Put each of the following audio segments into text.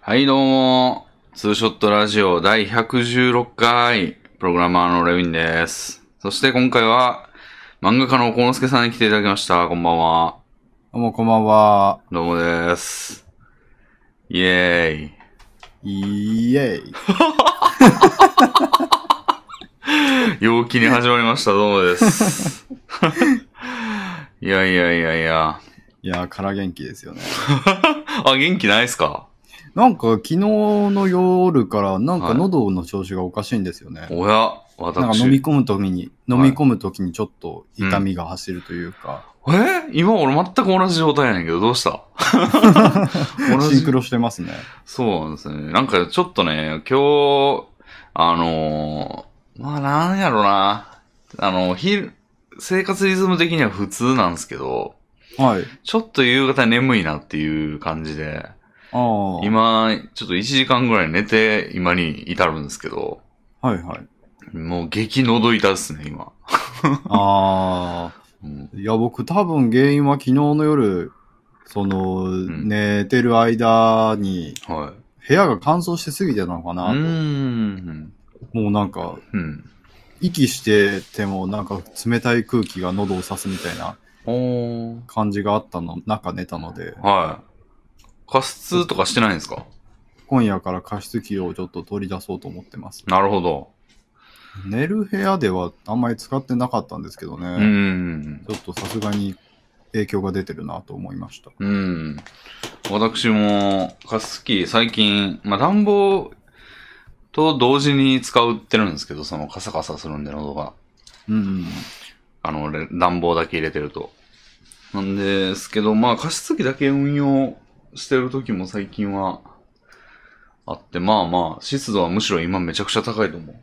はい、どうも。ツーショットラジオ第116回、プログラマーのレウィンです。そして今回は、漫画家の小野助さんに来ていただきました。こんばんは。どうもこんばんは。どうもです。イエイエーイ。イ。陽気に始まりました。どうもです。 いやいやいやいや。いやー、から元気ですよね。あ、元気ないっすかなんか昨日の夜からなんはかい喉の調子がおかしいんですよね。おや、なんか私。飲み込むときに、い飲み込むときにちょっと痛みが走るというか、え今俺全く同じ状態やねんけど、どうした同シじンクロしてますね。そうなんですね。なんかちょっとね、今日、あのーまあなんやろな。あの、昼、生活リズム的には普通なんですけど、はい。ちょっと夕方眠いなっていう感じで、ああ。。今、ちょっと1時間ぐらい寝て、今に至るんですけど、はいはい。もう激喉痛ですね、今。ああ。うんいや、僕多分原因は昨日の夜、その、ん寝てる間に、はい。部屋が乾燥してすぎてたのかうなーと。ん。もうなんか、うん。息しててもなんか冷たい空気が喉を刺すみたいなおー。感じがあったの中寝たのではい。加湿とかしてないんですか今夜から加湿器をちょっと取り出そうと思ってますなるほど。寝る部屋ではあんまり使ってなかったんですけどね、うーん。ちょっとさすがに影響が出てるなと思いましたうん。私も、加湿器、最近、まあ、暖房と同時に使うってるんですけど、そのカサカサするんで、喉が。うんうんあの、れ暖房だけ入れてると。なんですけど、まあ、加湿器だけ運用してる時も最近はあって、まあまあ、湿度はむしろ今めちゃくちゃ高いと思う。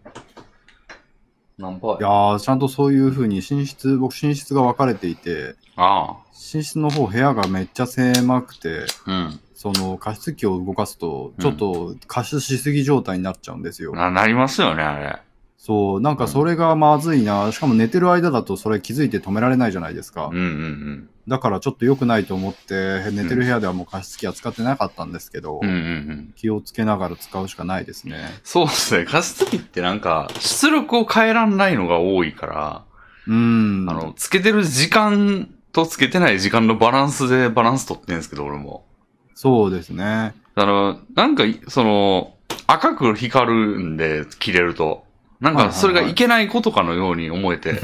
何パーいやーちゃんとそういう風に寝室僕寝室が分かれていてあ寝室の方部屋がめっちゃ狭くてあ、その加湿器を動かすとちょっと加湿しすぎ状態になっちゃうんですよ、うん。な、なりますよね、あれ。そう、なんかそれがまずいな、しかも寝てる間だとそれ気づいて止められないじゃないですかうん。うんだからちょっと良くないと思って、寝てる部屋ではもう加湿器は使ってなかったんですけど、うん。うんうんうん。気をつけながら使うしかないですね。そうですね。加湿器ってなんか、出力を変えらんないのが多いから、うん。あの、つけてる時間とつけてない時間のバランスでバランス取ってんですけど、俺も。そうです ね。あの、なんか、その、赤く光るんで、切れると。なんはいか、はいはいそれがいけないことかのように思え て、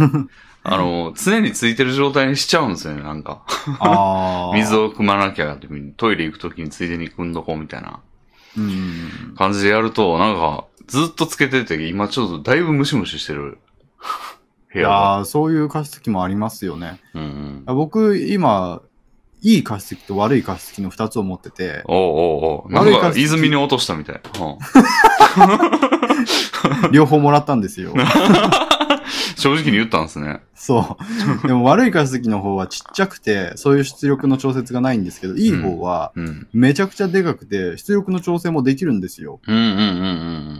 あの、常についてる状態にしちゃうんですよね、なんか。ああ。水。を汲まなきゃ、トイレ行くときについでに汲んどこうみたいなうん。感じでやると、なんか、ずっとつけてて、今ちょっとだいぶムシムシしてる。部い屋が。やーそういう加湿器もありますよね。うんうん。僕、今、いい加湿器と悪い加湿器の2つを持っ てて、おうおうおう。な悪いんか感、じ泉に落としたみたい。うん両方もらったんで すよ。正直に言ったんですね。そう。でも悪い加湿器の方はちっちゃくて、そういう出力の調節がないんですけど、いい方はうん。めちゃくちゃでかくて、出力の調整もできるんですよ。うんうんう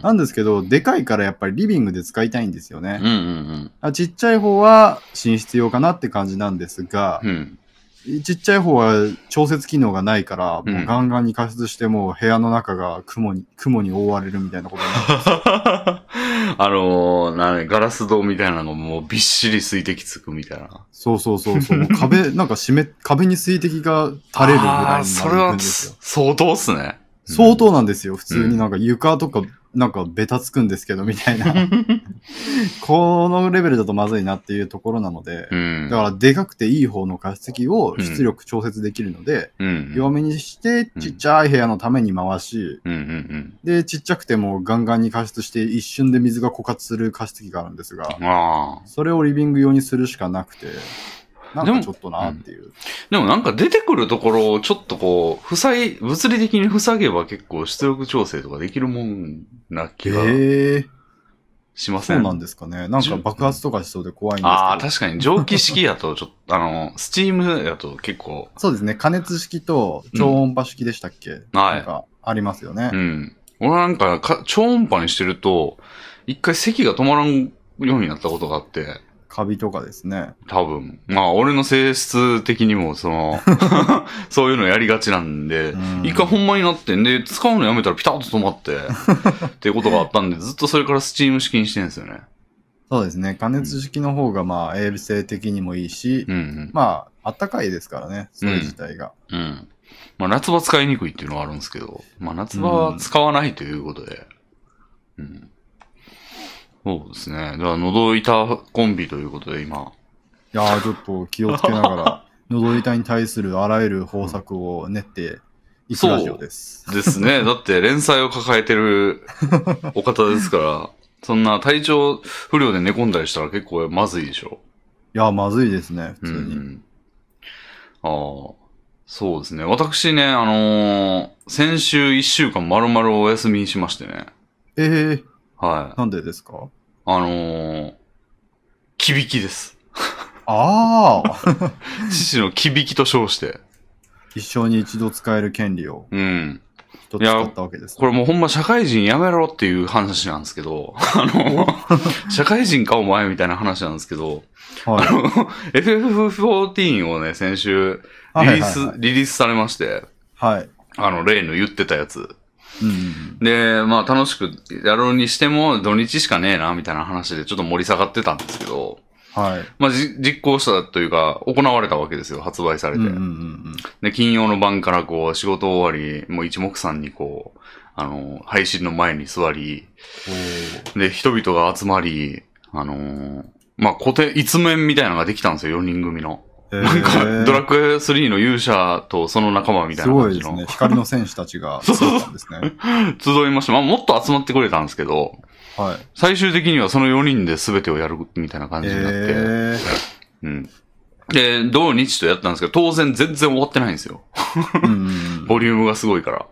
んなんですけど、でかいからやっぱりリビングで使いたいんですようん。うねん。うんあちっちゃい方は寝室用かなって感じなんですがうん。う、ん。 ちっちゃい方は調節機能がないから、うんもうガンガンに加湿してもう部屋の中が雲に、雲に覆われるみたいなことになる。あのー、なんガラス戸みたいなのがもうびっしり水滴つくみたいな。そうそうそうそう。もう壁、なんか湿っ、壁に水滴が垂れるぐらあーいにそなれるはんですよ。相当っすね。相当なんですよ。普通うんになんか床とか、なんかベタつくんですけど、みたい な。このレベルだとまずいなっていうところなので、うん。だからでかくていい方の加湿器を出力調節できるので、ら、うん。弱めにしてうんちっちゃい部屋のために回し、うんうんで、ちっちゃくてもガンガンに加湿して一瞬で水が枯渇する加湿器があるんですがう、ん。ああ。それをリビング用にするしかなくて、なんでかもちょっとなっていう。でもなんか出てくるところをちょっとこう、塞い、物理的に塞げば結構出力調整とかできるもんな気がへえ、しませ。そうんなんですかね。なんか爆発とかしそうで怖いんですけど。ああ、確かに蒸気式やとちょっと、あの、スチームやと結構、そうですね。加熱式と超音波式でしたっけ、はいなんかありますよね。うん。俺なんかか、超音波にしてると、一回咳が止まらんようになったことがあって、カビとかですね。多分。まあ、俺の性質的にも、その、 そういうのやりがちなんで、うん一回ほんまになってんで、使うのやめたらピタッと止まって、 っていうことがあったんで、ずっとそれからスチーム式にしてんですよね。そうですね。加熱式の方が、まあ、衛生的にもいいし、うんまあ、あったかいですからね、それ自体が。うん。うん。まあ、夏場使いにくいっていうのはあるんですけど、まあ、夏場は使わないということで、うん。そうですね。だから、喉板コンビということで、今、いやー、ちょっと気をつけなが ら、喉痛に対するあらゆる方策を練っていくラジオです。ですね。 だって連載を抱えて るお方ですから、そんな体調不良で寝込んだりしたら結構まずいでしょ。いやー、まずいですね、う普通に。ん。ああ、そうですね。私ね、あのー先週一週間丸々お休みしましてね。えー、はい。なんでですかあのー、キビキ です。ああ父のキビキと称して。 一生に一度使える権利をうん。一つ使ったわけです、これもうほんま社会人やめろっていう話なんですけど、 あ の、社会人かお前みたいな話なんですけど、 はい。 FF14 をね、先週、リリース、はいはいはいリリースされまして、はい。あの、例の言ってたやつ。うんうんうん。で、まあ、楽しくやるにしても、土日しかねえな、みたいな話でちょっと盛り下がってたんですけど、はい。まあ、じ実行したというか、行われたわけですよ、発売されうて。んうんうんうん。で、金曜の晩からこう、仕事終わり、もう一目散にこう、あの、配信の前に座り、おーで、人々が集まり、あのーまあ、固定、一面みたいなのができたんですよ、4人組の。えーなんか、ドラクエ3の勇者とその仲間みたいすなご感いじですのね。光の戦士たちが作ったんですね。集いました。まあ、もっと集まってくれたんですけど、はい。最終的にはその4人で全てをやるみたいな感じになって、えうん。で、同日とやったんですけど、当然全然終わってないんですよ。ー。うん うんうんボリュームがすごいから。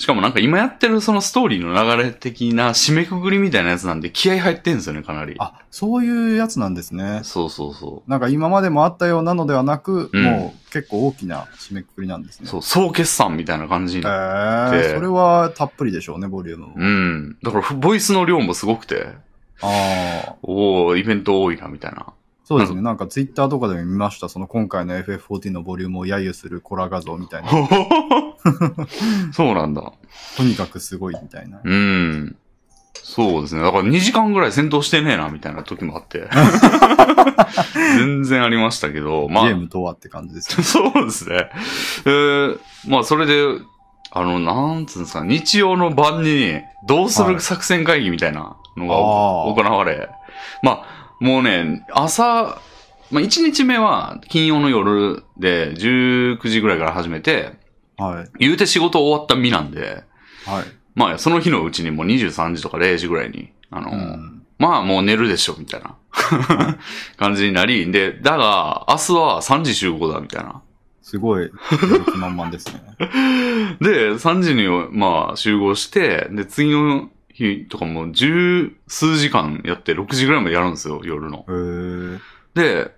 しかもなんか今やってるそのストーリーの流れ的な締めくくりみたいなやつなんで気合入ってんですよね、かなり。あ、そういうやつなんですね。そうそうそなんか今までもあったようなのではなく、うんもう結構大きな締めくくりなんですう。ね。そう、総決算みたいな感じにへえなでー、それはたっぷりでしょうね、ボリュームも。うん。だから、ボイスの量もすごくて、ああ、おおイベント多いな、みたいな。 そうですね。なんかツイッターとかでも見ました。その今回の FF14 のボリュームを揶揄するコラ画像みたいな。そうなんだ。とにかくすごいみたいな。うん。そうですね。だから2時間ぐらい戦闘してねえな、みたいな時もあ って。全然ありましたけど、まゲーあ、ムとはって感じですね。そうですね。えー、まあ、それで、あの、なんつうんですか、日曜の晩に、どうすはるい作戦会議みたいなのがあ行ーわれ、まあ、もうね、朝、まあ、1日目は金曜の夜で19時ぐらいから始めて、はい。言うて仕事終わった身なんで、はい。まあ、その日のうちにもう23時とか0時ぐらいに、あの、うん。まあもう寝るでしょ、みたいな 感じになり、で、だが、明日は3時集合だ、みたいな。すごい、やる気満 々ですね。で、3時に、まあ、集合して、で、次の日とかも十数時間やって、6時ぐらいまでやるんですよ、夜の。へーで、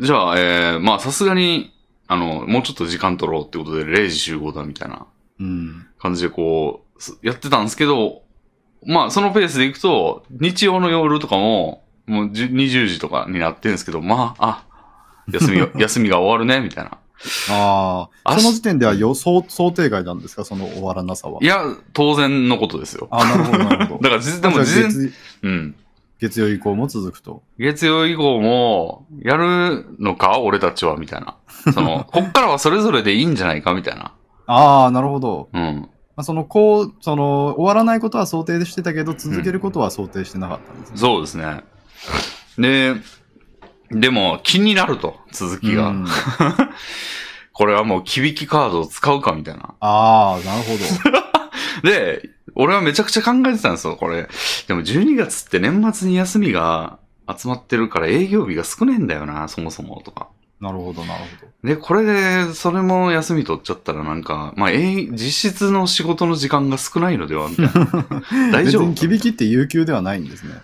じゃあ、えー、まあ、さすがに、あの、もうちょっと時間取ろうってことで、0時集合だ、みたいなうん。感じでこう、すやってたんですけど、まあそのペースでいくと、日曜の夜とかも、もう10 20時とかになってるんですけど、まあ、あ、休みが、 休みが終わるね、みたいな。あああ、その時点では予想想定外なんですかその終わらなさは。いや、当然のことですよ。あ、なるほど、なるほど。だから じ、でも事前、月うん。月曜以降も続くと。月曜以降も、やるのか俺たちは、みたいな。そ の、こっからはそれぞれでいいんじゃないか、みたいな。ああ、なるほど。うん。まあ、その、こう、その、終わらないことは想定してたけど、続けることは想定してなかったんですね。そうですね。で、でも、気になると、続きが。うんこれはもう、キビキカードを使うか、みたいな。ああ、なるほ ど。で、俺はめちゃくちゃ考えてたんですよ、これ。でも12月って年末に休みが集まってるから営業日が少ねえんだよな、そもそもとか。なるほど、なるほど。で、これで、それも休み取っちゃったらなんか、まあ、営実質の仕事の時間が少ないのではみたいな。 大丈別に、夫キビキって有給ではないんですね。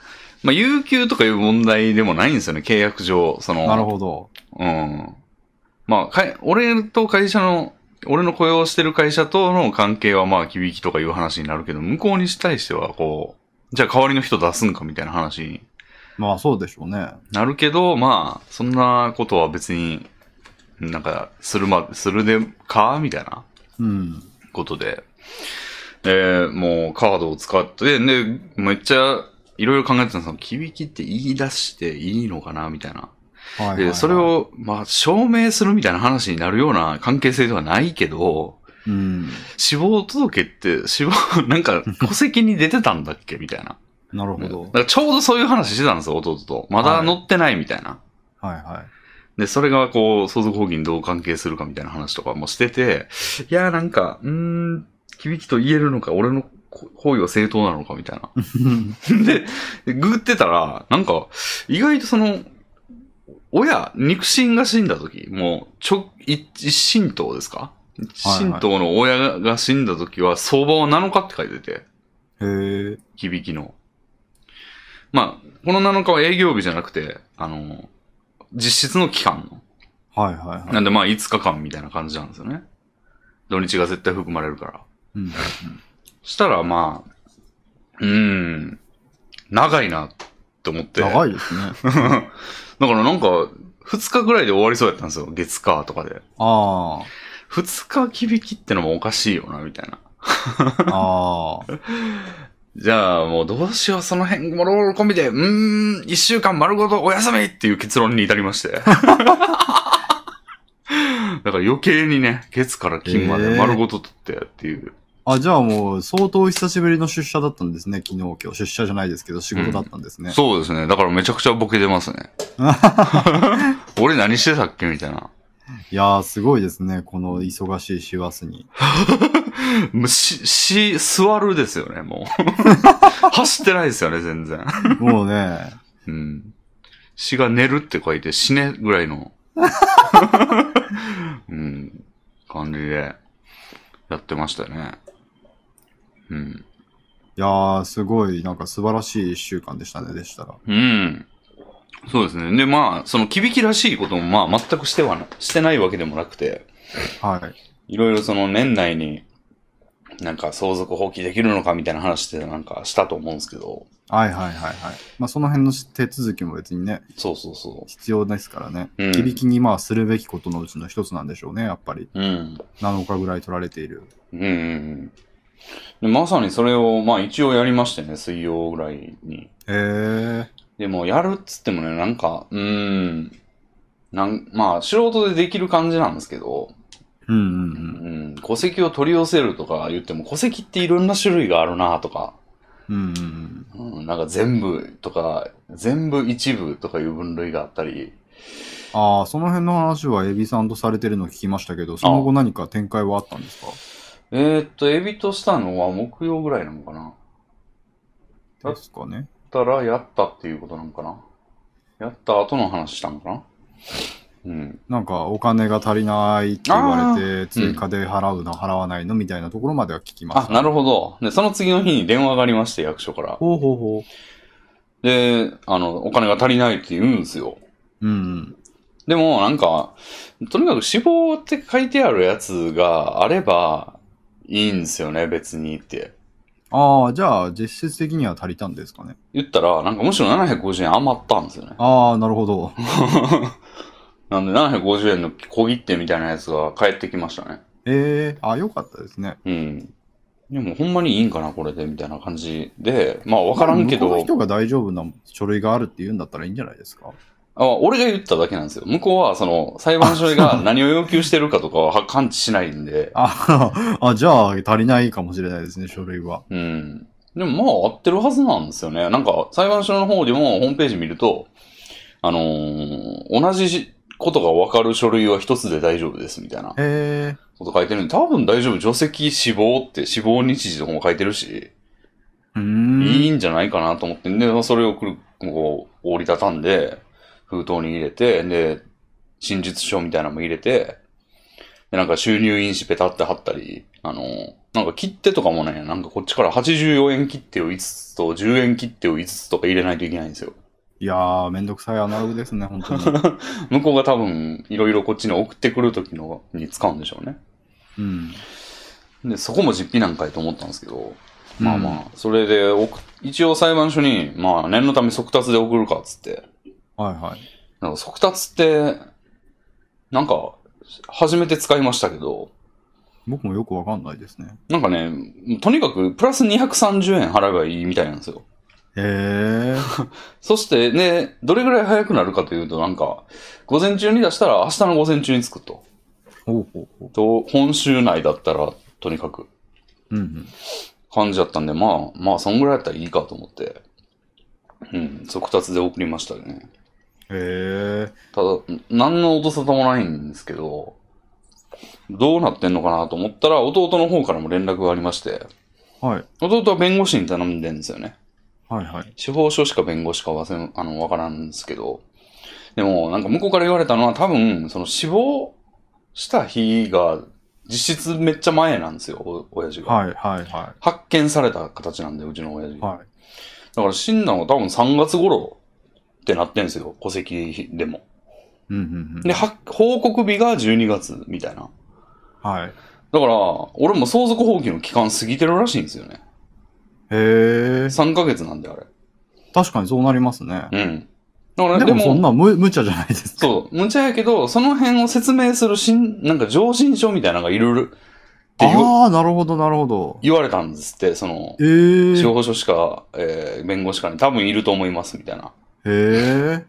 まあ、有給とかいう問題でもないんですよね、契約上。その、なるほど。うん。まあ、かい俺と会社の、俺の雇用してる会社との関係はまあ、響きとかいう話になるけど、向こうに対しては、こう、じゃあ代わりの人出すんかみたいな話にまあそうでしょうね。なるけど、まあ、そんなことは別に、なんか、するま、するでかみたいなうん。ことで。えーもうカードを使って、で、めっちゃ、いろいろ考えてたんですよ。キビキって言い出していいのかなみたいな。はいはい、はで、い。それ、を、まあ、証明するみたいな話になるような関係性ではないけど、うん。死亡届って、死亡、 なんか、戸籍に出てたんだっけみたいな。なるだほど。からちょうどそういう話してたんですよ、弟と。まだ乗ってないみたいな。はいはで、それがこう、相続放棄にどう関係するかみたいな話とかもしてて、いやーなんか、うーん、響きと言えるのか、俺の行行為は正当なのかみたいな。い。で、ググってたら、なんか、意外とその、親、肉親が死んだ時、もう、ちょ、一一神党ですか一神党の親が死んだ時は、相場は7日って書いてて、へえ。響きの。まあ、この7日は営業日じゃなくて、あの、実質の期間の。はいはいは。ないんでまあ5日間みたいな感じなんですよね。土日が絶対含まれるから。うん。したらまあ、うーん、長いなって思って。長いですね。 だからなんか、2日ぐらいで終わりそうやったんですよ。月火とかで。あ2日きびきってのもおかしいよな、みたいな。あ。ああ。じゃあもうどうしよう、その辺、もろもろ込みで、うーん、1週間丸ごとお休みっていう結論に至りまして。だ から余計にね、月から金まで丸ごと取ってっていう。あ、じゃあもう、相当久しぶりの出社だったんですね、昨日、今日。出社じゃないですけど、仕事だったんですね。そうですね。だからめちゃくちゃボケてますね。俺何してたっけみたいな。いやー、すごいですね、この忙しい師走に。もうし、し、座るですよね、もう。走ってないですよね、全然。もうね、うん。死が寝るって書いて死ねぐらいの、うん、感じでやってましたね。うん。いやー、すごい、なんか素晴らしい一週間でしたね、でしたら。うん。そうですね。で、まあ、その、キビキらしいことも、まあ、全くしてはな、してないわけでもなくて、はい。いろいろその、年内に、なんか、相続放棄できるのかみたいな話って、なんか、したと思うんですけど、はいはいはいはい。まあ、その辺の手続きも別にね、そうそうそ必要ですからね。う。うん。響きにまあするべきことのうちの一つなんでしょうね、やっぱり。うん。 7日ぐらい取られている。うんうんうんで。まさにそれを、まあ一応やりましてね、水曜ぐらいに。へえ。でもやるっつってもね、なんか、うーん。なんまあ素人でできる感じなんですけど、うんううんん、戸籍を取り寄せるとか言っても、戸籍っていろんな種類があるなとか、うん。うんうんうん。うん、なんか全部とか、全部一部とかいう分類があったり、ああ、その辺の話はエビさんとされてるの聞きましたけど、その後何か展開はあったんですかえー、っと、エビとしたのは木曜ぐらいなのかなあですかね。やったらやったっていうことなのかなやった後の話したのかなうん。なんかお金が足りないって言われて、ー追加で払うの、払わないのみたいなところまでは聞きましあ、た。なるほど。で、その次の日に電話がありまして、役所から。ほうほうほで、あの、お金が足りないって言うんですよ。う。うんうん。でも、なんか、とにかく死亡って書いてあるやつがあれば、いいんですよね、別にって。ああ、じゃあ実質的には足りたんですかね。言ったら、なんかむしろ750円余ったんですよね。ああ、なるほど。なんで、750円の小切手みたいなやつが返ってきましたね。ええあ、よかったですね。うん。でも、ほんまにいいんかな、これで、みたいな感じで、まあ、わからんけ向こうのど、人が大丈夫な書類があるって言うんだったらいいんじゃないですかあ俺が言っただけなんですよ。向こうは、その、裁判所が何を要求してるかとかは感知しないんで。ああ、じゃあ足りないかもしれないですね、書類は。うん。でも、まあ、合ってるはずなんですよね。なんか、裁判所の方でも、ホームページ見ると、あのー同じことがわかる書類は一つで大丈夫です、みたいなへえ。こと書いてるんで、多分大丈夫。除籍死亡って、死亡日時とかも書いてるし、うーん。いいんじゃないかなと思って、で、それをくる、こう、折りたたんで、封筒に入れて、で、真実書みたいなのも入れて、で、なんか収入印紙ペタって貼ったり、あの、なんか切手とかもね、なんかこっちから84円切手を5つと10円切手を5つとか入れないといけないんですよ。いやー、めんどくさいアナログで すね、本当に。向こうが多分、いろいろこっちに送ってくる時のに使うんでしょうね。うん。で、そこも実費なんかやと思ったんですけど、まあまあ、それで送、一応裁判所に、まあ、念のため速達で送るか、つって。はいはい。なんか速達って、なんか、初めて使いましたけど、僕もよくわかんないですね。なんかね、とにかくプラス230円払えばいいみたいなんですよ。へえ。そしてね、どれぐらい早くなるかというと、なんか、午前中に出したら明日の午前中に着くと。ほうほうほう。と、本州内だったら、とにかく、うんうん。感じだったんで、まあ、まあ、そんぐらいだったらいいかと思って、うん、速達で送りましたね。へえ。ただ、何の音沙汰もないんですけど、どうなってんのかなと思ったら、弟の方からも連絡がありまして、はい。弟は弁護士に頼んでるんですよね。はいはい。司法書しか弁護士かわせん、あの、わからんですけど、でも、なんか向こうから言われたのは多分、その死亡した日が、実質めっちゃ前なんですよ、お親父が。はいはいは発見された形なんで、うちの親父。い。はい。だから死んだのは多分3月頃ってなってんですよ、戸籍でも。うんうんうで、ん。は報告日が12月みたいな。はい。だから、俺も相続放棄の期間過ぎてるらしいんですよね。へえ。 3ヶ月なんで、あ確かにそうなりますね。れ。うん。だから、でもそんな無無茶じゃないですか。そう、無茶やけど、その辺を説明するしん、なんか上申書みたいなのがいるって言うああ、なるほどなるほど。言われたんですって、そのえ、司ー。法書士か、えー弁護士かに多分いると思いますみたいな。へえ。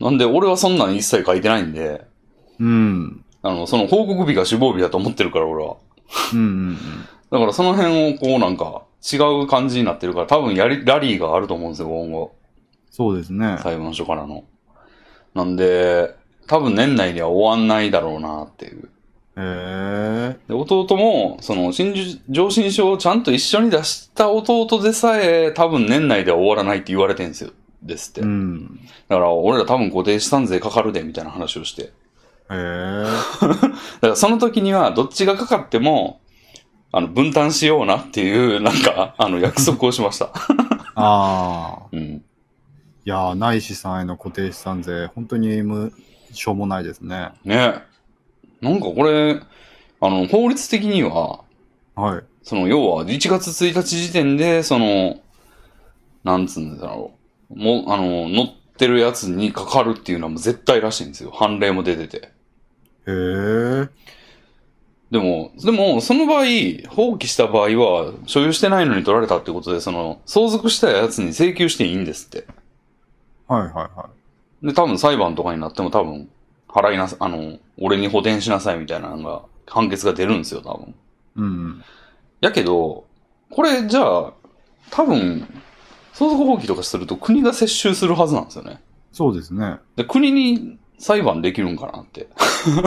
なんで、俺はそんなん一切書いてないんで、うん。あの、その報告日が死亡日だと思ってるから、俺は。うんうんうん。だからその辺をこうなんか違う感じになってるから、多分やり、ラリーがあると思うんですよ、今後。そうですね。裁判所からの。なんで、多分年内には終わんないだろうなっていう。へえ。で弟も、その、新宿上申書をちゃんと一緒に出した弟でさえ、多分年内では終わらないって言われてんですよ。ですって。うだん。から、俺ら多分固定資産税かかるで、みたいな話をして。へえ。だから、その時には、どっちがかかっても、あの、分担しようなっていう、 なんか、あの、約束をしました。ああ。うん。いやー、ない資産への固定資産税、本当に無、しょうもないですね。ねなんかこれ、あの、法律的には、はい。その、要は、1月1日時点で、その、なんつうんだろう。もう、あの、乗ってるやつにかかるっていうのはもう絶対らしいんですよ。判例も出てて。へえ。でも、でも、その場合、放棄した場合は、所有してないのに取られたってことで、その、相続したやつに請求していいんですって。はいはいはで、多分裁判とかになっても多分、払いなさ、あの、俺に補填しなさいみたいなのが、判決が出るんですよ、多分。い。うん。やけど、これじゃあ、多分、相続放棄とかすると国が接収するはずなんですよね。そうですね。で国に裁判できるんかなって。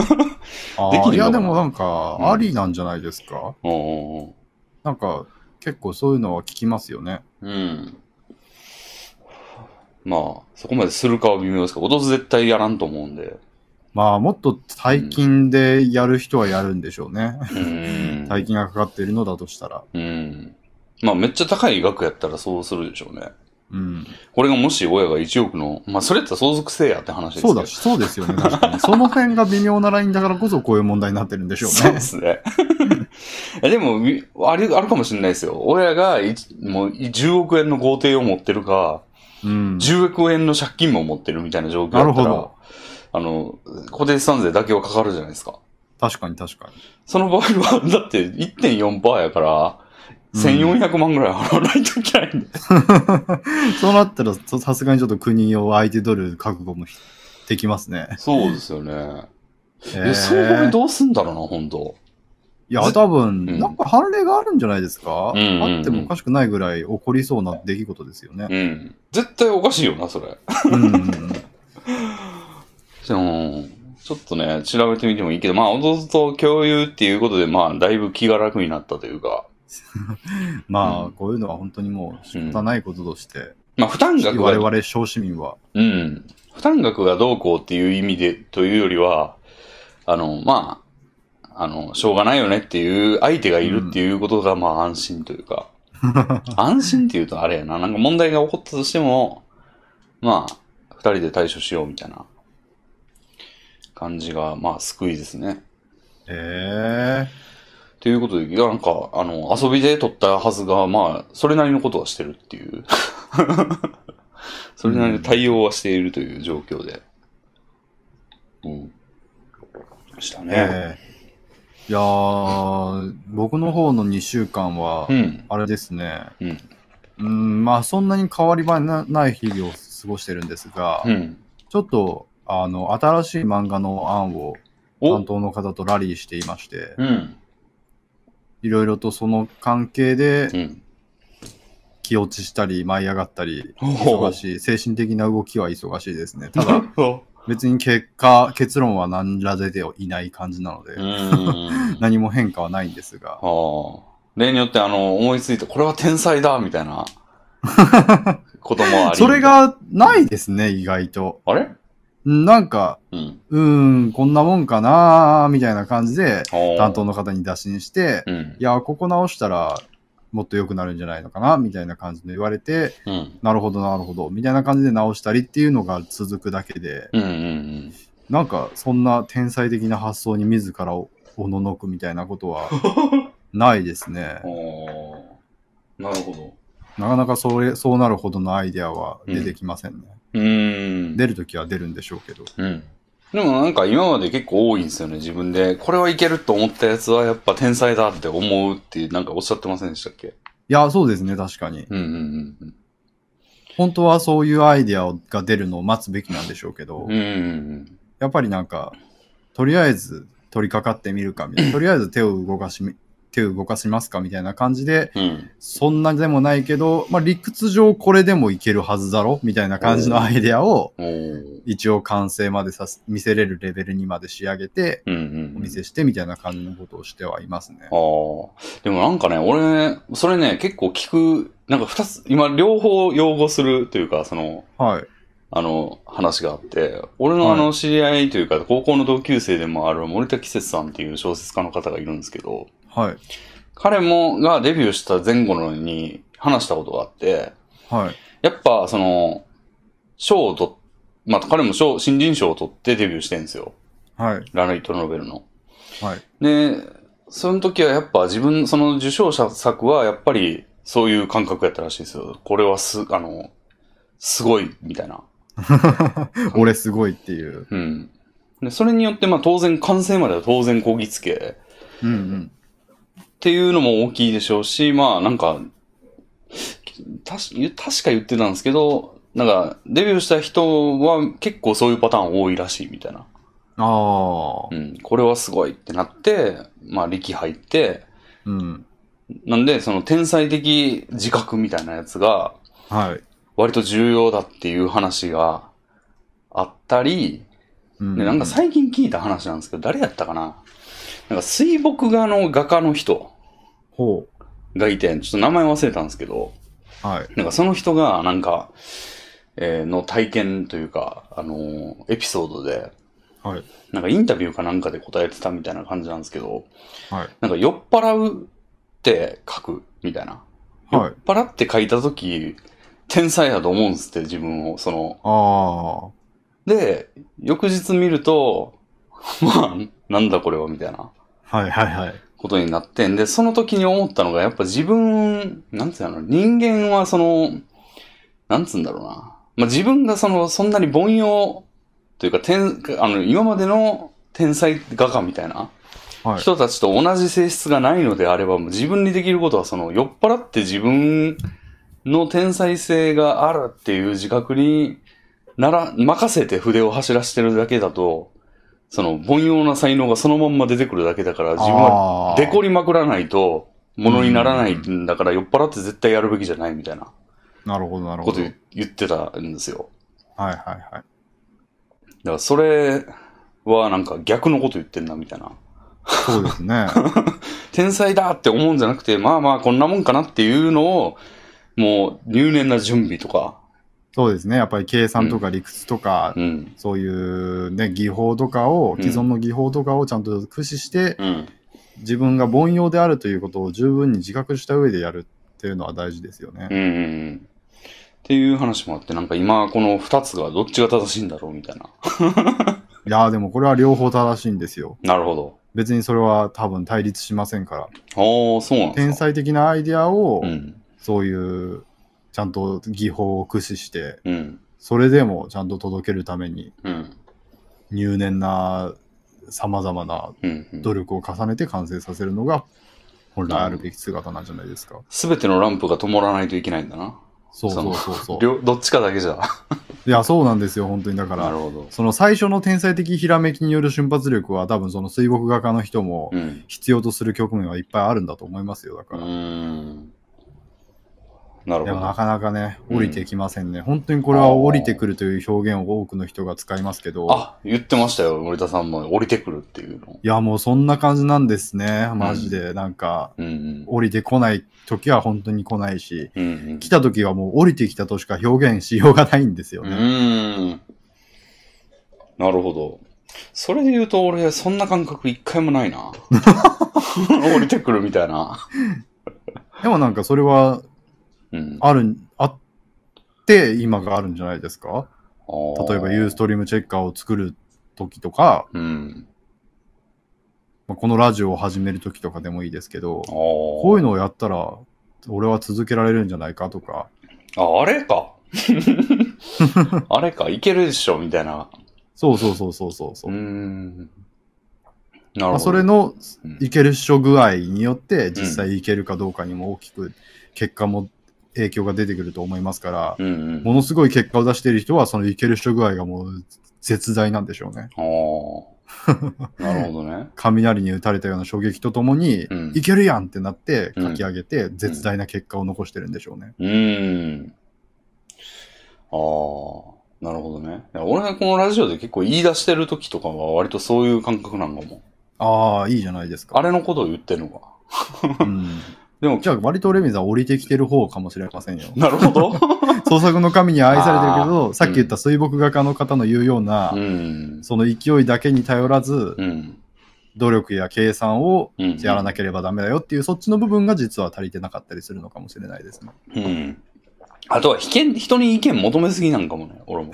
できるのかあーないや、でもなんかう、んありなんじゃないですか、うん。なんか、結構そういうのは聞きますよね。うん。まあ、そこまでするかは微妙ですけど、弟絶対やらんと思うんで。まあ、もっと大金でやる人はやるんでしょうね。うん。大金がかかっているのだとしたら。うん。まあ、めっちゃ高い額やったらそうするでしょうね。うん。これがもし親が1億の、まあ、それやったら相続せえやって話ですけそど。うだし、そうですよね。確かに。その辺が微妙なラインだからこそこういう問題になってるんでしょそううで ね。すね。いやでも、みある、あるかもしれないですよ。親がい、もう、10億円の豪邸を持ってるか、うん。 10億円の借金も持ってるみたいな状況だなるったほらど、。あの、固定資産税だけはかかるじゃないですか。確かに確かに。その場合は、だって1.4%やから、うん1400万ぐらい払わないといけないんで。そうなったら、そさすがにちょっと国を相手取る覚悟もひできますね。そうですよね。ええ、それどうすんだろうな、本当いや、多分、うんなんか判例があるんじゃないですか、うんうんうんあってもおかしくないぐらい起こりそうな出来事です よね。うん。絶対おかしいよな、それ。うんうんうんでも、ちょっとね、調べてみてもいいけど、まあ、弟と共有っていうことで、まあ、だいぶ気が楽になったというか、まあ、うんこういうのは本当にもう仕方ないこととして、まあ、負担額我が、々小市民は、うん、負担額がどうこうっていう意味で、というよりは、あの、まあ、あの、しょうがないよねっていう、相手がいるっていうことが、まあ、安心という か、安心っていうとあれやな、なんか問題が起こったとしても、まあ、二人で対処しようみたいな感じが、まあ、救いですね。ええということで、なんか、あの、遊びで撮ったはずが、まあ、それなりのことはしてるっていう。 それなりの対応はしているという状況で。うん。したね。ええいやー、僕の方の2週間はう、ん。あれですね。うん。うん、まあそんなに変わり映えなない日々を過ごしてるんですが、うん。ちょっと、あの、新しい漫画の案をお担当の方とラリーしていまして、うん。いろいろとその関係でうん。気落ちしたり、舞い上がったり、お 忙しい、精神的な動きは忙しいですね。ただ、お。別に結果、結論は何ら出ていない感じなので、うーん。何も変化はないんですが、ああ。例によって、あの、思いついて、これは天才だみたい なこともあり。それ、がないですね、意外と。あれなんか、うん。うーん、こんなもんかなー、みたいな感じで、担担当の方に打診して、うんい。や、ここ直したら、もっと良くなるんじゃないのかな、みたいな感じで言われて、うん。なるほど、なるほど、みたいな感じで直したりっていうのが続くだけで、うんうんうん。なんか、そんな天才的な発想に自らをおののくみたいなことはないですね。おーなるほど。なかなかそれ、そうなるほどのアイデアは出てきませんね。うーん。出るときは出るんでしょうけど。うん。でもなんか今まで結構多いんですよね、自分で。これはいけると思ったやつはやっぱ天才だって思うってなんかおっしゃってませんでしたっけいや、そうですね、確かに。うんうんうん本当はそういうアイデアが出るのを待つべきなんでしょうけど、うん。うんうんやっぱりなんか、とりあえず取り掛かってみる かみたいな、とりあえず手を動かしみ、手を動かしますかみたいな感じで、うん。うん。そんなでもないけど、まあ理屈上これでもいけるはずだろみたいな感じのアイデアを、おー一応完成までさせ、見せれるレベルにまで仕上げて、うんうんおうん見。せしてみたいな感じのことをしてはいますねあ。あ。でもなんかね、俺、それね、結構聞く、なんか二つ、今両方擁護するというか、その、はい。あの、話があって、俺のあの、知り合いというか、高校の同級生でもある森田季節さんっていう小説家の方がいるんですけど、はい。彼も、がデビューした前後のに話したことがあって、はい。やっぱ、その、賞を取っ、まあ、彼も賞、新人賞を取ってデビューしてるんですよ。はい。ライトノベルの。はい。で、その時はやっぱ自分、その受賞者作はやっぱりそういう感覚やったらしいですよ。これはす、あの、すごい、みたいな。俺すごいっていう。うん。で、それによって、まあ当然、完成までは当然こぎつけ、うんうん。っていうのも大きいでしょうし、まあなんか、たし確か言ってたんですけど、なんか、デビューした人は結構そういうパターン多いらしいみたいな。ああう。ん、これはすごいってなって、まあ力入って、うん。なんで、その天才的自覚みたいなやつが、はい。割と重要だっていう話があったり、うでなんか最近聞いた話なんですけど、誰やったかななんか水墨画の画家の人ほがいて、ちょっと名前忘れたんですけど、う。はい。なんかその人が、なんか、えーの体験というか、あのーエピソードで、はい。なんかインタビューかなんかで答えてたみたいな感じなんですけど、はい。なんか酔っ払うって書くみたいな。酔はいっ払って書いたとき、天才やと思うんですって、自分を。その、あで、翌日見ると、 まあ、なんだこれは、みたいなあ。はいはいはい。ことになってんで、その時に思ったのが、やっぱ自分、なんつうの、人間はその、なんつうんだろうな。まあ自分がその、そんなに凡庸というか、天、あの、今までの天才画家みたいなはい。人たちと同じ性質がないのであれば、もう自分にできることは、その、酔っ払って自分の天才性があるっていう自覚になら、任せて筆を走らせてるだけだと、その、凡庸な才能がそのまんま出てくるだけだから、自分ははデコりまくらないと、ものにならないんだから、酔っ払って絶対やるべきじゃないみたいななるほど、なるこほとど。はい言言ってたんですよ。はいはい。だから、それはなんか逆のこと言ってんな、みたいな。そうで すね。天才だって思うんじゃなくて、まあまあこんなもんかなっていうのを、もう入念な準備とか、そうですね。やっぱり計算とか理屈とか、うん。そういうね、技法とかを、うん既存の技法とかをちゃんと駆使して、うん。自分が凡庸であるということを十分に自覚した上でやるっていうのは大事ですよね。うん、うん。っていう話もあって、なんか今この二つがどっちが正しいんだろうみたいな。いやーでもこれは両方正しいんですよ。なるほど。別にそれは多分対立しませんから、ああ、そうなんで天すか。才的なアイデアを、うん。そういう、ちゃんと技法を駆使して、うん。それでもちゃんと届けるために、うん。入念な、様々なうんうん努力を重ねて完成させるのが、本来あるべき姿なんじゃないですか。すべてのランプが灯らないといけないんだな。そうそうそうそう。両どっちかだけじゃ。いや、そう なんですよ、本当に。だかなるら、ほど。その最初の天才的ひらめきによる瞬発力は、多分その水墨画家の人もうん。必要とする局面はいっぱいあるんだと思いますよ、だうから。ーん。なるでほもなど。かなかね、うん降りてきませんね。本当にこれは降りてくるという表現を多くの人が使いますけど、あ、言ってましたよ。森田さんも降りてくるっていうの。いや、もうそんな感じなんですね、マジで。なんか、うん降りてこない時は本当に来ないし、うん。うんうん来た時はもう降りてきたとしか表現しようがないんですようね。ーん。なるほど。それで言うと、俺、そんな感覚一回もないな。 降りてくるみたいな。でもなんかそれはうん、ある、あって今があるんじゃないですか例えばユースト。トリームチェッカーを作る時とか、うん。まあ、このラジオを始める時とかでもいいですけど、ここういうのをやったら、俺は続けられるんじゃないかとか、あ、あれか。 あれか、いけるでしょ、みたいな。そうそうそうそうそうそうう。ーん。なるほど。まあ、それのうんいけるっしょ具合によって、実際いけるかどうかにも大きく結果も影響が出てくると思いますから、うんうん。ものすごい結果を出している人は、そのいけるっしょ具合がもう絶大なんでしょうね。ああ。なるほどね。雷に打たれたような衝撃とともに、うんいけるやんってなって書き上げて、絶大な結果を残してるんでしょうね。うーん。ああ。なるほどね。いや俺がこのラジオで結構言い出してる時とかは割とそういう感覚なんかも。ああ、いいじゃないですか。あれのことを言ってるのか。うんでも、。じゃあ、割とレミさん降りてきてる方かもしれませんよなるほ ど。創作の神に愛されてるけあーど、さっき言った水墨画家の方の言うような、うん。その勢いだけに頼らずう、ん。努力や計算をうん。やらなければダメだよっていう、そっちの部分が実は足りてなかったりするのかもしれないですね。うん。あとは、意見、人に意見求めすぎなんかもね、俺 も。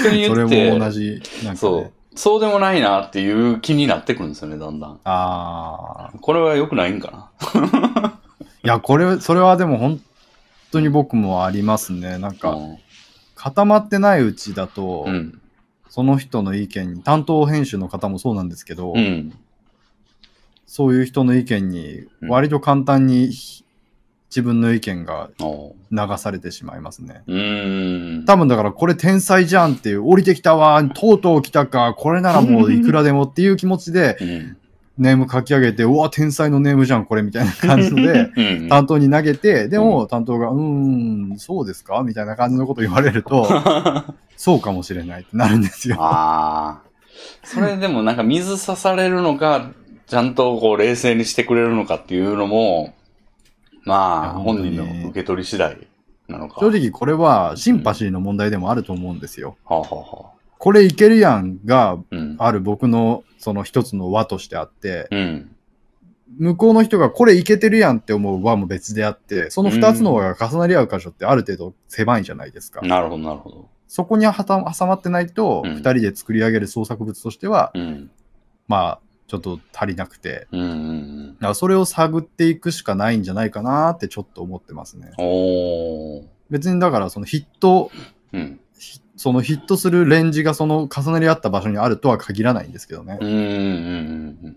人に言それっもて、同じ、なんかそねう。。そうでもないなっていう気になってくるんですよね、だんだん。ああ。これは良くないんかいや、これ、それはでも本当に僕もありますね。なんな。か、固まってないうちだと、うん。その人の意見に、担当編集の方もそうなんですけど、うん。そういう人の意見に、うん割と簡単にひ自分の意見があー流されてしまいますね。うーん。多分だからこれ天才じゃんっていう、降りてきたわ、とうとう来たか、これならもういくらでもっていう気持ちでうん。、ネーム書き上げて、うわ、天才のネームじゃん、これみたいな感じでうん。担当に投げて、でも担当が、うーん、そうですかみたいな感じのこと言われ ると、そうかもしれないってなるんですよ。ああ。それでもなんか水刺されるのか、ちゃんとこう冷静にしてくれるのかっていうのも、いまあ、や本人本当にの受け取り次第なのか。正直これはシンパシーの問題でもあると思うんですよ。はあ、はあはあ、これいけるやんがうん。ある僕のその一つの輪としてあって、うん。向こうの人がこれいけてるやんって思う輪も別であって、その二つの輪が重なり合う箇所ってある程度狭いじゃないですか。なるほど、なるほど。そこにはた挟まってないと、うん二人で作り上げる創作物としては、うん。まあ、ちょっと足りなくて、うんうんだからそれを探っていくしかないんじゃないかなってちょっと思ってますね。うん。おー。別にだからそのヒット、うん。ひそのヒットするレンジがその重なり合った場所にあるとは限らないんですけどねう。んうんうんうん。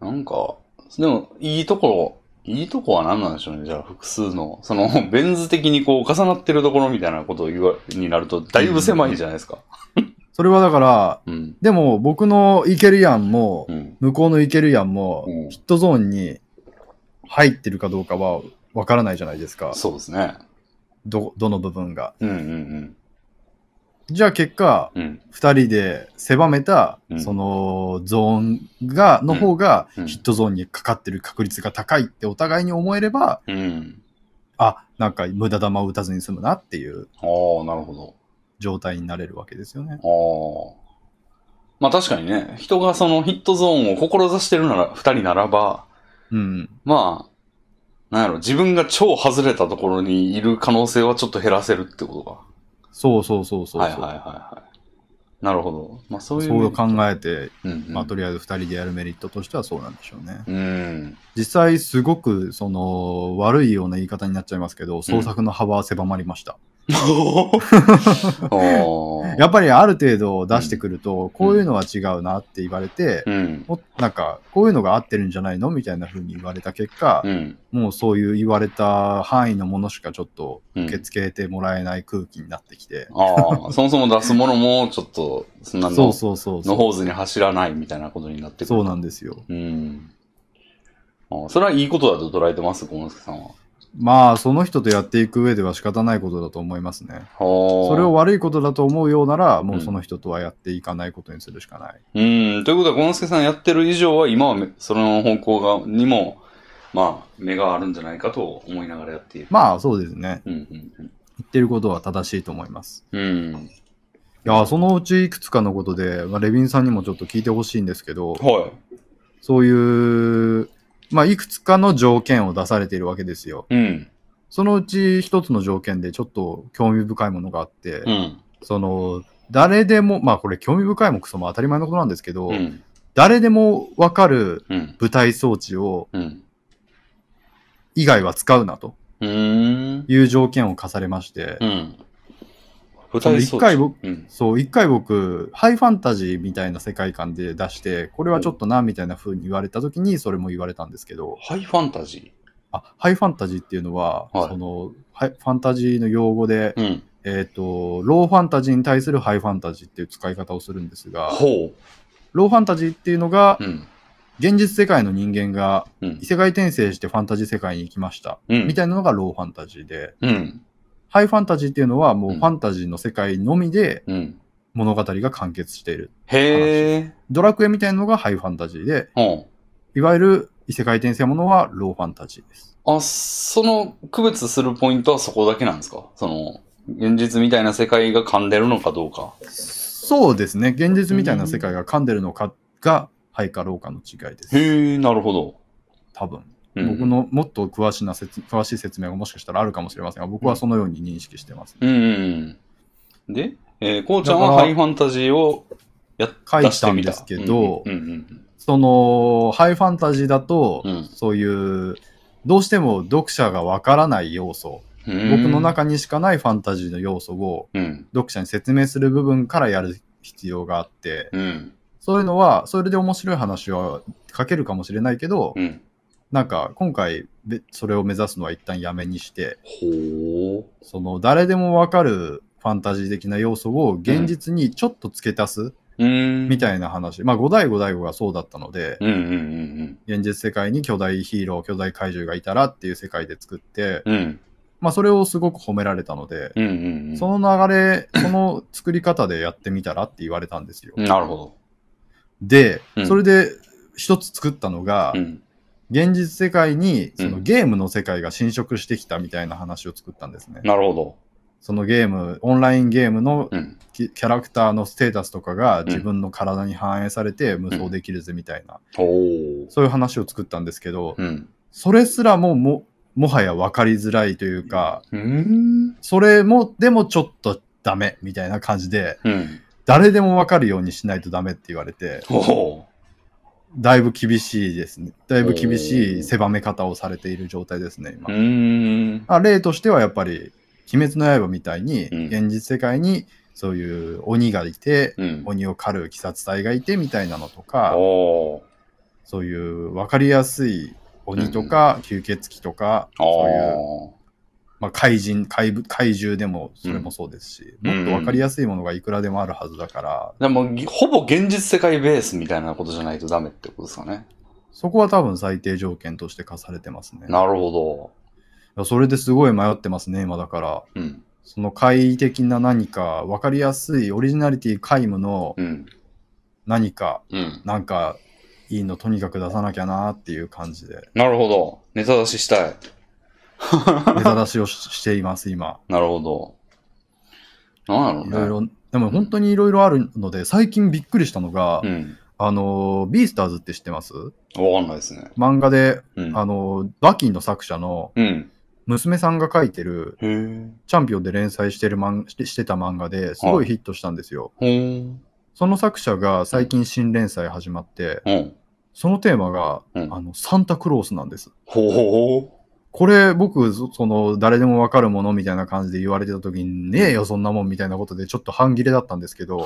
なんか、でも、いいところ、いいとこは何なんでしょうね。じゃあ、複数の、その、 ベン図的にこう、重なってるところみたいなことを言わ、になると、だいぶ狭いじゃないですか。それはだから、うん。でも僕のいけるやんも、うん。向こうのいけるやんも、うんヒットゾーンに入ってるかどうかはわからないじゃないですか。そうですね。ど、どの部分が。うんうんじゃあ結果、うん。うん。二人で狭めたう、んそのゾーンが、の方がうんうんヒットゾーンにかかってる確率が高いってお互いに思えれば、うん。あ、なんか無駄玉を打たずに済むなっていうああ、なるほど。状態になれるわけですよね。ああ。まあ確かにね、人がそのヒットゾーンを志してるなら、二人ならば、うん。まあ、なんやろ、自分が超外れたところにいる可能性はちょっと減らせるってことか。そうそうそうそはうそう。いはいはいはなるほど。まあそういう。そう考えて、うんうん、まあ、とりあえず2人でやるメリットとしてはそうなんでしょうね。 うん。実際、すごく、その、悪いような言い方になっちゃいますけど、創作の幅は狭まりました。おーやっぱりある程度出してくると、こういうのは違うなって言われて、うん。もなんか、こういうのが合ってるんじゃないのみたいな風に言われた結果、うん。もうそういう言われた範囲のものしかちょっとうん受け付けてもらえない空気になってきて、ああ、そもそも出すものも、ちょっと、そんなの、そうそうそうのそほうずに走らないみたいなことになってくう。る。そうなんですよ。うん。あそれはいいことだと捉えてます、小野助さんは。まあ、その人とやっていく上では仕方ないことだと思いますね。そそれを、悪いことだと思うようなら、もうその人とはやっていかないことにするしかない。うん。ということは、小野助さんやってる以上は、今はめその方向がにも、まあ、目があるんじゃないかと思いながらやっている。まあ、そうですね。うん、うん、言ってることは正しいと思います。うん。うん。いやー、そのうちいくつかのことで、まあ、レビンさんにもちょっと聞いてほしいんですけど、はそういう、まあ、いくつかの条件を出されているわけですよ。い。うん。そのうち一つの条件でちょっと興味深いものがあって、うん。その、誰でも、まあこれ興味深いもクソも当たり前のことなんですけど、うん。誰でもわかるうん。舞台装置をうん。以外は使うなとうん。いう条件を課されまして、うん。舞その一回う僕、ん。そう、一回僕、ハイファンタジーみたいな世界観で出して、これはちょっとな、みたいな風に言われた時にそれも言われたんですけど、ハイファンタジあハイファンタジーっていうのは、はいその、ハイファンタジーの用語で、ー。うん。えっ、と、ローファンタジーに対するハイファンタジーっていう使い方をするんですが、ほローファンタジーっていうのがう。、うん。現実世界の人間がうん異。世界転生してファンタジー世界に行きました。うんみたいなのがローファンタジーで、うん。ハイファンタジーっていうのはもううんファンタジーの世界のみでうん。物語が完結している。へえ。ドラクエみたいなのがハイファンタジーで、うん。いわゆる異世界転生ものはローファンタジーです。あ、その区別するポイントはそこだけなんですかその、現実みたいな世界が噛んでるのかどうか。そうですね。現実みたいな世界が噛んでるのかが、ハイかローかの違いです。へえ、なるほど。多分。うん僕。のもっと詳しな説詳しい説明がもしかしたらあるかもしれませんが、僕はそのように認識してます。うんうんうん。で、えー、こうちゃんだはからハイファンタジーをやっ書いたん出してみたですけどうんうんその、ハイファンタジーだと、うんそういう、どうしても読者がわからない要素、うんうん。僕の中にしかないファンタジーの要素をうん。読者に説明する部分からやる必要があって、うん。そういうのは、それで面白い話は書けるかもしれないけど、うん。なんか今回べ、それを目指すのは一旦やめにして、ほその、誰でもわかるファンタジー的な要素を現実にちょっと付け足すう。うん。みい。たいな話。まあ、五代五代五がそうだったので、うんうんうん現実世界に巨大ヒーロー、巨大怪獣がいたらっていう世界で作って、うん。うん。まあそれをすごく褒められたので、うんうんうん。その流 れ、その作り方でやってみたらって言われたんですよ。なるほど。でう、んそれで一つ作ったのが、うん。現実世界にそうのんゲームの世界が侵食してきたみたいな話を作ったんですね。なるほど。そのゲーム、オンラインゲームのうん。キキャラクターのステータスとかが自分の体に反映されて無双できるぜみたいな、おお。そういう話を作ったんですけど、うん。それすらもも、もはや分かりづらいというか、うん。それも、でもちょっとダメみたいな感じで、うん。誰でも分かるようにしないとダメって言われて、おお。だいぶ厳しいですね。だいぶ厳しおーい狭め方をされている状態ですね、う今。ーん。あ例としてはやっぱり、鬼滅の刃みたいに、うん現実世界にそういう鬼がいて、うん。鬼を狩る鬼殺隊がいてみたいなのとかお、お。そういう分かりやすい鬼とか、吸血鬼とか、そういあうまあ、怪人怪物、怪獣でもそれもそうですし、うんもっと分かりやすいものがいくらでもあるはずだから、あ。でも、ほぼ現実世界ベースみたいなことじゃないとダメってことですかね。そこは多分最低条件として課されてますね。いなるほやそれですごい迷ってますね、今だから。ど。うん。その怪異的な何か、分かりやすいオリジナリティ皆無のうん。何か、うん。なんかいいのとにかく出さなきゃなっていう感 じで、なるほど。ネタ出ししたい。ネタ出しをししています、今。なるほど。なんいやろいろうね。ろ、でも本当にいろいろあるので、最近びっくりしたのが、うん。あの、ビースターズって知ってますわかんないですね。漫画で、うん。あの、バキンの作者のうん。娘さんが書いてる、へえ。チャンピオンで連載してる漫してしてた漫画ですごいヒットしたんですよ。ほーん。その作者が最近新連載始まって、うん。そのテーマが、うんあの、サンタクロースなんです。ほうほこれ、僕、そその、誰でもわかるものみたいな感じで言われてた時に、ねえよ、そんなもんみたいなことで、ちょっと半切れだったんですけど、う。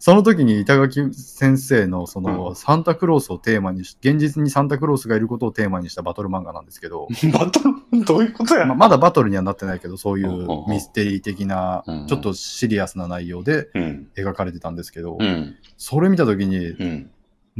その時に板垣先生の、その、うサンタクロースをテーマにし、現実にサンタクロースがいることをテーマにしたバトル漫画なんですけど、 バトル、どういうことやままだバトルにはなってないけど、そういうミステリー的なうん、ちょっとシリアスな内容でうん。描かれてたんですけどう、ん。それ見た時に、うん。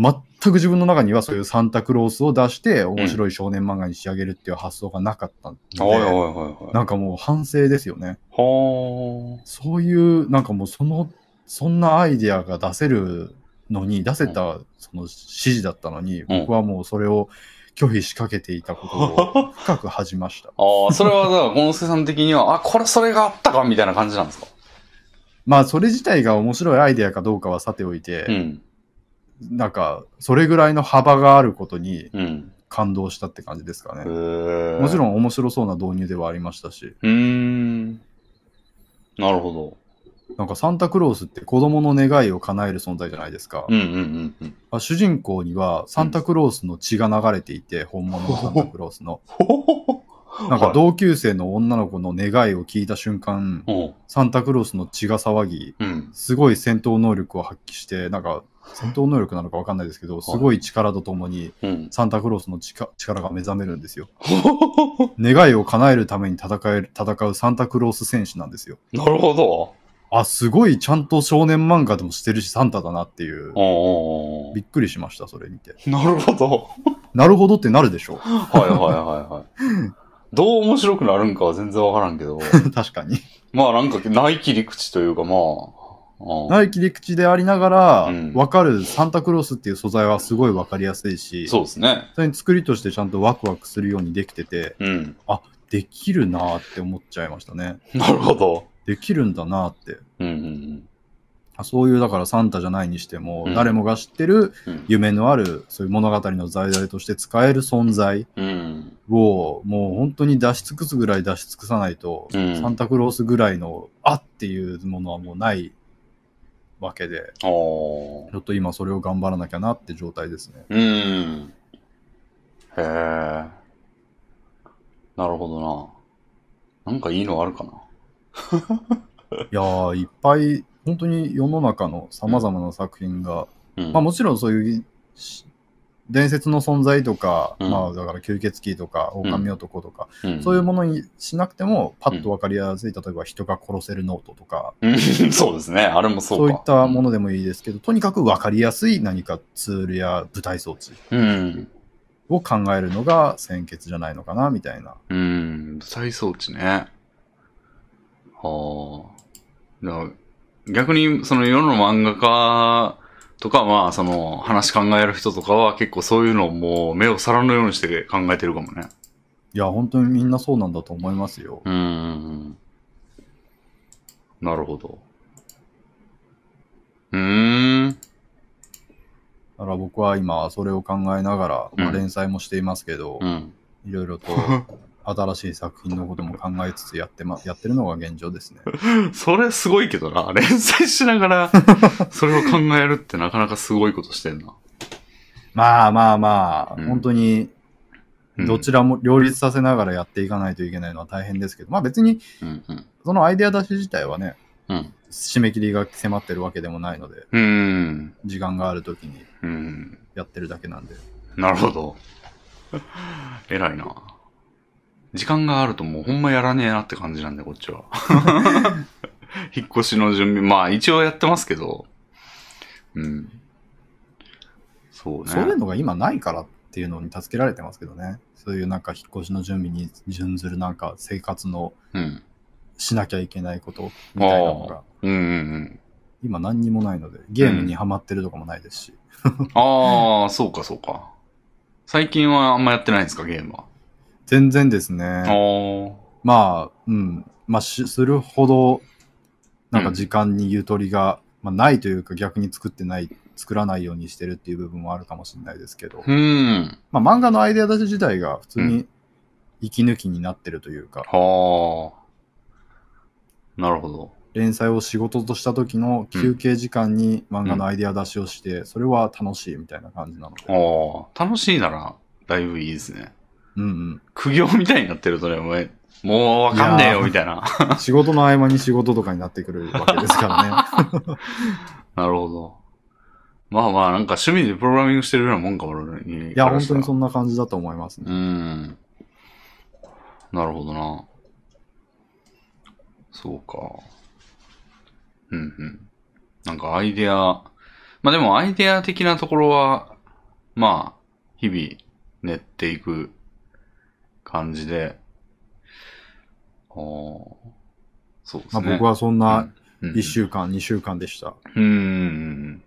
全く自分の中にはそういうサンタクロースを出して、面白い少年漫画に仕上げるっていう発想がなかったんで、おいおいおいおい。なんかもう反省ですよね。はそういう、なんかもうその、そんなアイデアが出せるのに、出せたその指示だったのに、ん僕はもうそれを拒否しかけていたことをあ。深く恥じました。ああ、それはだから、小野瀬さん的には、あ、これ、それがあったかみたいな感じなんですかまあ、それ自体が面白いアイデアかどうかはさておいて、うん。なんか、それぐらいの幅があることにうん。感動したって感じですかね。ももちろん。ん面白そうな導入ではありましたし、うーん。なるほど。なんかサンタクロースって子供の願いを叶える存在じゃないですか。うんうんうんうん。あ主人公にはサンタクロースの血が流れていて、本物のサンタクロース の。ほほほなんか同級生の女の子の願いを聞いた瞬間、ほサンタクロースの血が騒ぎ、うん。うん。すごい戦闘能力を発揮して、なんか戦闘能力なのかわかんないですけど、すごい力とともにうん。サンタクロースの力力が目覚めるんですよ。ほほほほ願いを叶えるために戦える戦うサンタクロース戦士なんですよ。なるほど。あ、すごいちゃんと少年漫画でもしてるし、サンタだなっていう。おーおーおびっくりしました、それ見て。ーなるほど。なるほどってなるでしょはいはいはいはい。どう面白くなるんかは全然わからんけど。 確かに。まあなんか、ない切り口というかまあ。あない切り口でありながら、わ、うんかるサンタクロースっていう素材はすごいわかりやすいし、そうですね。それに作りとしてちゃんとワクワクするようにできてて、うん。できるなーって思っちゃいましたね。なるほど。できるんだなーって。うんうんあそういう、だからサンタじゃないにしても、うん誰もが知ってるうん。夢のある、そういう物語の材材として使える存在うん。を、もう本当に出し尽くすぐらい出し尽くさないと、うん。サンタクロースぐらいの、あっていうものはもうないわけで、あーちょっと今それを頑張らなきゃなって状態です ね。うん。へえ。なるほどな。なんかいいのあるかな。いやー、いっぱい、本当に世の中の様々な作品が、うん。まあもちろんそういうし伝説の存在とか、うんまあだから吸血鬼とか、狼男とか、うんそういうものにしなくても、パッとわかりやすい、例えば人が殺せるノートとか、うんそうですね。あれもそそううか。いったものでもいいですけど、とにかくわかりやすい何かツールや舞台装置うん。を考えるのが先決じゃないのかな、みたいな。うん。舞台装置ね。はあ。だから逆に、その世の漫画家とか、まあ、その話考える人とかは結構そういうのをもう目を皿のようにして考えてるかもね。いや、本当にみんなそうなんだと思いますよ。うんうんうん。なるほど。うーん。だから僕は今、それを考えながら、まあ、うん連載もしていますけどう、ん。いろいろと新しい作品のことも考えつつやって、ま、やってるのが現状ですね。 それすごいけどな。連載しながら、それを考えるってなかなかすごいことしてんな。まあまあまあ、うん本当に、どちららも両立させながらやっていかないといけないのは大変ですけど、まあ別に、うんうん。そのアイデア出し自体はね、うん締め切りが迫ってるわけでもないので、うん。時間がある時にうん。やってるだけなんで。なるほど。 偉いな。時間があるともうほんまやらねえなって感じなんで、こっちは。 引っ越しの準備、まあ一応やってますけど。うん。そうね。そういうのが今ないからっていうのに助けられてますけどね。そういうなんか引っ越しの準備に準ずるなんか生活のうん。しなきゃいけないことみたいなのが、うんうん今何にもないので、ゲームにハマってるとかもないですし、うん。ああ、そうかそうか。最近はあんまやってないんですか、ゲームは。全然ですあね。ーまあ、うん。まあ、しするほど、なんか時間にゆとりが、まあ、ないというか逆に作ってない、作らないようにしてるっていう部分もあるかもしれないですけど、うん。まあ漫画のアイデア出し自体が普通に息抜きになってるというか、はあ。なるほど。連載を仕事とした時の休憩時間に漫画のアイデア出しをして、それは楽しいみたいな感じなので。ああ、楽しいなら、だいぶいいですね。うん苦行みたいになってるとね、お前、もうわかんねえよ、いやーみたいな。 うん。仕事の合間に仕事とかになってくるわけです からね。なるほど。まあまあ、なんか趣味でプログラミングしてるようなもんか、俺に。いいや、本当にそうんな感じだと思いますね。うん。なるほどな。そうか。うんうん。なんかアイデア、まあでもアイデア的なところは、まあ、日々練っていく感じで、ああ、そうですまあ、ね。僕はそんなうん、 1週間、2週間でした。うーん。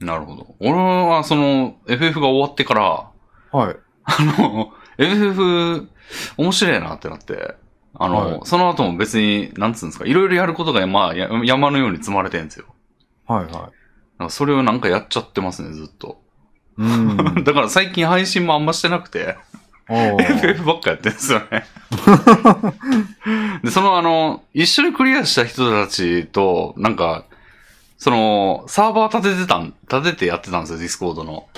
なるほど。俺は、その、FF が終わってから、はい。あの、FF、面白いなってなって、あの、はいその後も別に、なんつうんですか、いろいろやることが、まあ、や山のように積まれてるんですよ。はいはい。なんかそれをなんかやっちゃってますね、ずっと。 うん。だから最近配信もあんましてなくて、お ー FF ばっかやってるんですよね。で、そのあの、一緒にクリアした人たちと、なんか、その、サーバー立ててたん、立ててやってたんですよ、ディスコードの。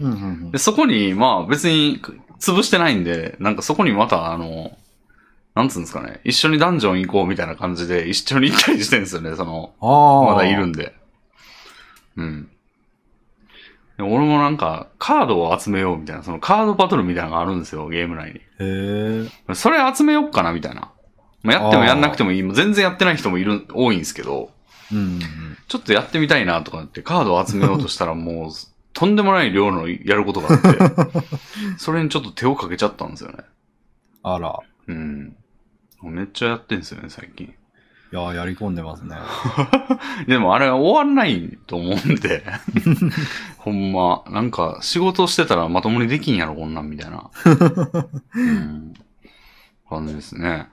うんうんう んで、そこに、まあ別に潰してないんで、なんかそこにまたあの、なんつうんですかね、一緒にダンジョン行こうみたいな感じで一緒に行ったりしてるんですよね、その、ああ。まだいるんで。うん。で俺もなんか、カードを集めようみたいな、そのカードバトルみたいなのがあるんですよ、ゲーム内に。へえ。それ集めよっかな、みたいな。まあ、やってもやんなくてもいい。もう全然やってない人もいる、多いんですけど、うんうんちょっとやってみたいなとか言って、カードを集めようとしたらもう、とんでもない量のやることがあって、それにちょっと手をかけちゃったんですよね。あら。うん。めっちゃやってんですよね、最近。いやー、やり込んでますね。 でもあれ終わんないと思うん で、ほんま、なんか仕事してたらまともにできんやろ、こんなんみたいな。 うん。感じですね。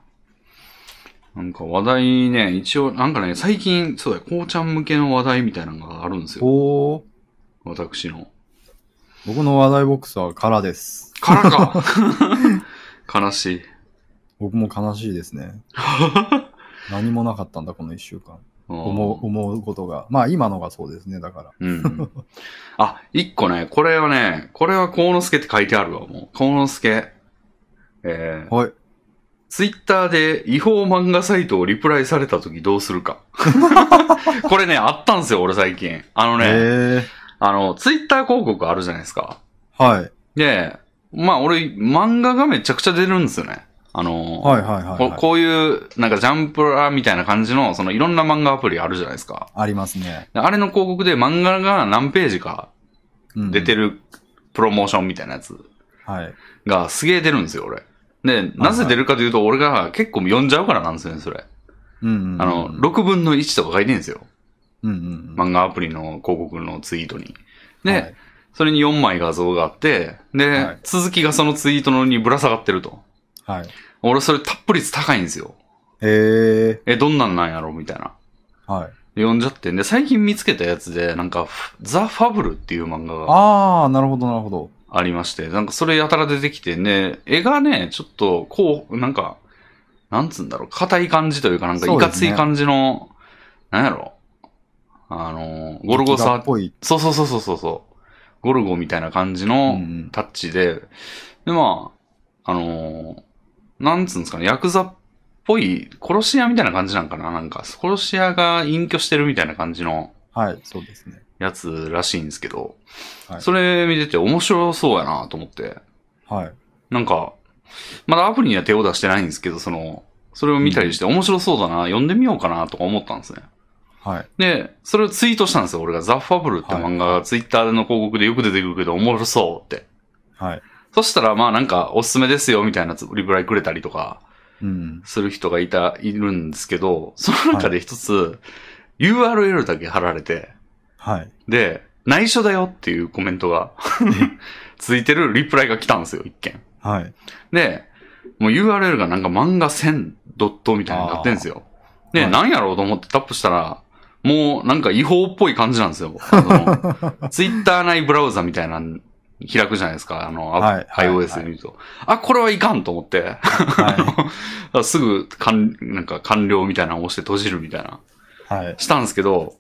なんか話題ね、一応、なんかね、最近、そうだよ、こうちゃん向けの話題みたいなのがあるんですよ。おお。私の。僕の話題ボックスは空です。から か悲しい。僕も悲しいです ね。何もなかったんだ、この一週間。思う、思思うことが。まあ、今のがそうですね、だから。うん。うん。あ、一個ね、これはね、これは幸之助って書いてあるわ、もう。幸之助。えー、はい。ツイッターで違法漫画サイトをリプライされた時どうする か。これね、あったんですよ、俺最近。あのへね、え。あの、ツイッター広告あるじゃないですか。はい。で、まあ俺、漫画がめちゃくちゃ出るんですよね。あの、はいはいはい、こはい。こういう、なんかジャンプラーみたいな感じの、そのいろんな漫画アプリあるじゃないですか。ありますね。であれの広告で漫画が何ページかうん出て。るプロモーションみたいなやつはい。がすげえ出るんですよ、俺。で、なぜ出るかというと、俺が結構読んじゃうからなんですよね、それ。うんうん、うん。あの、6分の1とか書いてんですよ。うんうん。漫画アプリの広告のツイートに。で、はい、それに4枚画像があって、で、はい続きがそのツイートのにぶら下がってると。はい。俺それタップ率高いんですよ。へえ。え、どんなんなんやろみたいな。はい。で読んじゃってんで、最近見つけたやつで、なんか、フザ・ファブルっていう漫画がああ、なるほど、なるほど。ありまして、なんかそれやたら出てきてね、絵がね、ちょっと、こう、なんか、なんつうんだろう、硬い感じというか、なんかいかつい感じの、なんやろ、あの、ゴルゴ劇画サっぽい。そうそうそうそうそうそう。ゴルゴみたいな感じうのんタッチで、で、まあ、あのーなんつうんですかね、ヤクザっぽい、殺し屋みたいな感じなんかななんか、殺し屋が隠居してるみたいな感じのはい、そうですね。やつらしいんですけど、はいそれ見てて面白そうやなと思って、はい。なんか、まだアプリには手を出してないんですけど、その、それを見たりして面白そうだな、読んでみようかなとか思ったんですね。はい。で、それをツイートしたんですよ、俺が。ザ・ファブルって漫画がツイッターの広告でよく出てくるけど、おもろそうって。はい。そしたら、まあなんか、おすすめですよ、みたいなリプライくれたりとか、うん。する人がいた、いるんですけど、その中で一つ、URL だけ貼られて、はい。で、内緒だよっていうコメントが、ついてるリプライが来たんですよ、一件。はい。で、もう URL がなんか漫画1000ドットみたいになってんですよ。で、はいなんやろうと思ってタップしたら、 もうなんか違法っぽい感じなんですよ。あの、ツイッター内ブラウザみたいな開くじゃないですか、あの、はいはい iOS で見ると。あ、これはいかんと思って、はすぐ、かん、なんか完了みたいなのを押して閉じるみたいな、い。はい。したんですけど、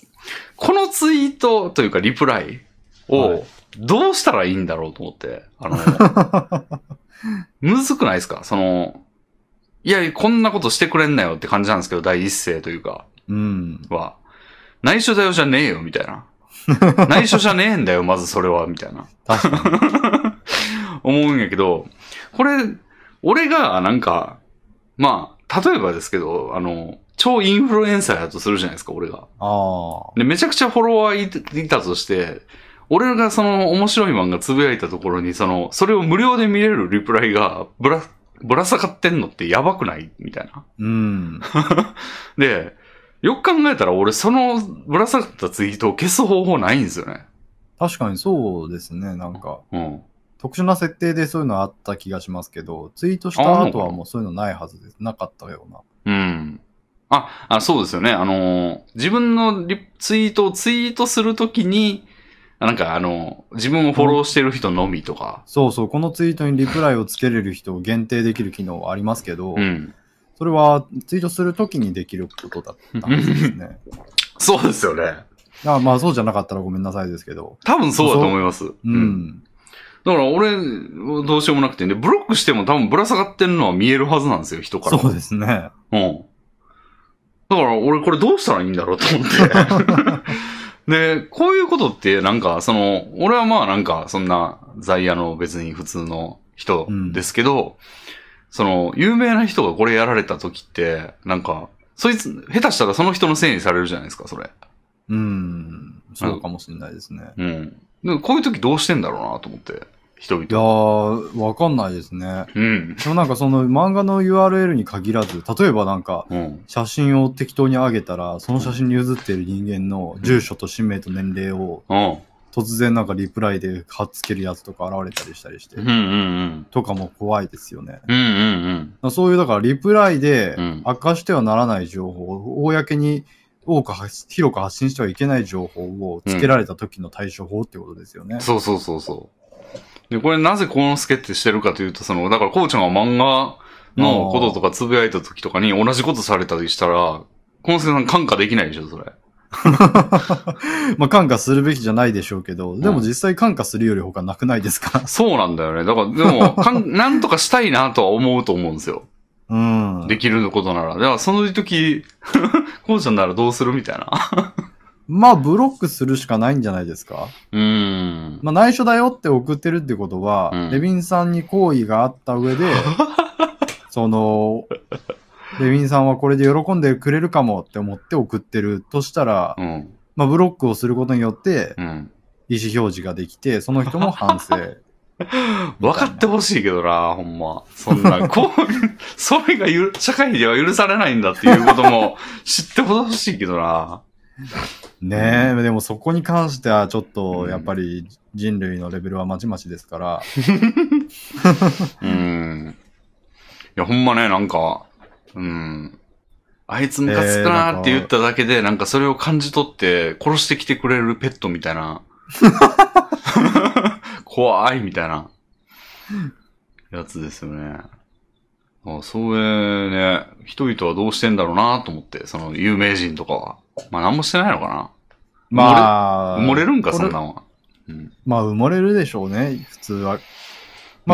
このツイートというかリプライはをい、どうしたらいいんだろうと思って、あの、 むずくないですかその、いや、こんなことしてくれんなよって感じなんですけど、第一声というか。うん。は、内緒だよじゃねえよ、みたい な。内緒じゃねえんだよ、まずそれは、みたいな。確かに。 思うんやけど、これ、俺が、なんか、まあ、例えばですけど、あの、超インフルエンサーやとするじゃないですか、俺が。ああ。で、めちゃくちゃフォロワーいいたとして、俺がその面白い漫画つぶやいたところに、その、それを無料で見れるリプライが、ぶら、ぶら下がってんのってやばくないみたいな。うん。で、よく考えたら俺そのぶら下がったツイートを消す方法ないんですよね。確かにそうですね。なんか、うん。特殊な設定でそういうのあった気がしますけど、ツイートしああたんのか後なはもうそういうのないはずです。なかったような。うん。あ、あそうですよね。あのー、自分のリツイートをツイートするときに、あなんかあの、自分をフォローしてる人のみとか。そうそう、このツイートにリプライをつけれる人を限定できる機能はありますけど、うん。それはツイートするときにできることだったんですね。だかそうですよね。らまあそうじゃなかったらごめんなさいですけど。多分そうだと思います。うん。。だから俺、どうしようもなくてね、ブロックしても多分ぶら下がってるのは見えるはずなんですよ、人から。そうですね。うん。だから俺これどうしたらいいんだろうと思って。で、こういうことってなんか、その、俺はまあなんか、そんな在野の別に普通の人ですけど、その、有名な人がこれやられた時って、なんか、そいつ、下手したらその人のせいにされるじゃないですか、それ。うん。そうかもしれないですね。うん。でこういう時どうしてんだろうなと思って、人いや々。ー、わかんないですね。うん。でもなんかその漫画の URL に限らず、例えばなんか、うん。写真を適当に上げたら、その写真に写っている人間の住所と氏名と年齢をうん。突然なんかリプライで貼っつけるやつとか現れたりしたりしてうんう、んとかも怖いですよね。うん。うんうんうん。そういうだからリプライでうん明かしてはならない情報、公に多く発広く発信してはいけない情報をつけられた時の対処法ってことですよね。そうそうそうそう。で、これなぜこのスケってしてるかというと、その、だからこうちゃんが漫画のこととかつぶやいた時とかに同じことされたりしたら、このスケさん感化できないでしょ、それ。 まあ感化するべきじゃないでしょうけど、でも実際感化するより他なくないですか そうなんだよね。だから、で も、かんなんとかしたいなとは思うと思うんですよ。うん。できることなら。だから、その時、 こうちゃんならどうするみたいな。まあブロックするしかないんじゃないですかうーん。まあ、内緒だよって送ってるってことは、うんレビンさんに好意があった上 で、その、レビンさんはこれで喜んでくれるかもって思って送ってるとしたら、うん。まあ、ブロックをすることによってうん。意思表示ができて、その人も反 省。分かってほしいけどな、ほんま。そんな、こういう、それがゆる社会では許されないんだっていうことも知ってほしいけどな。ねえ、でもそこに関してはちょっとうんやっぱり人類のレベルはまちまちですから、うん。いや、ほんまね、なんか、うん。あいつムカつくなーって言っただけで、なんかそれを感じ取って殺してきてくれるペットみたい な。怖いみたいな。やつですよね。あそういうね、人々はどうしてんだろうなと思って、その有名人とかは。まあ何もしてないのかなまあ、埋もれるんか、こそれんなんは。うん。まあ埋もれるでしょうね、普通は。ま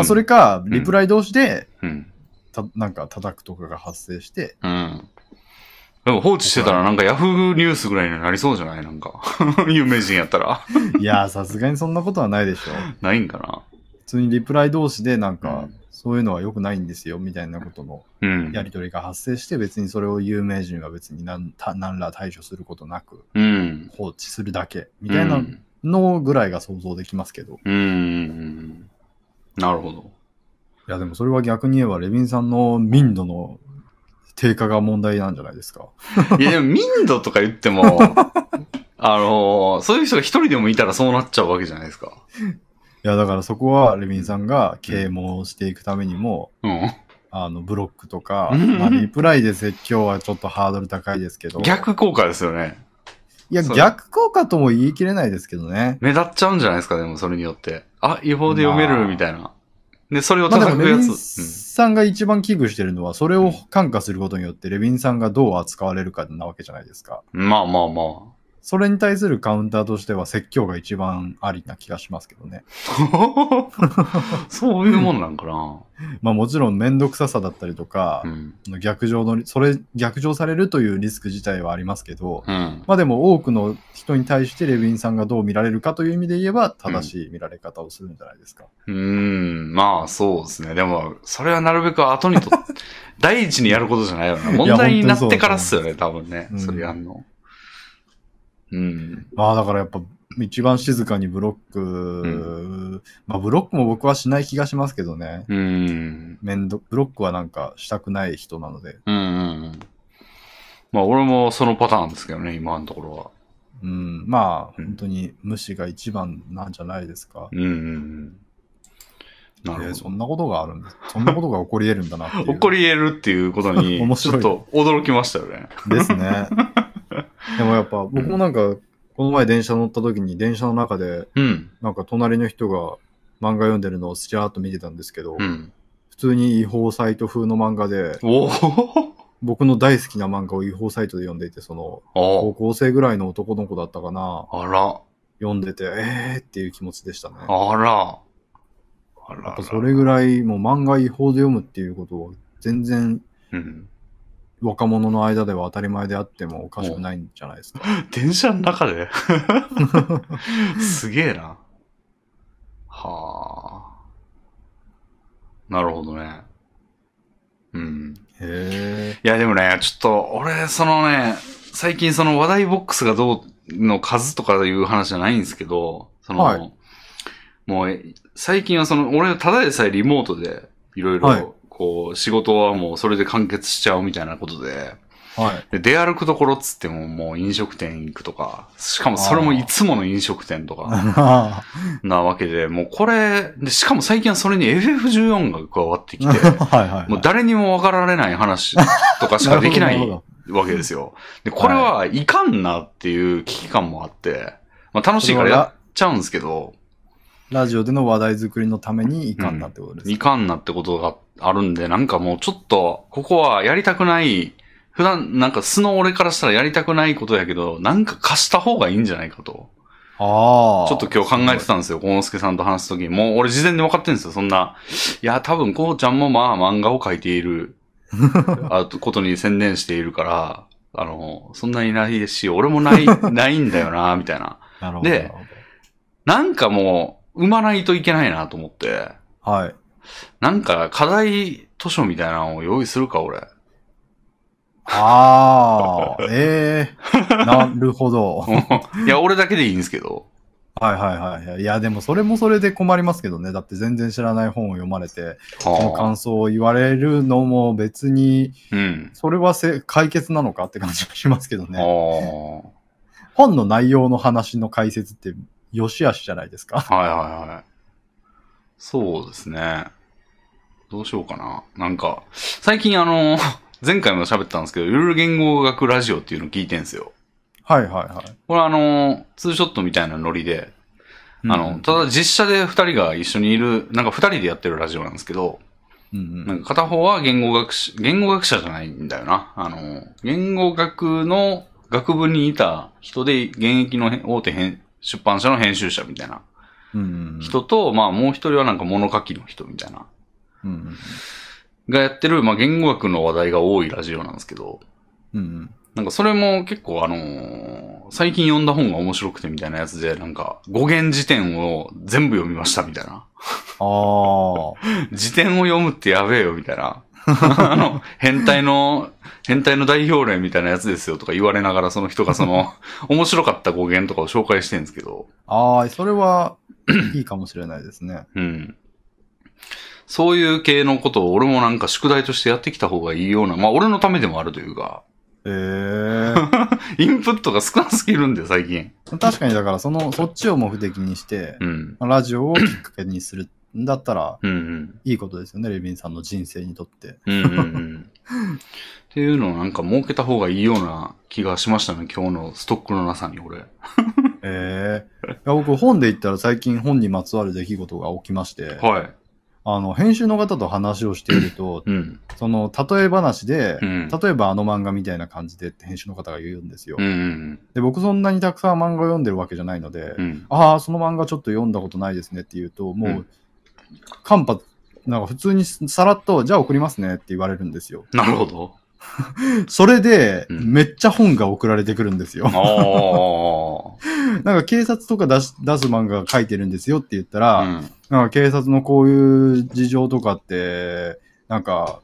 うあんそれか、リプライ同士で、うん。たなんか叩くとかが発生して、 うん。でも放置してたらなんかヤフーニュースぐらいになりそうじゃないなんか。 有名人やったら。いやー、さすがにそんなことはないでしょ。ないんか普通にリプライ同士で、なんうかん、そういうのは良くないんですよ、みたいなことのなうん。やりとりが発生して、別にそれを有名人は別に何た何ら対処することなくうん。放置するだけ、みみたいなうん。のぐらいが想像できますけど。うんなるほど。いや、でもそれは逆に言えば、レビンさんの民度の低下が問題なんじゃないですか。いや、でも、民度とか言っても、 あのーそういう人が一人でもいたらそうなっちゃうわけじゃないですか。いや、だからそこはレビンさんが啓蒙していくためにも、うん。あの、ブロックとか、うんまあ、リプライで説教はちょっとハードル高いですけど。逆効果ですよね。いや、そう逆効果とも言い切れないですけどね。目立っちゃうんじゃないですか、でもそれによって。あ、違法で読めるみたいな。で、それをまあ、だ叩からくレやビつ。ンさんが一番危惧してるのは、それを感化することによって、レビンさんがどう扱われるかなわけじゃないですか。うん、まあまあ まあ。それに対するカウンターとしては、説教が一番ありな気がしますけどね。そういうもんなんかな。まあもちろん、面倒くささだったりとかう、ん。その逆上の、それ、逆上されるというリスク自体はありますけど、うん。まあでも多くの人に対してレビンさんがどう見られるかという意味で言えば、正しい見られ方をするんじゃないですか。うーん、まあそうですね。でも、それはなるべく後に と、第一にやることじゃないよな。問題になってからっすよね、多分ねう。んそれやんの。うん。まあだからやっぱ、一番静かにブロック、まあブロックも僕はしない気がしますけどね。うん。めんど、ブロックはなんかしたくない人なので。うんうん。まあ俺もそのパターンですけどね、今のところは。うん、まあうん本当に無視が一番なんじゃないですか。うんうんうん。なるえーほそんなことがあるんです。そんなことが起こり得るんだなっていど。う。 起こり得るっていうことに、 面ち白ょっいと驚きましたよね。です ね。でもやっぱ僕もなんか、この前電車乗った時に電車の中で、うん。なんか隣の人が漫画読んでるのをスチャーっと見てたんですけど、うん。普通に違法サイト風の漫画で、おー僕の大好きな漫画を違法サイトで読んでいて、その、お高校生ぐらいの男の子だったかな、あら。読んでて、えーっていう気持ちでしたね。やあら。あらっぱそれぐらい、もう漫画違法で読むっていうことは、全然うん。若者の間では当たり前であってもおかしくないんじゃないですか。電車の中ですげえな。はあ。なるほどね。うん。へいや、でもね、ちょっと、俺、そのね、最近その話題ボックスがどうの数とかいう話じゃないんですけど、その、はいもう、最近はその、俺、ただでさえリモートで、いろいはいろ、こう、仕事はもうそれで完結しちゃうみたいなことで、ーはい。で出歩くところっつってももう飲食店行くとか、しかもそれもいつもの飲食店とかなわけで、もうこれ、で、しかも最近はそれに FF14 が加わってきて、 はいはいはい。もう誰にもわかられない話とかしかできないるほどるほわけですよ。で、これはいかんなっていう危機感もあって、まあ楽しいからやっちゃうんですけど、どラジオでの話題作りのためにいかんなってことですいかんなってことがあるんで、なんかもうちょっと、ここはやりたくない、普段なんか素の俺からしたらやりたくないことやけど、なんか貸した方がいいんじゃないかと。ああ。ちょっと今日考えてた。たんですよ、幸之助さんと話すときに。もう俺事前に分かってるんですよ、そんな。いや、多分こうちゃんもまあ漫画を描いている、あとことに専念しているから、あの、そんなにないし、俺もない、ないんだよな、みたいな。なるほど。でなるほなんかもう、生まないといけないなと思って、どはい。なんか課題図書みたいなのを用意するか、俺。ああ、え えなるほど。い や、俺だけでいいんですけど。はいはいはい。いや、でもそれもそれで困りますけどね。だって全然知らない本を読まれて、そのはあ感想を言われるのも別に、うん。それはせ解決なのかって感じがしますけどね。はあ本の内容の話の解説って、よしあしじゃないですか。はいはいはい。そうですね。どうしようかな。なんか、最近あの、 前回も喋ったんですけど、ゆる言語学ラジオっていうのを聞いてんですよ。はいはいはい。これあの、ツーショットみたいなノリで、あうんうの、んただ実写で二人が一緒にいる、なんか二人でやってるラジオなんですけど、うんう。なんんか片方は言語学し、言語学者じゃないんだよな。あの、言語学の学部にいた人で、現役の大手編出版社の編集者みたいなうんうんうん。人と、まあもう一人はなんか物書きの人みたいな、うんうんがやってる、まあ言語学の話題が多いラジオなんですけど、うん。うんなんかそれも結構あのー最近読んだ本が面白くてみたいなやつで、なんか語源辞典を全部読みましたみたいな。ああ。辞典を読むってやべえよみたいな。 あの、変態の、変態の代表例みたいなやつですよとか言われながらその人がその、面白かった語源とかを紹介してるんですけど、ああ、それはいいかもしれないですね。うん。そういう系のことを俺もなんか宿題としてやってきた方がいいような、まあ俺のためでもあるというか、ええインプットが少なすぎるんで最近。確かにだからその、そっちを目的にしてう、ん。ラジオをきっかけにするんだったら、うんうん。いいことですよね、レビンさんの人生にとって。うんうんうん。っていうのをなんか設けた方がいいような気がしましたね、今日のストックのなさに俺。ええいや僕、本で言ったら最近本にまつわる出来事が起きまして、はい。あの、編集の方と話をしていると、うん。その、例え話で、うん例えばあの漫画みたいな感じでって編集の方が言うんですよう。んうんで、僕そんなにたくさん漫画を読んでるわけじゃないので、うん。うん。ああ、その漫画ちょっと読んだことないですねって言うと、もう、うん間髪、なんか普通にさらっと、じゃあ送りますねって言われるんですよ。なるほど。それで、うんめっちゃ本が送られてくるんですよ。 なんか警察とか出し出す漫画が書いてるんですよって言ったああ。ら、うん。なんか警察のこういう事情とかって、なんか、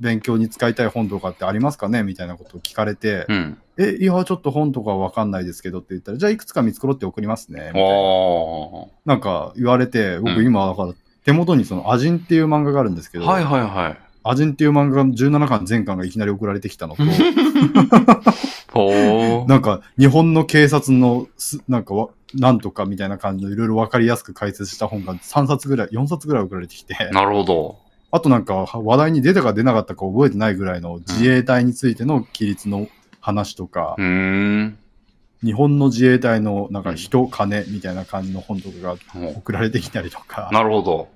勉強に使いたい本とかってありますかねみたいなことを聞かれて、うん。え、いや、ちょっと本とかわかんないですけどって言ったら、じゃあいくつか見繕って送りますね。みたいなおなんか言われて、う僕ん今だから手元にそのアジンっていう漫画があるんですけーど、はいはいはい。アジンっていう漫画の17巻全巻がいきなり送られてき たのと、ほう。なんか日本の警察のす、なんかわなんとかみたいな感じのいろいろわかりやすく解説した本が3冊ぐらい、4冊ぐらい送られてきて、なるほど。あとなんか話題に出たか出なかったか覚えてないぐらいの自衛隊についての規律の話とかう、ーん。日本の自衛隊のなんうかん人、金みたいな感じの本とかがほ送られてきたりとかう、なるほど。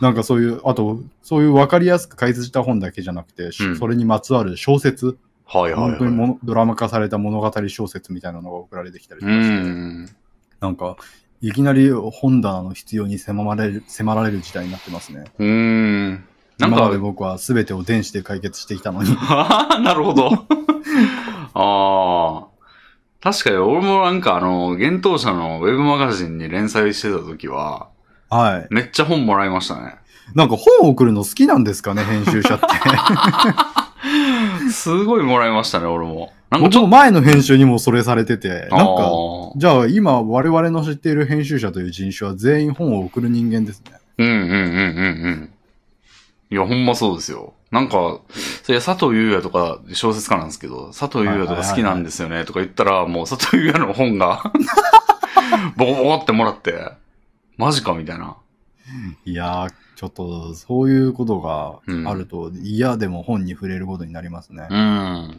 なんかそういう、あと、そういう分かりやすく解説した本だけじゃなくて、うんそれにまつわる小説、はいはい本当にはい。ものドラマ化された物語小説みたいなのが送られてきたりとうかして、ん。なんか、いきなり本棚の必要に迫られる、迫られる時代になってますね。うーん。なん今までか、。僕は全てを電子で解決してきたのに あー なるほど。ああ。確かに、俺もなんかあの、幻冬舎のウェブマガジンに連載してた時は、はい。めっちゃ本もらいましたね。なんか本を送るの好きなんですかね、編集 者って。すごいもらいましたね、俺も。なんか僕ちょっも前の編集にもそれされてて、と、なんか、あーじゃあ今我々の知っている編集者という人種は全員本を送る人間ですね。うんうんうんうんうん。いや、ほんまそうですよ。なんか、それ佐藤優也とか小説家なんですけど、佐藤優也とか好きなんですよねとか言ったら、もう佐藤優也の本が、 ボコボコってもらって、マジかみたいな。いやー、ちょっと、そういうことがあると、嫌でも本に触れることになりますね。うん。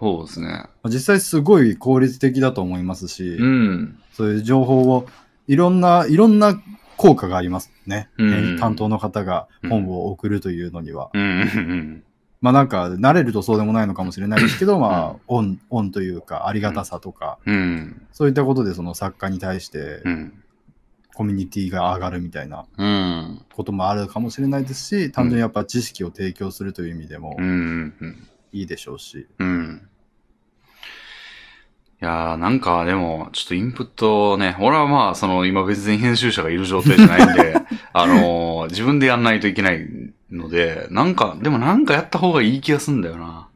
そうですね。実際すごい効率的だと思いますし、うん。そういう情報を、いろんな、いろんな効果がありますね。うん担当の方が本を送るというのには。うんうんうん。まあなんか、慣れるとそうでもないのかもしれないですけど、うまあ、オン、オンというか、ありがたさとか、うん。そういったことでその作家に対してうん。コミュニティが上がるみたいなうん。こともあるかもしれないですし、単純にやっぱ知識を提供するという意味でもうんうんうん。いいでしょうし。うん。いやー、なんかでも、ちょっとインプットをね、俺はまあ、その、今別に編集者がいる状態じゃないん で、あのー自分でやんないといけないので、なんか、でもなんかやった方がいい気がすんだよな。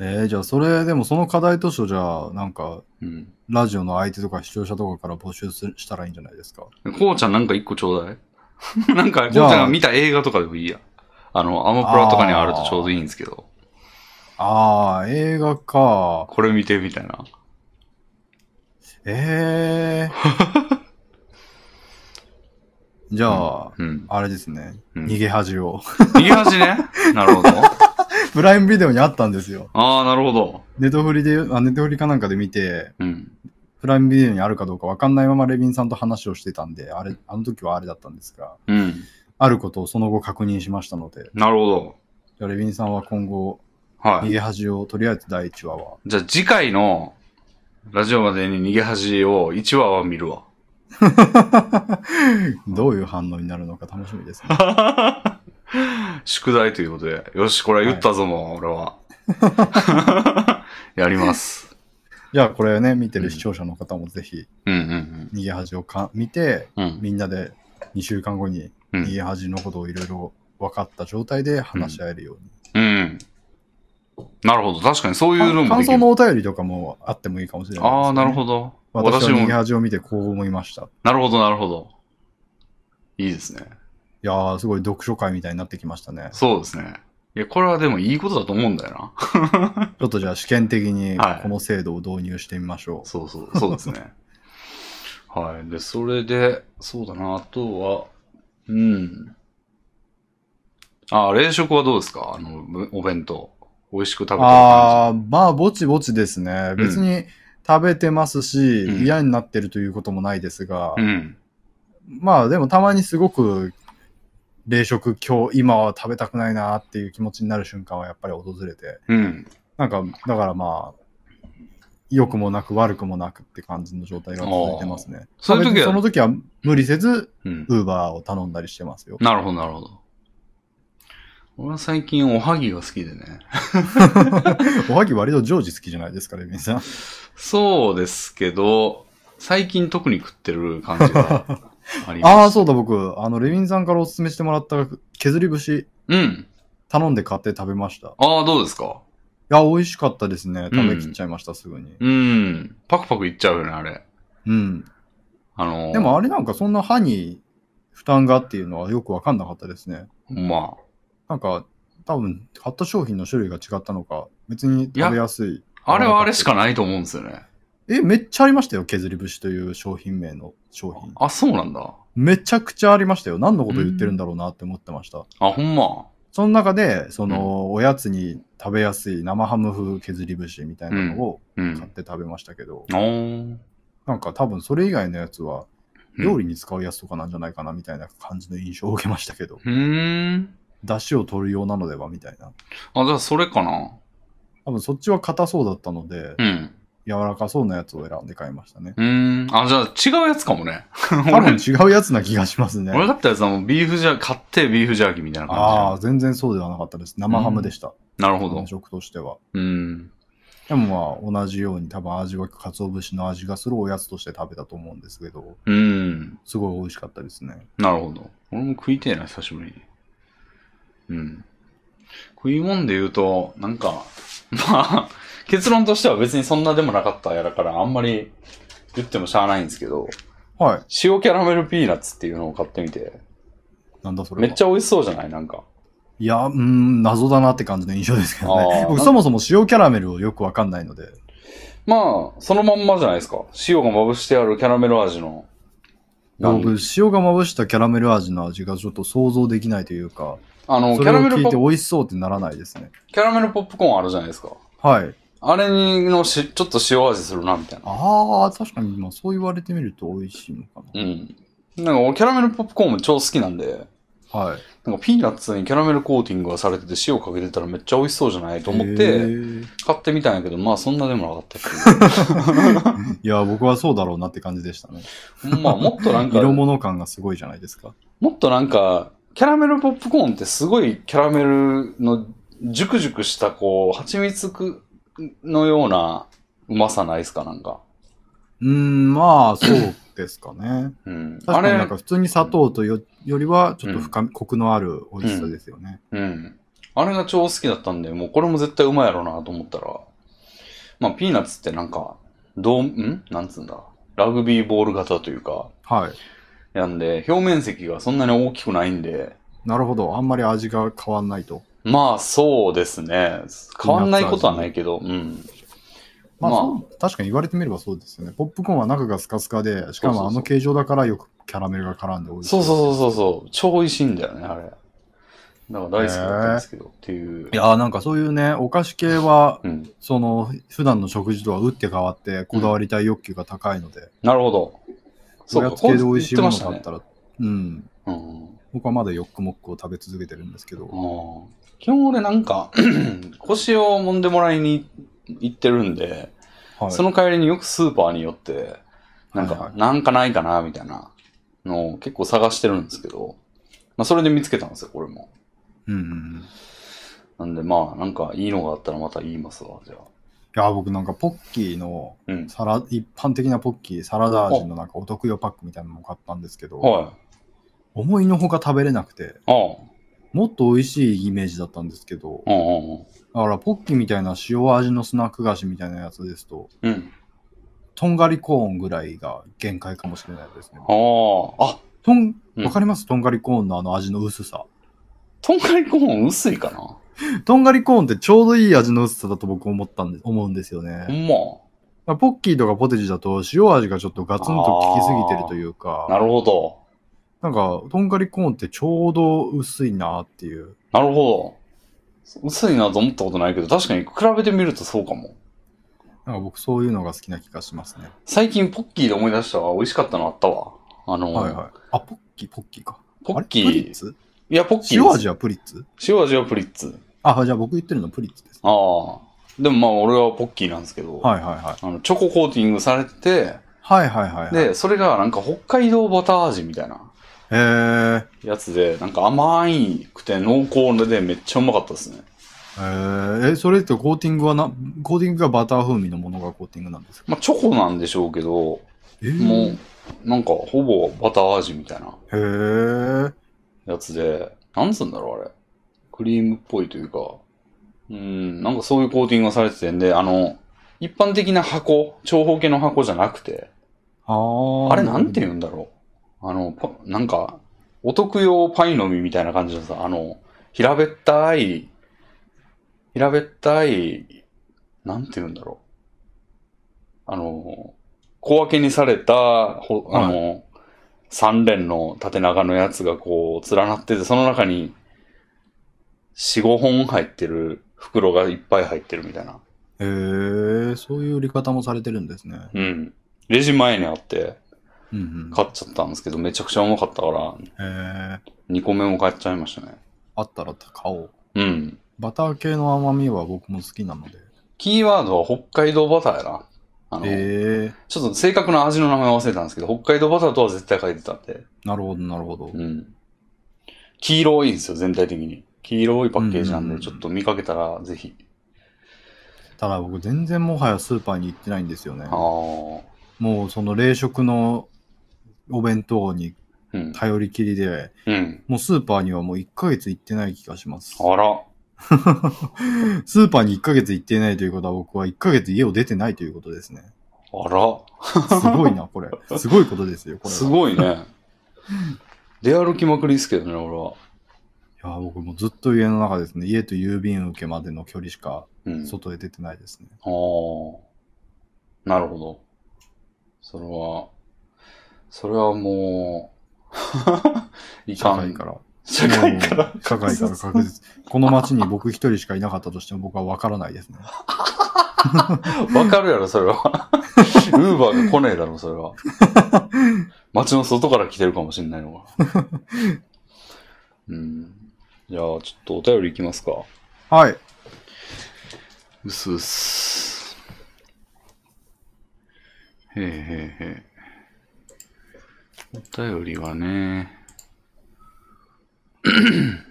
えー、じゃあそれでもその課題図書じゃあなんかうん。ラジオの相手とか視聴者とかから募集するしたらいいんじゃないですかこうちゃんなんか一個ちょうだ いなんか、こうちじゃあゃんが見た映画とかでもいいや。あの、アマプラとかにあるとちょうどいいんですけど、ああ映画かこれ見てみたいな。ええー、 じゃあ、うん。あれですね、うん逃げ恥を 右端ね。なるほど。プライムビデオにあったんですよああ、なるほど。ネットフリであネットフリかなんかで見てうん。プライムビデオにあるかどうかわかんないままレビンさんと話をしてたんであれあの時はあれだったんですがうん。あることをその後確認しましたのでなるほど。じゃあレビンさんは今後はい逃。げ恥をとりあえず第1話はじゃあ次回のラジオまでに逃げ恥を1話は見るわ。どういう反応になるのか楽しみですね。 宿題ということで。よし、これは言ったぞもう、俺は。 やります。じゃあこれね、見てる視聴者の方もぜひ、うんうん逃げ恥をか見て、うん。うん。みんなで2週間後にう逃ん。げ恥のことをいろいろ分かった状態で話し合えるように。うん。なるほど。確かにそういうの感もで感き想る。のお便りとかもあってもいいかもしれないです、ああ、なるほど。私私はも逃げ、恥を見てこう思いました。いなるほど、なるほど。いいですね。やー、すごい読書会みたいになってきましたね。そうですね。いや、これはでもいいことだと思うんだよな。ちょっとじゃあ試験的にはいこの制度を導入してみましょう。そうそう、そうです ね。はい。で、それで、そうだな、あとは、うん。あ、冷食はどうですかあの、ぶお弁当。美味しく食べてるあ感あ、まあ、ぼちぼちですね。別に、食べてますし、うん嫌になってるということもないですが、うん。まあでもたまにすごく冷食今日、今は食べたくないなっていう気持ちになる瞬間はやっぱり訪れて、うん。なんか、だからまあ、良くもなく悪くもなくって感じの状態が続いてますね。そういうまあ時別にそのは、時は無理せず、うん。ウーバーを頼んだりしてますよ。なるほど、なるほど。俺は最近おはぎが好きでね。おはぎ割と常時好きじゃないですか、レミさん。そうですけど、最近特に食ってる感じが あります。ああ、そうだ、僕、あの、レミンさんからおすすめしてもらった削り節、うん。頼んで買って食べました。いああ、どうですかや、美味しかったですね。うん食べきっちゃいました、すぐに。うん。パクパクいっちゃうよね、あれ。うん。あのーでもあれなんか、そんな歯に負担がっていうのはよくわかんなかったですね。まなんか、多分、買った商品の種類が違ったのか、別に食べやすい。あ、あれはあれしかないと思うんですよね。え、めっちゃありましたよ、削り節という商品名の商品。あ、そうなんだ。めちゃくちゃありましたよ。何のこと言ってるんだろうなって思ってました。あ、ほんま。その中で、その、おやつに食べやすい生ハム風削り節みたいなのをう買っん。て食べましたけど、おー。なんか多分それ以外のやつうは、ん料理に使うやつとかなんじゃないかなみたいな感じの印象を受けましたけど、うーん。出汁を取るようなのではみたいな。あ、じゃあそれかな。多分そっちは硬そうだったので、うん。柔らかそうなやつを選んで買いましたね。 うーん。あ、じゃあ違うやつかも ね。多分違うやつな気がします ね。俺だったやつはもうビーフジャー、買ってビーフジャーキーみたいなああ、感全然そうではなかったです。生ハムでした。じ。なるほど感。触としては。うん。でもまあ同じように多分味は鰹節の味がするおやつとして食べたと思うんですけど、うん。すごい美味しかったですね。なるほど。俺も食いてえな、久しぶりに。うん。食い物で言うと、なんか、 まあ、結論としては別にそんなでもなかったやだから、あんまり言ってもしゃあないんですけど、はい。塩キャラメルピーナッツっていうのを買ってみて、なんだそれめはっちゃ美味しそうじゃないなんか。いや、うーん、謎だなって感じの印象ですけどあねー。僕そもそも塩キャラメルをよくわかんないので。まあ、そのまんまじゃないですか。塩がまぶしてあるキャラメル味の。僕、塩がまぶしたキャラメル味の味がちょっと想像できないというか、あの、そキれャをラメル聞いポてッ美味しそうってならないですね。キャラメルポップコーンあるじゃないですか。はい。あれにのし、ちょっと塩味するな、みたいな。ああ、確かに今そう言われてみると美味しいのかうん。なんか俺キャラメルポップコーンも超好きなんで、な。はい。なんかピーナッツにキャラメルコーティングがされてて塩かけてたらめっちゃ美味しそうじゃないと思っへてー買ってみたんやけど、まあそんなでもなかったっいや、僕はそうだろうなって感じでしたね。ていう。まあもっとなんか、 色も物感がすごいじゃないですか。っとなんか、キャラメルポップコーンってすごいキャラメルのジュクジュクしたこう、蜂蜜くのようなうまさないですかなんか。うーん、まあ、そうですかね。うん。あ確かになんれか、普通に砂糖とよよりは、ちょっと深み、コクのある美味しさですよね。うん。あれが超好きだったんで、もうこれも絶対うまいやろうなと思ったら、まあピーナッツってなんか、どう、んなんつうんだ。ラグビーボール型というか、はい。なんで、表面積がそんなに大きくないんで、なるほど。あんまり味が変わんないと。まあそうですね。変わんないことはないけど、うん。まあ、まあそう確かに言われてみればそうですよね。ポップコーンは中がスカスカで、しそかうそうそうもあの形状だからよくキャラメルが絡んで美味しい。そうそうそう。うそうそう。超美味しいんだよね、あれ。だから大好きだったんですけど、っていう。いやーなんかそういうね、お菓子系は、うん。その、普段の食事とは打って変わって、こだわりたい欲求が高いので、なるほど。おやつ系で美味しいものだ言っってたら、うん。ましたね。うん。僕はまだヨックモックを食べ続けてるんですけど、ああ基本俺なんか、 腰を揉んでもらいに行ってるんで、はい、その帰りによくスーパーに寄って、なんか、はいはいなんかないかな、みたいなのを結構探してるんですけど、まあそれで見つけたんですよ、これも。うんうんうん、いなんでまあ、なんかいいのがあったらまた言いますわ、じゃあ。や僕なんかポッキーのうん。サラ一般的なポッキーサラダ味のなんかお得用パックみたいなのも買ったんですけどはい。思いのほか食べれなくてああ、もっと美味しいイメージだったんですけどうんうんうん。だからポッキーみたいな塩味のスナック菓子みたいなやつですとうん。とんがりコーンぐらいが限界かもしれないですねああ、あ、とんうんわかります、とんがりコーンのあの味の薄さとんかりコーン薄いかなとんがりコーンってちょうどいい味の薄さだと僕思ったんで思うんですよね、ほんま。まあポッキーとかポテチだと塩味がちょっとガツンと効きすぎてるというなか、るほど。なんか、とんがりコーンってちょうど薄いなっていう。なるほど。薄いなと思ったことないけど、確かに比べてみるとそうかも。なんか僕そういうのが好きな気がしますね。最近ポッキーで思い出したわ。美味しかったのあったわ。あの、はいはい。あ、ポッキー、ポッキーか。ポッキあれプリーッ、ツいや、ポッキー塩です。味はプリッツ塩味はプリッツ。あ、じゃあ僕言ってるのプリッツです。ああ。でもまあ、俺はポッキーなんですけど、はいはいはい。あのチョココーティングされてて、はいはいはい、はい。で、それがなんか北海道バター味みたいなへー。やつで、なんか甘いくて濃厚でめっちゃうまかったですね。えー、えそれってコーティングはな、コーティングがバター風味のものがコーティングなんですかまあ、チョコなんでしょうけど、えーもう、なんかほぼバター味みたいなへー。やつで、なんつうんだろうあれ。クリームっぽいというか、うん、なんかそういうコーティングがされててんで、あの、一般的な箱、長方形の箱じゃなくて、あー。あれなんて言うんだろう。あの、パなんか、お得用パイの実みたいな感じのさ、あの、平べったい、平べったい、なんて言うんだろう。あの、小分けにされた、ほあの、三連の縦長のやつがこう、連なってて、その中に、四五本入ってる袋がいっぱい入ってるみたいな。へー、そういう売り方もされてるんですね。うん。レジ前にあって、うんうん。買っちゃったんですけど、めちゃくちゃうまかったから、へー。 2個目も買っちゃいましたね。あったら買おう。うん。バター系の甘みは僕も好きなので。キーワードは北海道バターやな。あの、えー、ちょっと正確な味の名前忘れたんですけど、北海道バターとは絶対書いてたんで。なるほど、なるほど。うん。黄色いんですよ、全体的に。黄色いパッケージなんうんうんうで、ちんょっと見かけたらぜひ。ただ僕全然もはやスーパーに行ってないんですよね。ああ。もうその冷食のお弁当にうん。頼りきりで、うん。もうスーパーにはもう1ヶ月行ってない気がします。あら。スーパーに1ヶ月行ってないということは僕は1ヶ月家を出てないということですね。あら。すごいな、これ。すごいことですよ、これは。すい。ごい ね。出歩きまくりですけどね、俺は。いや、僕もずっと家の中ですね。家と郵便受けまでの距離しかうん。外へ出てないですね。ああ、なるほど。それは、それはもう、 い社か会ん。から。社会から。うん社会から確実。この街に僕一人しかいなかったとしても僕は分からないですね。わかるやろ、それ は。ウーバーが来ねえだろ、それは。街の外から来てるかもしれないのが。うん。じゃあ、ちょっとお便りいきますか。はい。うすうす。へえへえへえ。お便りはね。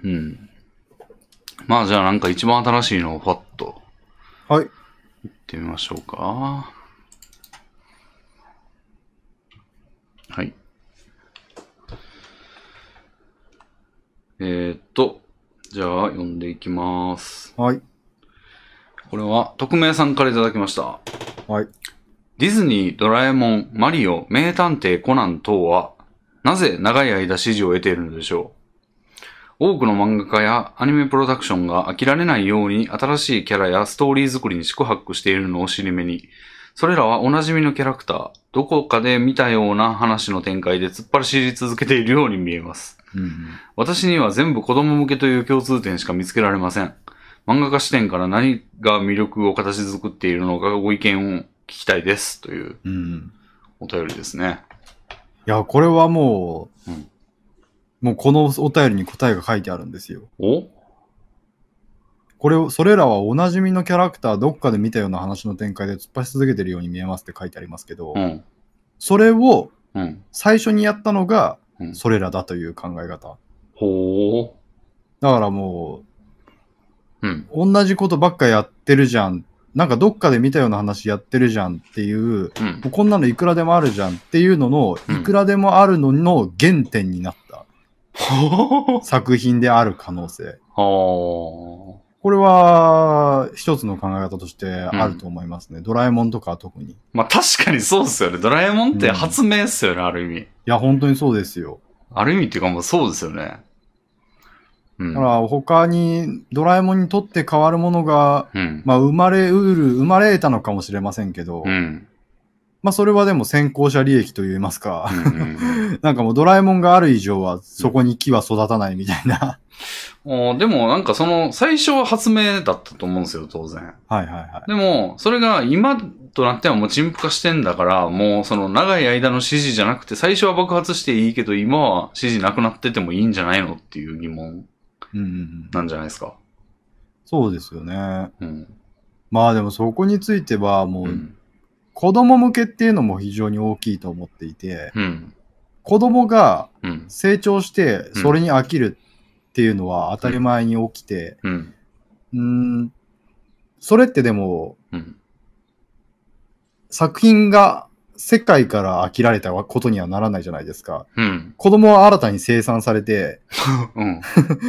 うん。まあじゃあなんか一番新しいのをパッとはい。行ってみましょうか。はい。えー、っと、じゃあ読んでいきます。はい。これは、匿名さんからいただきました。はい。ディズニー、ドラえもん、マリオ、名探偵コナン等は、なぜ長い間支持を得ているのでしょう多くの漫画家やアニメプロダクションが飽きられないように新しいキャラやストーリー作りに宿泊しているのを尻目に、それらはおなじみのキャラクター、どこかで見たような話の展開で突っ走り続けているように見えます。うんうん。私には全部子供向けという共通点しか見つけられません。漫画家視点から何が魅力を形作っているのかご意見を聞きたいです。といううんうん。お便りですね。いや、これはもう、うんもうこのお便りに答えが書いてあるんですよ。おこれを、それらはおなじみのキャラクター、どっかで見たような話の展開で突っ走り続けてるように見えますって書いてありますけど、うん。それをうん。最初にやったのがうん、それらだという考え方。ほだからもう。うん。う、同じことばっかやってるじゃん。なんかどっかで見たような話やってるじゃんっていう、うんもう。こんなのいくらでもあるじゃんっていうのの、うんいくらでもあるのの原点になったほう。作品である可能性。ああ。これは、一つの考え方としてあると思いますね。ドラえもんとかは特に。いまあ、確かにそうっすよね。ドラえもんって発明っすよね、ある意味。や、本当にそうですよ。ある意味っていうかもうそうですよね。うんだか。ら、他に、ドラえもんにとって変わるものが、うん。まあ、生まれうる、生まれ得たのかもしれませんけど、うん。まあそれはでも先行者利益といいますか、うんうんなんかもうドラえもんがある以上はそこに木は育たないみたいな。うんあーでもなんかその、最初は発明だったと思うんですよ、当然。はいはいはい。でも、それが今となってはもう陳腐化してんだから、もうその長い間の指示じゃなくて、最初は爆発していいけど、今は指示なくなっててもいいんじゃないのっていう疑問うんうんうん、なんじゃないですか。そうですよね。うん。まあでもそこについてはもう。うん子供向けっていうのも非常に大きいと思っていて、うん。子供がうん。成長してそれに飽きるっていうのは当たり前に起きて、うん。うーん、それってでもうん。作品が世界から飽きられたことにはならないじゃないですか。うん。子供は新たに生産されて、うん。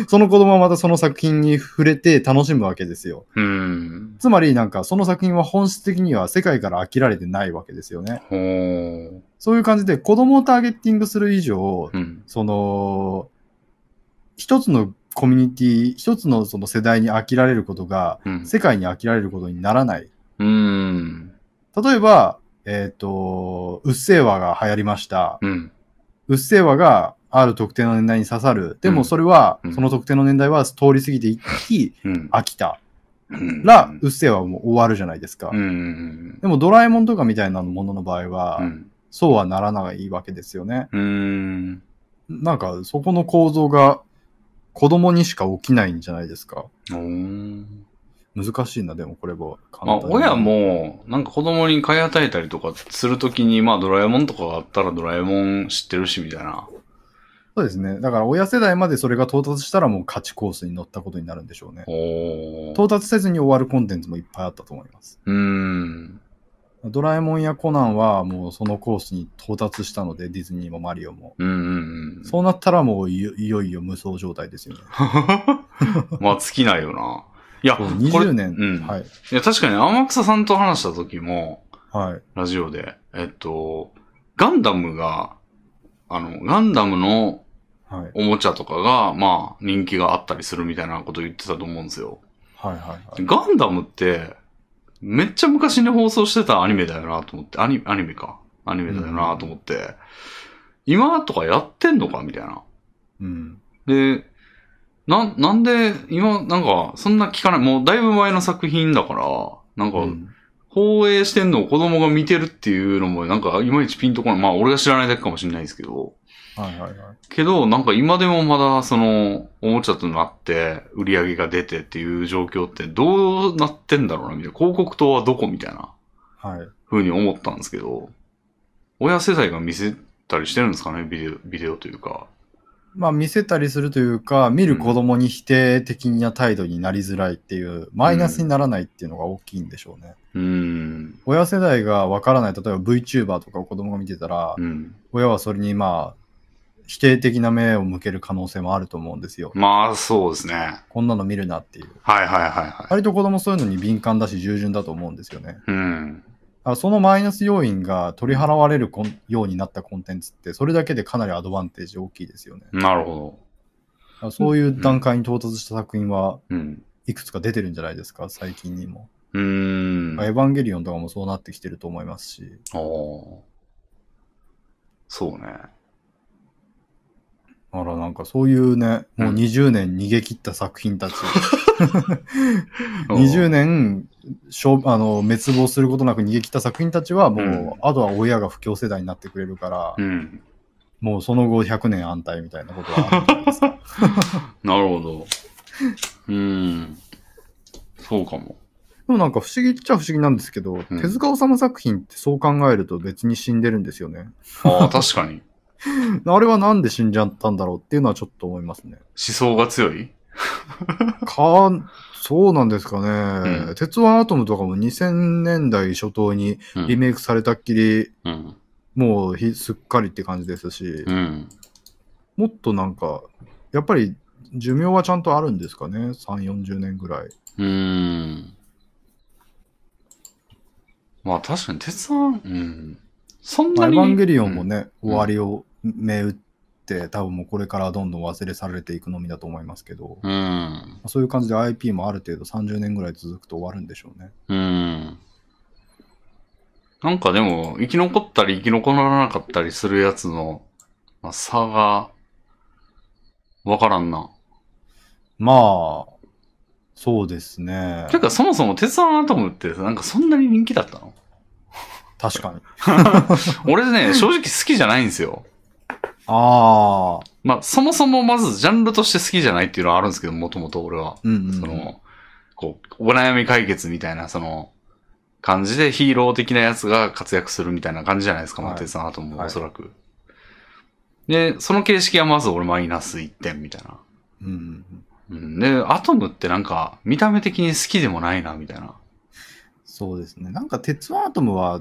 その子供はまたその作品に触れて楽しむわけですよ。うん。つまりなんかその作品は本質的には世界から飽きられてないわけですよね。ほー。そういう感じで子供をターゲッティングする以上、うん。その、一つのコミュニティ、一つのその世代に飽きられることが、うん。世界に飽きられることにならない。うん。例えば、えっ、と、うっせぇわが流行りました。うん。うっせぇわがある特定の年代に刺さる。でうもんそれは、うんその特定の年代は通り過ぎていき、うん。飽きたうんら、うっせぇわはもう終わるじゃないですか。うん。でもドラえもんとかみたいなものの場合は、うん。そうはならないわけですよね。うん。なんかそこの構造が子供にしか起きないんじゃないですか。ほー難しいな、でもこれはまあ、簡単に。親も、なんか子供に買い与えたりとかするときに、まあ、ドラえもんとかがあったらドラえもん知ってるし、みたいな。そうですね。だから親世代までそれが到達したらもう勝ちコースに乗ったことになるんでしょうね。おー。到達せずに終わるコンテンツもいっぱいあったと思います。うーん。ドラえもんやコナンはもうそのコースに到達したので、ディズニーもマリオも。うんうんうん。そうなったらもういよいよいよ無双状態ですよね。 まあ、尽きないよな。いや、そうこれ20年、うんはい。いや、確かに天草さんと話した時も、はい。ラジオで、えっと、ガンダムが、あの、ガンダムのはい。はい。おもちゃとかが、まあ、人気があったりするみたいなこと言ってたと思うんですよ。はい。はい。ガンダムって、めっちゃ昔に放送してたアニメだよなと思って、アニアニメか。アニメだよなと思って、今とかやってんのかみたいな。うん。で、な、なんで、今、なんか、そんな聞かない。もうだいぶ前の作品だから、なんか、うん放映してんのを子供が見てるっていうのも、なんか、いまいちピンとこない。まあ、俺が知らないだけかもしれないですけど。はいはいはい。けど、なんか今でもまだ、その、おもちゃとなって、売り上げが出てっていう状況って、どうなってんだろうな、みたいな。広告塔はどこみたいな、はい。風に思ったんですけど、親世代が見せたりしてるんですかね、ビデオ、ビデオというか。まあ見せたりするというか、見る子供に否定的な態度になりづらいっていう、マイナスにならないっていうのが大きいんでしょうね。うーん。親世代がわからない、例えば VTuber とかを子供が見てたら、うん。親はそれにまあ、否定的な目を向ける可能性もあると思うんですよ。まあ、そうですね。こんなの見るなっていう。はいはいはいはい。割と子供そういうのに敏感だし従順だと思うんですよね。うん。あそのマイナス要因が取り払われるこんようになったコンテンツって、それだけでかなりアドバンテージ大きいですよね。なるほあそういう段階に到達した作品は、ど。うん。いくつか出てるんじゃないですか、最近にも。うーん。エヴァンゲリオンとかもそうなってきてると思いますし、あーそうね。あらなんかそういうね、もううん20年逃げ切った作品 たち、20年しょあの滅亡することなく逃げ切った作品たちは、もう、うんあとは親が不況世代になってくれるから、うん。もうその後100年安泰みたいなことはあるんじゃないで すか。なるほど。うーん。そうかも。でもなんか不思議っちゃ不思議なんですけど、うん手塚治虫作品ってそう考えると別に死んでるんですよね。ああ、確かに。 思あれはなんで死んじゃったんだろうっていうのはちょっと思いますね。想が強いか、そうなんですかね。うん鉄腕アトムとかも2000年代初頭にうリん。メイクされたっきり、うん。もうひすっかりって感じですし、うん。もっとなんか、やっぱり寿命はちゃんとあるんですかね。3、40年ぐらい。うーん。まあ確かに、鉄腕、うん。そんまあなエヴに。ァンゲリオンもね、うん終わりを銘打って、多分もうこれからどんどん忘れされていくのみだと思いますけど、うん。そういう感じで IP もある程度30年ぐらい続くと終わるんでしょうね。うん。なんかでも、生き残ったり生き残らなかったりするやつの、まあ、差が、わからんな。まあ、そうですね。てか、そもそも鉄腕アトムって、なんかそんなに人気だったの確かに。俺ね、正直好きじゃないんですよ。ああ、まあ、そもそもまずジャンルとして好きじゃないっていうのはあるんですけど、もともと俺は。うん、うん。その、こう、お悩み解決みたいな、その、感じでヒーロー的なやつが活躍するみたいな感じじゃないですか、はいマテさんあともはいおそらく。で、その形式はまず俺マイナス1点みたいな。うんうんうん。うん、で、アトムってなんか、見た目的に好きでもないな、みたいな。そうですね。なんか、鉄腕アトムは、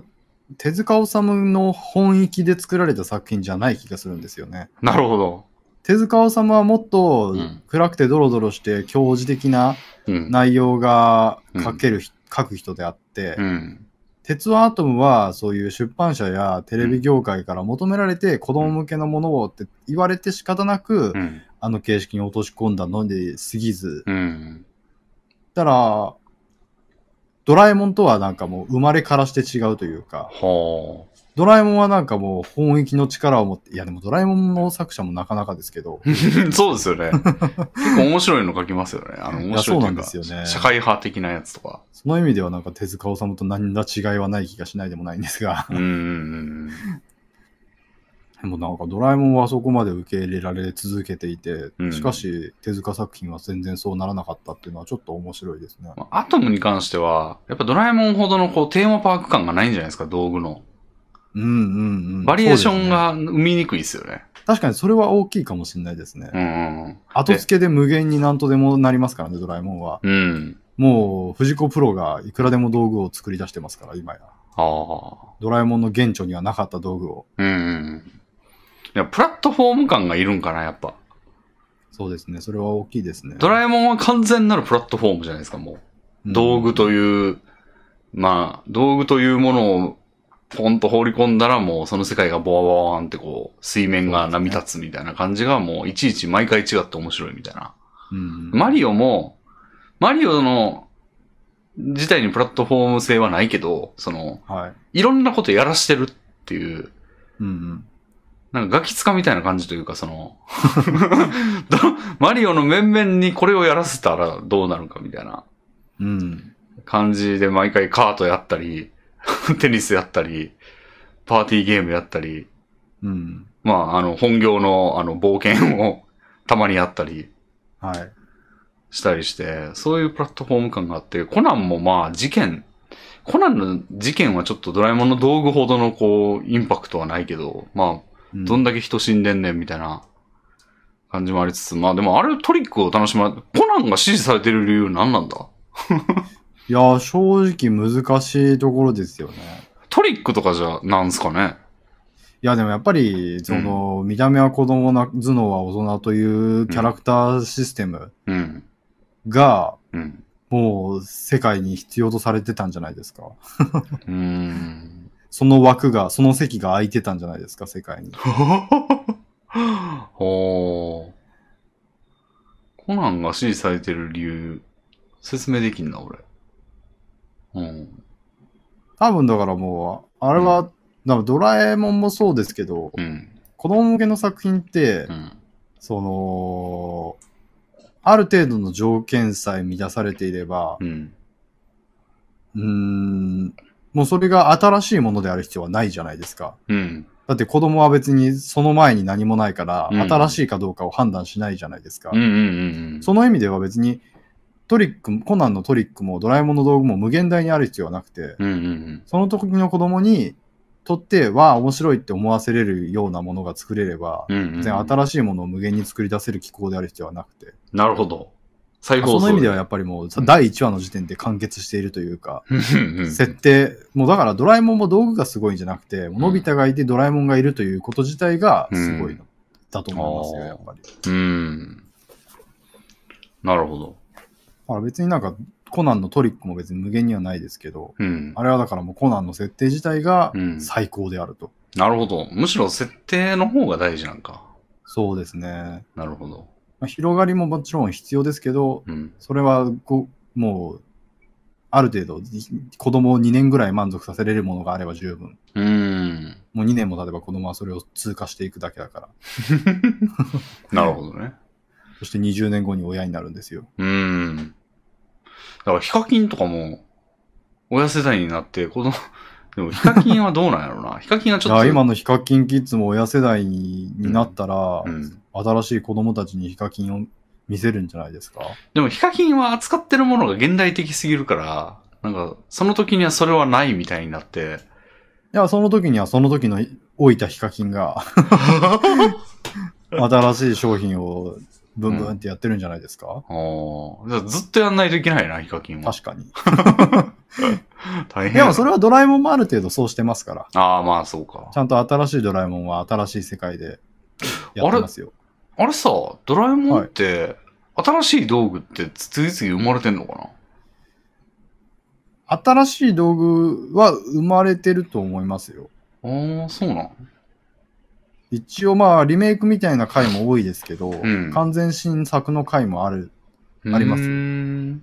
手塚治虫の本域で作られた作品じゃない気がするんですよね。なるほど。手塚治虫はもっとうん暗くてドロドロして教授的なうん。内容が書けるひ、書く人であって、うん。鉄腕アトムはそういう出版社やテレビ業界から求められて子供向けのものをって言われて仕方なく、うん。あの形式に落とし込んだので過ぎず、うん。たら、ドラえもんとはなんかもう生まれからして違うというか、ほドラえもんはなんかもう本域の力を持って、いやでもドラえもんの作者もなかなかですけど、う。そうですよね。結構面白いの書きますよね。あの、いや面白いというか、そうなんですよね社会派的なやつとか。その意味ではなんか手塚治虫と何ら違いはない気がしないでもないんですが、 うんうん。でもなんかドラえもんはそこまで受け入れられ続けていて、うんしかし手塚作品は全然そうならなかったっていうのはちょっと面白いですね。まあアトムに関しては、やっぱドラえもんほどのこうテーマパーク感がないんじゃないですか、道具の。うんうんうん。バリエーションそうでが生みにくいですよね。すね。確かにそれは大きいかもしれないですね。うん後付けで無限に何とでもなりますからね、ドラえもんは。うんうん。うん。もう藤子プロがいくらでも道具を作り出してますから、今や。ああ。ドラえもんの原著にはなかった道具を。うんうん。いや、プラットフォーム感がいるんかな、やっぱ。そうですね、それは大きいですね。ドラえもんは完全なるプラットフォームじゃないですか、もう。うん道具という、まあ、道具というものをポンと放り込んだらもうその世界がボワボワーンってこう、水面が波立つみたいな感じがもういちいち毎回違って面白いみたいな。うんマリオも、マリオの自体にプラットフォーム性はないけど、その、はい。いろんなことやらしてるっていう、うんうん。なんかガキツカみたいな感じというか、そ の、 ど マリオの面々にこれをやらせたらどうなるかみたいなうん。感じで毎回カートやったり、 テニスやったり、パーティーゲームやったり、うん。まあ、あの、本業の、あの、冒険を たまにやったり、はい。したりして、そういうプラットフォーム感があって、コナンもまあ事件、コナンの事件はちょっとドラえもんの道具ほどのこう、インパクトはないけど、まあ、うんどんだけ人死んでんねんみたいな感じもありつつ、まあでもあれトリックを楽しま、コナンが支持されてる理由何なんだいやー、正直難しいところですよね。トリックとかじゃなんすかねいや、でもやっぱり、その、見た目は子供な、頭脳は大人というキャラクターシステムうん。が、うん。もう世界に必要とされてたんじゃないですか。うーん。 その枠が、その席が空いてたんじゃないですか、世界に。ほー。コナンが支持されてる理由、説明できんな、俺。うん。多分だからもう、あれは、だからドラえもんもそうですけど、うん。子供向けの作品って、うん。その、ある程度の条件さえ満たされていれば、うん。うーん、もうそれが新しいものである必要はないじゃないですか。うん。だって子供は別にその前に何もないから、うん新しいかどうかを判断しないじゃないですか。うん。うん。うん。その意味では別に、トリック、コナンのトリックもドラえもんの道具も無限大にある必要はなくて、うん。うん。その時の子供にとっては面白いって思わせれるようなものが作れれば、うん。うん。全然新しいものを無限に作り出せる機構である必要はなくて、なるほど。最そ高の意味ではやっぱりもう、うん第1話の時点で完結しているというか、設設定、もうだからドラえもんも道具がすごいんじゃなくて、のび太がいてドラえもんがいるということ自体がすごいの、だと思いあますよ、ーやっぱり。だうん。なるほど。から別になんか、コナンのトリックも別に無限にはないですけど、うん。あれはだからもうコナンの設定自体がうん最高であると。なるほど。むしろ設定の方が大事なんか。そうですね。なるほど。まあ広がりももちろん必要ですけど、うん。それはこうもうある程度、い子供を2年ぐらい満足させれるものがあれば十分。うーん。もう2年も経てば子供はそれを通過していくだけだから。なるほどね。そして20年後に親になるんですよ。うーん。だから、ヒカキンとかも、親世代になって、子供、 でもヒカキンはどうなんやろうな。ヒカキンはちいょっやと、今のヒカキンキッズも親世代にになったら、うん。新しい子供たちにヒカキンを見せるんじゃないですかでも、ヒカキンは扱ってるものが現代的すぎるから、なんか、その時にはそれはないみたいになって、いや、その時にはその時の老いたヒカキ ンが、新しい商品をブンブンってやってるんじゃないですか、おーずっとやんないといけないな、ヒカキンは。確かに。大変。でもそれはドラえもんもある程度そうしてますから。ああ、まあそうかち。ゃんと新しいドラえもんは新しい世界でやってますよ。あれさ、ドラえもんって、新しい道具って次々生まれてんのかな新しい道具は生まれてると思いますよ。ああ、そうなん。一応まあリメイクみたいな回も多いですけど、ん完全新作の回もある。ありますうーん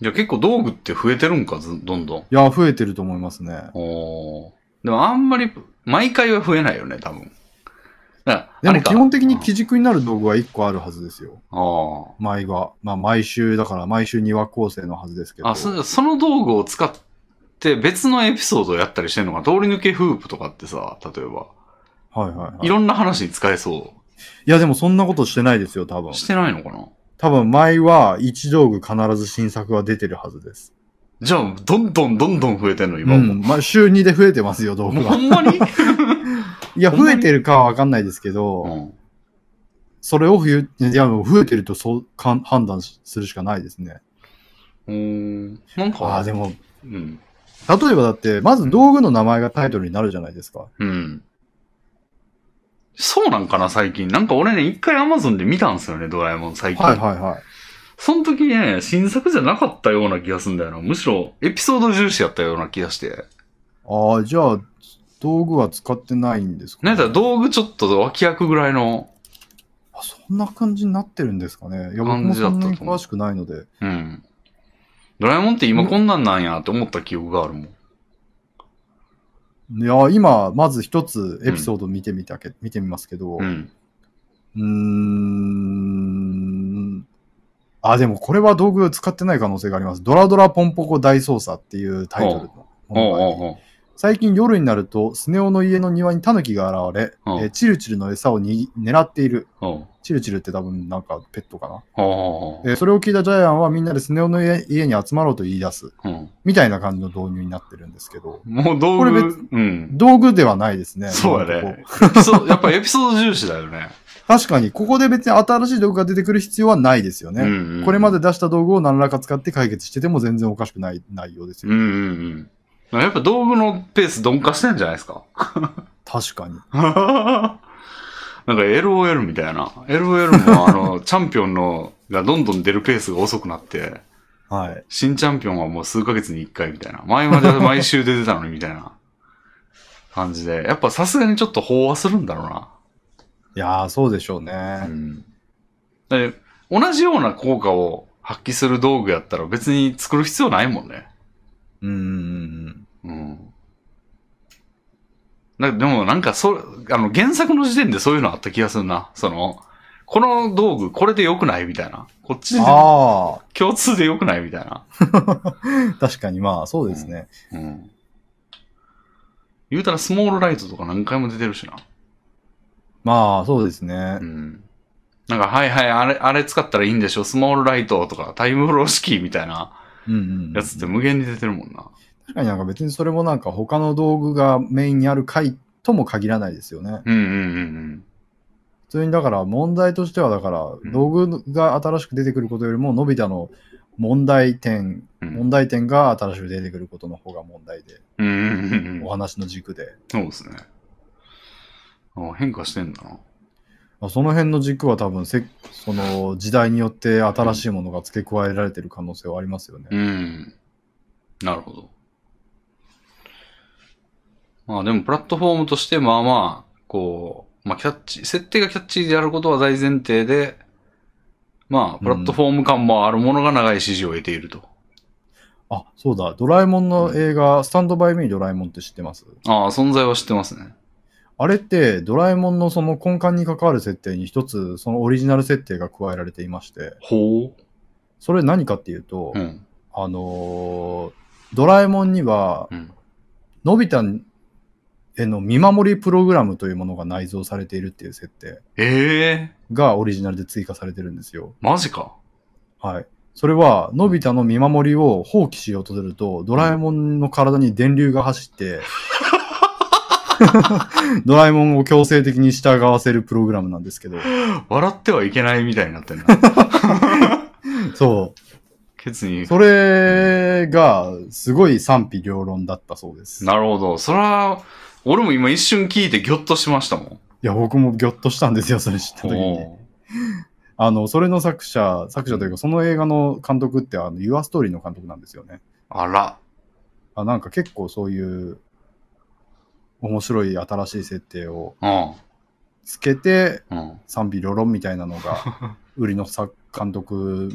じゃあ結構道具って増えてるんか、ずどんどん。いや、増えてると思いますね。おーでもあんまり、毎回は増えないよね、多分。だからであもれか基本的に基軸になる道具は1個あるはずですよ。あ毎は。まあ毎週、だから毎週2話構成のはずですけあど。あそ、その道具を使って別のエピソードをやったりしてんのか、通り抜けフープとかってさ、例えば、はいはいはい。いいろんな話に使えそやでもそんなことしてないですよ、多分う。。してないのかな多分毎は1道具必ず新作が出てるはずです。じゃあ、どんどんどんどん増えてんの、う今も。ん。まあ週2で増えてますよ、道具もうほが。んま にいや、ほん増まにえてるかはわかんないですけど、うんそれを冬、いや、もう増えてるとそうかん判断しするしかないですね。うーん。なんか、ああ、でも、うん。例えばだって、まず道具の名前がタイトルになるじゃないですか。うん。そうなんかな、最近。なんか俺ね、一回 Amazon で見たんですよね、ドラえもん、最近。はいはいはい。その時ね、新作じゃなかったような気がするんだよな。むしろ、エピソード重視やったような気がして。ああ、じゃあ、道具は使ってないんですか、なんだ、道具ちょっと脇役ぐらいの、あそんな感じになってるんですかね。いや、僕感もじだそったんとな思うに詳しくないので。うん。ドラえもんって今こんなんなんやって思った記憶があるもん。いや、今、まず一つエピソード見てみたけ、見てみますけど、う。うんーん。あ、でもこれは道具使ってない可能性があります。ドラドラポンポコ大捜査っていうタイトルのお物う語。おうおう最近夜になると、スネ夫の家の庭にタヌキが現れ、うんえーチルチルの餌をに狙っている。おうチルチルって多分なんかペットかな。おうおうおうえーそれを聞いたジャイアンはみんなでスネ夫の家家に集まろうと言い出す。うんみたいな感じの導入になってるんですけど、もう道これ具別、うん。道具ではないですね。そうや今のねとこ。エピソードやっぱエピソード重視だよね。確かに、ここで別に新しい道具が出てくる必要はないです よね。うんうんこれまで出した道具を何らか使って解決してても全然おかしくない内容ですうよ。んうんうん。やっぱ道具のペース鈍化してんじゃないです か。確かに。なんか LOL みたいな。LOL もあ の、チャンピオンのがどんどん出るペースが遅くなって、はい。新チャンピオンはもう数ヶ月に一回みたいな。前までは毎週出てたのにみたいな感じで。やっぱさすがにちょっと飽和するんだろういやー、そうでしょうね。な。うん。で同じような効果を発揮する道具やったら別に作る必要ないもんね。うん。うんうん。なでもなんかそ、あの原作の時点でそういうのあった気がするな。その、この道具これで良くないみたいな。こっちであ共通で良くないみたいな。あ、確かにまあ、そうですね。うん。言うたらスモールライトとか何回も出てるしな。まあ、そうですねう。ん。なんか、はいはい、あれ、あれ使ったらいいんでしょスモールライトとかタイムフロー式みたいなうんうん。やつって無限に出てるもんな。確かになんか別にそれもなんか他の道具がメインにある回とも限らないですよね。うんうんうん普通にだから問題としてはだからん道具が新しく出てくることよりものび太の問題点、うん。うん問題点が新しく出てくることの方が問題で、うんうんうんうんお。話の軸で。そうですね。あ変化してんだな。まあその辺の軸は多分せその時代によって新しいものが付け加えられてる可能性はありますよね。うん。なるほど。まあでも、プラットフォームとして、まあまあ、こう、まあキャッチ、設定がキャッチーであることは大前提で、まあ、プラットフォーム感もあるものが長い支持を得ていると。あ、そうだ、ドラえもんの映画、スタンドバイミードラえもんって知ってますああ、存在は知ってますね。あれって、ドラえもんのその根幹に関わる設定に一つ、そのオリジナル設定が加えられていまして、ほそれ何かっていうと、う。うん。あのードラえもんには、うん。のび太への見守りプログラムというものが内蔵されているっていう設定ええがオリジナルで追加されてるんですよ。マジか。はい。それは、のび太の見守りを放棄しようとすると、ドラえもんの体に電流が走って、ドラえもんを強制的に従わせるプログラムなんですけど、笑ってはいけないみたいになって んな。そケツにう。。それが、すごい賛否両論だったそうです。いなるほど。そら、俺も今一瞬聞いてギョッとしましたもん。や、僕もギョッとしたんですよ、それ知った時に。ほあの、それの作者、作者というか、その映画の監督って、あの、Your Story の監督なんですよね。うあら。あなんか結構そういう、面白い新しい設定をうつけて、ん。うん。賛否両論みたいなの が、売りの作監督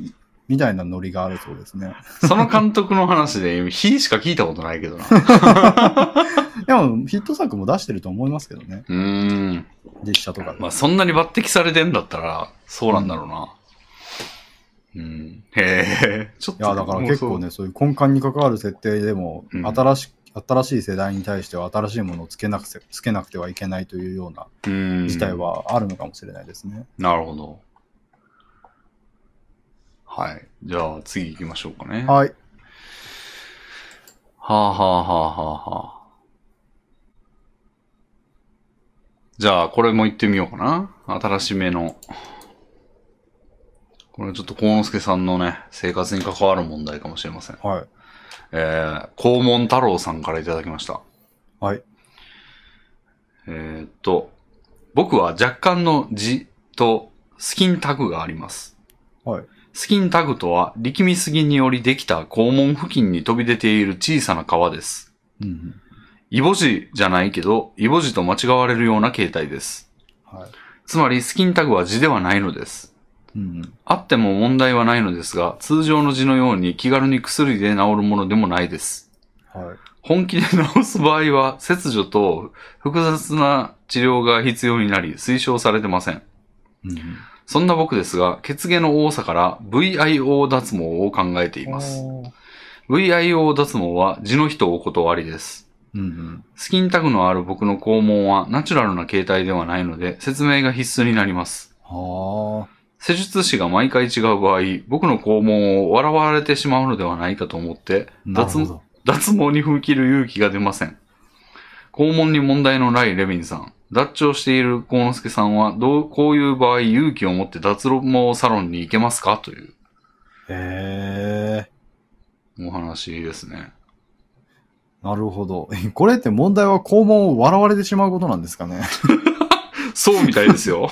みたいなノリがあるそうですね。その監督の話で、火しか聞いたことないけどな。でも、ヒット作も出してると思いますけどね。うーん。実写とかで。まあ、そんなに抜擢されてんだったら、そうなんだろうな。うん。へえ。ちょっいと。や、だから結構ね、そういう根幹に関わる設定でも、うん新し新しい世代に対しては新しいものをつけなくせつけなくてはいけないというようなそう、うん。事態はあるのかもしれないですね。なるほど。はい。じゃあ、次行きましょうかね。ははい。あ、はあはあはあはあ、じゃあ、これも行ってみようかな。新しめの。これちょっと、幸之助さんのね、生活に関わる問題かもしれません。はい。えー、肛門太郎さんからいただきました。はい。えーっと、僕は若干の字とスキンタグがあります。はい。スキンタグとは、力みすぎによりできた肛門付近に飛び出ている小さな川です。うんうん。イボジじゃないけど、イボジと間違われるような形態です。はい。つまり、スキンタグは字ではないのです。うんうん。あっても問題はないのですが、通常の字のように気軽に薬で治るものでもないです。はい。本気で治す場合は、切除と複雑な治療が必要になり、推奨されてません。うんそんな僕ですが、血毛の多さから VIO 脱毛を考えています。うん。 VIO 脱毛は字の人お断りです。うんうん。スキンタグのある僕の肛門はナチュラルな形態ではないので、説明が必須になります。は施術師が毎回違う場合、僕の肛門を笑われてしまうのではないかと思って、あ。なるほ脱ど。脱毛に踏み切る勇気が出ません。肛門に問題のないレビンさん。脱腸している幸之助さんは、どう、こういう場合勇気を持って脱毛サロンに行けますかというへえ。お話ですね。なるほど。えこれって問題は肛門を笑われてしまうことなんですかね。 そうみたいですよ。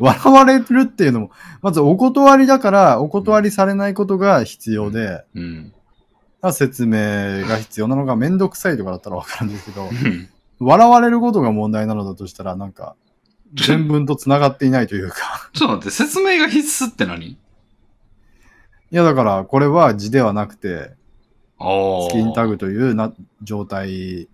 笑われるっていうのも、まずお断りだから、お断りされないことが必要で、 うん。説明が必要なのがめんどくさいとかだったらわかるんですけど、笑われることが問題なのだとしたら、なんか、ちょ全文と繋がっていないというか。 ちょっと待って、説明が必須って何いや、だから、これは字ではなくて、ああ。スキンタグというな状態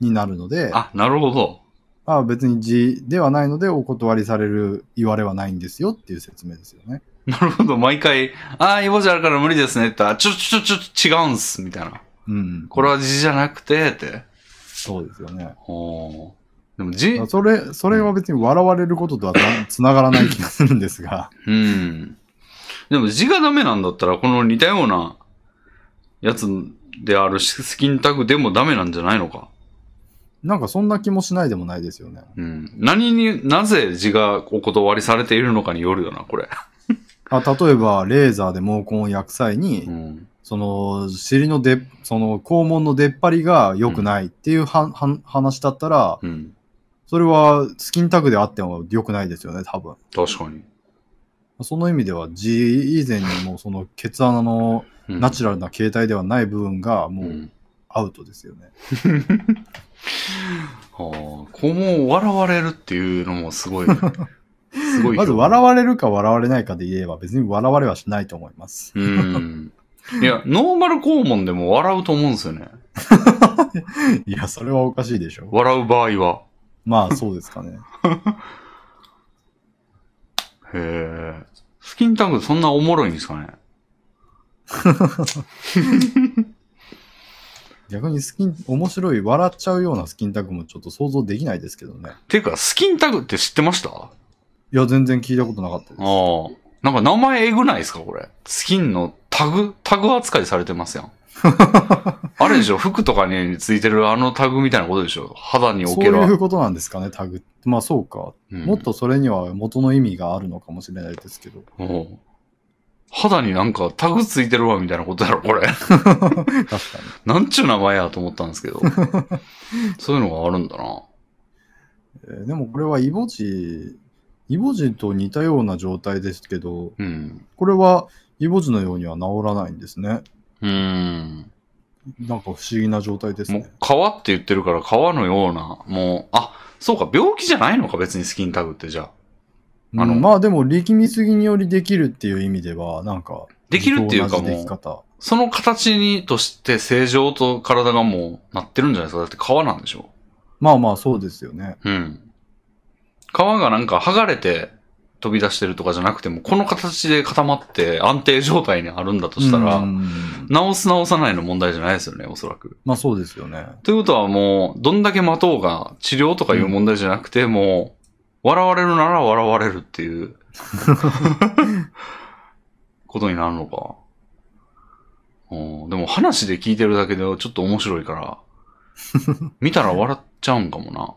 になるので、あ、なるほど。まあ、別に字ではないのでお断りされる言われはないんですよっていう説明ですよね。なるほど。毎回、ああ、イボジあるから無理ですねって言ったら、ちょ、ちょ、ちょ、ちょ違うんす、みたいな。うん。これは字じゃなくて、って。そうですよね。おーでも字だからそれ、それは別に笑われることとは つながらない気がするんですが、うん。でも字がダメなんだったら、この似たようなやつであるスキンタグでもダメなんじゃないのか。なんかそんな気もしないでもないですよね。うん。何に、なぜ字がお断りされているのかによるよな、これ。あ例えば、レーザーで毛根を焼く際に、うん。その、尻の出っ、その、肛門の出っ張りが良くないっていうは、はん話だったら、うん。それはスキンタグであっても良くないですよね、多分。確かに。その意味では、G 以前にも、その、ケツ穴のうん、ナチュラルな形態ではない部分が、もう。うんアウトですよね。はあ、肛門を笑われるっていうのもすごい、すごい。まず、笑われるか笑われないかで言えば、別に笑われはしないと思います。うん。いや、ノーマル肛門でも笑うと思うんですよね。いや、それはおかしいでしょ。笑う場合は。まあ、そうですかね。へえ。スキンタグそんなおもろいんですかね逆にスキン、面白い、笑っちゃうようなスキンタグもちょっと想像できないですけどね。てか、スキンタグって知ってましたあいや、全然聞いたことなかったです。あ。なんか名前えぐないですかこれ。スキンのタグ、タグ扱いされてます やん。あれでしょ服とかについてるあのタグみたいなことでしょ肌に置そうける。いうことなんですかね、タグ。まあ、そうか。うんもっとそれには元の意味があるのかもしれないですけど。おう肌になんかタグついてるわみたいなことだろ、これ。確かに。なんちゅう名前やと思ったんですけ ど。そういうのがあるんだな。えーでもこれはイボジ、イボジと似たような状態ですけど、うん。これはイボジのようには治らないんですね。うーん。なんか不思議な状態ですもうね。、川って言ってるから川のような、もう、あ、そうか、病気じゃないのか、別にスキンタグってじゃあ。あのうんまあでも力みすぎによりできるっていう意味では、なんか、できるっていうか同じでもきう、方。その形にとして正常と体がもうなってるんじゃないですか。だって川なんでしょまあまあそうですよね。うん。皮がなんか剥がれて飛び出してるとかじゃなくても、この形で固まって安定状態にあるんだとしたら、うん直す直さないの問題じゃないですよね、おそらく。まあそうですよね。ということはもう、どんだけ待とうが、治療とかいう問題じゃなくて、もう、笑われるなら笑われるって いう、ことになるのか。うんでも話で聞いてるだけでちょっと面白いから、見たら笑っちゃうんかもな。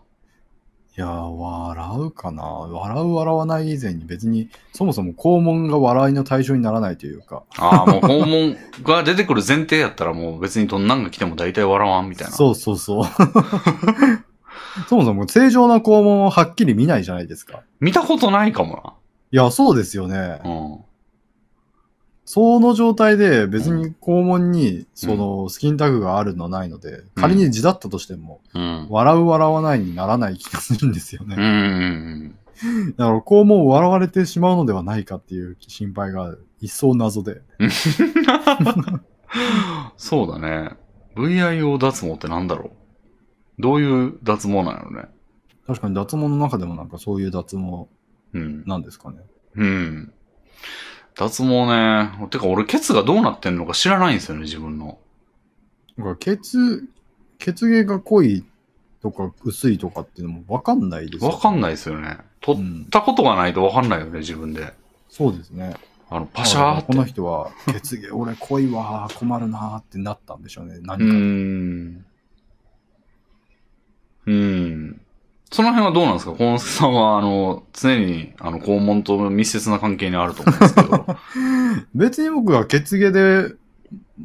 いやー、笑うかな。笑う、笑わない以前に別に、そもそも肛門が笑いの対象にならないというか、ああ、もう訪問が出てくる前提やったらもう別にどんなんが来ても大体笑わんみたいな。そうそうそう。 そもそも正常な肛門をはっきり見ないじゃないですか。見たことないかもいや、そうですよね。な。うん。その状態で別に肛門にそのスキンタグがあるのないので、仮に痔だったとしても、うん。笑う笑わないにならない気がするんですようんうね。んだから肛門を笑われてしまうのではないかっていう心配が一層謎で。うん。そうだね。VIO 脱毛ってなんだろうどういう脱毛なんやろね。確かに脱毛の中でもなんかそういう脱毛うん。なんですかね。うん。脱毛ね。てか俺ケツがどうなってんのか知らないんですよね、自分の。だから血、血芸が濃いとか薄いとかっていうのもわかんないですよねわかんないですよね。取うっん、たことがないとわかんないよね、自分で。そうですね。あの、パシャーあっこのて。人は、血芸、俺濃いわー、困るなーってなったんでしょうね。う何か。ん。うん。その辺はどうなんですか小野さんは、あの、常に、あの、肛門と密接な関係にあると思うんですけ ど。別に僕が血芸で、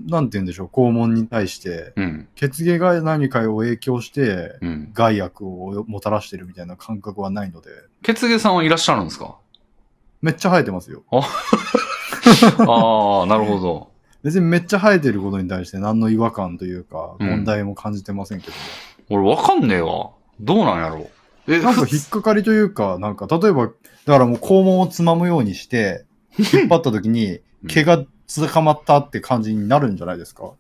なんて言うんでしょう、肛門に対して、うん。血芸が何かを影響して、うん。害悪をもたらしてるみたいな感覚はないので、血芸さんはいらっしゃるんですかめっちゃ生えてますよ。ああ、なるほど。別にめっちゃ生えてることに対して何の違和感というか、うん問題も感じてませんけど、ね俺わかんねえわ。どうなんやろう。え、なんかふ引っかかりというか、なんか例えば、だからもう肛門をつまむようにして、引っ張った時に うん毛がつかまったって感じになるんじゃないですか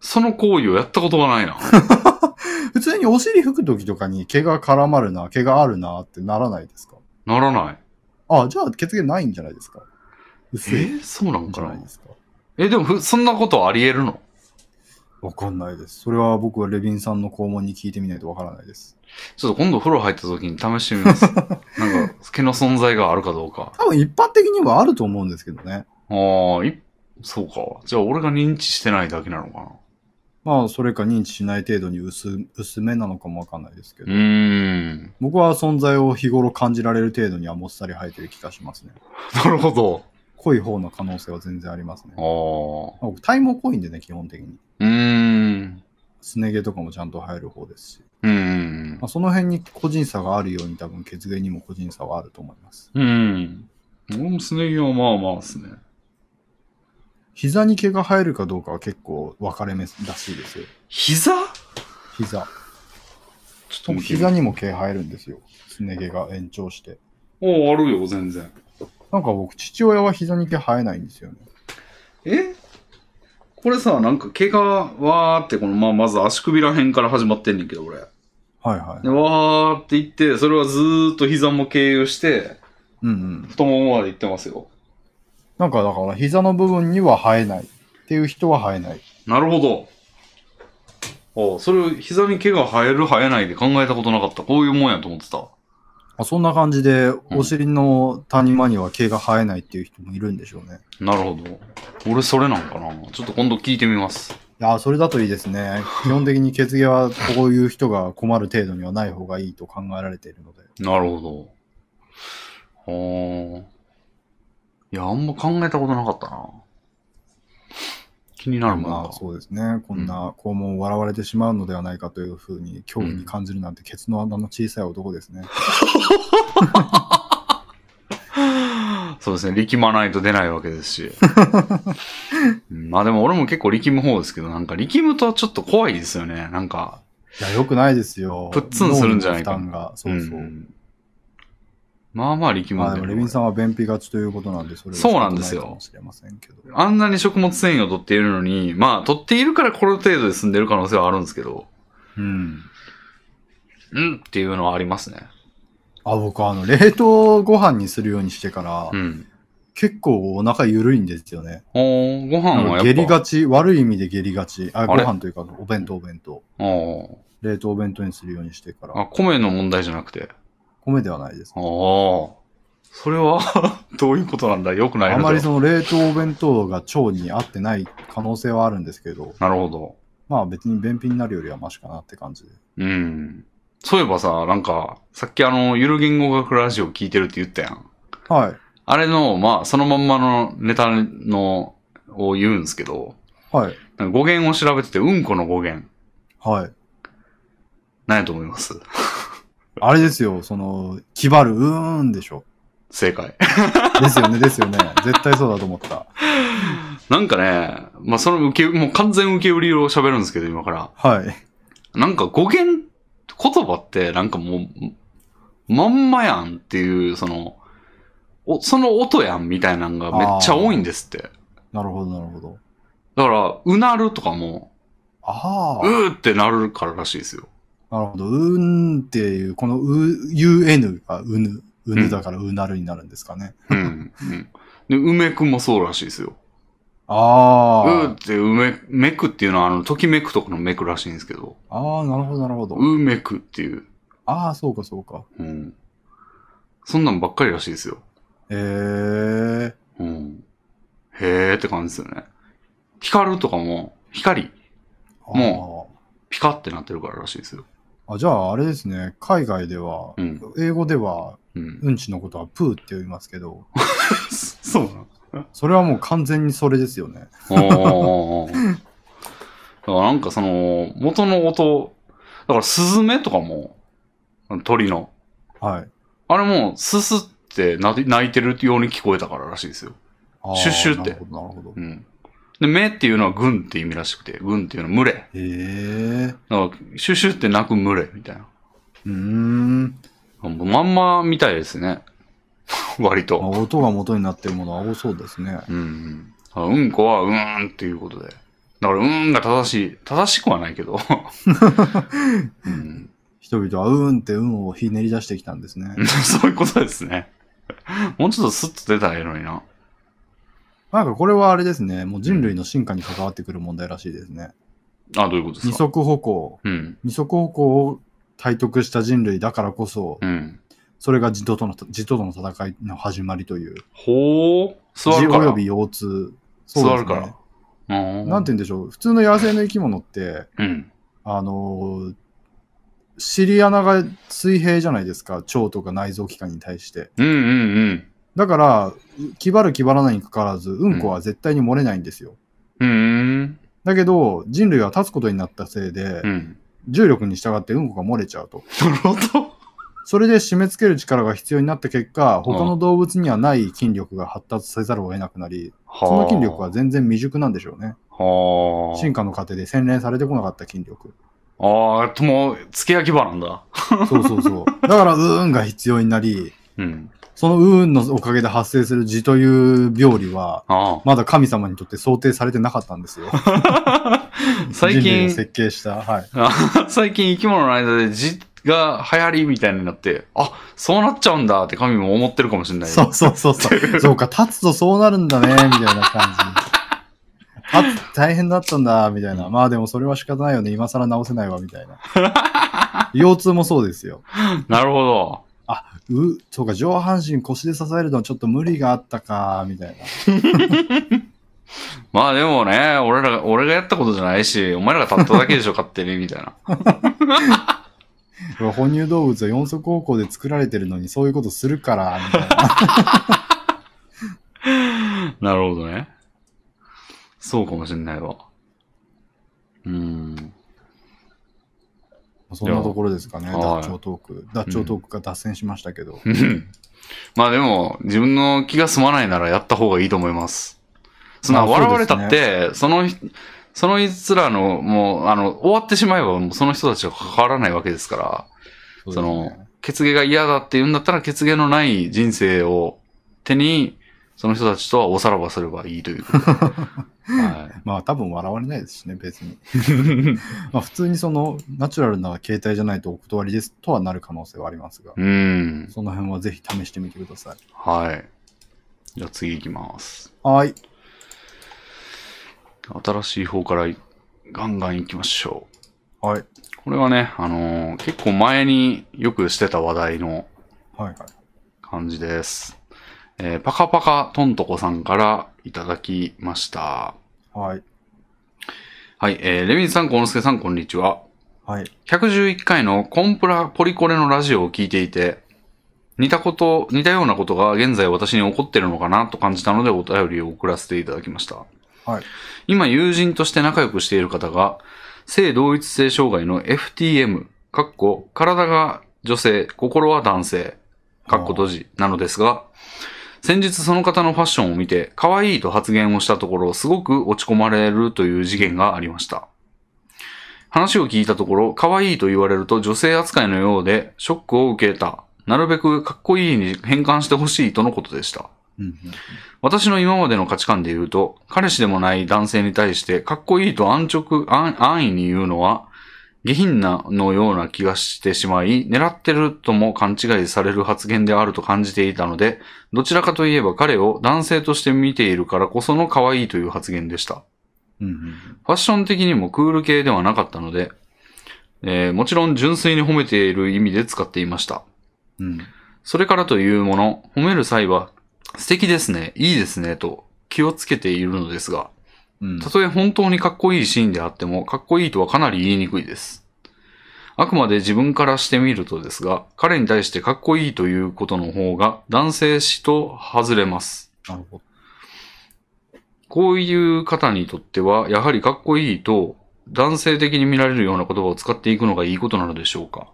その行為をやったことがないな。普通にお尻拭く時とかに毛が絡まるな、毛があるなってならないですかならない。あ、じゃあ血毛ないんじゃないですかえ薄いんそうなんじかゃないなですかえ、でもふ、そんなことあり得るのわかんないです。それは僕はレビンさんの肛門に聞いてみないとわからないです。ちょっと今度風呂入った時に試してみ ます。なんか、毛の存在があるかどうか。多分一般的にはあると思うんですけどね。ああ、い、そうか。じゃあ俺が認知してないだけなのかな。まあ、それか認知しない程度に薄薄めなのかもわかんないですけうど、ーん。僕は存在を日頃感じられる程度にはもっさり生えてる気がしますね。なるほど。濃い方の可能性は全然ありますね。まあああ。僕、体毛濃いんでね、基本的に。うーん。すね毛とかもちゃんと生える方ですし、うーんまあ、。その辺に個人差があるように多分血芸にも個人差はあると思います。うん。俺もスネギはまあまあですね。膝に毛が生えるかどうかは結構分かれ目らしいですよ。膝膝。ちょっと僕見て膝にも毛生えるんですよ。すね毛が延長して。おあるよ、全然。なんか僕、父親は膝に毛生えないんですよね。えこれさ、なんか毛がわーって、この、まあ、まず足首ら辺から始まってんねんけど、俺。はいはい。で、わーっていって、それはずーっと膝も経由して、うんうん。太ももまでいってますよ。なんかだから、膝の部分には生えない。っていう人は生えない。なるほど。おうそれを膝に毛が生える生えないで考えたことなかった。こういうもんやと思ってた。まあ、そんな感じで、んお尻の谷間には毛が生えないっていう人もいるんでしょうね。なるほど。俺それなんかな。ちょっと今度聞いてみます。いやーそれだといいです ね。基本的に血毛はこういう人が困る程度にはない方がいいと考えられているので。なるほど。おーいや、あんま考えたことなかったな。気になるもんな。まあそうですね。こんな肛門を笑われてしまうのではないかというふうに恐怖に感じるなんて、ケツの穴の小さい男ですね。そうですね、力まないと出ないわけです し。うんまあでも俺も結構力む方ですけど、なんか力むとちょっと怖いですよね。なんか、いや、よくないですよ。プッツンするんじゃないか脳の負担が。そうそう。んまあまあ力むまんだあでよも、ねレビンさんは便秘がちということなんで、それはそうなんですよ仕方ないかもしれませんけど。あんなに食物繊維を取っているのに、まあ取っているからこの程度で済んでる可能性はあるんですけど、うん。うんっていうのはありますね。あ、僕、あの、冷凍ご飯にするようにしてから、うん。結構お腹緩いんですよね。おーご飯はやっぱ。下痢がち、悪い意味で下痢がち。あ、あごれ飯というか、お弁当、お弁当。おー冷凍お弁当にするようにしてから、あ、米の問題じゃなくて。米ではないです。ああ。それは、 どういうことなんだよくないのあではまりその冷凍お弁当が腸に合ってない可能性はあるんですけど、なるほど。まあ別に便秘になるよりはマシかなって感じで。うん。そういえばさ、なんか、さっきあの、ゆる言語学ラジオ聞いてるって言ったやん。はい。あれの、まあ、そのまんまのネタの、を言うんですけど、はい。なんか語源を調べてて、うんこの語源、はい。何やと思いますあれですよ、その、気張る、うーんでしょ。正解。 ですよね、ですよね。絶対そうだと思った。なんかね、まあ、その受け、もう完全受け売りを喋るんですけど、今から。はい。なんか語源、言葉って、なんかもう、まんまやんっていう、その、お、その音やんみたいなのがめっちゃ多いんですって。なるほど、なるほど。だから、うなるとかも、ああ、うーってなるかららしいですよ。なるほど。うーんっていう、このう、un がうぬ、うぬだからうなるになるんですかね。うん。うん、で、うめくもそうらしいですよ。うーあってうめ、めくっていうのは、あの、ときめくとこのめくらしいんですけど、あ、ああ、なるほど、なるほど。うめくっていう、ああ、そうか、そうか。うん。そんなんばっかりらしいですよ。ええうん。へーって感じですよね。光るとかも、光、ー。もピカってなってるかららしいですよ。あーあ、じゃあ、あれですね。海外では、うん。英語では、うん。うんちのことはプーって呼びますけど、 そうなのそれはもう完全にそれですよね。おー。だからなんかその、元の音、だからスズメとかも、鳥の。はい。あれも、ススってな泣いてるように聞こえたかららしいですよ。あーシュッシュってなるほど、なるほどう。ん。で、目っていうのは群って意味らしくて、群っていうのは群れ。だかええー。ら、シュシュって泣く群れみたいな。うーん。もうまんまみたいですね。 割まあと。音が元になってるものは多そうですね。うんうん。だからうんこはうーんっていうことで。だから、うーんが正しい。正しくはないけど。うん人々はうんってうんをひねり出してきたんですね。そういうことですね。もうちょっとスッと出たらええのにな。なんかこれはあれですね。もう人類の進化に関わってくる問題らしいですね。あ、どういうことで二すか足歩行。うん。二足歩行を体得した人類だからこそ、うん。それが自ととの、自ととの戦いの始まりという。ほう。座自るおから。よび腰痛。そう座ですねるから。うんなんて言うんでしょう。普通の野生の生き物って、うん。あのー尻穴が水平じゃないですか。腸とか内臓器官に対して。うんうんだから、う気張る気張らないにかかわらず、うんこは絶対に漏れないんですよ。うん。うん。だけど、人類は立つことになったせいで、うん。重力に従ってうんこが漏れちゃうと。なるほど。それで締め付ける力が必要になった結果、他の動物にはない筋力が発達せざるを得なくなり、はその筋力は全然未熟なんでしょうね。はあ。進化の過程で洗練されてこなかった筋力。ああ、とも、付け焼き場なんだ。そうそうそう。だから、うーんが必要になり、うん。その運のおかげで発生する地という病理は、あまだ神様にとって想定されてなかったんですよ。あ。最人類近が、設計した。はい。あ最近生き物の間で字が流行りみたいになって、あ、そうなっちゃうんだって神も思ってるかもしれない。そうそうそ うそう。そうか、立つとそうなるんだね、みたいな感じ。立つ、大変だったんだ、みたいな。まあでもそれは仕方ないよね。今更直せないわ、みたいな。腰痛もそうですよ。なるほど。う、そうか、上半身腰で支えるのはちょっと無理があったか、みたいな。まあでもね、俺ら、俺がやったことじゃないし、お前らが立っただけでしょ、勝手に、み たいな。これ哺乳動物は四足歩行で作られてるのにそういうことするから、み たいな。なるほどね。そうかもしれないわ。うーん。 そんなところですかね、いやダッチョウトーク。ダッチョウトークが脱線しましたけど。うんまあでも、自分の気が済まないならやった方がいいと思います。そんな、まあ笑わそれうでたすねって、その人、そのいつらの、もう、あの、終わってしまえば、もうその人たちは関わらないわけですから、うですそねの、血芸が嫌だって言うんだったら、血芸のない人生を手に、その人たちとはおさらばすればいいということで。はまあ多分笑われないですしね、別に。い。まあ普通にその、ナチュラルな形態じゃないとお断りですとはなる可能性はありますが、うん。その辺はぜひ試してみてください。はい。じゃあ次行きます。はい。新しい方からガンガン行きましょはい。う。これはね、あのー結構前によくしてた話題のはいはい。感じです。えーパカパカトントコさんからいただきました。はい。はい、えーレミンさん、コノスケさん、こんにちは。はい。 111回のコンプラポリコレのラジオを聞いていて、似たこと、似たようなことが現在私に起こってるのかなと感じたのでお便りを送らせていただきました。はい。今友人として仲良くしている方が、性同一性障害の FTM、かっこ、体が女性、心は男性、かっこ閉じ、なのですが、先日その方のファッションを見て、可愛いと発言をしたところ、すごく落ち込まれるという事件がありました。話を聞いたところ、可愛いと言われると女性扱いのようで、ショックを受けた。なるべくかっこいいに変換してほしいとのことでした。うんうん。私の今までの価値観で言うと、彼氏でもない男性に対して、かっこいいと安直、安安易に言うのは、下品なのような気がしてしまい、狙ってるとも勘違いされる発言であると感じていたので、どちらかといえば彼を男性として見ているからこその可愛いという発言でした。うんうんうん。ファッション的にもクール系ではなかったので、えーもちろん純粋に褒めている意味で使っていました。うん。それからというもの、褒める際は、素敵ですね、いいですね、と気をつけているのですが、うんたとえ本当にかっこいいシーンであっても、かっこいいとはかなり言いにくいです。あくまで自分からしてみるとですが、彼に対してかっこいいということの方が男性視と外れます。なるほど。こういう方にとっては、やはりかっこいいと男性的に見られるような言葉を使っていくのがいいことなのでしょうか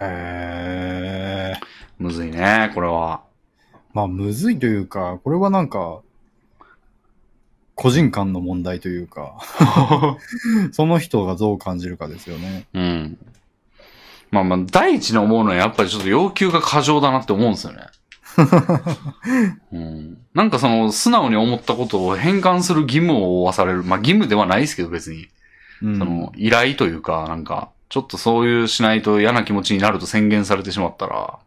へえ。むずいね、これは。まあ、むずいというか、これはなんか、個人間の問題とい うか、その人がどう感じるかですよね。うん。まあまあ、第一に思うのはやっぱりちょっと要求が過剰だなって思うんですよ ね。うん、なんかその素直に思ったことを変換する義務を負わされる。まあ義務ではないですけど別に。うんその依頼というか、なんか、ちょっとそういうしないと嫌な気持ちになると宣言されてしまったら、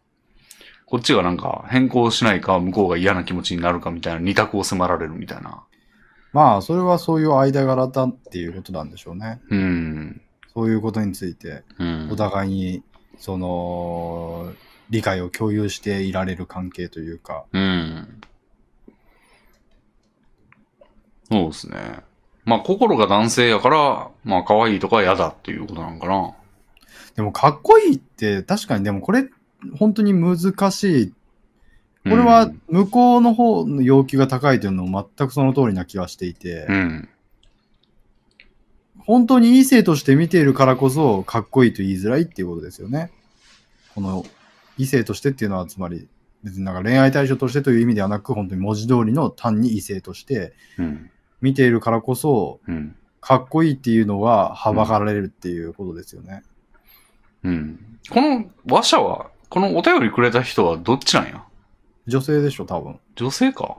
こっちがなんか変更しないか向こうが嫌な気持ちになるかみたいな二択を迫られるみたいな。まあ、それはそういう間柄だっていうことなんでしょうね。うん。そういうことについて、うんお。互いに、その、理解を共有していられる関係というか、うん。そうですね。まあ、心が男性やから、まあ、可愛いとか嫌だっていうことなんかな。でもかっこいいって、確かにでもこれ、本当に難しい。これはうん、向こうの方の要求が高いというのも全くその通りな気はしていて、うん。本当に異性として見ているからこそ、かっこいいと言いづらいっていうことですよね。この、異性としてっていうのは、つまり、別になんか恋愛対象としてという意味ではなく、本当に文字通りの単に異性としてうん。見ているからこそ、うん。かっこいいっていうのは、はばかられるっていうことですよね。うん。この話者は、このお便りくれた人はどっちなんや女性でしょ、多分。女性か。だか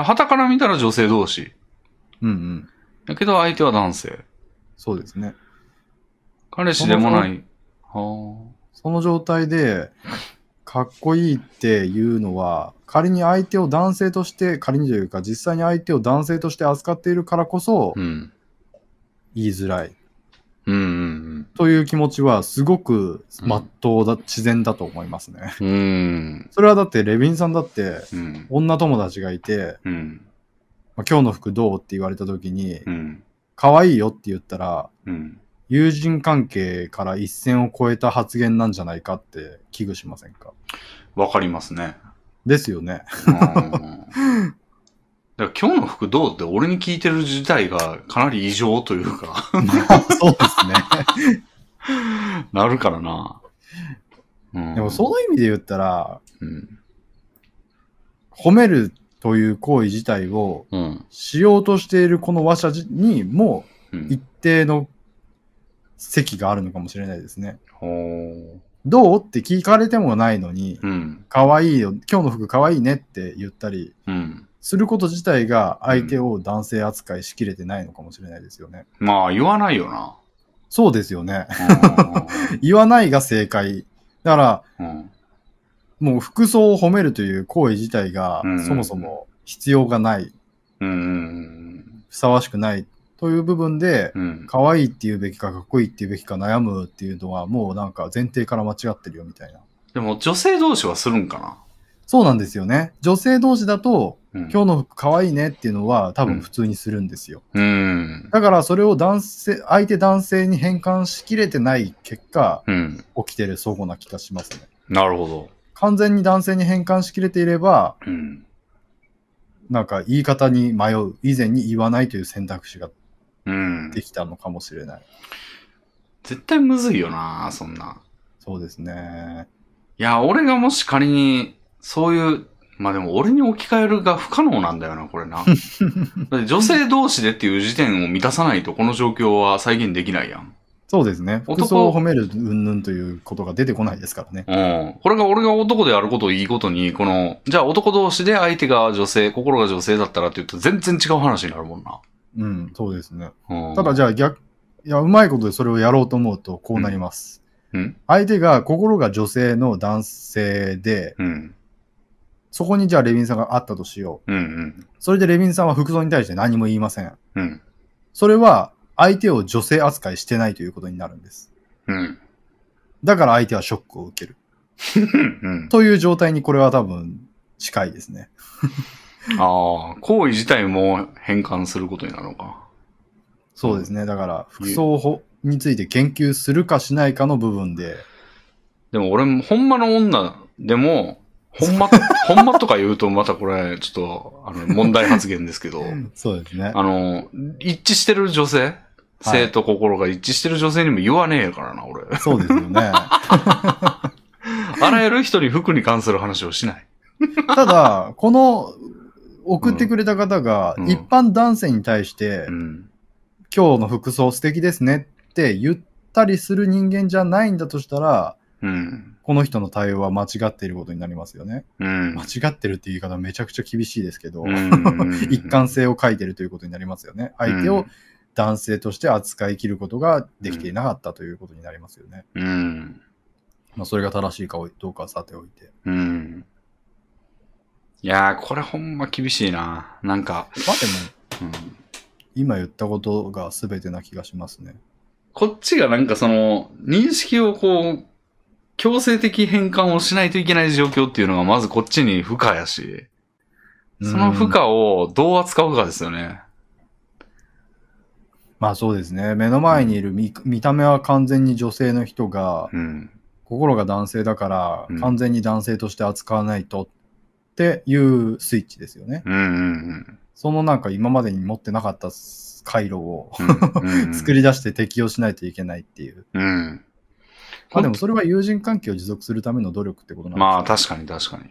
ら、旗から見たら女性同士。うんうん。やけど相手は男性。そうですね。彼氏でもない。はその状態で、かっこいいっていうのは、仮に相手を男性として、仮にというか、実際に相手を男性として扱っているからこそあ。う、ん。言いづらい。うんうんという気持ちは、すごく、まっとうだ、自然だと思いますね。うん。うん。それはだって、レビンさんだって、うん。女友達がいて、うん。まあ今日の服どうって言われた時に、うん。可愛いよって言ったら、うん。友人関係から一線を越えた発言なんじゃないかって危惧しませんかわかりますね。ですよね。うんだから今日の服どうって俺に聞いてる自体がかなり異常というか、 そうですね。 なるからな。うん、でもその意味で言ったら、うん。褒めるという行為自体をうん。しようとしているこの話者じにもう一ん。定の席があるのかもしれないですね。ほーどうって聞かれてもないのに、うん。可愛いよ、今日の服可愛いねって言ったりうん。すること自体が相手を男性扱いしきれてないのかもしれないですよね。まあ言わないよな。そうですよね。う言わないが正解。だから、んうんもう服装を褒めるという行為自体がうんうんそもそも必要がない、うん。ふさわしくないという部分で、うん。可愛いっていうべきかかっこいいっていうべきか悩むっていうのはもうなんか前提から間違ってるよみたいな。でも女性同士はするんかそうなんですよね。女性同士だと、な。うん今日の服可愛いねっていうのは多分普通にするんですよ。うん。だからそれを男性、相手男性に変換しきれてない結果、うん。起きてる相互な気がしますね。なるほど。完全に男性に変換しきれていれば、うん。なんか言い方に迷う、以前に言わないという選択肢がうん。できたのかもしれない。絶対むずいよな、そんな。そうですね。いや、俺がもし仮に、そういう、まあでも俺に置き換えるが不可能なんだよな、これ な。だって女性同士でっていう時点を満たさないとこの状況は再現できないやん。そうですね。男服装を褒める云々ということが出てこないですからね。うん。これが俺が男であることをいいことに、この、じゃあ男同士で相手が女性、心が女性だったらって言ったら全然違う話になるもんな。うん、そうですね。うん。ただじゃあ逆、いや、うまいことでそれをやろうと思うと、こうなりまうす。ん相手が心が女性の男性で、うん。そこにじゃあレヴィンさんがあったとしようんうんう。。それでレヴィンさんは服装に対して何も言いません。うん。それは相手を女性扱いしてないということになるんです。うん。だから相手はショックを受ける。うん。という状態にこれは多分近いですね。ああ、行為自体も変換することになるのか。そうですね。だから、服装法について言及するかしないかの部分で、でも俺も、ほんまの女でも、ほ んま、ほんまとか言うとまたこれ、ちょっと、あの、問題発言ですけど、そうですね。あの、一致してる女性性と心が一致してる女性にも言わねえやからな、俺。そうです よね。あらゆる人に服に関する話をしない。ただ、この送ってくれた方が、うん一般男性に対して、うん。今日の服装素敵ですねって言ったりする人間じゃないんだとしたら、うん。この人の対応は間違っていることになりますよね。うん間。違ってるっていう言い方めちゃくちゃ厳しいですけど、うん 一貫性を欠いてるということになりますよね。相手を男性として扱い切ることができていなかったということになりますよね。うん。まあ、それが正しいかどうかはさておいて。うん。いやー、これほんま厳しいな。なんか、まあでも、うん今言ったことが全てな気がしますね。こっちがなんかその、認識をこう、強制的変換をしないといけない状況っていうのがまずこっちに負荷やし、その負うん荷をどう扱うかですよね。まあそうですね。目の前にいる見見た目は完全に女性の人が、うん。心が男性だからうん、完全に男性として扱わないとっていうスイッチですよね。うんうんそのなんか今までに持ってなかった回路をうん。うん作。り出して適用しないといけないっていう。うん。まあでもそれは友人関係を持続するための努力ってことなんですまあか確かに確かに。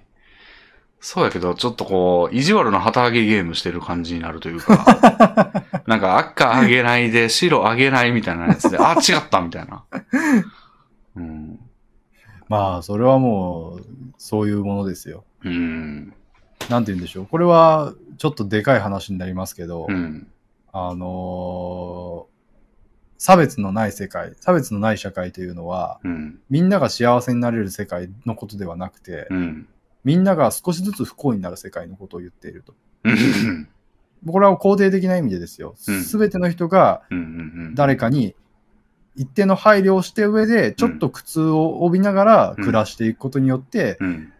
そうやけど、ちょっとこう、意地悪な旗揚げゲームしてる感じになるというか、 なんか赤あげないで白あげないみたいなやつで、あ、違ったみたいな。うん。まあそれはもうそういうものですよ。うん。なんて言うんでしょう。これは、ちょっとでかい話になりますけど、うん。あのー差別のない世界、差別のない社会というのは、うん。みんなが幸せになれる世界のことではなくて、うん。みんなが少しずつ不幸になる世界のことを言っていると。うん。これは肯定的な意味でですよ。うんすべての人がうん。うん。誰かに一定の配慮をして上で、ちょっと苦痛を帯びながら暮らしていくことによって、うん。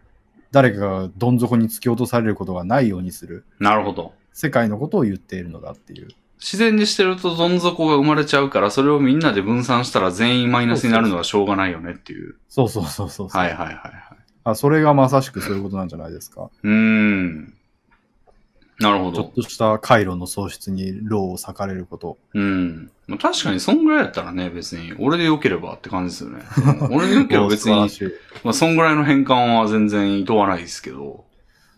誰かがどん底に突き落とされることがないようにするなるほど。世界のことを言っているのだっていう。自然にしてるとどん底が生まれちゃうから、それをみんなで分散したら全員マイナスになるのはしょうがないよねっていう。そうそうそうそうそうはいはいはいはい。あ。それがまさしくそういうことなんじゃないです か。うーん。なるほちょっど。とした回路の喪失に労を割かれること。うん。まあ確かにそんぐらいだったらね、別に、俺で良ければって感じですよね。俺で良ければ別いやに、素晴らしいまあ、そんぐらいの変換は全然厭わないですけど。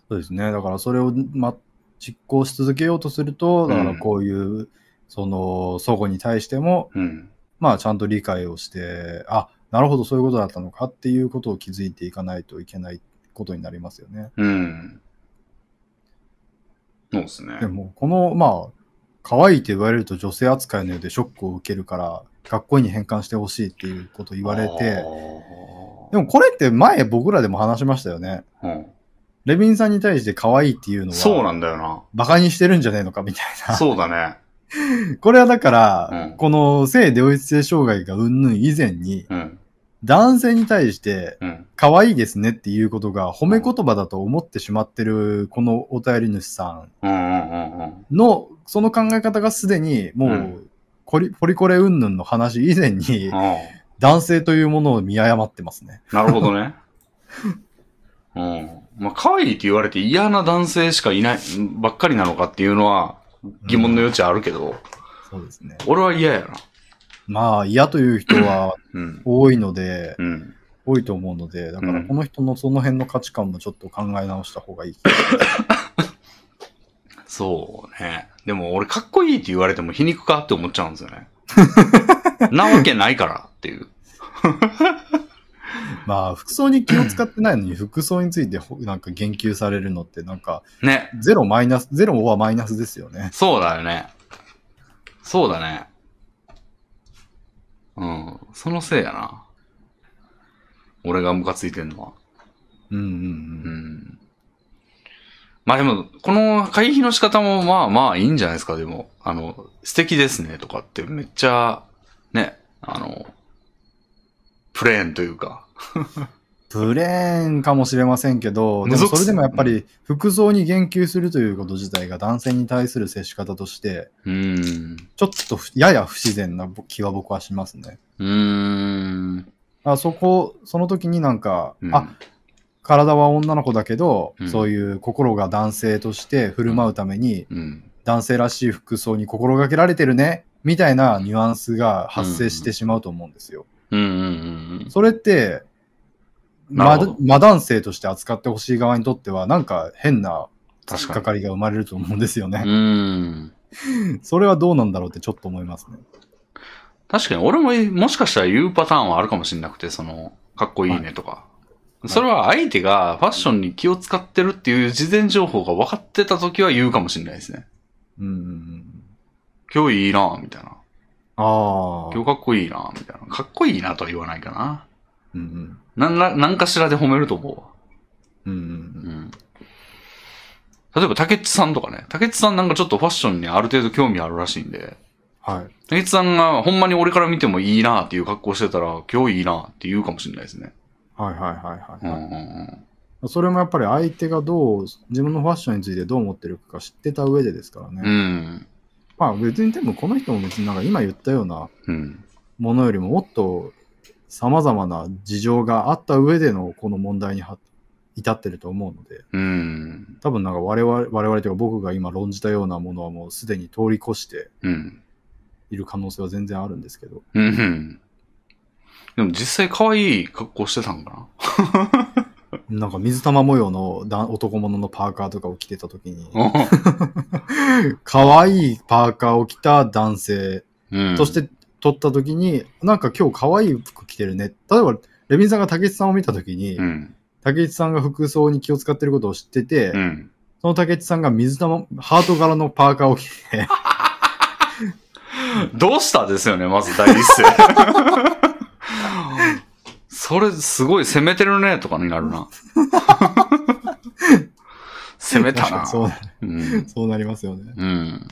そうですね。だからそれを、ま、実行し続けようとすると、だからこういう、その、相互に対しても、うん。まあ、ちゃんと理解をして、あ、なるほど、そういうことだったのかっていうことを気づいていかないといけないことになりますよね。うん。そうですねで。も、この、まあ、可愛いと言われると女性扱いのようでショックを受けるから、かっこいいに変換してほしいっていうことを言われあて、ーでもこれって前僕らでも話しましたよね。うんレビンさんに対して可愛いっていうのそうは、なんだよな。バカにしてるんじゃねえのかみたいな。そうだね。これはだから、うんこの性同一性障害がうんぬん以前に、うん。男性に対して、うん。可愛いですねっていうことが褒め言葉だと思ってしまってる、このお便り主さうんうんうんうん。んの、その考え方がすでに、もう、うんコリポリコレうんぬんの話以前に、あ男性というものを見誤ってますね。あなるほどね。うん。まあ、可愛いって言われて嫌な男性しかいない、ばっかりなのかっていうのは疑問の余地あるけど、そうですね。俺は嫌やな。まあ、嫌という人はうん。多いので、うん。多いと思うので、だからこの人のその辺の価値観もちょっと考え直した方がいい。そうね。でも俺かっこいいって言われても皮肉かって思っちゃうんですよ ね。なわけないからっていう。まあ、服装に気を使ってないのに、服装についてほなんか言及されるのって、なんか、ね。ゼロマイナス、ゼロはマイナスですよね。そうだよね。そうだね。うん。そのせいやな。俺がムカついてんのは。うんうんううん。ん。まあでも、この回避の仕方もまあまあいいんじゃないですか、でも。あの、素敵ですねとかってめっちゃ、ね、あの、プレーンというか。プレーンかもしれませんけど、でむずもっそれでもやっぱり、服装に言及するということ自体が男性に対する接し方として、うん。ちょっとふやや不自然な気は僕はしますね。うーん。あそこ、その時になんか、うんあ、、体は女の子だけど、うんそういう心が男性として振る舞うために、うん。男性らしい服装に心がけられてるねみたいなニュアンスが発生してしまうと思うんですよ。うんうんうんそれって、なまるほど、真男性として扱ってほしい側にとっては、なんか変な引っ確かにかかりが生まれると思うんですようん。うね。ん。それはどうなんだろうってちょっと思いますね。確かに、俺ももしかしたら言うパターンはあるかもしれなくて、その、かっこいいねとか。それは相手がファッションに気を使ってるっていう事前情報が分かってた時は言うかもしれないですね。うんうんうん。今日いいなぁみたいな。ああ今。日かっこいいなぁみたいな。かっこいいなとは言わないかな。うんうん。なんら、なんかしらで褒めると思うわ。うんうんうん。うん。例えば、竹内さんとかね。竹内さんなんかちょっとファッションにある程度興味あるらしいんで。はい。竹内さんがほんまに俺から見てもいいなっていう格好してたら、今日いいなって言うかもしれないですね。はいはいはういんはういん、うん。それもやっぱり相手がどう、自分のファッションについてどう思ってるか知ってた上でですからね。うん。まあ別にでもこの人も別になんか今言ったようなうん。ものよりももっと様々な事情があった上でのこの問題には至ってると思うので、うん。多分なんか我々、我々というか僕が今論じたようなものはもうすでに通り越してうん。いる可能性は全然あるんですけど、うん。でも実際可愛い格好してたんかなんか水玉模様の男男物のパーカーとかを着てた時に、な可愛いパーカーを着た男性うん。とし、て撮った時に、なんか今日可愛い服着てるね。例えば、レビンさんが竹内さんを見た時に、うん。竹内さんが服装に気を使ってることを知ってて、うん。その竹内さんが水玉、ハート柄のパーカーを着て、どうしたですよね、まず第一声。それ、すごい攻めてるね、とかになるな。攻めた確なかに。 そう、うん。そうなりますよね。うん。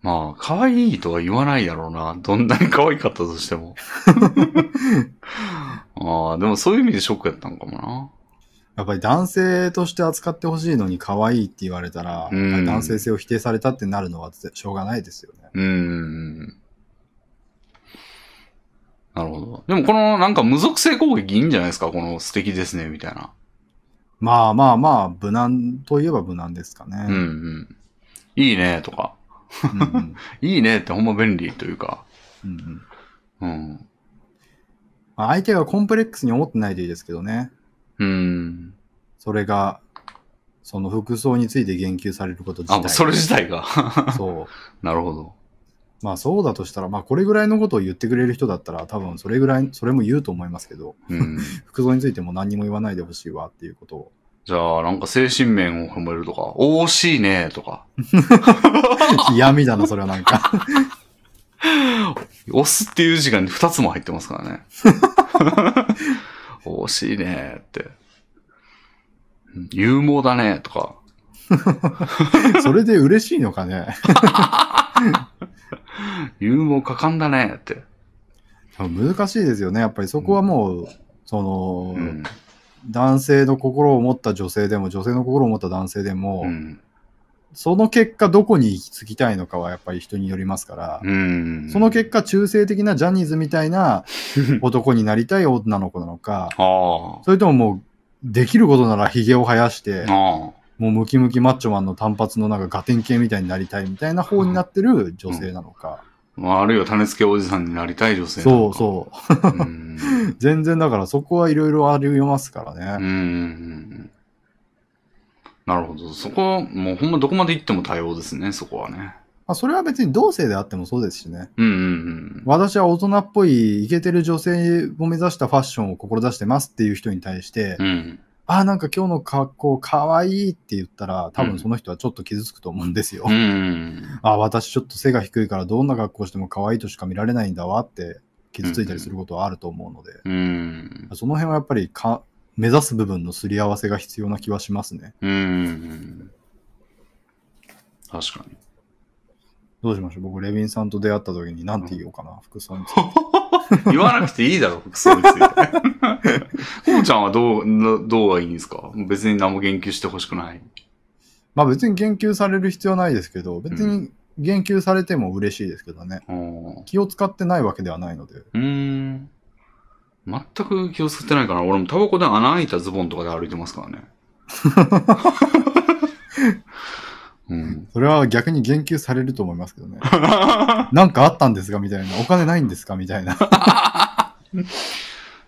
まあ、可愛いとは言わないやろうな。どんなに可愛かったとして も。ああ、でもそういう意味でショックやったんかもやっぱり男性として扱ってほしいのに可愛いって言われたら、うんやっぱり男性性を否定されたってなるのはしょうがないですよね。な。うん。なるほど。でもこのなんか無属性攻撃いいんじゃないですかこの素敵ですね、みたいな。まあまあまあ、無難といえば無難ですかね。うんうん。いいね、とか。うんうんいいねってほんま便利というか。うんうんうん。まあ相手がコンプレックスに思ってないといいですけどね。うん。それが、その服装について言及されること自あ、体もうそれ自体が。 そう。なるほど。まあそうだとしたら、まあこれぐらいのことを言ってくれる人だったら、多分それぐらい、それも言うと思いますけど、うん。服装についても何にも言わないでほしいわっていうこ とを。じゃあ、なんか精神面を褒めるとか、おーしいねとか、嫌味だな、それはなんか。押すっていう時間に2つも入ってますから ね。おーしいねって。うん勇猛だねとか。それで嬉しいのかね。勇猛果敢だねって。多分難しいですよね。やっぱりそこはもう、その、うん。男性の心を持った女性でも、女性の心を持った男性でも、うん。その結果どこに行き着きたいのかはやっぱり人によりますから、うん。その結果中性的なジャニーズみた いなうん男になりたい女の子なのか、あそれとももう、できることなら髭を生やしてあ。、ああ。もうムキムキマッチョマンの単発のなんかガテン系みたいになりたいみたいな方になってる女性なのか。まあ、あるいは種付けおじさんになりたい女性なそのうかそう。うん。全然だからそこはいろいろありますからうんうんうね。ん。なるほど。そこは、もうほんまどこまで行っても対応ですね、そこはね。まあ、それは別に同性であってもそうですしね。うんうん私は大人っぽいイケてる女性を目指したファッションを志してますっていう人に対して、うん。うん。ああ、なんか今日の格好かわいいって言ったら、多うん分その人はちょっと傷つくと思うんですよ。うんうんああ、私ちょっと背が低いからどんな格好しても可愛いとしか見られないんだわって傷ついたりすることはあると思うので。うん。うん。その辺はやっぱりか目指す部分のすり合わせが必要な気はしますね。うんうん。確かに。どうしましょう僕、レビンさんと出会った時に何て言おうかな、 服装について。言わなくていいだろ、服装について。こうちゃんはどう、などうがいいんですか別に何も言及してほしくない。まあ別に言及される必要はないですけど、別うに言及されても嬉しいですけどね。うん。う気を使ってないわけではないので。ーん。全く気をつけてないから、俺もタバコで穴開いたズボンとかで歩いてますからね。うん。それは逆に言及されると思いますけど ね。なんかあったんですかみたいな。お金ないんですかみたいな。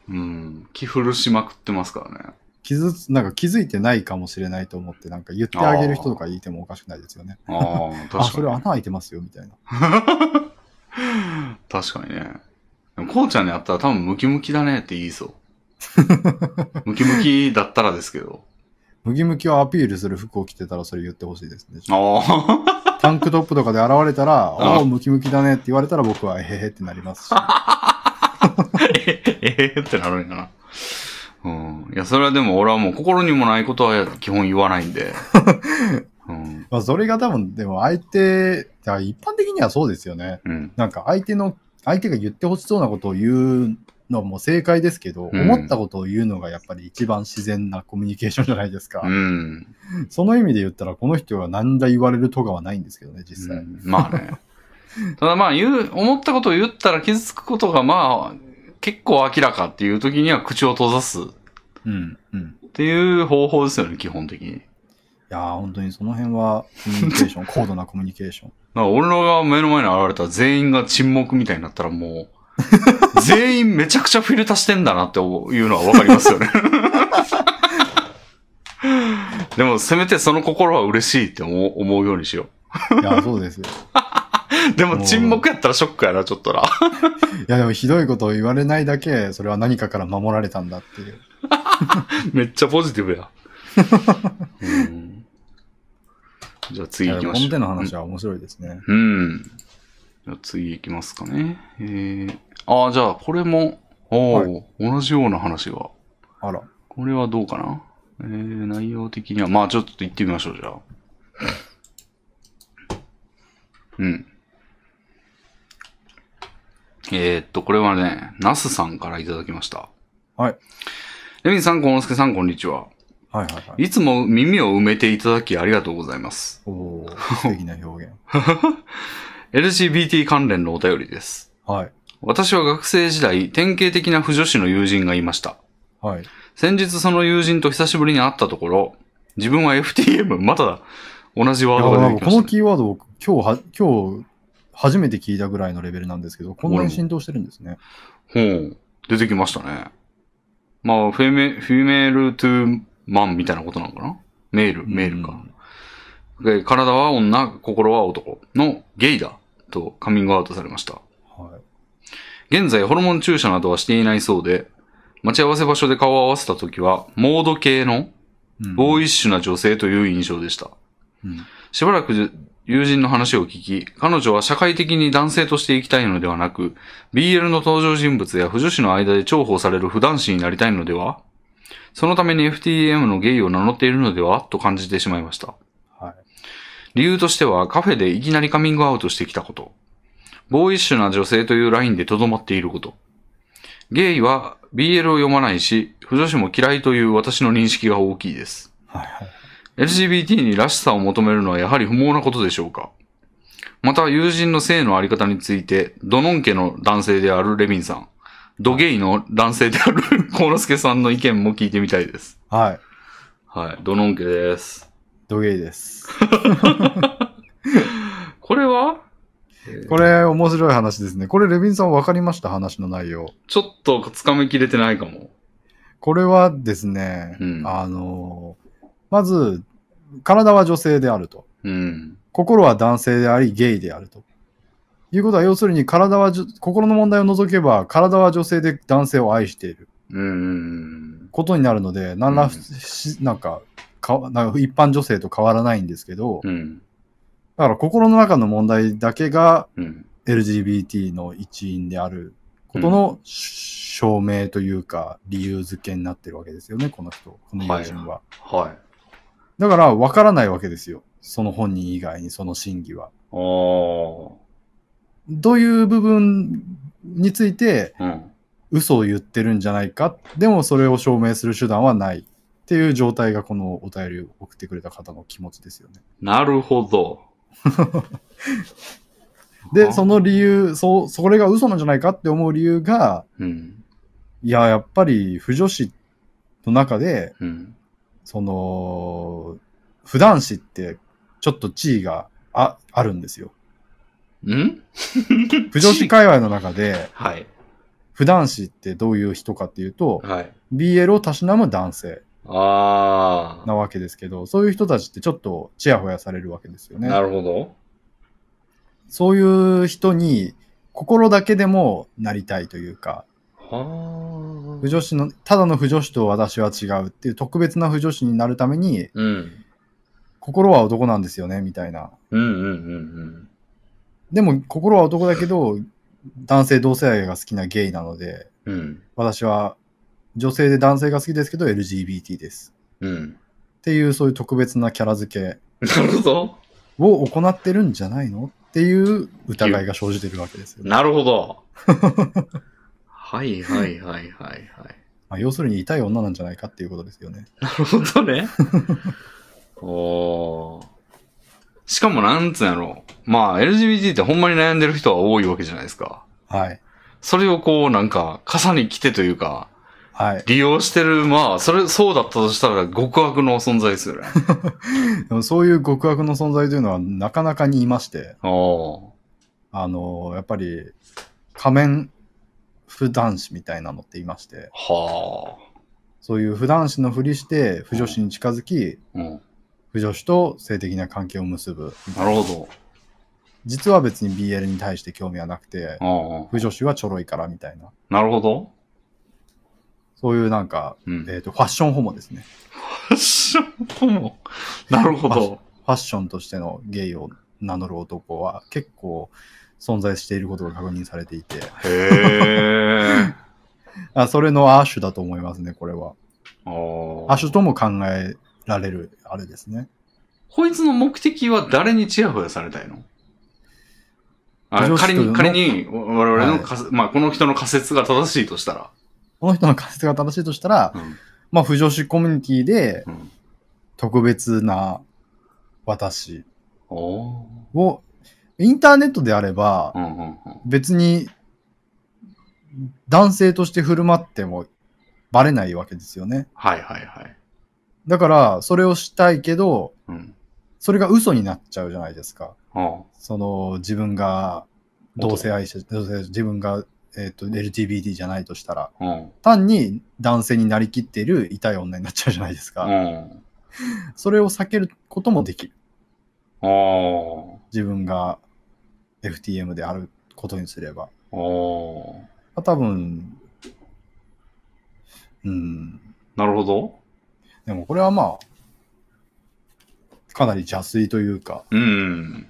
うん。気古しまくってますからね。傷つ、なんか気づいてないかもしれないと思って、なんか言ってあげる人とか言いてもおかしくないですよね。ああ、確かに。あ、それ穴開いてますよ、みたいな。確かにね。でもこうちゃんに会ったら多分ムキムキだねって言いそう。ムキムキだったらですけど。ムキムキをアピールする服を着てたらそれ言ってほしいですね。あ タンクトップとかで現れたら、あおお、ムキムキだねって言われたら僕は、えへへってなり ますし。あ、えええってなるんやな。うん。いや、それはでも俺はもう心にもないことは基本言わないんで。うん。まあ、それが多分、でも相手、だから一般的にはそうですよね。うん。なんか相手の、相手が言ってほしそうなことを言うのも正解ですけど、うん思ったことを言うのがやっぱり一番自然なコミュニケーションじゃ ないですか。うん。その意味で言ったら、この人は何だ言われるとかはないんですけどね、実う際。んまあね。ただまあ言う、思ったことを言ったら傷つくことがまあ、結構明らかっていう時には口を閉ざすっうん、うん。ていう方法ですよね、基本的に。いやー、本当にその辺はコミュニケー ション、高度なコミュニケーション。なんか俺らが目の前に現れたら全員が沈黙みたいになったらもう、 全員めちゃくちゃフィルターしてんだなっていうのはわかりますよね。 でもせめてその心は嬉しいって思う思うようにしよいやー、そうですよ。でも沈黙やったらショックやな、ちょっとな。 いやでもひどいことを言われないだけ、それは何かから守られたんだっていう。めっちゃポジティブや。うんじゃあい次や行できましょう。もこの手の話は面白いですね。うん。じゃあ次行きますかね。えー、ああ、じゃあこれも、おお、同じような話が。あら。これはどうかなえー、内容的には、まあちょっと行ってみましょう、じゃあ。うん。えー、っと、これはね、ナスさんからいただきました。はい。レミンさん、コウノスケさん、こんにちは。はいはいはい。いつも耳を埋めていただきありがとうございます。おー、素敵な表現。 LGBT 関連のお便りです。はい。私は学生時代、典型的な不女子の友人がいました。はい。先日その友人と久しぶりに会ったところ、自分は FTM、まただ、同じワードがな出んてきかましたね、このキーワード僕、今日は、今日、初めて聞いたぐらいのレベルなんですけど、こんなに浸透してるんですね。ほう、出てきましたね。まあ、フェメ、フィメールトゥーマンみたいなことなのかなメール、メールか。で体は女、心は男のゲイだとカミングアウトされました。うん。はい。現在、ホルモン注射などはしていないそうで、待ち合わせ場所で顔を合わせた時は、モード系のうんボーイッシュな女性という印象でした。うんしばらく友人の話を聞き、彼女は社会的に男性として生きたいのではなく、BL の登場人物や不女子の間で重宝される不男子になりたいのではそのために FTM のゲイを名乗っているのではと感じてしまいました。はい。理由としてはカフェでいきなりカミングアウトしてきたこと。ボーイッシュな女性というラインで留まっていること。ゲイは BL を読まないし、不女子も嫌いという私の認識が大きいです。はいはい。 LGBT にらしさを求めるのはやはり不毛なことでしょうかまた、友人の性のあり方について、ドノン家の男性であるレビンさん、ドゲイの男性であ るコウノスケさんの意見も聞いてみたいです。はい。はい、ドノン家です。ドゲイです。これはこれ、面白い話ですね。これ、レビンさん分かりました話の内容。ちょっとつかめきれてないかも。これはですね、うんあの、まず、体は女性であると。うん。心は男性であり、ゲイであると。いうことは、要するに体はじょ、心の問題を除けば、体は女性で男性を愛しているうん。ことになるので、なんら、うんしなんか、かなんか一般女性と変わらないんですけど、うん。だから心の中の問題だけがうん。 LGBT の一員であることの証明というか、理由付けになってるわけですよね、この人、この友人は。はい。だから、わからないわけですよ。その本人以外に、その真偽は。あー。どういう部分について、うん。嘘を言ってるんじゃないか。でも、それを証明する手段はない。っていう状態が、このお便りを送ってくれた方の気持ちですよね。なるほど。 で、その理由、そう、それが嘘なんじゃないかって思う理由が、うん。いや、やっぱり、不女子の中で、うん。その、不男子って、ちょっと地位がああるんですよ。うん不女子界隈の中で、はい。普段子ってどういう人かっていうと、はい。 BL をたしなむ男性あなわけですけど、そういう人たちってちょっとちやほやされるわけですよー。なね。るほど。そういう人に心だけでもなりたいというか、は不女子の、ただの不女子と私は違うっていう特別な不女子になるために、うん。心は男なんですよね、みたいな。うんうんうんでも心は男だけど、男性同性愛が好きなゲイなので、うん。うん。私は女性で男性が好きですけど LGBT です。うん。 っていうそういう特別なキャラ付けなるほど。を行ってるんじゃないのっていう疑いが生じてるわけですよね。なるほど。はいはいはいはいはい。まあ、要するに痛い女なんじゃないかっていうことですよね。なるほど ね。おーしかもなんつうんやろ。まあ LGBT ってほんまに悩んでる人は多いわけじゃないですか。はい。それをこうなんか傘に来てというか、はい。利用してる、まあ、それ、そうだったとしたら極悪の存在ですよね。でもそういう極悪の存在というのはなかなかにいまして、おあのやっぱり仮面不男子みたいなのっていまして、ーはそういう不男子のふりして、不女子に近づき、あ。うん。不女子と性的な関係を結ぶ。なるほど。実は別に BL に対して興味はなくあて、あ、不女子はちょろいからみたいな、なるほど。そういうなんか、うん。 えっ、と、ファッションホモですね。ファッションも。なるほど。ファッションとしてのゲイを名乗る男は結構存在していることが確認されていて、へえ。あそれのアーシュだと思いますね、これは。あアーシあュ。とも考えられる、あれですね。こいつの目的は誰にチヤホヤされたいのあ女子と仮に、の仮に、我々はのい仮説まあ、この人の仮説が正しいとしたら。この人の仮説が正しいとしたら、うんまあ、不女子コミュニティでうん特別な私おーを、インターネットであればう、んうんうん別に男性として振る舞ってもバレないわけですよね。はいはいはい。だから、それをしたいけど、うん。それが嘘になっちゃうじゃないですか。あその、自分が同性愛者、同性自分が、えっと LGBT じゃないとしたら、あ。うん。単に男性になりきっている痛い女になっちゃうじゃないですか。うん。それを避けることもできる。ああ。自分が FTM であることにすれば。ああ。まあ、多分、うん。なるほど。でもこれはまあ、かなり邪推というか、うん。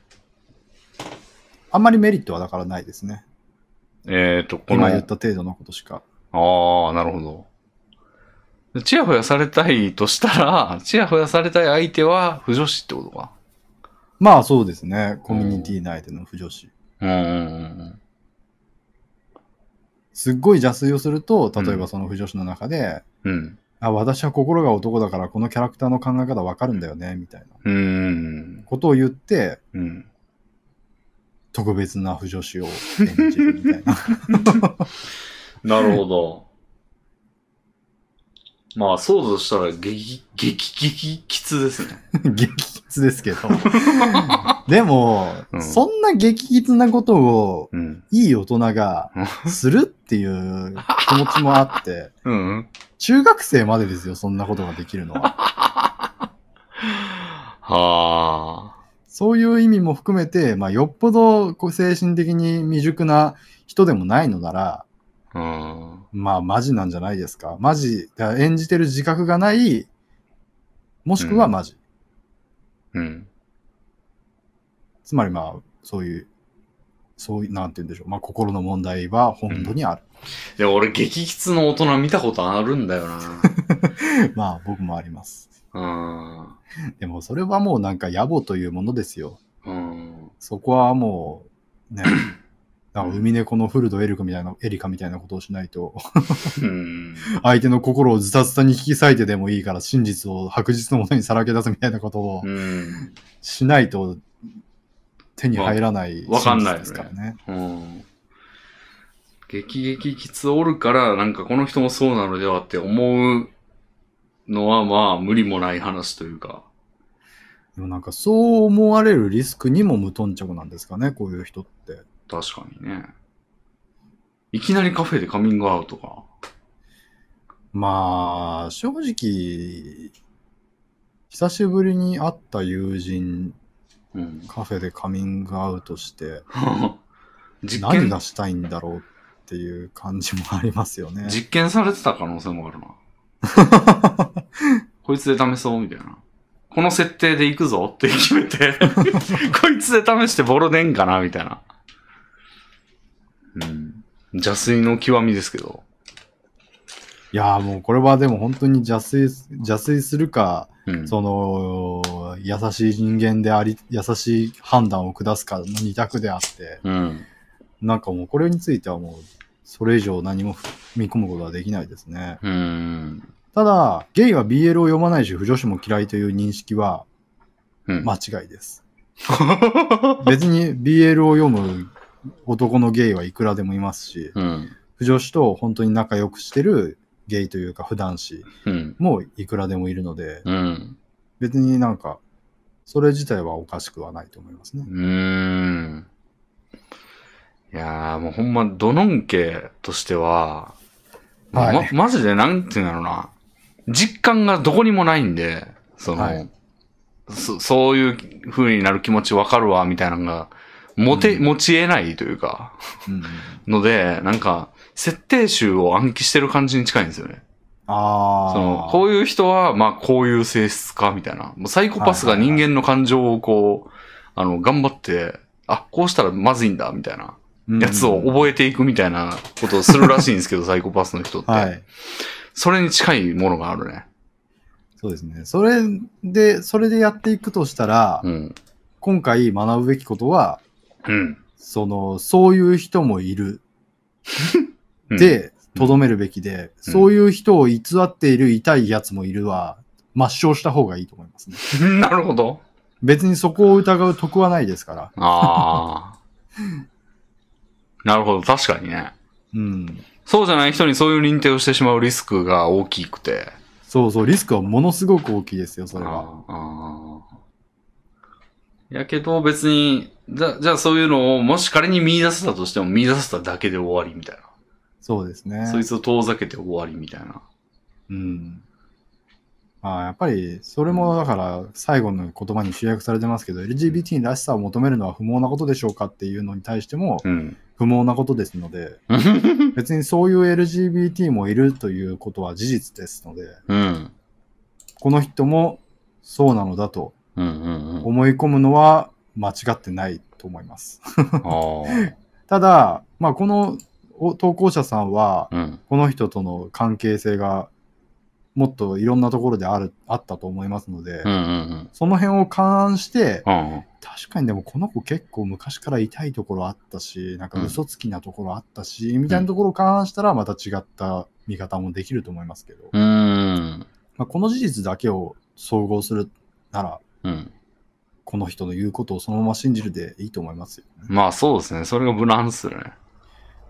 あんまりメリットはだからないですね。えっ、と、この、今言あった程度のことしか。あー、なるほど。でチヤホヤされたいとしたら、チヤホヤされたい相手は不女子ってことか。まあそうですね。コミュニティ内での不女子。うんうんすっごい邪推をすると、うん例えばその不女子の中で、うん。うん。あ、私は心が男だからこのキャラクターの考え方わかるんだよね、みたいなうん。ことを言って、うん。特別な不女子を演じるみたいな。 なるほど。まあ、そうとしたら、激、激、激、きつですね。激キツです けど。でも、うんそんな激キツなことを、うん。いい大人がするっていう気持ちもあ って、うん。中学生までですよ、そんなことができるのは。はあ。そういう意味も含めて、まあ、よっぽどこう精神的に未熟な人でもないのなら、うん。まあ、マジなんじゃないですか。マジ、だから演じてる自覚がない、もしくはマジ。うん。つまりまあ、そういう、そういう、なんて言うんでしょう。まあ、心の問題は本当にある。いや、俺、激きつの大人見たことあるんだよ まあ、僕もあります。な。でも、それはもうなんか野暮というものですよ。うん。うん。そこはも う、ね、なんか海猫のフルドエルカみたいな、エリカみたいなことをしないと、うん。相手の心をずたずたに引き裂いてでもいいから、真実を白日のもとにさらけ出すみたいなことをうん。しないと、手に入らないわわかんないよね真実ですからね。うん。激激きつおるから、なんかこの人もそうなのではって思うのはまあ無理もない話というか。でもなんかそう思われるリスクにも無頓着なんですかね、こういう人って。確かにね。いきなりカフェでカミングアウトか。まあ、正直、久しぶりに会った友人うん。カフェでカミングアウトして、実何験が、したいんだろうっていう感じもありますよね。実験されてた可能性もあるな。 こいつで試そうみたいな。この設定で行くぞって決めて、 こいつで試してボロ出んかなみたいな。うん。邪推の極みですけど。いやーもうこれはでも本当に邪推、邪推するか、うん。その、優しい人間であり、優しい判断を下すかの二択であって、うん。なんかもうこれについてはもう、それ以上何も踏み込むことはできないですね。うーん。ただ、ゲイは BL を読まないし、不女子も嫌いという認識は うん。間違いです。別に BL を読む男のゲイはいくらでもいますし、うん。不女子と本当に仲良くしてるゲイというか普段子うん。もいくらでもいるので、うん。別になんか、それ自体はおかしくはないと思いますねう。ーん。いやー、もうほんま、ドノンケとしては、はいま、マジでなんていうんだろうな。実感がどこにもないんで、その、はいそそういう風になる気持ちわかるわ、みたいなのが、持て、うん持ち得ないというか、うん、ので、なんか、設定集を暗記してる感じに近いんですよね。ああ。その、こういう人は、まあ、こういう性質か、みたいな。もうサイコパスが人間の感情をこう、あの、頑張って、あ、こうしたらまずいんだ、みたいな、うんやつを覚えていくみたいなことをするらしいんですけ ど、サイコパスの人って。はい。それに近いものがあるね。そうですね。それで、それでやっていくとしたら、うん。今回学ぶべきことは、うん。その、そういう人もいる。うん、で、とどめるべきで、うんそういう人を偽っている痛いやつもいるは、抹消した方がいいと思いますね。 なるほど。別にそこを疑う得はないですから。ああ。 なるほど、確かにね。うん。そうじゃない人にそういう認定をしてしまうリスクが大きくて。そうそう、リスクはものすごく大きいですよ、それは。あーあーやけど別に、じゃじゃあそういうのをもし仮に見出せたとしても見出せただけで終わりみたいそうですねな。。そいつを遠ざけて終わりみたいな。うん。まあ、やっぱり、それもだから、最後の言葉に集約されてますけど、LGBT らしさを求めるのは不毛なことでしょうかっていうのに対しても、うん。不毛なことですので、別にそういう LGBT もいるということは事実ですので、うん。この人もそうなのだとうんうんうん。思い込むのは間違ってないと思います。ああ。ただ、まあ、このお投稿者さんは、うん。この人との関係性がもっといろんなところであるあったと思いますので、うんうんその辺を勘案して、うん。うん。確かにでもこの子結構昔から痛いところあったし、なんか嘘つきなところあったし、みたいなところを勘案したらまた違った見方もできると思いますけど、うーん。まあ、この事実だけを総合するなら、うん。この人の言うことをそのまま信じるでいいと思いますよ、ね。まあそうですね。それが無難っすよね。だ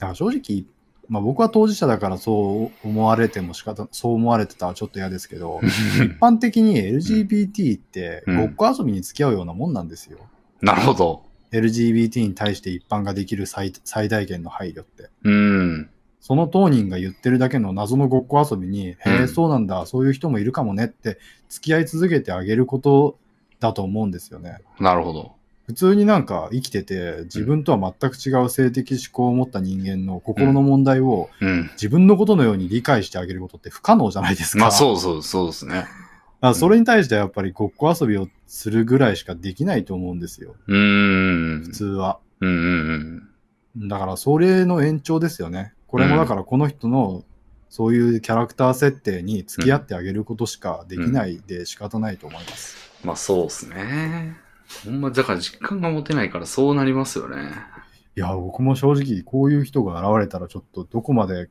から正直、まあ、僕は当事者だからそう思われても仕方、そう思われてたらちょっと嫌ですけど、一般的に LGBT ってうんごっこ遊びに付き合うようなもんなんですよ。なるほど。 LGBT に対して一般ができる最最大限の配慮って。うん。その当人が言ってるだけの謎のごっこ遊びに、へえ、そうなんだ、そういう人もいるかもねって付き合い続けてあげることだと思うんですよね。なるほど。普通になんか生きてて自分とは全く違う性的思考を持った人間の心の問題をうん。自分のことのように理解してあげることって不可能じゃないですか。まあそうそう、そうですね。だからそれに対してやっぱりごっこ遊びをするぐらいしかできないと思うんですよ、うーん。普通は。うんうんだからそれの延長ですよね。これもだからこの人のそういうキャラクター設定に付き合ってあげることしかできないで仕方ないと思います。うん。まあそうですね。ほんま、だから実感が持てないからそうなりますよね。いや、僕も正直こういう人が現れたらちょっとどこまで、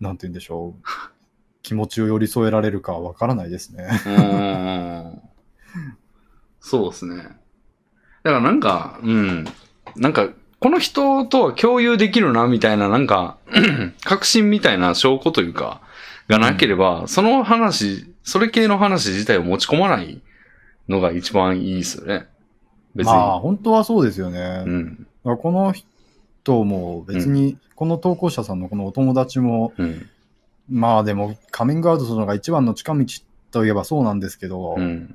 なんて言うんでしょう。 気持ちを寄り添えられるかわからないですね。うーん。そうですね。だからなんか、うん。なんか、この人とは共有できるな、みたいな、なんか、 確信みたいな証拠というか、がなければ、その話、それ系の話自体を持ち込まないのが一番いいですよね。別に。まあ本当はそうですよね。うん。だからこの人も別に、この投稿者さんのこのお友達も、うん。まあでもカミングアウトするのが一番の近道といえばそうなんですけど、うん。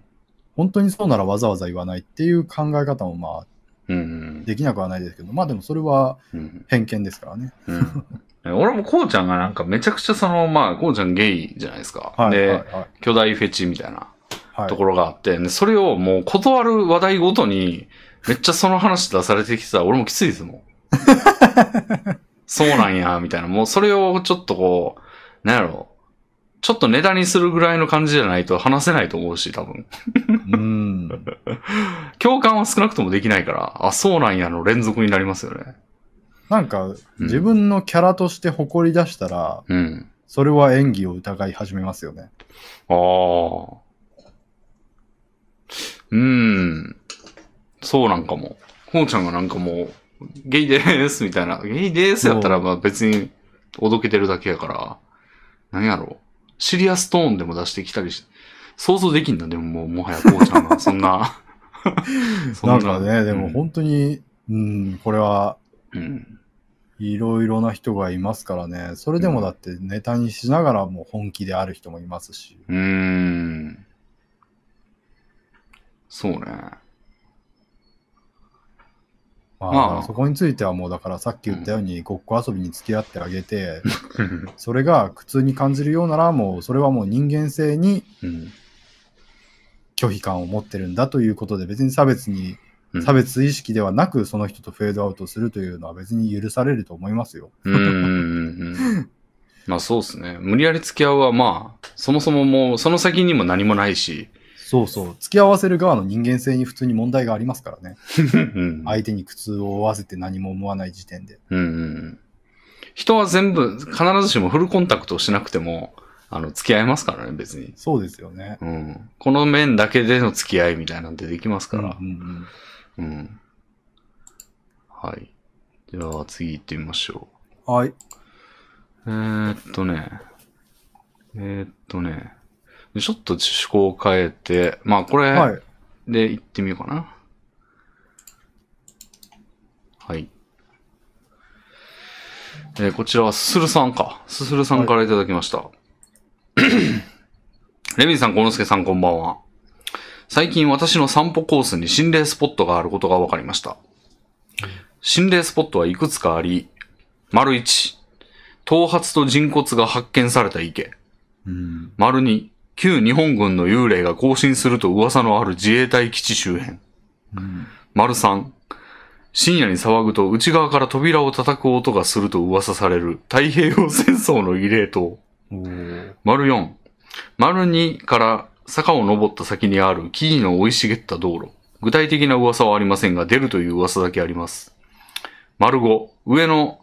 本当にそうならわざわざ言わないっていう考え方もまあうん。できなくはないですけど、まあでもそれはうん偏見ですからね。うん 俺もこうちゃんがなんかめちゃくちゃその、まあ、こうちゃんゲイじゃないですか。はいで、はいはい。巨大フェチみたいなはい、ところがあって、でそれをもう断る話題ごとに、めっちゃその話出されてきてたら俺もきついです もん。そうなんや、みたいな。もうそれをちょっとこう、なんやろ。ちょっとネタにするぐらいの感じじゃないと話せないと思うし、多分。うん。共感は少なくともできないから、あ、そうなんやの連続になりますよね。なんか自分のキャラとして誇り出したら、うん。それは演技を疑い始めますよね。ああ。うん。そうなんかも。こうちゃんがなんかもう、ゲイですみたいな。ゲイですやったら、まあ別に、おどけてるだけやから、なんやろう。シリアストーンでも出してきたりし、想像できんだ、でももう、もはやこうちゃんが、そんな。そなんかね、でうもん本当に、うん、これはうん。いろいろな人がいますからね。それでもだってネタにしながらも本気である人もいますし。うーん。そうね。まあ、まあだからそこについてはもうだからさっき言ったように、ごっこ遊びに付き合ってあげて、それが苦痛に感じるようなら、もうそれはもう人間性にうん拒否感を持ってるんだということで、別に差別に、差別意識ではなく、その人とフェードアウトするというのは別に許されると思いますよ。うんうんうんうん。まあそうですね。無理やり付き合うはまあ、そもそももう、その先にも何もないし。そうそう、付き合わせる側の人間性に普通に問題がありますからね。うん相手に苦痛を負わせて何も思わない時点で。うんうんうん。人は全部、必ずしもフルコンタクトをしなくても、あの、付き合えますからね、別に。そうですよね。うん。この面だけでの付き合いみたいなんてできますからう。んうんうんうん、はい。では、次行ってみましょはい。う。えー、っとね。えー、っとね。ちょっと趣向を変えて、まあこれ、はい。で、行ってみようかな。はい。えーこちらはすするさんか。すするさんからいただきました。レミンさん、コノスケさん、こんばんは。最近私の散歩コースに心霊スポットがあることが分かりました。心霊スポットはいくつかあり、丸1、頭髪と人骨が発見された池。うん。丸2、旧日本軍の幽霊が行進すると噂のある自衛隊基地周辺。うん丸3、深夜に騒ぐと内側から扉を叩く音がすると噂される太平洋戦争の慰霊塔。おー丸4、丸2から坂を登った先にある木々の生い茂った道路。具体的な噂はありませんが、出るという噂だけあります。丸5、上の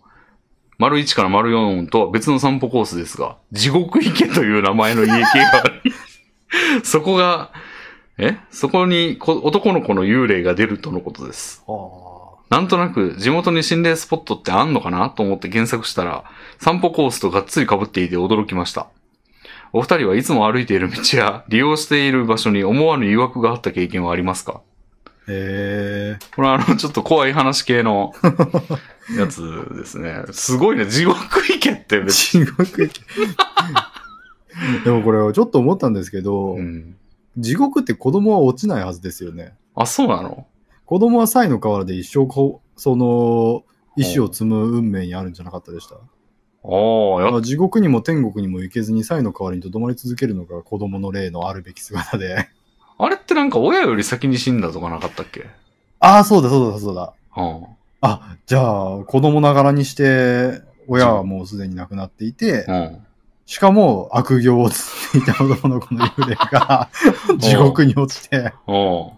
丸1から丸4とは別の散歩コースですが、地獄池という名前の家系があり、そこが、えそこにこ男の子の幽霊が出るとのことです。はなんとなく地元に心霊スポットってあんのかなと思って検索したら、散歩コースとがっつり被っていて驚きました。お二人はいつも歩いている道や利用している場所に思わぬ誘惑があった経験はありますかあ。へえ。これはあの、ちょっと怖い話系 のやつですね。すごいね。地獄池って別地獄 駅。でもこれ、ちょっと思ったんですけど、に。うん。地獄って子供は落ちないはずですよね。あ、そうなの子供はサイの河原で一生こう、その、石を積む運命にあるんじゃなかったでした。ああ、まやあ地獄にも天国にも行けずにサイの河原にとどまり続けるのが 子供の霊のあるべき姿で。あれってなんか親より先に死んだとかなかったっけああ、そうだそうだそうだ。うん。あ、じゃあ、子供ながらにして、親はもうすでに亡くなっていて、うん。しかも悪行をつっていた男の子の幽霊 が地獄に落ちて、う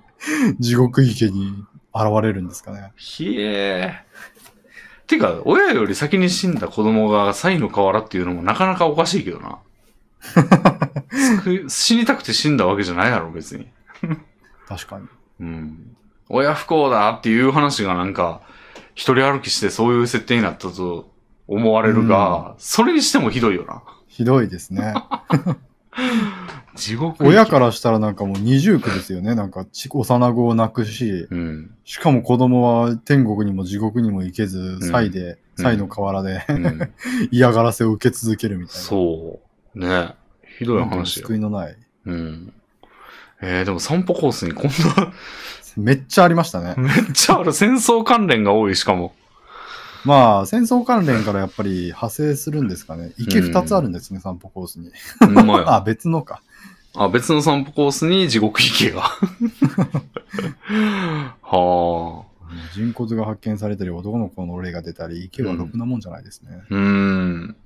ん。地獄池に現れるんですかね。ひえー。てか、親より先に死んだ子供がサイの河原っていうのもなかなかおかしいけ どな。救い死にたくて死んだわけじゃないやろ、別に。確かに。うん。親不幸だっていう話がなんか、一人歩きしてそういう設定になったと思われるが、それにしてもひどいよな。ひどいですね。地獄親からしたらなんかもう二重苦ですよね。なんかち、幼子を亡くし、ら。うん。しかも子供は天国にも地獄にも行けず、サイで、うんサイの河原で うん、嫌がらせを受け続けるみたいな。そう。ね。ひどいなんか話よ。救いのない。うん。えー、でも散歩コースにこんなめっちゃありましたね。めっちゃある。戦争関連が多い、しかも。まあ、戦争関連からやっぱり派生するんですかね。池二つあるんですね、散歩コースに。あ あ、別のか。あ、別の散歩コースに地獄池 が。はあ。人骨が発見されたり、男の子の霊が出たり、池はろくなもんじゃないですね。うーん。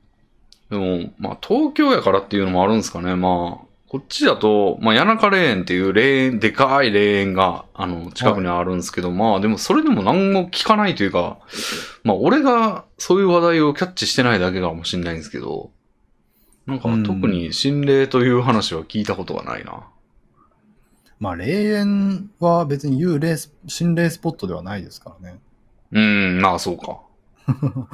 でも、まあ、東京やからっていうのもあるんですかね。まあ、こっちだと、まあ、谷中霊園っていう霊園、でかい霊園が、あの、近くにあるんですけど、まあ、でもそれでも何も聞かないというか、まあ、俺がそういう話題をキャッチしてないだけかもしれないんですけど、なんかうん特に心霊という話は聞いたことがないな。まあ、霊園は別に幽霊ス、心霊スポットではないですからね。うん、まあ、そう か。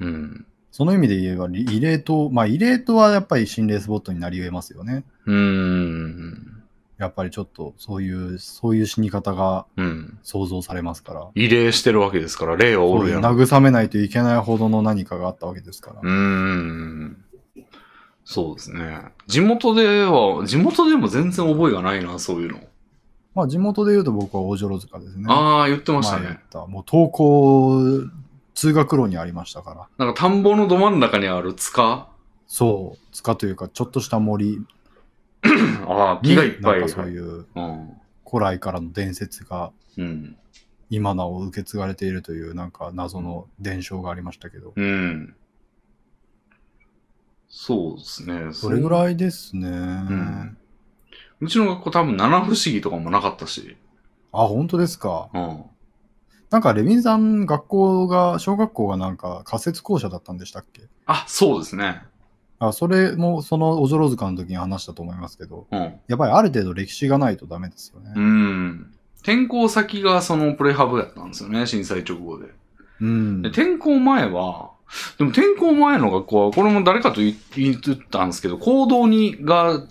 うん。その意味で言えば、り慰霊塔、まあ、慰霊塔はやっぱり心霊スポットになり得ますよね。うーん。やっぱりちょっと、そういう、そういう死に方がうん。想像されますから。慰霊してるわけですから、霊はおそうるいや。うんう慰めないといけないほどの何かがあったわけですから。ーん。そうですね。地元では、地元でも全然覚えがないな、そういうの。まあ地元で言うと僕は大城塚ですね。ああ、言ってました前言ねっ。たもう登校、通学路にありましたから。なんか田んぼのど真ん中にある塚そう、塚というか、ちょっとした森に、ああ、木がいっぱい。なんかそういううん。古来からの伝説がうん。今なお受け継がれているという、なんか謎の伝承がありましたけど。うん。そうですね。それぐいらいですね。んうちの学校多分七不思議とかもなかったし。あ、本当ですか。うん。なんか、レミンさん、学校が、小学校がなんか仮設校舎だったんでしたっけあ、そうですね。あそれも、その、おじょろ塚の時に話したと思いますけど、うん。やっぱりある程度歴史がないとダメですようね。ん。転校先がそのプレハブやったんですよね、震災直後で。うん。で、転校前は、でも転校前の学校は、これも誰かと言言ってたんですけど、行動に、が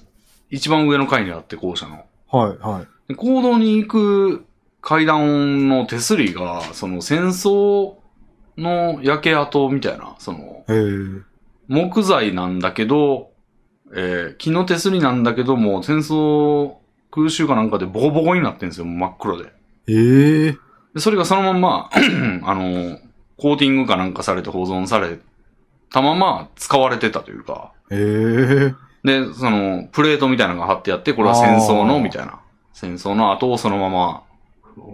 一番上の階にあって、校舎の。はい、はい。で行動に行く階段の手すりが、その戦争の焼け跡みたいな、その、へえ。木材なんだけど、えー木の手すりなんだけども、戦争空襲かなんかでボコボコになってんですよ、真っ黒で。ええ。で、それがそのまんま、 あの、コーティングかなんかされて保存されたまま使われてたというか、ええ。で、その、プレートみたいなのが貼ってあって、これは戦争あの、ーみたいな。戦争の後をそのまま、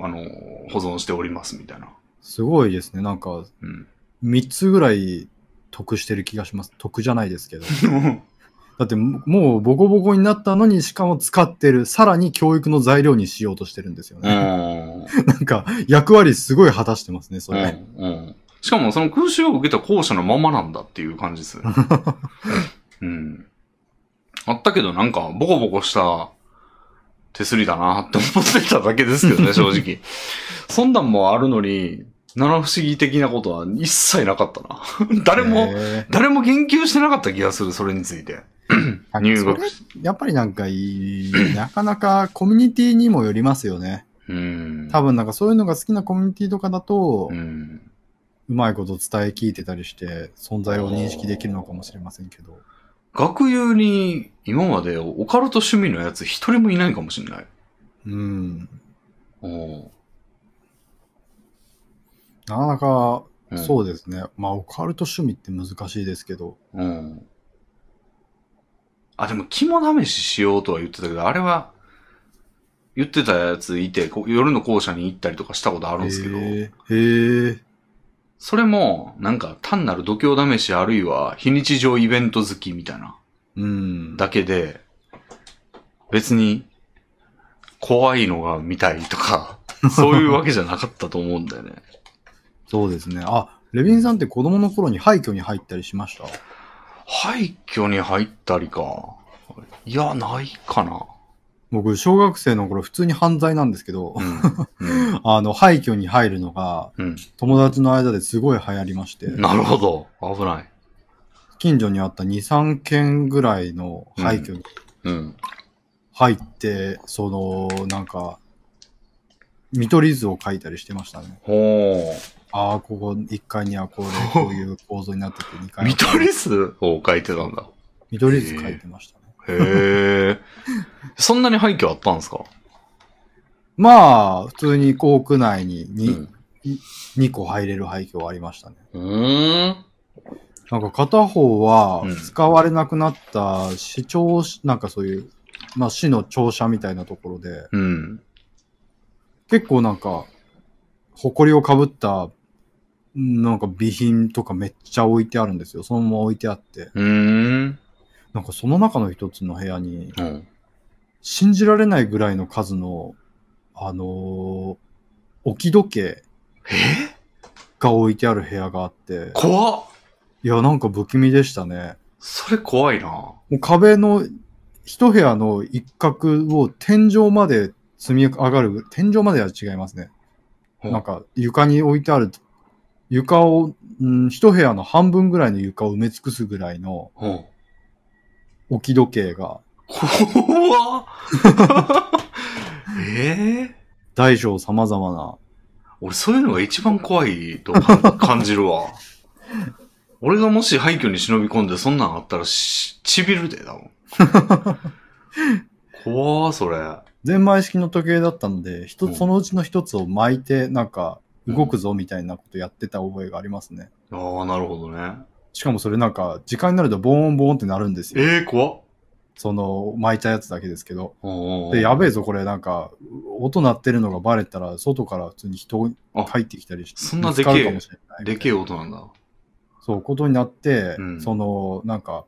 あの、保存しております、みたい な。すごいですね。なんか、うん。 3つぐらい得してる気がします。得じゃないですけど。だってももうボコボコになったのにしかも使ってる。さらに教育の材料にしようとしてるんですようね。ん。なんか役割すごい果たしてますね、それ。うん。うん。しかもその空襲を受けた校舎のままなんだっていう感じです ね。うん。あったけどなんかボコボコした手すりだなって思ってただけですけど ね、正直。そんなんもあるのに、七不思議的なことは一切なか ったな。誰も、へ誰も言及してなかった気がする、それについて。ー入そ学れし。やっぱりなんかいい、なかなかコミュニティにもよりますよね。うん。多分なんかそういうのが好きなコミュニティとかだと、う。うんまいこと伝え聞いてたりして、存在を認識できるのかもしれませんけど。学友に今までオカルト趣味のやつ一人もいないかもしれない。うん。おーなかなか、うんそうですね。まあ、オカルト趣味って難しいですけど。うん。あ、でも肝試ししようとは言ってたけど、あれは、言ってたやついて、こ夜の校舎に行ったりとかしたことあるんですけど、へえ。へえ。それも、なんか単なる度胸試しあるいは非日常イベント好きみたいなうん。だけで、別に怖いのが見たいと か、そういうわけじゃなかったと思うんだよね。そうですね。あ、レビンさんって子供の頃に廃墟に入ったりしました廃墟に入ったりか。いや、ないかな。僕、小学生の頃普通に犯罪なんですけどう、ん。あの、廃墟に入るのがうん。友達の間ですごい流行りましてう、ん、なるほど。危ない。近所にあった2、3軒ぐらいの廃墟にうん。入って、その、なんか、見取り図を描いたりしてましたね。ほああ、ここ1階にはこれ、こういう構造になってて、2う。階は見取り図を書いてたんだ。見取り図描いてましたね。へえ。 そんなに廃墟あったんですかまあ、普通に校区内に 2,、うん2個入れる廃墟はありましたね。うーん。なんか片方はうん使われなくなった市庁、なんかそういう、まあ市の庁舎みたいなところで、うん。結構なんか、埃をかぶった、なんか備品とかめっちゃ置いてあるんですよ。そのまま置いてあって。うーん。なんかその中の一つの部屋に、うん。信じられないぐらいの数の、あのー置き時計えが置いてある部屋があって、怖っいや、なんか不気味でしたね。それ怖いな。もう壁の一部屋の一角を天井まで積み上がる、天井までは違いますね。うんなんか床に置いてある、床を、うん、一部屋の半分ぐらいの床を埋め尽くすぐらいのうん。置き時計が怖っ ええ大小様々な、俺そういうのが一番怖いと感感じるわ。俺がもし廃墟に忍び込んでそん なんあったらし、ちびるで、だもん。怖ー、それ。ゼンマイ式の時計だったので、一うんつ、そのうちの一つを巻いて、なんか、動くぞみたいなことやってた覚えがありますね。ああ、なるほどね。しかもそれなんか、時間になるとボーンボーンってなるんですよ。ええー、怖っ。その、巻いたやつだけですけど。おーで、やべえぞ、これ、なんか、音鳴ってるのがバレたら、外から普通に人あが入ってきたりして、そんな見つかるでけえかもしれないみたいでなけえ音なんだ。そう、ことになって、うんその、なんか、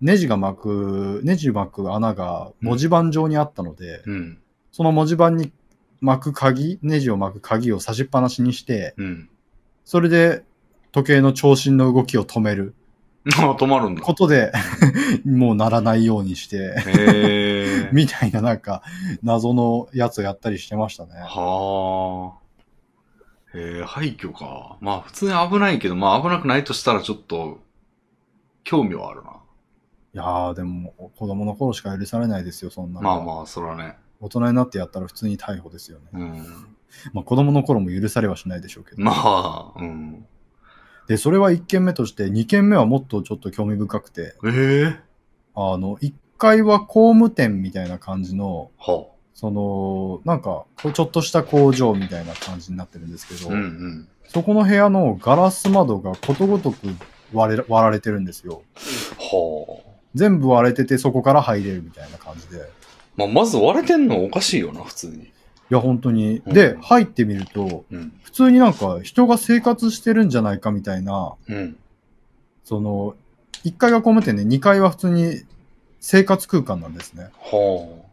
ネジが巻く、ネジ巻く穴が文字盤上にあったので、うん。その文字盤に巻く鍵、ネジを巻く鍵を差しっぱなしにして、うん。それで時計の長針の動きを止めるあ あ、止まるんだ。ことで、 もうならないようにして、へえみたいななんか、謎のやつをやったりしてましたね。はあ。へえ、廃墟か。まあ普通に危ないけど、まあ危なくないとしたらちょっと、興味はあるな。いやー、でも子供の頃しか許されないですよ、そんなのまあまあ、そらね。大人になってやったら普通に逮捕ですよね。うん。まあ子供の頃も許されはしないでしょうけど。まあ、うん。で、それは1件目として、2件目はもっとちょっと興味深くて、ええあの、1階は工務店みたいな感じの、はその、なんか、こうちょっとした工場みたいな感じになってるんですけあ。ど、うんうん。そこの部屋のガラス窓がことごとく割れ割られてるんですよ。はあ。全部割れてて、そこから入れるみたいな感じで。いまあ、まず割れてんのおかしいよな、普通に。や、本当に。うんで、入ってみると、うん。普通になんか人が生活してるんじゃないかみたいな、うん。その、1階が工務店で2階は普通に生活空間なんですね。は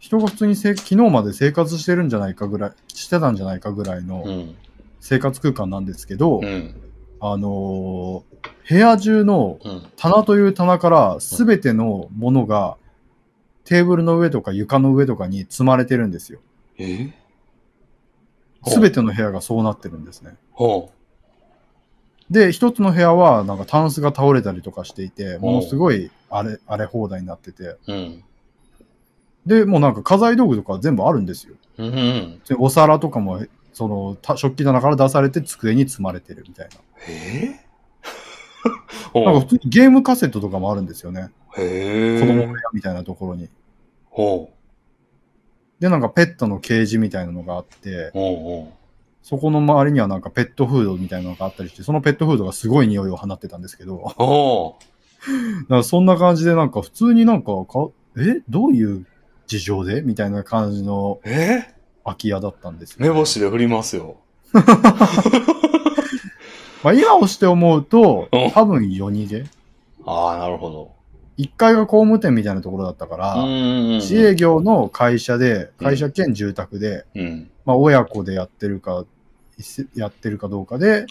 人が普通にせ昨日まで生活してるんじゃないかぐらい、してたんじゃないかぐらいあ。のん。生活空間なんですけど、うん。あのー部屋中のうん。棚という棚からすべてのものがテーブルの上とか床の上とかに積まれてるんですよ。えすべての部屋がそうなってるんですね。はで、一つの部屋はなんかタンスが倒れたりとかしていて、ものすごい荒れ、荒れ放題になってて、あ。うん。で、もうなんか家財道具とか全部あるんですよ。うん。でお皿とかも、その、た食器棚から出されて机に積まれてるみたいえな。なんほか普通にゲームカセットとかもあるんですよね。う。へえ。子供部屋みたいなところに。ほで、なんかペットのケージみたいなのがあってう。、ほうほそこの周りにはなんかペットフードみたいなのがあったりして、そのペットフードがすごい匂いを放ってたんですけど、 う。ほなんかそんな感じでなんか普通になんかか、えどういう事情でみたいな感じのう。え空き家だったんですよ、目星。で振りますよ。まあ今をして思うとうん、多分夜逃げ。ああ、なるほど。 1階が工務店みたいなところだったから、ん自営業の会社で、会社兼住宅で、うん。まあ、親子でやってるか、いせやってるかどうかで、あ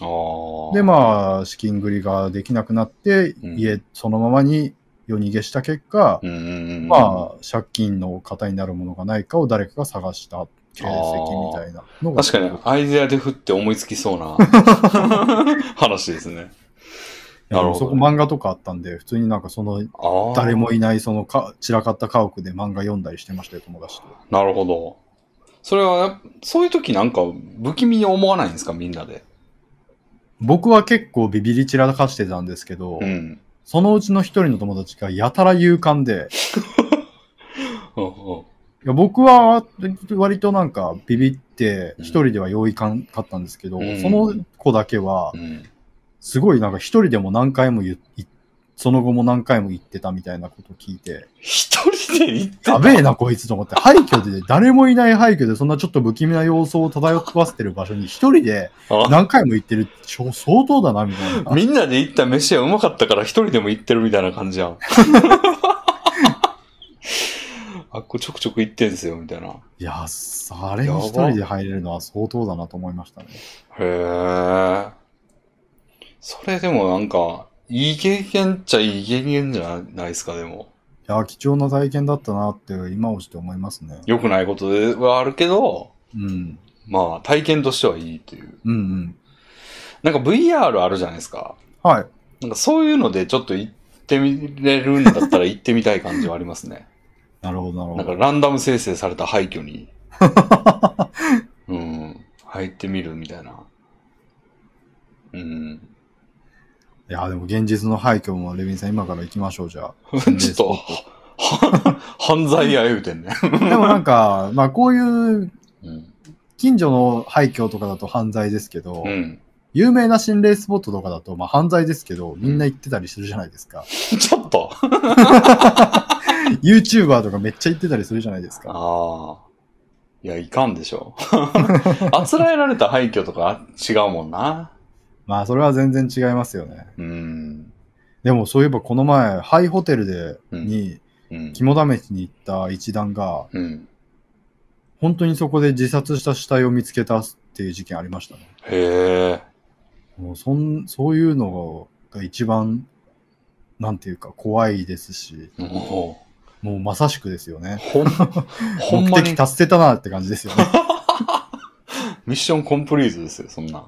あ。で、まあ、資金繰りができなくなって、うん家、そのままに夜逃げした結果う、んうんうん。まあ、借金の型になるものがないかを誰かが探した形跡みたいなのが。確かに、アイデアで振って思いつきそうな話ですね。ななるほどねそこ漫画とかあったんで、普通になんかその、ああ。誰。もいない、そのか、散らかった家屋で漫画読んだりしてましたよ、友達と。なるほど。それは、そういう時なんか、不気味に思わないんですか、みんなで。僕は結構ビビり散らかしてたんですけど、うん。そのうちの一人の友達がやたら勇敢で、うんうんいや僕は割となんかビビって一人では用意かんかったんですけど、うんその子だけはうん。すごいなんか一人でも何回も言っいその後も何回も言ってたみたいなこと聞い て、一人で行ってやべえなこいつと思って、廃墟で誰もいない廃墟でそんなちょっと不気味な様相を漂わせてる場所に一人であ何回も行ってるってちょ相当だなみたい な。みんなで行った飯はうまかったから一人でも行ってるみたいな感じやん。あっこちょくちょく行ってんすよ、みたいな。いや、あれに一人で入れるのは相当だなと思いましたね。へえ。それでもなんか、いい経験っちゃいい経験じゃないですか、でも。いや、貴重な体験だったなって今をして思いますね。良くないことではあるけど、うん。まあ、体験としてはいいという。うんうん。なんか VR あるじゃないですか。はい。なんかそういうのでちょっと行ってみれるんだったら行ってみたい感じはありますね。なるほど、なるなほんかど。ランダム生成された廃墟に。うん。入ってみるみたいな。うん。いや、でも現実の廃墟もレビンさん今から行きましょう、じゃあ。ちょっと、は犯罪や言うてんね。でもなんか、まあこういううん。近所の廃墟とかだと犯罪ですけど、うん。有名な心霊スポットとかだと、まあ犯罪ですけど、みんな行ってたりするじゃないですか。ちょっと。 YouTuber とかめっちゃ行ってたりするじゃないですか。ああ。いや、いかんでしょ。 あつらえられた廃墟とか違うもんな。まあそれは全然違いますよね。うん。でもそういえばこの前、ハイホテルで、うんに、うん。肝試しに行った一団が、うん。本当にそこで自殺した死体を見つけたっていう事件ありましたね。へえ。もうそんそういうのが一番、なんていうか怖いですし、ももうまさしくですよねう、。ほん、ほん目まに的達せたなって感じですよね。ミッションコンプリートですよ、そんなん。いや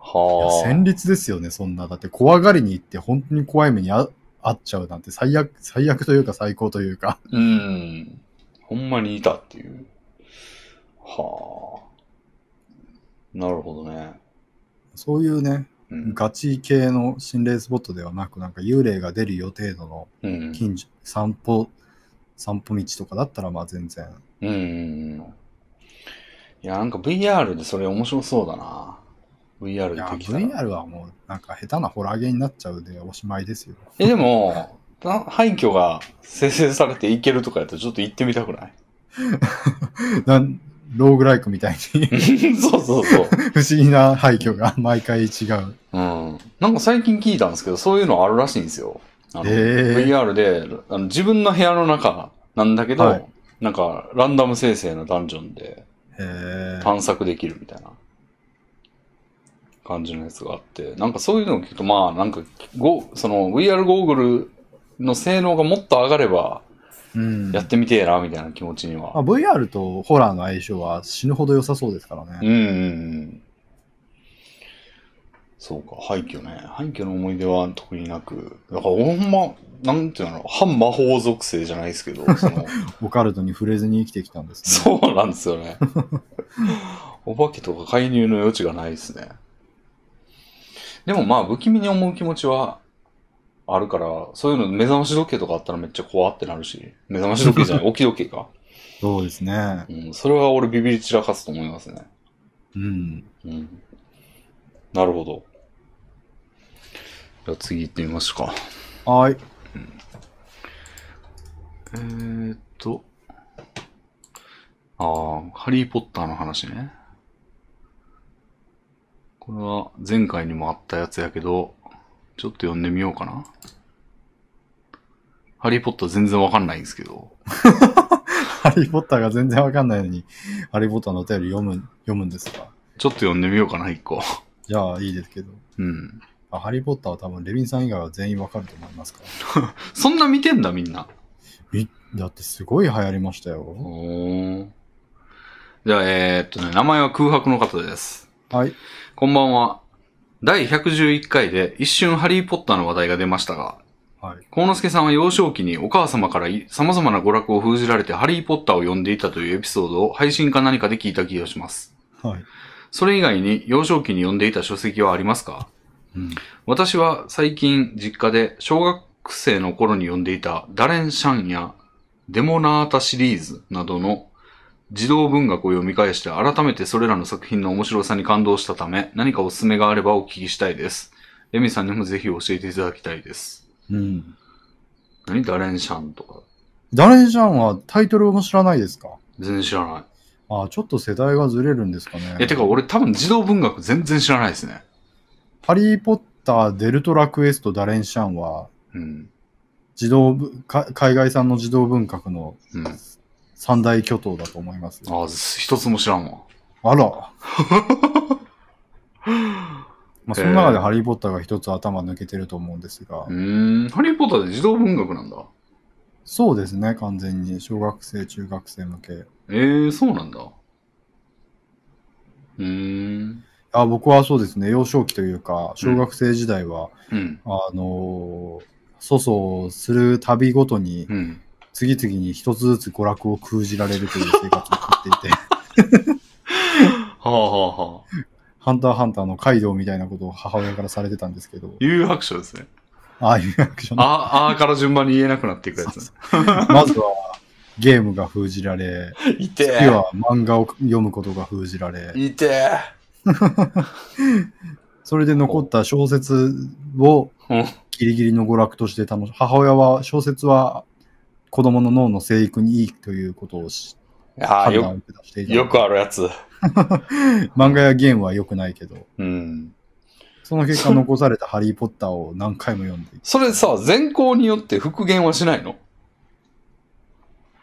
は あ。戦慄ですよね、そんな。だって怖がりに行って本当に怖い目にあ遭っちゃうなんて最悪、最悪というか最高というか。うん。ほんまにいたっていう。はあ。なるほどね。そういうね、うん。ガチ系の心霊スポットではなく、なんか幽霊が出る予定度のうん。近所、散歩、散歩道とかだったらまあ全然。うんうんうん。いや、なんか VR でそれ面白そうだな。VR いや、でできたら。 VR はもうなんか下手なホラーゲーになっちゃうでおしまいですよ。え、でも、な廃墟が生成されていけるとかやったらちょっと行ってみたくない なんローグライクみたいに そうそうそう。不思議な廃墟が毎回違う。うん。なんか最近聞いたんですけど、そういうのあるらしいんですよ。あのへー VR であの、自分の部屋の中なんだけど、はいなんかランダム生成のダンジョンでへえ。探索できるみたいな感じのやつがあって、なんかそういうのを聞くと、まあなんかゴ、その VR ゴーグルの性能がもっと上がればうん。やってみてえなみたいな気持ちにはまあ、VR とホラーの相性は死ぬほど良さそうですからね。うんうんうん。そうか、廃墟ね。廃墟の思い出は特になく、だからほんま、なんていうの、反魔法属性じゃないですけど、 そのオカルトに触れずに生きてきたんです、ね。そうなんですよね。お化けとか介入の余地がないですね。でもまあ、不気味に思う気持ちはあるから、そういうの目覚まし時計とかあったらめっちゃ怖ってなるし、目覚まし時計じゃない、起き時計か。そうですね。うん、それは俺ビビり散らかすと思いますね。うん。うん。なるほど。じゃあ次行ってみますか。はい。 えー、っと。ああ、ハリー・ポッターの話ね。これは前回にもあったやつやけど、ちょっと読んでみようかな。ハリー・ポッター全然わかんないんですけど。ハリー・ポッターが全然わかんないのに、ハリー・ポッターのお便り読む、読むんですか。ちょっと読んでみようかな、一個。じゃあいいですけど。うん。あハリー・ポッターは多分レビンさん以外は全員わかると思いますから。そんな見てんだ、みんな。みだってすごい流行りましたよ。おじゃあ、えー、っとね、名前は空白の方です。はい。こんばんは。第111回で一瞬ハリー・ポッターの話題が出ましたが、はい。幸之助さんは幼少期にお母様からい様々な娯楽を封じられてハリー・ポッターを呼んでいたというエピソードを配信か何かで聞いた気がします。はい。それ以外に幼少期に読んでいた書籍はありますかうん、私は最近実家で小学生の頃に読んでいたダレン・シャンやデモナータシリーズなどの児童文学を読み返して改めてそれらの作品の面白さに感動したため何かおすすめがあればお聞きしたいです。レミさんにもぜひ教えていただきたいです。うん。何ダレン・シャンとかダレン・シャンはタイトルも知らないですか全然知らない。ああ、ちょっと世代がずれるんですかね。え、てか俺多分児童文学全然知らないですね。ハリー・ポッター、デルトラクエスト、ダレン・シャンは、うん。児童ぶか海外産の児童文学のうん。三大巨頭だと思いますよ。ああ、す一つも知らんわ。あら。まあ、その中でハリー・ポッターが一つ頭抜けてると思うんですが、うーん。ハリー・ポッターって児童文学なんだ。そうですね、完全に。小学生、中学生向け。ええそうなんだ。うーん。あ僕はそうですね、幼少期というか、小学生時代は、うん。あのー粗相する旅ごとに、うん。次々に一つずつ娯楽を封じられるという生活を送ってい て、はあはあはあ。ハンターハンターのカイドウみたいなことを母親からされてたんですけど、有白書ですね。ああいうアクション。あ、あーから順番に言えなくなっていくや つ。まずは、ゲームが封じられ、い次ては漫画を読むことが封じられ、いてそれで残った小説をうんギリギリの娯楽として楽し母親は小説は子供の脳の生育にいいということをしあー判断よを下していたよくあるやつ。漫画やゲームは良くないけどうん。その結果残された「ハリー・ポッター」を何回も読んでいそれさ、善行によって復元はしないの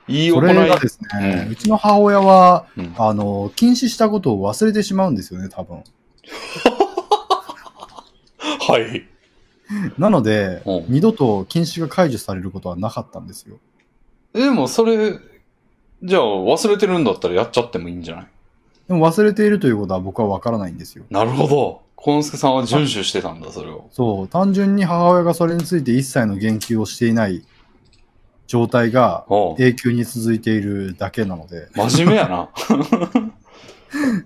いいそ行れいが。ですね、ううちの母親はうんあの禁止したことを忘れてしまうんですよね多分はい。なので、うん二度と禁止が解除されることはなかったんですよでもそれ、じゃあ忘れてるんだったらやっちゃってもいいんじゃないでも忘れているということは僕は分からないんですよなるほど。コンスケさんは遵守してたんだ、それを。そう、単純に母親がそれについて一切の言及をしていない状態がおう永久に続いているだけなので、だか真面目やな。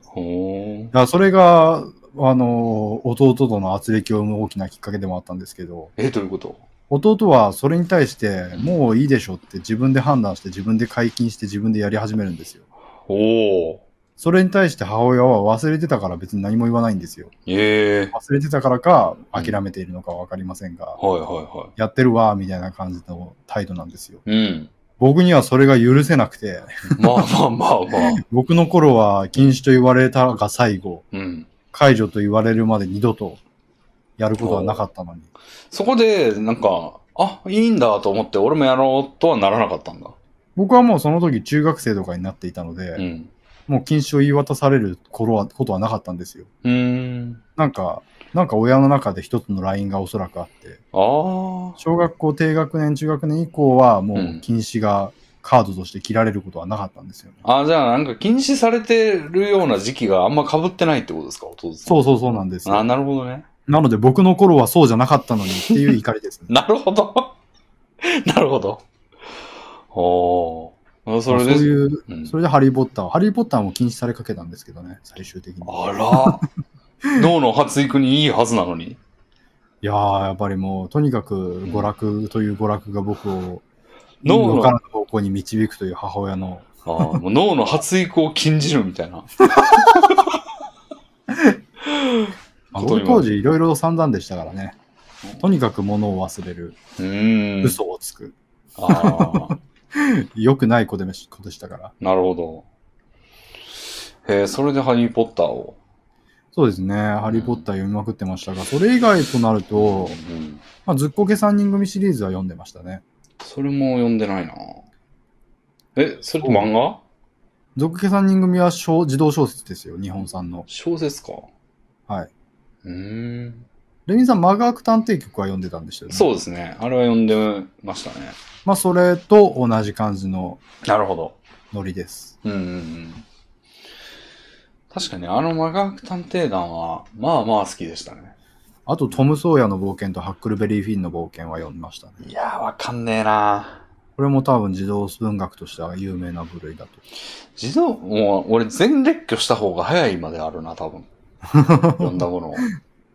ほう。らそれが、あの、弟との圧力を生む大きなきっかけでもあったんですけど、え、どういうこと弟はそれに対して、もういいでしょって自分で判断して、自分で解禁して、自分でやり始めるんですよ。おお。それに対して母親は忘れてたから別に何も言わないんですよ。ええ忘れてたからか、諦めているのかわかりませんが、はいはやってるわ、みたいな感じの態度なんですよ。いはい。うん。僕にはそれが許せなくて、まあまあまあまあ。僕の頃は禁止と言われたが最後、うん。解除と言われるまで二度とやることはなかったのに。そこで、なんか、あ、いいんだと思って、俺もやろうとはならなかったんだ。僕はもうその時中学生とかになっていたので、うん。もう禁止を言い渡される頃はことはなかったんですよ。うーん。なんか、なんか親の中で一つのラインがおそらくあって、ああ。小学校低学年、中学年以降はもうんう禁止がカードとして切られることはなかったんですよね。あじゃあ、なんか禁止されてるような時期があんま被ってないってことですか、お父さん。そうそうそうなんですあよ。なるほどね。なので僕の頃はそうじゃなかったのにっていう怒りですね。なるほど。なるほど。おーあ そそれそうで、いううんそれでハリー・ポッターは、ハリー・ポッターも禁止されかけたんですけどね、最終的に。あら。 脳の発育にいいはずなのに。いやー、やっぱりもう、とにかく娯楽という娯楽が僕を、脳ののからの方向に導くという母親の、あーもう脳の発育を禁じるみた いな。まあことに僕も当時いろいろ散々でしたからね。とにかく物を忘れる、うーん。嘘をつく、ああ、良くない子でし子でしたから。なるほど。へえ、それでハリー・ポッターを。そうですね、ハリー・ポッター読みまくってましたが、それ以外となると、うん。まあ、ずっこけ3人組シリーズは読んでましたね。それも読んでないな。え、それと漫画ずっこけ3人組は小児童小説ですよ、日本産の。小説か。はい。うーん。レミさん、マガーク探偵局は読んでたんでしたよね。そうですね。あれは読んでましたね。まあ、それと同じ感じのなるほど。ノリです。うんうんうん。確かにあのマガーク探偵団は、まあまあ好きでしたね。あと、トム・ソーヤの冒険とハックルベリー・フィンの冒険は読みましたね。いやー、わかんねえなこれも多分児童文学としては有名な部類だと。自動、もう俺全列挙した方が早いまであるな、多 分。読んだもの。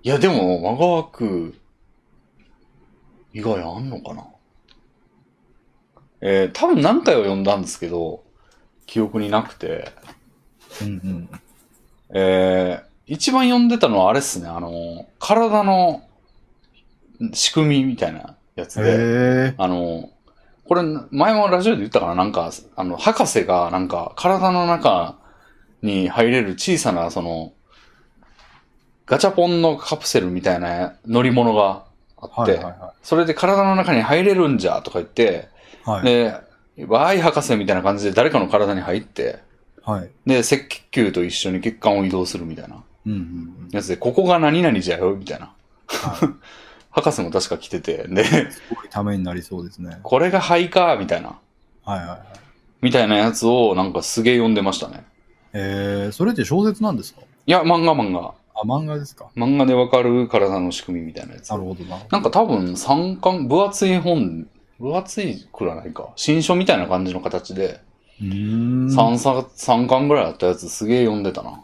いや、でも、マガーク、以外あんのかなえー、多分何回を読んだんですけど、記憶になくて。うんうん。えー、一番読んでたのはあれっすね、あの、体の仕組みみたいなやつで、へえ。あの、これ、前もラジオで言ったかな、なんか、あの、博士が、なんか、体の中に入れる小さな、その、ガチャポンのカプセルみたいな乗り物があっはて、いはいはそれで体の中に入れるんじゃ、とか言って、い。はい。で、わーい博士みたいな感じで誰かの体に入って、はい。で、赤血球と一緒に血管を移動するみたいな。うんうんうん。やつで、ここが何々じゃよ、みたいな。 は博士も確か来てて、でい、、すごいためになりそうですね。これが肺か、みたいな。はいはいはい。みたいなやつをなんかすげえ読んでましたね。えー、それって小説なんですかいや、漫画漫画。あ、漫画ですか。漫画でわかる体の仕組みみたいなやつな。るほどな。なんか多分三巻、分厚い本、分厚いくらないか。新書みたいな感じの形で、うーん。三冊三巻ぐらいあったやつすげえ読んでたな。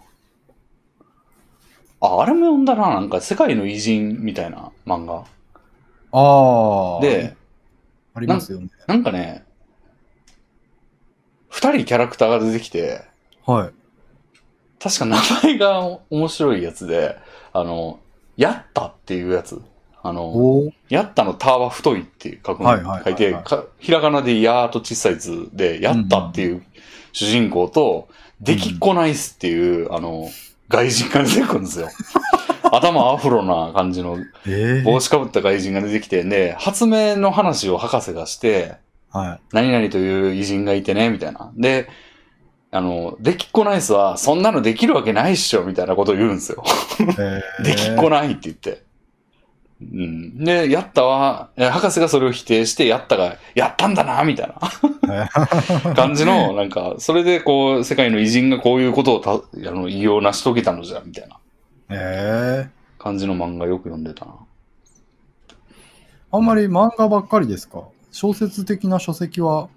あ、あれも読んだな。なんか世界の偉人みたいな漫画。ああ。で、ありますよね。なんかね、二人キャラクターが出てきて、はい。確か名前が面白いやつで、あの、やったっていうやつ。あの、おーやったのタは太いって書くはいはいはいはのい書いて、かひらがなでやーと小さい図で、やったっていう主人公と、できっこナイスっていう、あの、外人が出てくるん ですよ。頭アフロな感じのええ帽子かぶった外人が出てきて、で、発明の話を博士がして、はい。何々という偉人がいてね、みたいな。で、あの、できっこないっすは、そんなのできるわけないっしょ、みたいなことを言うんですよ。ええ できっこないって言って。うん。で、やったは、え博士がそれを否定して、やったが、やったんだな、みたいな感じの、なんか、それでこう、世界の偉人がこういうことをた、あの、偉業を成し遂げたのじゃ、みたいなええ感じの漫画よく読んでたな。あんまり漫画ばっかりですか小説的な書籍は、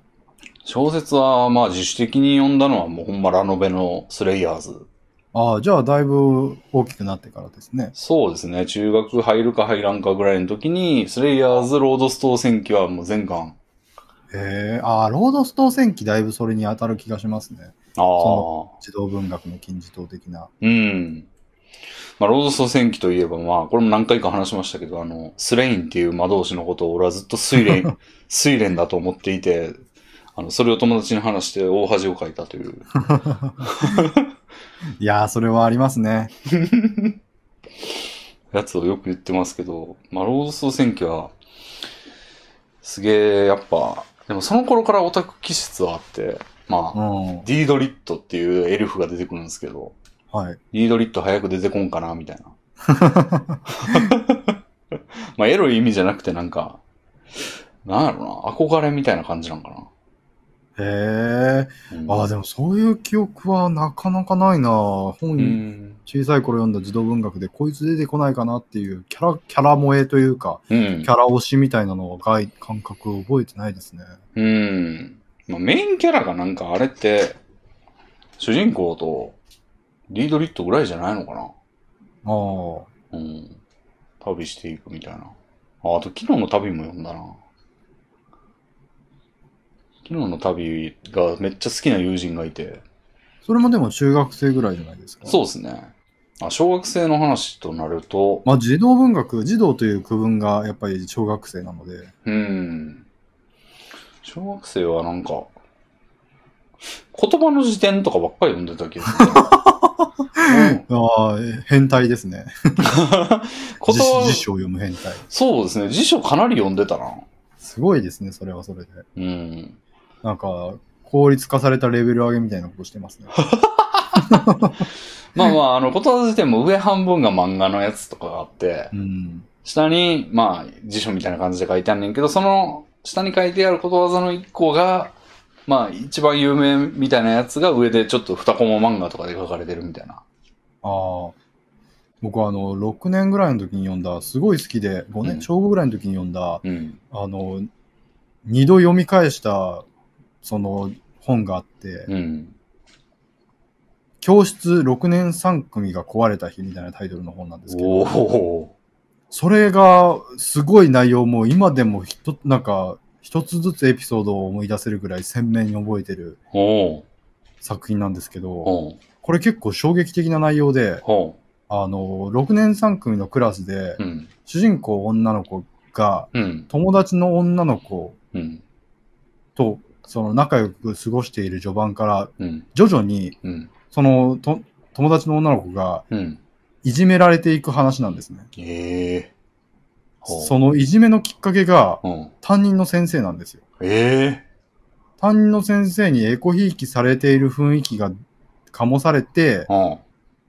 小説は、まあ、自主的に読んだのは、もうほんまラノベのスレイヤーズああ、じゃあだいぶ大きくなってからですね。そうですね。中学入るか入らんかぐらいの時に、スレイヤーズ・ロードストー戦記はもう全巻。ええああ、ロードストー戦記だいぶそれに当たる気がしますね。ああそ。児童文学の金字塔的な。うん。まあ、ロードストー戦記といえば、まあ、これも何回か話しましたけど、あの、スレインっていう魔導士のことを俺はずっと睡蓮、睡蓮だと思っていて、あの、それを友達に話して大恥をかいたという。いやー、それはありますね。やつをよく言ってますけど、まあ、ロードスト選挙は、すげえ、やっぱ、でもその頃からオタク気質はあって、まうあ、ん。はディードリットっていうエルフが出てくるんですけど、い。ディードリット早く出てこんかな、みたい な。まあ、エロい意味じゃなくてなんか、なんやろな、憧れみたいな感じなんかへえ。な。うん、ああ、でもそういう記憶はなかなかないな。本、うん。小さい頃読んだ児童文学でこいつ出てこないかなっていうキャラ、キャラ萌えというか、うんキ。ャラ推しみたいなのを概感覚を覚えてないですね。うん。まあ、メインキャラがなんかあれって、主人公とリードリットぐらいじゃないのかああ。な。うん。旅していくみたいな。あ、あと昨日の旅も読んだな。昨日の旅がめっちゃ好きな友人がいて。それもでも中学生ぐらいじゃないですか。そうですね。あ小学生の話となると、まあ、児童文学、児童という区分がやっぱり小学生なので、うん。小学生はなんか、言葉の辞典とかばっかり読んでた気が する。うんああ、変態ですね。こ辞とは辞書を読む変態。そうですね。辞書かなり読んでたな。すごいですね、それはそれで。うん。なんか、効率化されたレベル上げみたいなことしてますね。まあまあ、あの、ことわざ辞典も上半分が漫画のやつとかがあってう、ん。下に、まあ、辞書みたいな感じで書いてあんねんけど、その下に書いてあることわざの一個が、まあ、一番有名みたいなやつが上でちょっと二コマ漫画とかで書かれてるみたいな。ああ。僕はあの、6年ぐらいの時に読んだ、すごい好きで、5うん年、小5ぐらいの時に読んだ、うん。あの、二度読み返した、その、本があって、うん。教室6年3組が壊れた日みたいなタイトルの本なんですけおど、おそれがすごい内容も今でもひとなんか一つずつエピソードを思い出せるぐらい鮮明に覚えてるおお作品なんですけど、おこれ結構衝撃的な内容で、おあの、6年3組のクラスでう、ん。主人公女の子がうん。友達の女の子うん。とその仲良く過ごしている序盤からうん。徐々にうん。そのと友達の女の子がうん。いじめられていく話なんですね。ええそのいじめのきっかけがうん。担任の先生なんですよ。え担任の先生にエコひいきされている雰囲気が醸されてえ、ー。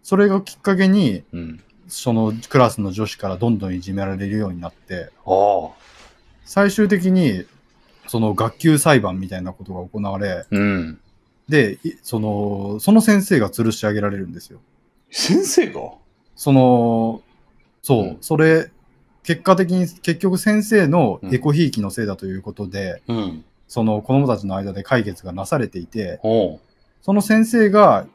それがきっかけに、うん。うん。そのクラスの女子からどんどんいじめられるようになって、ああ。最終的に、その学級裁判みたいなことが行われ、うん。で、いその、その先生が吊るし上げられるんですよ。先生がその、そう、うんそれ、結果的に結局先生のエコひいきのせいだということで、うん。その子供たちの間で解決がなされていて、おう。その先生が、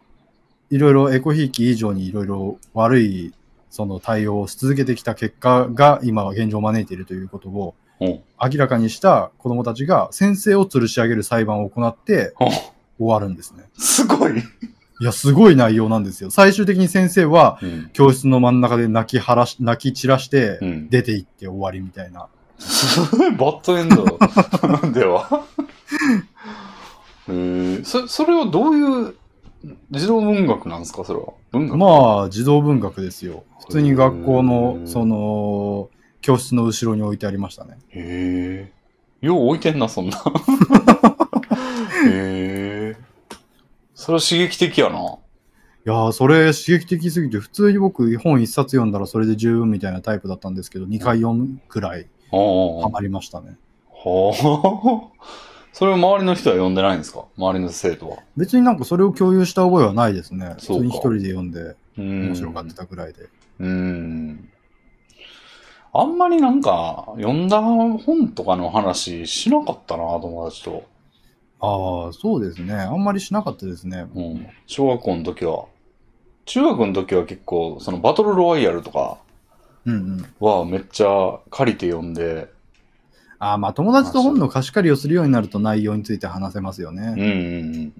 いろいろエコひいき以上にいろいろ悪いその対応をし続けてきた結果が今は現状を招いているということをお明らかにした子供たちが先生を吊るし上げる裁判を行ってお終わるんですね。すごい、いや、すごい内容なんですよ。最終的に先生はうん教室の真ん中で泣き晴らし、泣き散らしてうん、出て行って終わりみたいな。すごい バッドエンド では、えー、そそれはどういう児童文学なんですかそれは文学まあ、児童文学ですよ。普通に学校うの、んその、教室の後ろに置いてありましたね。へえ。よう置いてんな、そ んな。へえ。それは刺激的やな。いやー、それ刺激的すぎて、普通に僕本一冊読んだらそれで十分みたいなタイプだったんですけど、2回読むくらいああ。 ハマりましたね。はあ。それを周りの人は読んでないんですか周りの生徒は。別になんかそれを共有した覚えはないですね。普通そうかに一人で読んでうん面白がってたくらいで。うん。あんまりなんか、読んだ本とかの話しなかったな、友達と。ああ、そうですね。あんまりしなかったですね。うん。小学校の時は。中学の時は結構、そのバトルロワイヤルとかうんうん。はめっちゃ借りて読んで、ああ、まあ友達と本の貸し借りをするようになると内容について話せますようんね。うんうん。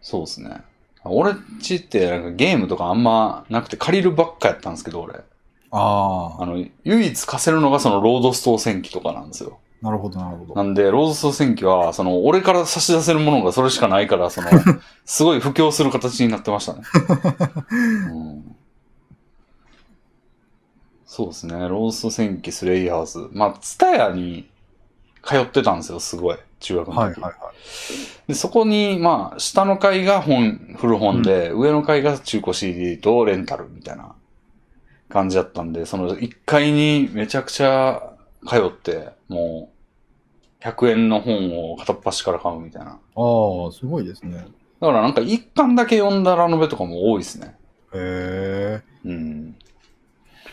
そうですね。俺っちってなんかゲームとかあんまなくて借りるばっかやったんですけど、俺。ああ、あの、唯一貸せるのがそのロードストー戦記とかなんですよ。なるほど、なるほなど。んで、ロードストー戦記は、その、俺から差し出せるものがそれしかないから、その、すごい布教する形になってましたね。うんそうですね。ロードストー戦記、スレイヤーズ。まあ、ツタヤに通ってたんですよ、すごい。中学の時。はいはいはい。で、そこに、まあ、下の階が本、古本で、上の階が中古 CD とレンタルみたいな感じだったんで、その1階にめちゃくちゃ通って、もう、100円の本を片っ端から買うみたいな。ああ、すごいですね。だからなんか一巻だけ読んだラノベとかも多いですね。へえ。うん。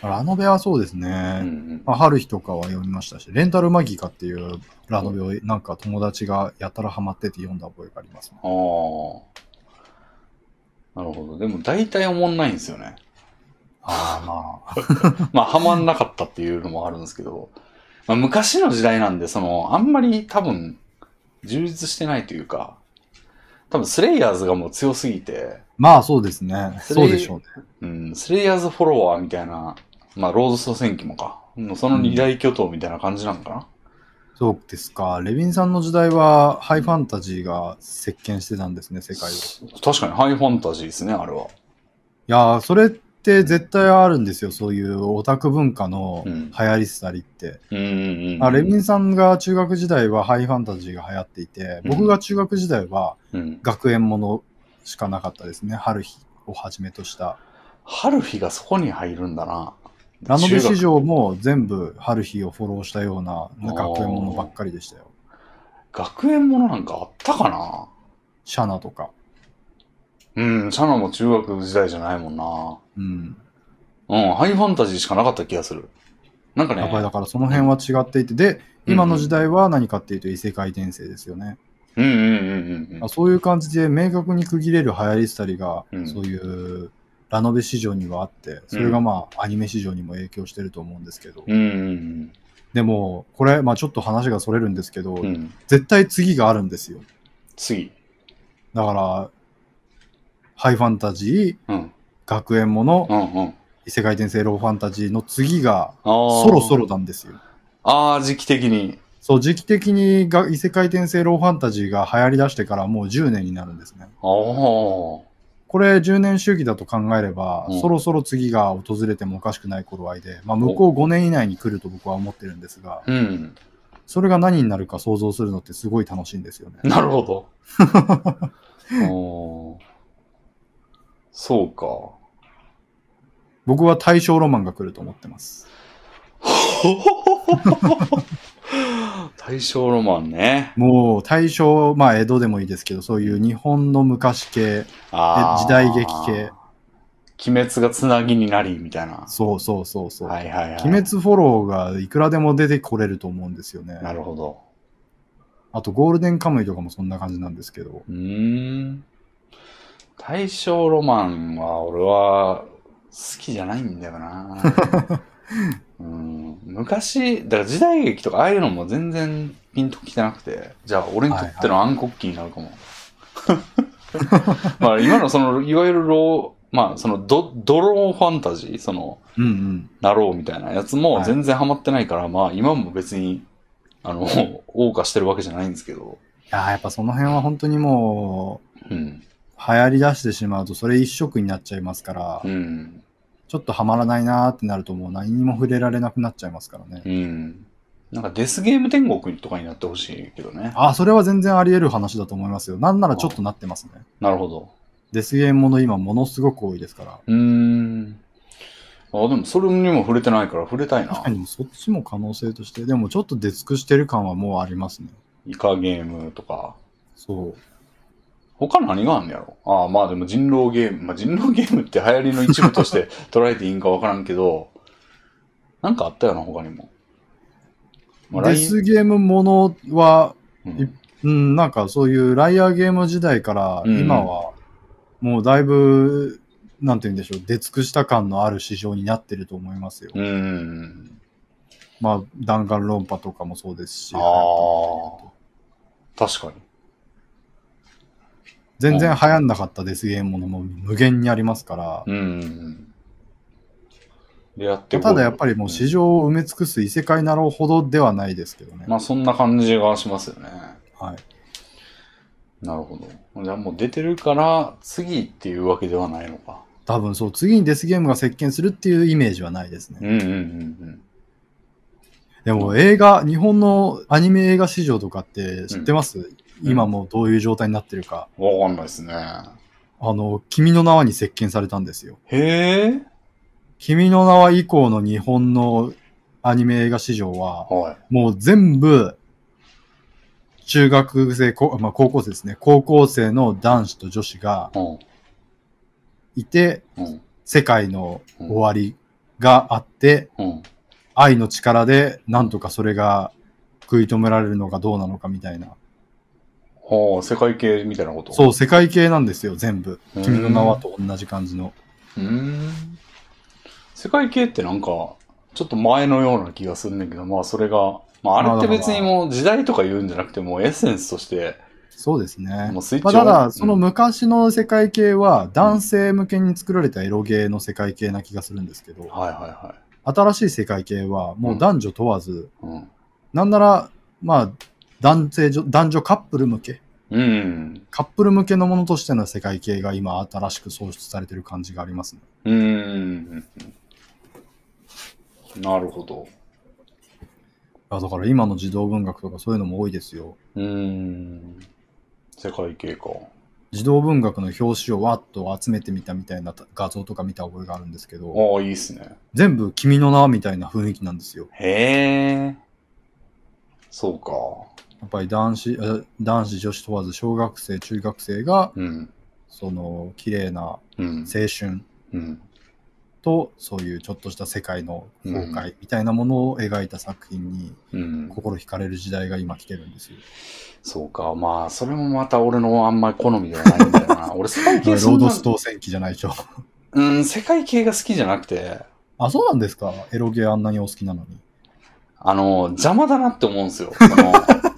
ラノベはそうですね。うんうん、まあ、春日とかは読みましたし、レンタルマギカっていうラノベをなんか友達がやたらハマってて読んだ覚えがありますね。ああ。なるほど。でも大体思んないんですよね。ああ、まあ。まあ、はまんなかったっていうのもあるんですけど、まあ、昔の時代なんで、その、あんまり多分、充実してないというか、多分、スレイヤーズがもう強すぎて、まあそうですね。それそうでしょうね。うん、スレイヤーズフォロワーみたいな、まあ、ロード総選挙もか、のその二大巨頭みたいな感じなのかな。そうですか。レヴィンさんの時代はハイファンタジーが席巻してたんですね、世界を。い確かに、ハイファンタジーですね、あれは。やー、それって絶対あるんですよ。そういうオタク文化のう流ん行り廃りって。うんうんうん。あレヴィンさんが中学時代はハイファンタジーが流行っていて、僕が中学時代はうん。学園ものしかなかったですね。春日をはじめとした。春日がそこに入るんだな。ラノベ市場も全部春日をフォローしたような学園ものばっかりでしたよ。学園ものなんかあったかなシャナとか。うん、シャナも中学時代じゃないもんな。うん。うん、ハイファンタジーしかなかった気がする。なんかね、やっぱりだからその辺は違っていて、で、今の時代は何かっていうと異世界転生ですよね。うんうんうんうんうんあ。そういう感じで明確に区切れる流行りしたりが、うんそういうラノベ市場にはあって、それがまあアニメ市場にも影響してると思うんですけど、うんうんでもこれ、まあちょっと話がそれるんですけど、うんうん。絶対次があるんですよ。次。だから、ハイファンタジー、うん。学園ものう、んうん。異世界転生ローファンタジーの次があーそろそろ。なんですよ。ああ、時期的に。そう、時期的にが異世界転生ローファンタジーが流行り出してからもう10年になるんですあね。あ。これ10年周期だと考えれば、うんそろそろ次が訪れてもおかしくない頃合いで、まあ向こう5年以内に来ると僕は思ってるんですが、うん。それが何になるか想像するのってすごい楽しいんですよね。なるほ ど。おーそうか。僕は大正ロマンが来ると思ってます。大正ロマンね。もう大正、まあ江戸でもいいですけど、そういう日本の昔系、あー時代劇系。鬼滅がつなぎになり、みたいな。そうそうそうそう。はいはいはい。鬼滅フォローがいくらでも出てこれると思うんですよね。なるほど。あと、ゴールデンカムイとかもそんな感じなんですけど。うーん。大正ロマンは、俺は、きじゃないんだよなうん昔だから時代劇とかああいうのも全然ピンときてなくてじゃあ俺にとっての暗黒期になるかも、まあ今のそのいわゆるローまあそのドドローファンタジーそのうんうん。なろうみたいなやつも全然ハマってないから、まあ今も別にあの謳歌してるわけじゃないんですけどいやーやっぱその辺は本当にもう、うん流行り出してしまうとそれ一色になっちゃいますから、うんちょっとハマらないなーってなるともう何にも触れられなくなっちゃいますからね。うんなんかデスゲーム天国とかになってほしいけどねあ、それは全然あり得る話だと思いますよ。なんならちょっとなってますね。なるほどデスゲームもの今ものすごく多いですから。うーん。あ、でもそれにも触れてないから触れたいな 確か。にそっちも可能性として、でもちょっと出尽くしてる感はもうありますね。イカゲームとか。そう。他何があんのやろああ、まあでも人狼ゲーム。まあ人狼ゲームって流 行りの一部として 捉えていいんかわからんけど、なんかあったよな、他にも。まあ、デ来スゲームものは、うんうん、なんかそういうライアーゲーム時代からうん今はもうだいぶ、なんて言うんでしょう、出尽くした感のある市場になってると思いますよ。うーん。まあ、弾丸論破とかもそうですしあ、あ。確かに。全然流行んなかったデスゲームものも無限にありますから、うん。でやってこうただやっぱりもう市場を埋め尽くす異世界なろうほどではないですけどね。まあそんな感じがしますよね。はい。なるほど。じゃあもう出てるから、次っていうわけではないのか。多分そう、次にデスゲームが席巻するっていうイメージはないですうね。んうんうんでも映画、日本のアニメ映画市場とかって知ってます、今もうどういう状態になってるか。うん。わかんないですね。あの、君の名はに席巻されたんですよ。へえ。君の名は以降の日本のアニメ映画市場は、はもう全部、中学生、こまあ、高校生ですね。高校生の男子と女子がい。うん。いて、うん。世界の終わりがあって、うん。愛の力でなんとかそれが食い止められるのかどうなのかみたいな。はあ、世界系みたいなこと。そう、世界系なんですよ、全部。うん君の名はと同じ感じの。う。ん。世界系ってなんか、ちょっと前のような気がするんだけど、まあそれが、まああれって別にもう時代とか言うんじゃなくて、もうエッセンスとして、そうですねも。うスイッまあ、チをただ、そのうん昔の世界系は男性向けに作られたエロゲーの世界系な気がするんですけど、はいはいは新しい世界系はもう男女問わず、い。うん。なんなら、まあ、男性女、男女カップル向け、うん。カップル向けのものとしての世界系が今新しく創出されてる感じがありますね。うん。なるほど。あだから今の児童文学とかそういうのも多いですよ。うん。世界系か。児童文学の表紙をわっと集めてみたみたいな画像とか見た覚えがあるんですけど、ああ、いいっすね。全部君の名みたいな雰囲気なんですよ。へえ。そうか。やっぱり男子、え男子女子問わず小学生、中学生が、うん。その綺麗な青うん。春うん。と、そういうちょっとした世界の崩壊みたいなものを描いた作品に、うん。心惹かれる時代が今来てるんですよ。そうか。まあ、それもまた俺のあんまり好みではないんだよ な。俺、世界ロ系そーんなドストー戦記じゃないでしょ。 うん、世界系が好きじゃなくて、あ、そうなんですかエロゲーあんなにお好きなのに。あの、邪魔だなって思うんです よ。その、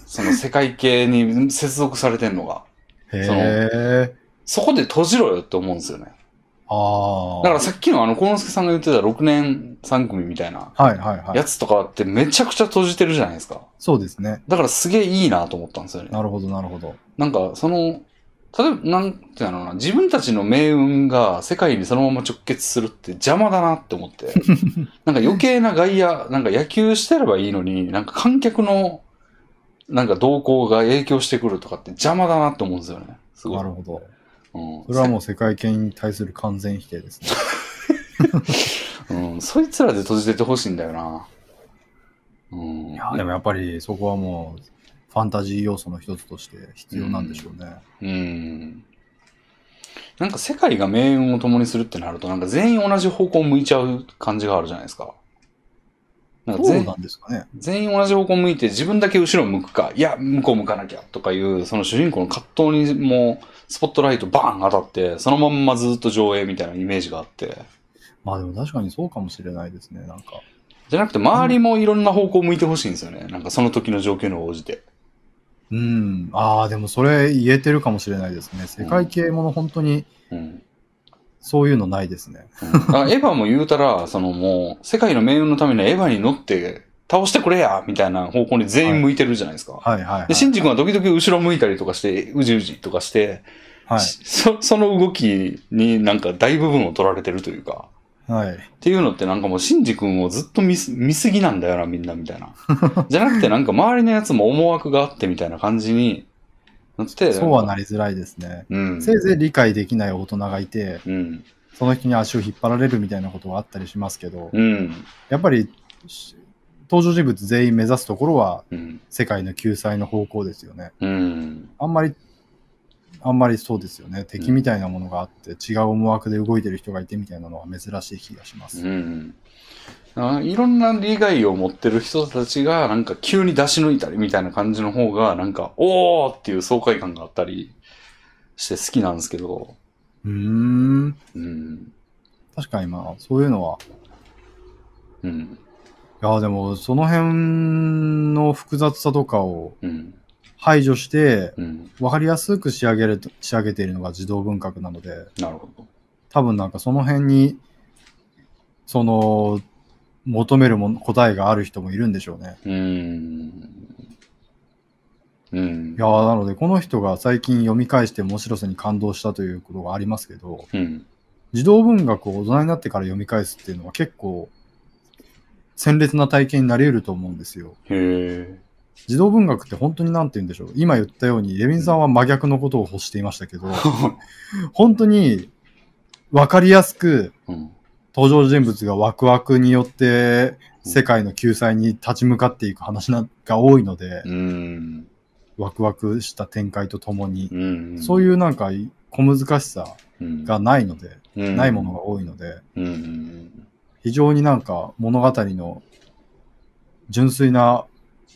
その世界系に接続されてんのが。へえ。そこで閉じろよって思うんですよね。ああ。だからさっきのあの、幸之助さんが言ってた6年3組みたいなはいはいはいや。つとかってめちゃくちゃ閉じてるじゃないですか。そうですね。だからすげえいいなと思ったんですよね。なるほどなるほど。なんか、その、例えば、なんていうのかな、自分たちの命運が世界にそのまま直結するって邪魔だなって思 って、なんか余計な外野、なんか野球してればいいのに、なんか観客の、なんか動向が影響してくるとかって邪魔だなって思うんですよね。すごい。なるほど。うん、それはもう世界系に対する完全否定ですね。うん、そいつらで閉じててほしいんだよな。うん。いやでもやっぱりそこはもうファンタジー要素の一つとして必要なんでしょうね。うん。なんか世界が命運を共にするってなると、なんか全員同じ方向を向いちゃう感じがあるじゃないですか。なんかそう全なんですかね。全員同じ方向を向いて自分だけ後ろ向くか、いや、向こう向かなきゃとかいう、その主人公の葛藤にもうスポットライトバーン当たって、そのまんまずっと上映みたいなイメージがあって。まあでも確かにそうかもしれないですね、なんか。じゃなくて、周りもいろんな方向を向いてほしいんですよね。なんかその時の状況に応じて。うん。ああ、でもそれ言えてるかもしれないですね。世界系もの本当にうん。そういうのないですね。うんあエヴァも言うたら、そのもう、世界の命運のためにエヴァに乗って倒してくれやみたいな方向に全員向いてるじゃないですか。はいはい、はい。で、シンジ君は時々後ろ向いたりとかして、うじうじとかして、はい。しそ、その動きになんか大部分を取られてるというか、はい。っていうのってなんかもう、シンジ君をずっと見す見すぎなんだよな、みんな、み たいな。じゃなくてなんか周りのやつも思惑があってみたいな感じになって、そうはなりづらいですね。うん。せいぜい理解できない大人がいて、うん。その人に足を引っ張られるみたいなことはあったりしますけど、うん。やっぱりし登場人物全員目指すところはうん。世界の救済の方向ですよね。うん。あんまり、あんまりそうですよね。敵みたいなものがあって、違う思惑で動いてる人がいてみたいなのは珍しい気がします。うん。あいろんな利害を持ってる人たちが、なんか急に出し抜いたりみたいな感じの方が、なんか、おーっていう爽快感があったりして好きなんですけど、うーん。うん。確かにまあ、そういうのは、うん。いや、でも、その辺の複雑さとかをうん。排除して、うん。わかりやすく仕上げると、仕上げているのが児童文学なので、なるほど。多分なんかその辺に、その、求めるもの、答えがある人もいるんでしょうね。うん。うんい。やーなので、この人が最近読み返して面白さに感動したということがありますけど、うん。児童文学を大人になってから読み返すっていうのは結構、鮮烈な体験になり得ると思うんですよ。へえ。児童文学って本当に何て言うんでしょう。今言ったように、レビンさんは真逆のことを欲していましたけど、本当に分かりやすくうん。登場人物がワクワクによって世界の救済に立ち向かっていく話なんが多いので、うん。ワクワクした展開とともに、うん。そういうなんか小難しさうん、がないので、うんないものが。多いので、うん。非常になんか物語の純粋な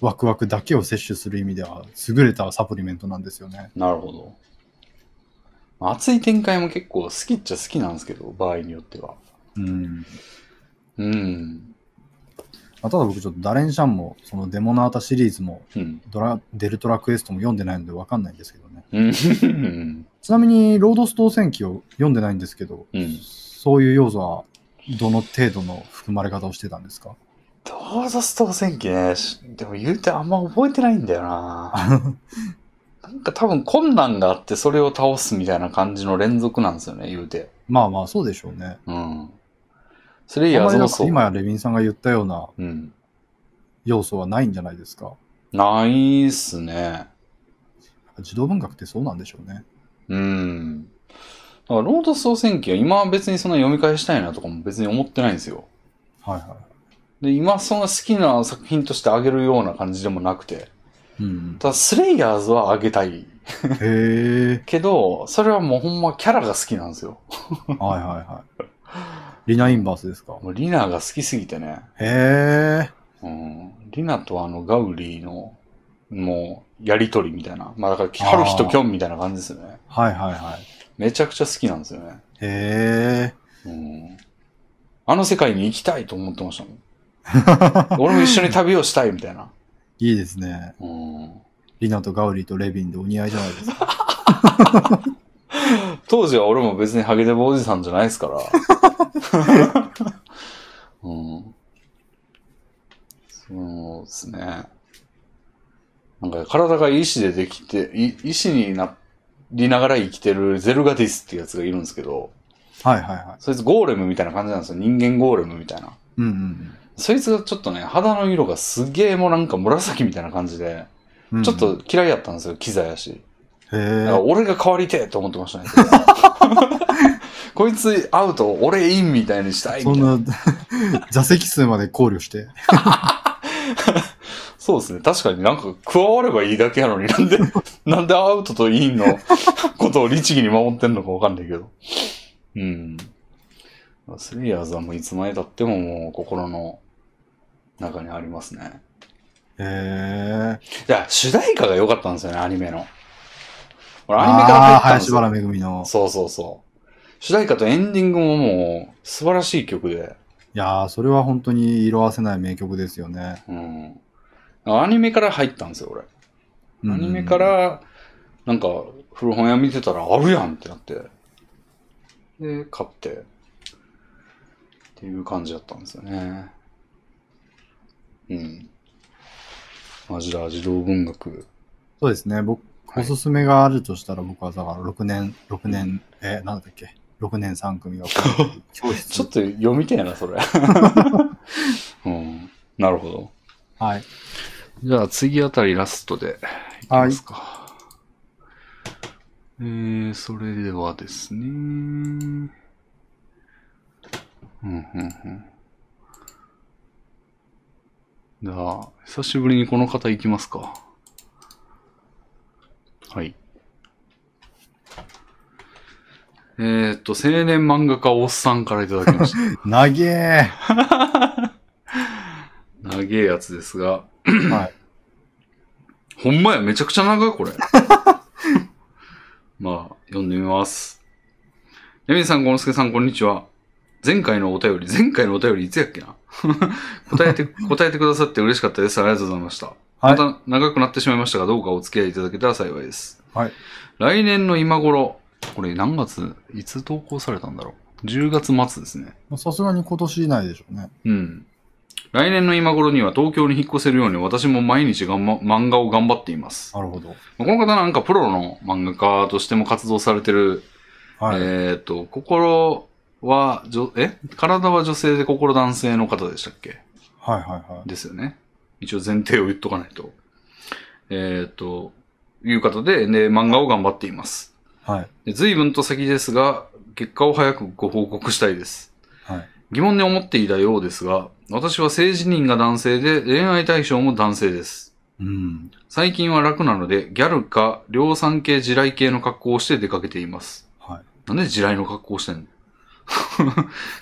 ワクワクだけを摂取する意味では優れたサプリメントなんですよね。なるほど。熱い展開も結構好きっちゃ好きなんですけど、場合によっては。うん。うん。まあただ僕ちょっとダレンシャンも、そのデモナータシリーズも、うん。ドラ、デルトラクエストも読んでないのでわかんないんですけどね。うん。ちなみに、ロードストー戦記を読んでないんですけど、うんそういう要素は、どの程度の含まれ方をしてたんですかどうぞストー戦記ね。しでも言うてあんま覚えてないんだよな。 なんか多分困難があってそれを倒すみたいな感じの連続なんですよね、言うて。まあまあ、そうでしょうね。うん。それいや、あんまりそなんうかそう。今、レビンさんが言ったようなうん。要素はないんじゃないですか。ないっすね。児童文学ってそうなんでしょうね。うん。だから、ロードストー戦記は今は別にそんな読み返したいなとかも別に思ってないんですよ。はいはで、今そんな好きな作品としてあげるような感じでもなくて。い。うん。ただ、スレイヤーズはあげたい。へえ。けど、それはもうほんまキャラが好きなんですよ。はいはいはい。リナインバースですか。もうリナが好きすぎてね。へえ。うん。リナとあのガウリーの、もう、やりとりみたいな。まあだから、春日とキョンみたいな感じですよね。はいはいはい。めちゃくちゃ好きなんですよね。へえ。うん。あの世界に行きたいと思ってましたもん。俺も一緒に旅をしたいみたいな。いいですね。うん。リナとガウリとレビンでお似合いじゃないですか。当時は俺も別にハゲデブおじさんじゃないですから。うん。そうですね。なんか体が石でできて、い石になりながら生きてるゼルガディスっていうやつがいるんですけど、はいはいはい。そいつゴーレムみたいな感じなんですよ。人間ゴーレムみたいな。うんうんそいつがちょっとね、肌の色がすげえもうなんか紫みたいな感じで、うん、うんちょっと嫌いやったんですよ、キザやし。へだからえ。俺が変わりてえと思ってましたね。 こいつアウト、俺インみたいにしたいみそたいな。んな 座席数まで考慮して。そうですね。確かになんか加わればいいだけやのに、なん で、なんでアウトとインのことを律儀に守ってんのかわかんないけど。うん。スリーヤーズはもういつまで経ってももう心の中にありますね。へえ。いや、主題歌が良かったんですよね、アニメの。俺アニメからああー、入ったんです林よ。原めぐみの。そうそうそう。主題歌とエンディングももう素晴らしい曲で、いやー、それは本当に色褪せない名曲ですよね。うん。アニメから入ったんですよ、俺。アニメかうん、ら、なんか、古本屋見てたら、あるやんってなって。で、買って。っていう感じだったんですよね。うん。マジだ、児童文学。そうですね。僕、はいおすすめがあるとしたら、僕はだから6年、6年、えー、なんだっけ、6年3組が 教室。ちょっと読みたいな、 それ。うん。なるほど。はい。じゃあ、次あたりラストでいきますか。えー、それではですね。うん、うん、うん。じゃあ、久しぶりにこの方いきますか。はい。えー、っと、青年漫画家おっさんからいただきました。 なげえ。長えやつですが。はい。ほんまや、めちゃくちゃ長い、 これ。まあ、読んでみます。ヤミさん、ゴノスケさん、こんにちは。前回のお便り、前回のお便りいつやっけな 答えて、答えてくださって嬉しかったです。ありがとうございました。はいまた長くなってしまいましたが、どうかお付き合いいただけたら幸いです。はい。来年の今頃、これ何月、いつ投稿されたんだろう。10月末ですね。まあさすがに今年以内でしょうね。うん。来年の今頃には東京に引っ越せるように私も毎日がん、ま、漫画を頑張っています。なるほど。この方なんかプロの漫画家としても活動されてる、はい。えっ、と、心は女、え体は女性で心男性の方でしたっけはいはいはい。ですよね。一応前提を言っとかないと。えっ、と、いう方で、で、漫画を頑張っています。はい。で随分と先ですが、結果を早くご報告したいです。はい。疑問に思っていたようですが、私は性自認が男性で恋愛対象も男性です。うん。最近は楽なので、ギャルか量産系地雷系の格好をして出かけています。はい。なんで地雷の格好をしてんの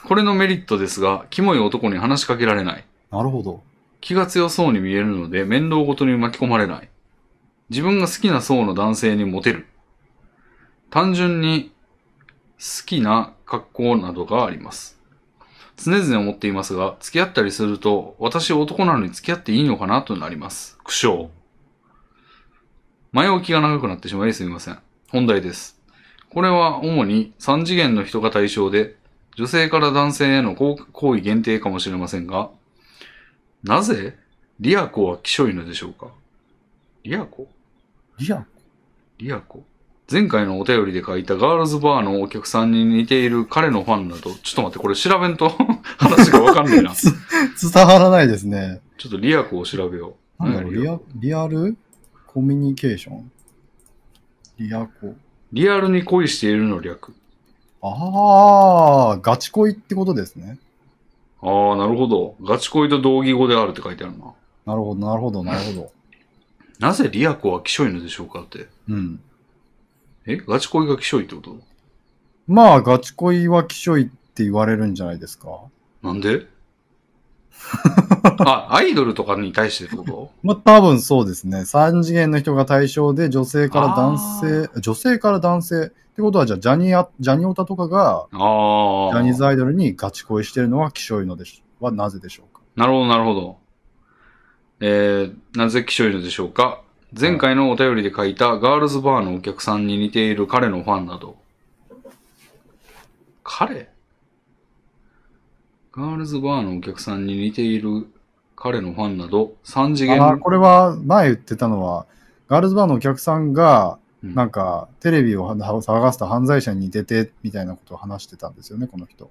これのメリットですが、キモい男に話しかけられない。なるほど。気が強そうに見えるので面倒ごとに巻き込まれない。自分が好きな層の男性にモテる。単純に好きな格好などがあります。常々思っていますが、付き合ったりすると、私男なのに付き合っていいのかなとなります。苦笑。前置きが長くなってしまいすみません。本題です。これは主に3次元の人が対象で、女性から男性への行行為限定かもしれませんが、なぜリアコは気性いのでしょうかリアコリアリアコ前回のお便りで書いたガールズバーのお客さんに似ている彼のファンなど、ちょっと待って、これ調べんと 話がわかん ないな。ちつ伝わらないですね。ょっとリアコを調べよう。なんだろう、何リやア、リアルコミュニケーションリアコ。リアルに恋しているの略。ああ、ガチ恋ってことですね。ああ、なるほど。ガチ恋と同義語であるって書いてあるな。なるほど、なるほど、なるほど。なぜリアコは気性いのでしょうかって。うん。えガチ恋が気性いってことまあ、ガチ恋は気性いって言われるんじゃないですか。なん であ、アイドルとかに対してってことまあ、多分そうですね。三次元の人が対象で、女性から男性、女性から男性。ってことは、じゃあ、ジャニア、ジャニオタとかが、あジあ。ャニーズアイドルにガチ恋してるのは気性いのでしはなぜでしょうか。なるほど、なるほど。えー、なぜ気象いのでしょうか前回のお便りで書いたガールズバーのお客さんに似ている彼のファンなど。彼ガールズバーのお客さんに似ている彼のファンなど、三次元あーこれは前言ってたのは、ガールズバーのお客さんが、うんなんか、テレビを騒がすと犯罪者に似てて、みたいなことを話してたんですよね、この人。だ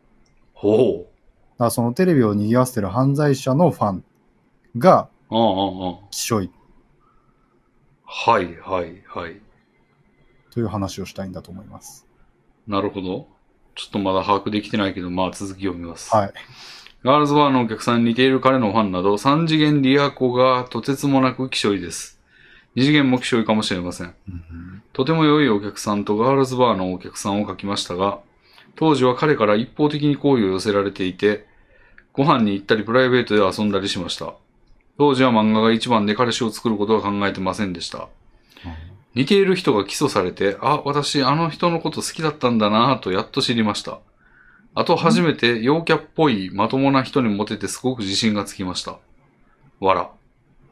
ほう。からそのテレビを賑わせてる犯罪者のファンが、ああ、ああ、あ気性いあ。はい、はい、はい。という話をしたいんだと思います。なるほど。ちょっとまだ把握できてないけど、まあ続き読みます。はい。ガールズバーのお客さんに似ている彼のファンなど、三次元リアコがとてつもなく気性いです。二次元も気性いかもしれません。とても良いお客さんとガールズバーのお客さんを書きましたが、当時は彼から一方的に好意を寄せられていて、ご飯に行ったりプライベートで遊んだりしました。当時は漫画が一番で彼氏を作ることは考えてませんでした。似ている人が起訴されて、あ、私あの人のこと好きだったんだなぁとやっと知りました。あと初めて陽キャっぽいまともな人にモテてすごく自信がつきました。わら。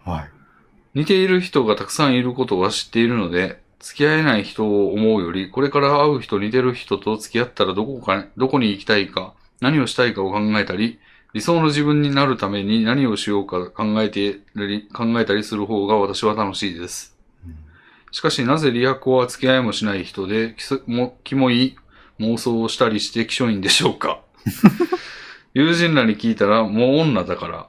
はい。似ている人がたくさんいることは知っているので、付き合えない人を思うより、これから会う人、似てる人と付き合ったらどこか、どこに行きたいか、何をしたいかを考えたり、理想の自分になるために何をしようか考えてり、考えたりする方が私は楽しいです。うんしかしなぜリアコは付き合いもしない人で、キスも、キモい妄想をしたりして気性いいんでしょうか 友人らに聞いたら、もう女だから、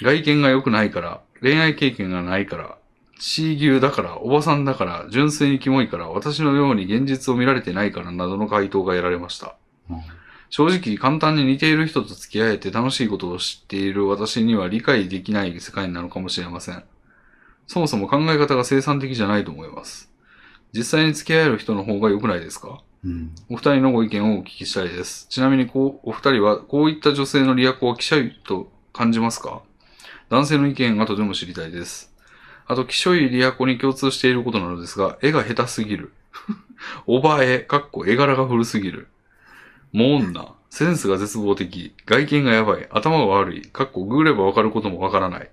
外見が良くないから、恋愛経験がないから、C 牛だから、おばさんだから、純粋にキモいから、私のように現実を見られてないからなどの回答が得られました。うん正直、簡単に似ている人と付き合えて楽しいことを知っている私には理解できない世界なのかもしれません。そもそも考え方が生産的じゃないと思います。実際に付き合える人の方が良くないですかうん。お二人のご意見をお聞きしたいです。ちなみにこう、お二人はこういった女性のリアコは記者いと感じますか男性の意見がとても知りたいです。あと、気象いリアコに共通していることなのですが、絵が下手すぎる。 おばえ、かっこ絵柄が古すぎる。もう女、センスが絶望的、外見がやばい、頭が悪い、かっこググればわかることもわからない。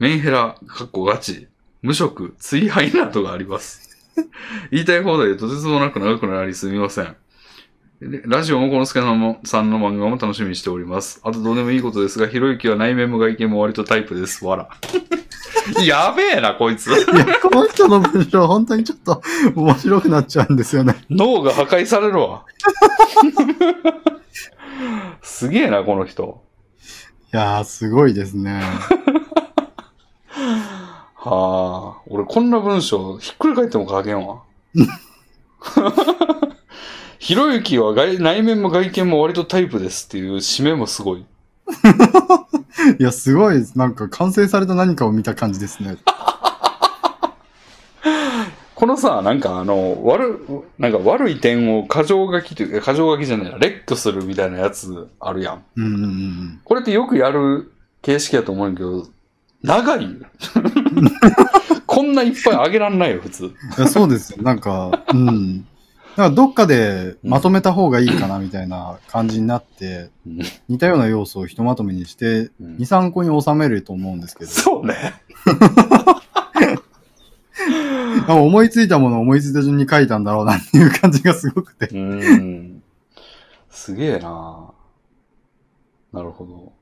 メンヘラ、かっこガチ、無職、追廃などがあります。 言いたい放題でとてつもなく長くなりすみません。でラジオもこのすけさんもさんの漫画も楽しみにしております。あとどうでもいいことですが、ひろゆきは内面も外見も割とタイプです。わら。 やべえな、こいつ。いや、この人の文章、本当にちょっと面白くなっちゃうんですよね。脳が破壊されるわ。 すげえな、この人。いやー、すごいですね。はあ、俺こんな文章、ひっくり返っても書けんわ。 ひろゆきは外内面も外見も割とタイプですっていう締めもすごい。いや、すごいです。なんか完成された何かを見た感じですね。このさ、なんかあの、悪、なんか悪い点を過剰書きというか、過剰書きじゃないな、列挙するみたいなやつあるやん。うんうんうんこれってよくやる形式やと思うんやけど、長いよ こんないっぱいあげらんないよ、普通。うん。いや、そうですよ。なんか、うん。なんかどっかでまとめた方がいいかなみたいな感じになって、うん似たような要素をひとまとめにして、2、3個に収めると思うんですけど、そうね。なんか思いついたものを思いついた順に書いたんだろうなっていう感じがすごくて。うん。すげえななるほど。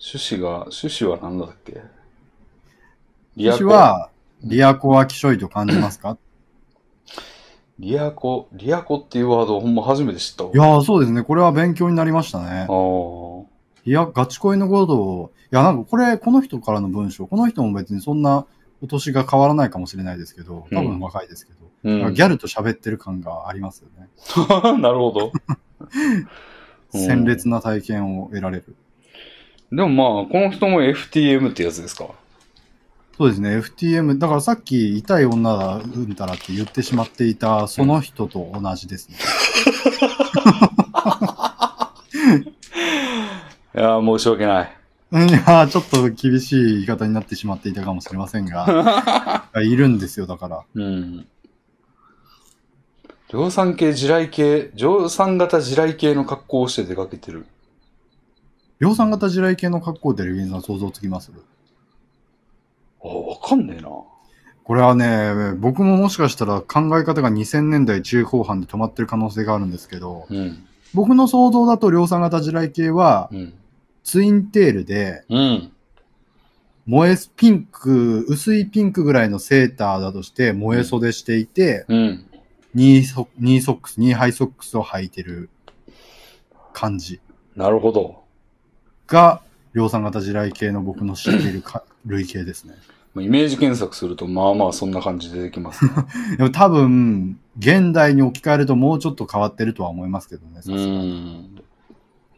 趣旨が、趣旨は何だっけリア私コ、は、リアコはきしょいと感じます かリアコ、リアコっていうワードほんま初めて知ったわい。やー、そうですね。これは勉強になりましたねあ。ーいや、ガチ恋のことを、いや、なんかこれ、この人からの文章、この人も別にそんなお年が変わらないかもしれないですけど、多分若いですけど、うん、ギャルと喋ってる感がありますよね。 なるほど。うん 鮮烈な体験を得られる。でもまあ、この人も FTM ってやつですか。そうですね、FTM、だからさっき、痛い女だ、うんたらって言ってしまっていた、その人と同じで すね。いやー、申し訳ない。うん、いやーちょっと厳しい言い方になってしまっていたかもしれませんが、 いるんですよ、だから。うん。量産系、地雷系、量産型地雷系の格好をして出かけてる。量産型地雷系の格好でレギンさん想像つきますあ、わかんねえな。これはね、僕ももしかしたら考え方が2000年代中後半で止まってる可能性があるんですけど、うん。僕の想像だと量産型地雷系はうん。ツインテールで、うん。燃えすピンク、薄いピンクぐらいのセーターだとして燃え袖していて、うん。ニーソニーソックス、ニーハイソックスを履いてる感じなるほど。が、量産型地雷系の僕の知っているか類型ですね。まあイメージ検索すると、まあまあそんな感じでできますね、でも多分、現代に置き換えるともうちょっと変わってるとは思いますけどね、さすうがにん。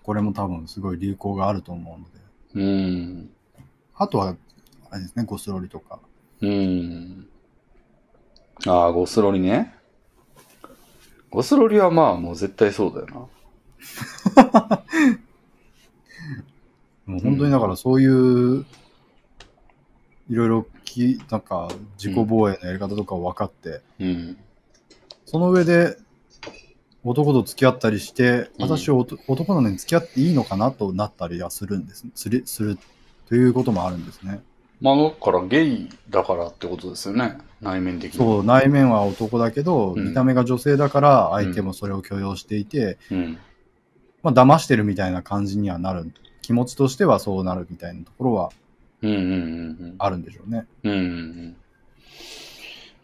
これも多分すごい流行があると思うので。うん。あとは、あれですね、ゴスロリとか。うん。ああ、ゴスロリね。ゴスロリはまあもう絶対そうだよな。もう本当にだからそういういろいろき、なんか、自己防衛のやり方とかを分かって、うん。その上で、男と付き合ったりして、うん私をおと男なのに付き合っていいのかなとなったりはするんです。する、するということもあるんですね。まあ、だからゲイだからってことですよね。内面的に。そう、内面は男だけど、うん見た目が女性だから、相手もそれを許容していて、うん。まあ、騙してるみたいな感じにはなる。気持ちとしてはそうなるみたいなところはうんうんうんあるんでしょうね。うん。うんうんうん。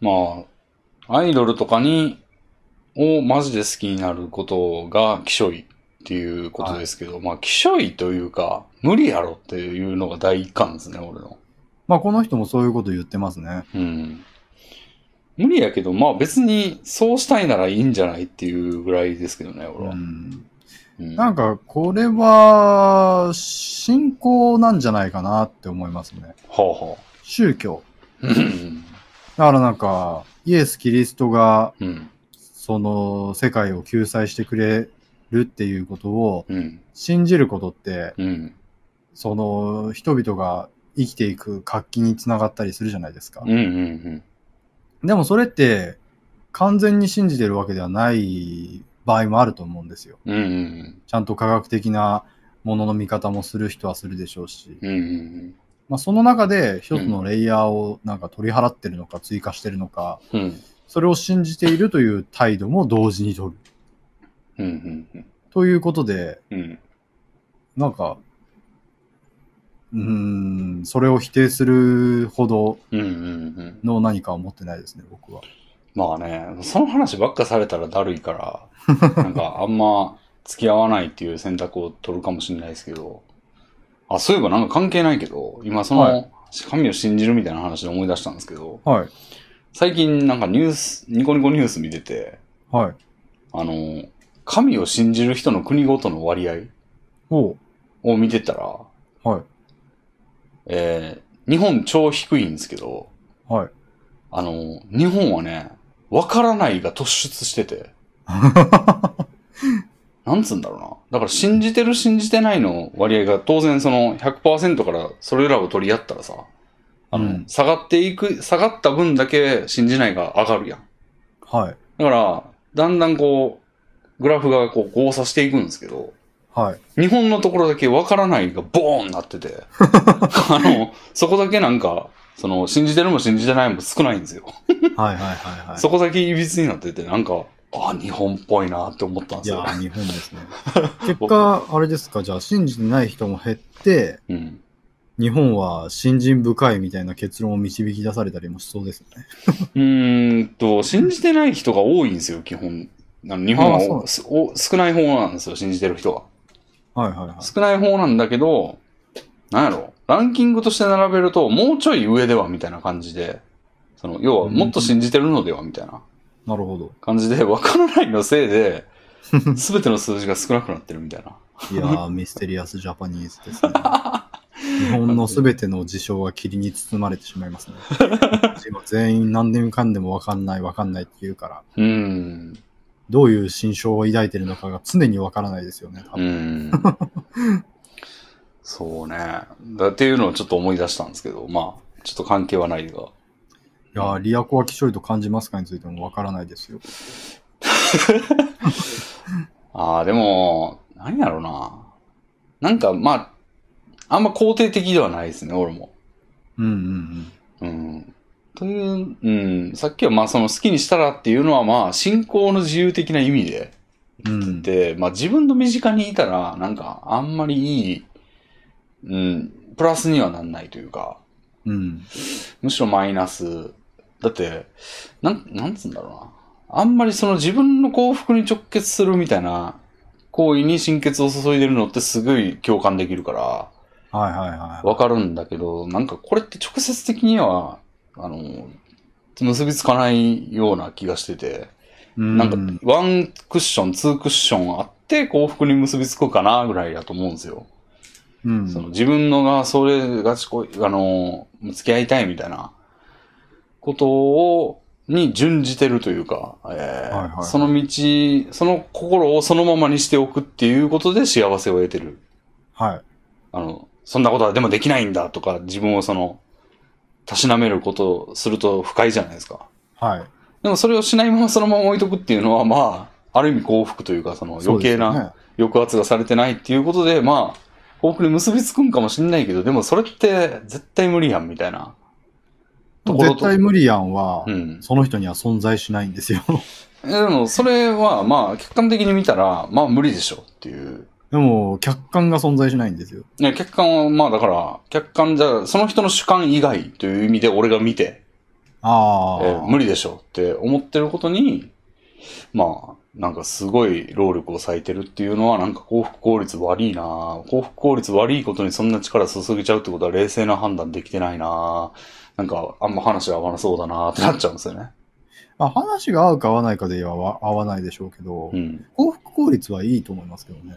まあ、アイドルとかに、をマジで好きになることが、きしょいっていうことですけど、まあ、きしょいというか、無理やろっていうのが第一感ですね、俺の。まあ、この人もそういうこと言ってますね。うん。無理やけど、まあ別にそうしたいならいいんじゃないっていうぐらいですけどね、俺うは。ん、うんなんか、これは、信仰なんじゃないかなって思いますね。ほうほ宗教。う。うん。だからなんか、イエス・キリストが、うん。その、世界を救済してくれるっていうことをうん。信じることって、うん。その、人々が生きていく活気につながったりするじゃないですかうん。。うん。でもそれって、完全に信じてるわけではない場合もあると思うんですよ。うん。うん。ちゃんと科学的なものの見方もする人はするでしょうし、うん。うん。まあ、その中で一つのレイヤーをなんか取り払ってるのか追加してるのか、うん。それを信じているという態度も同時に取る。うん。ということで、うん。なんか、うーん、それを否定するほどうん。うん。の何かを持ってないですね、僕は。まあね、その話ばっかされたらだるいから、なんかあんま付き合わないっていう選択を取るかもしれないですけど、あ、そういえばなんか関係ないけど、今そはの神を信じるみたいな話で思い出したんですけど、はい。最近なんかニュース、ニコニコニュース見てて、はい。あの、神を信じる人の国ごとの割合おうを見てたら、はい。えー、日本超低いんですけど、はい。あの、日本はね、わからないが突出して て、なんつうんだろうな。だから信じてる信じてないの割合が当然その100%からそれらを取り合ったらさ、あの、うん下がっていく、下がった分だけ信じないが上がるやん。はい。だから、だんだんこう、グラフがこう交差していくんですけど、はい。日本のところだけわからないがボーンなって て、あの、そこだけなんか、その、信じてるも信じてないも少ないんですよ。はい。はい。はい。はい。そこだけ歪になってて、なんか、あ、日本っぽいなって思ったんでいすやよ。ー、日 本ですね。結果、あれですか、じゃあ、信じてない人も減って、うん。日本は信心深いみたいな結論を導き出されたりもしそうですね。うーんと、信じてない人が多いんですよ、基本。あの日本あそうなんはですお少ない方なんですよ、信じてる人が。はいはいはい。少ない方なんだけど、なんやろ、ランキングとして並べると、もうちょい上ではみたいな感じで、その、要は、もっと信じてるのではみたいななるほど。感じで、わからないのせいで、すべての数字が少なくなってるみたいな。いや ー、ミステリアスジャパニーズですね。日本のすべての事象が霧に包まれてしまい ますね。今全員何でもかんでもわかんないわかんないって言うから、うーん。どういう心象を抱いてるのかが常にわからないですよね。多う分ん。そうね。だっていうのをちょっと思い出したんですけど、まあ、ちょっと関係はないが。いやー、リアコは気象いと感じますかについてもわからないですよ。ああ、でも、何やろうな。なんか、まあ、あんま肯定的ではないですね、俺も。うんううんん。という、うん、さっきはまあその好きにしたらっていうのはまあ信仰の自由的な意味で、うん。うん、で、まあ自分の身近にいたらなんかあんまりいい、うん、プラスにはなんないというか、うん。むしろマイナス。だって、なん、なんつうんだろうな。あんまりその自分の幸福に直結するみたいな行為に心血を注いでるのってすごい共感できるから、はいはいはい。わかるんだけど、なんかこれって直接的には、あの、結びつかないような気がしてて、うんなんかワンクッション、ツークッションあって幸福に結びつくかなぐらいだと思うんですよ。うん、その自分のが、それがちこ、あの、付き合いたいみたいなことを、に準じてるというか、えーはいはいその道、その心をそのままにしておくっていうことで幸せを得てる。はい。あの、そんなことはでもできないんだとか、自分をその、たしなめることをすると不快じゃないですか。はい。でもそれをしないままそのまま置いとくっていうのは、まあ、ある意味幸福というか、その余計そうなですよね抑圧がされてないっていうことで、まあ、幸福に結びつくんかもしんないけど、でもそれって絶対無理やんみたいな。ところと絶対無理やんは、うん。その人には存在しないんですよ。 えでもそれはまあ、客観的に見たら、まあ無理でしょっていう。でも、客観が存在しないんですよ。ね、客観はまあだから、客観じゃ、その人の主観以外という意味で俺が見て、ああ、えー無理でしょって思ってることに、まあ、なんかすごい労力を割いてるっていうのは、なんか幸福効率悪いなぁ幸福効率悪いことにそんな力注げちゃうってことは冷静な判断できてないなぁなんかあんま話が合わなそうだなぁってなっちゃうんですよね。まあ。話が合うか合わないかでは合わないでしょうけど、うん。幸福効率はいいと思いますけどね。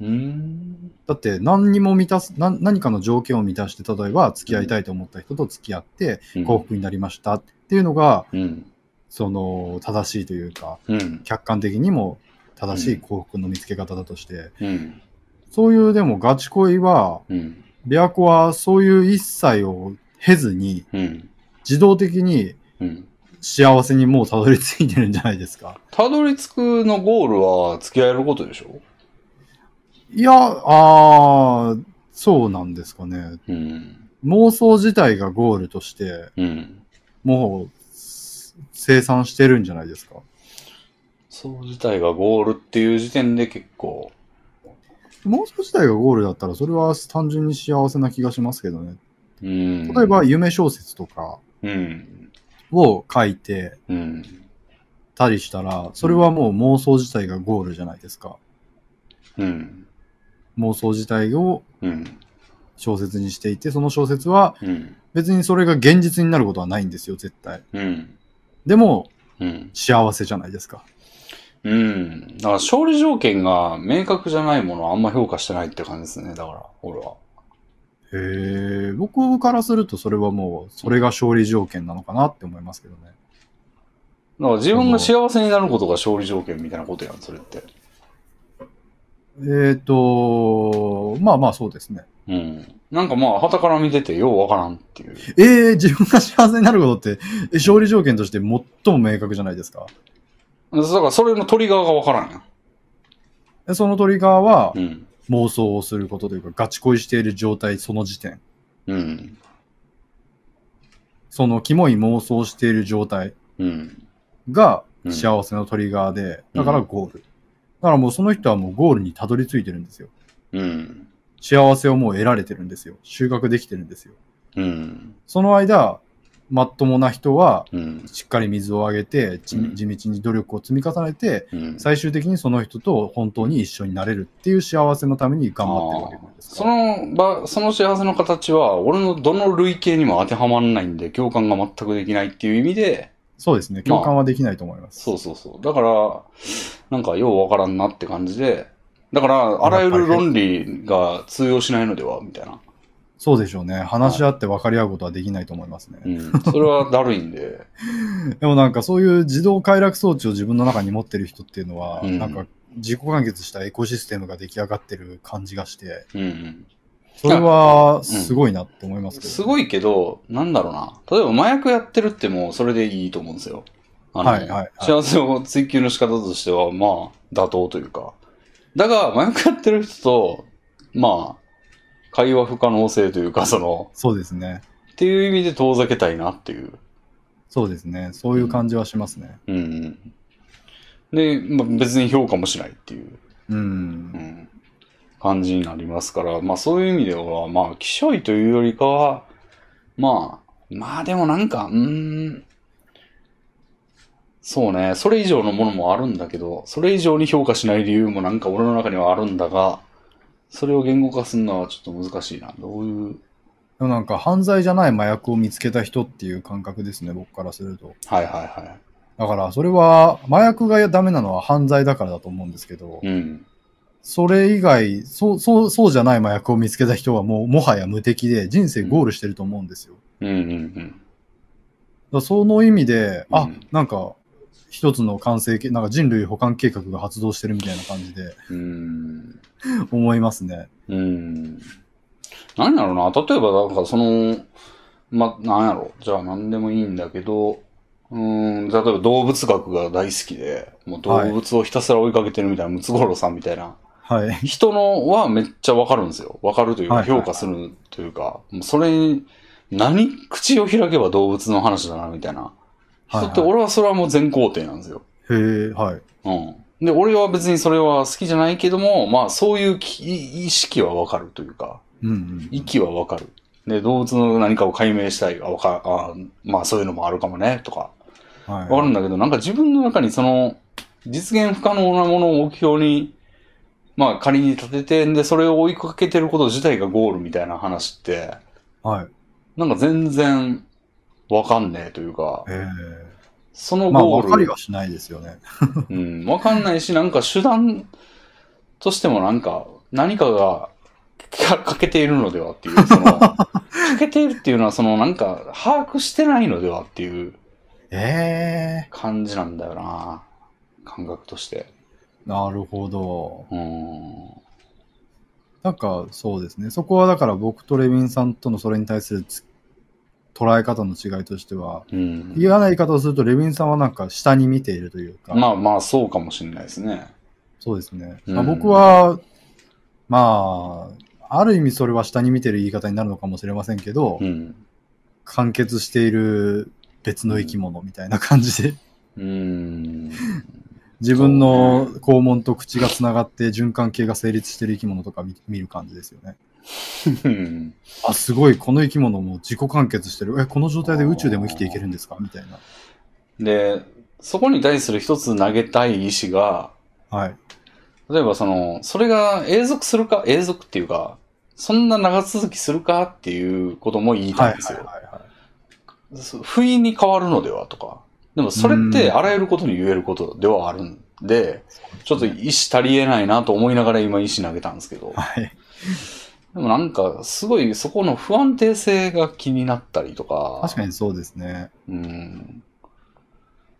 うーん。だって何にも満たす、何何かの条件を満たして、例えば付き合いたいと思った人と付き合ってうん幸福になりましたっていうのが、うん。その正しいというか、うん。客観的にも正しい幸福の見つけ方だとして、うん。そういうでもガチ恋は、うん。琵琶湖はそういう一切を経ずに、うん。自動的にうん。幸せにもうたどり着いてるんじゃないですか。たどり着くのゴールは付き合えることでしょいや、あー、そうなんですかね。うん。妄想自体がゴールとして、うん。もう、生産してるんじゃないですか。そう自体がゴールっていう時点で結構、妄想自体がゴールだったら、それは単純に幸せな気がしますけどね。うん。例えば、夢小説とかうん。を書いてうん。たりしたら、それはもう妄想自体がゴールじゃないですか。うん。妄想自体をうん。小説にしていて、その小説はうん。別にそれが現実になることはないんですよ、絶対。うん。でも、うん。幸せじゃないですか。うん。だから、勝利条件が明確じゃないものはあんま評価してないって感じですね。だから、俺は。へえ、僕からするとそれはもう、それが勝利条件なのかなって思いますけどね。だから、自分が幸せになることが勝利条件みたいなことやん、それって。えっ、と、まあまあそうですね。うん。なんかまあ、旗から見ててようわからんっていう。えー、自分が幸せになることって、え勝利条件として最も明確じゃないですか。だから、それのトリガーがわからんやん。でそのトリガーはうん。妄想をすることというか、ガチ恋している状態、その時点。うん。そのキモい妄想している状態うん。がうん幸せのトリガーで、うんだからゴール。だからもうその人はもうゴールにたどり着いてるんですよ。うん。幸せをもう得られてるんですよ。収穫できてるんですよ。うん。その間、まっともな人は、うん。しっかり水をあげて、地うん地道に努力を積み重ねて、うん。最終的にその人と本当に一緒になれるっていう幸せのために頑張ってるわけなんですかそら。の場、その幸せの形は、俺のどの類型にも当てはまらないんで、共感が全くできないっていう意味で、そうですね。共感はできないと思います。そうそうそう。だから、なんかようわからんなって感じで、だから、あらゆる論理が通用しないのではみたいな。そうでしょうね。話し合って分かり合うことはできないと思いますね。うん。それはだるいんで。でもなんかそういう自動快楽装置を自分の中に持ってる人っていうのは、うんなんか自己完結したエコシステムが出来上がってる感じがして、うん。それはすごいなって思いますけど、すごい。いけど、なんだろうな。例えば麻薬やってるってもうそれでいいと思うんですよ。あのはいはいはい幸せを追求の仕方としては、まあ、妥当というか。だが、麻薬やってる人と、まあ、会話不可能性というか、その、そうですね。っていう意味で遠ざけたいなっていう。そうですね。そういう感じはしますね。うん。で、まあ、別に評価もしないっていう、うんうん、感じになりますから、まあそういう意味では、まあ、きしょいというよりかは、まあ、まあでもなんか、うーん、そうね、それ以上のものもあるんだけど、それ以上に評価しない理由もなんか俺の中にはあるんだが、それを言語化するのはちょっと難しいな。どういう、でもなんか犯罪じゃない麻薬を見つけた人っていう感覚ですね、僕からすると。はいはいはだからそれは麻薬がダメなのは犯罪だからだと思うんですけどい。、うん。それ以外、そう、そう、そうじゃない麻薬を見つけた人はもうもはや無敵で人生ゴールしてると思うんですよ。だかうんうんらその意味で、うんあ、なんか一つの完成形、なんか人類保管計画が発動してるみたいな感じでうん。うん思いますね。うん。何やろうな、例えば、なんかその、ま、なんやろ。じゃあ何でもいいんだけど、うーん、例えば動物学が大好きで、もう動物をひたすら追いかけてるみたいな、ムツゴロウさんみたいな。はい。人のはめっちゃわかるんですよ。わかるというはか、いはいは評価いするというか、もうそれに、何、口を開けば動物の話だな、みたいな。はいはい人って、俺はそれはもう全肯定なんですよ。へえ、はい。うん。で、俺は別にそれは好きじゃないけども、まあ、そういうき意識はわかるというか、うんうん。息はわかる。で、動物の何かを解明したい、あ、わか、あ、まあそういうのもあるかもね、とか、はい。わかるんだけど、なんか自分の中にその、実現不可能なものを目標に、まあ仮に立てて、で、それを追いかけてること自体がゴールみたいな話って、はい。なんか全然わかんねえというか、えそのまあ、ゴーわル、かりはしないですよね。うん、わかんないし、なんか手段としてもなんか、何かがか欠けているのではっていう、その、欠けているっていうのは、そのなんか、把握してないのではっていうええ感じなんだよな感覚として。なるほど。うん。なんか、そうですね。そこはだから僕とレビンさんとのそれに対するつ捉え方の違いとしては、うん。嫌な言い方をすると、レビンさんはなんか下に見ているというか、まあまあ、そうかもしれないですね。そうですね。うんまあ、僕は、まあ、ある意味それは下に見てる言い方になるのかもしれませんけど、うん。完結している別の生き物みたいな感じで、 うん。自分の肛門と口がつながって循環系が成立している生き物とか見見る感じですよね。あ、すごい、この生き物も自己完結してる。え、この状態で宇宙でも生きていけるんですかみたいな。で、そこに対する一つ投げたい意志が、はい。例えばその、それが永続するか、永続っていうか、そんな長続きするかっていうことも言いたはいいんですはいよ。はそう不意に変わるのではとか。でもそれってうんあらゆることに言えることではあるんで、い。ちょっと意志足りえないなと思いながら今意志投げたんですけど、はい。でもなんかすごいそこの不安定性が気になったりとか。確かにそうですね。うん。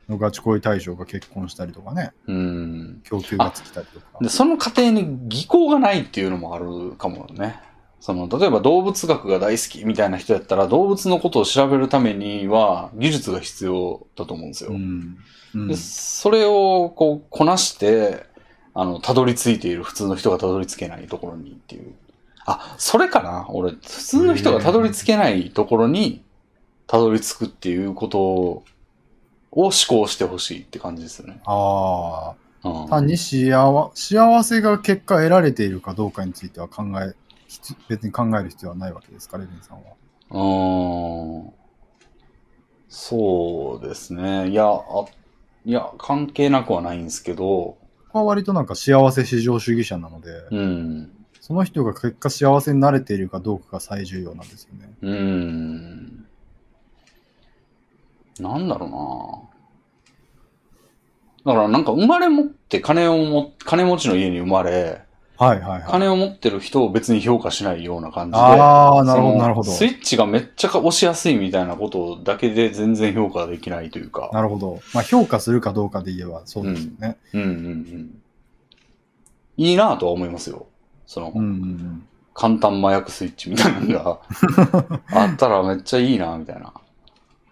のガチ恋対象が結婚したりとかね、うん。供給がつきたりとか。で、その過程に技巧がないっていうのもあるかもね。その、例えば動物学が大好きみたいな人やったら、動物のことを調べるためには、技術が必要だと思うんですよ。うん。うんでそれを、こう、こなして、あの、たどり着いている普通の人がたどり着けないところにっていう。あ、それかな俺、普通の人がたどり着けないところに、たどり着くっていうことを思考してほしいって感じですよね。あうんあ、単に幸幸せが結果得られているかどうかについては考え、ひつ別に考える必要はないわけですか、レビンさんは。うーん。そうですね。いや、あいや、関係なくはないんですけど、僕は割となんか幸せ至上主義者なので、うん。その人が結果幸せになれているかどうかが最重要なんですよね。うん。なんだろうな。だからなんか生まれ持って金をも、金持ちの家に生まれ、はいはいはい。金を持ってる人を別に評価しないような感じで、ああ、なるほそどのなるほど。スイッチがめっちゃ押しやすいみたいなことだけで全然評価できないというか。なるほど。まあ評価するかどうかで言えばそうですよね。うんうんうん。いいなぁとは思いますよ。その、うん、うん、うん。簡単麻薬スイッチみたいなの があったらめっちゃいいなぁみたいな。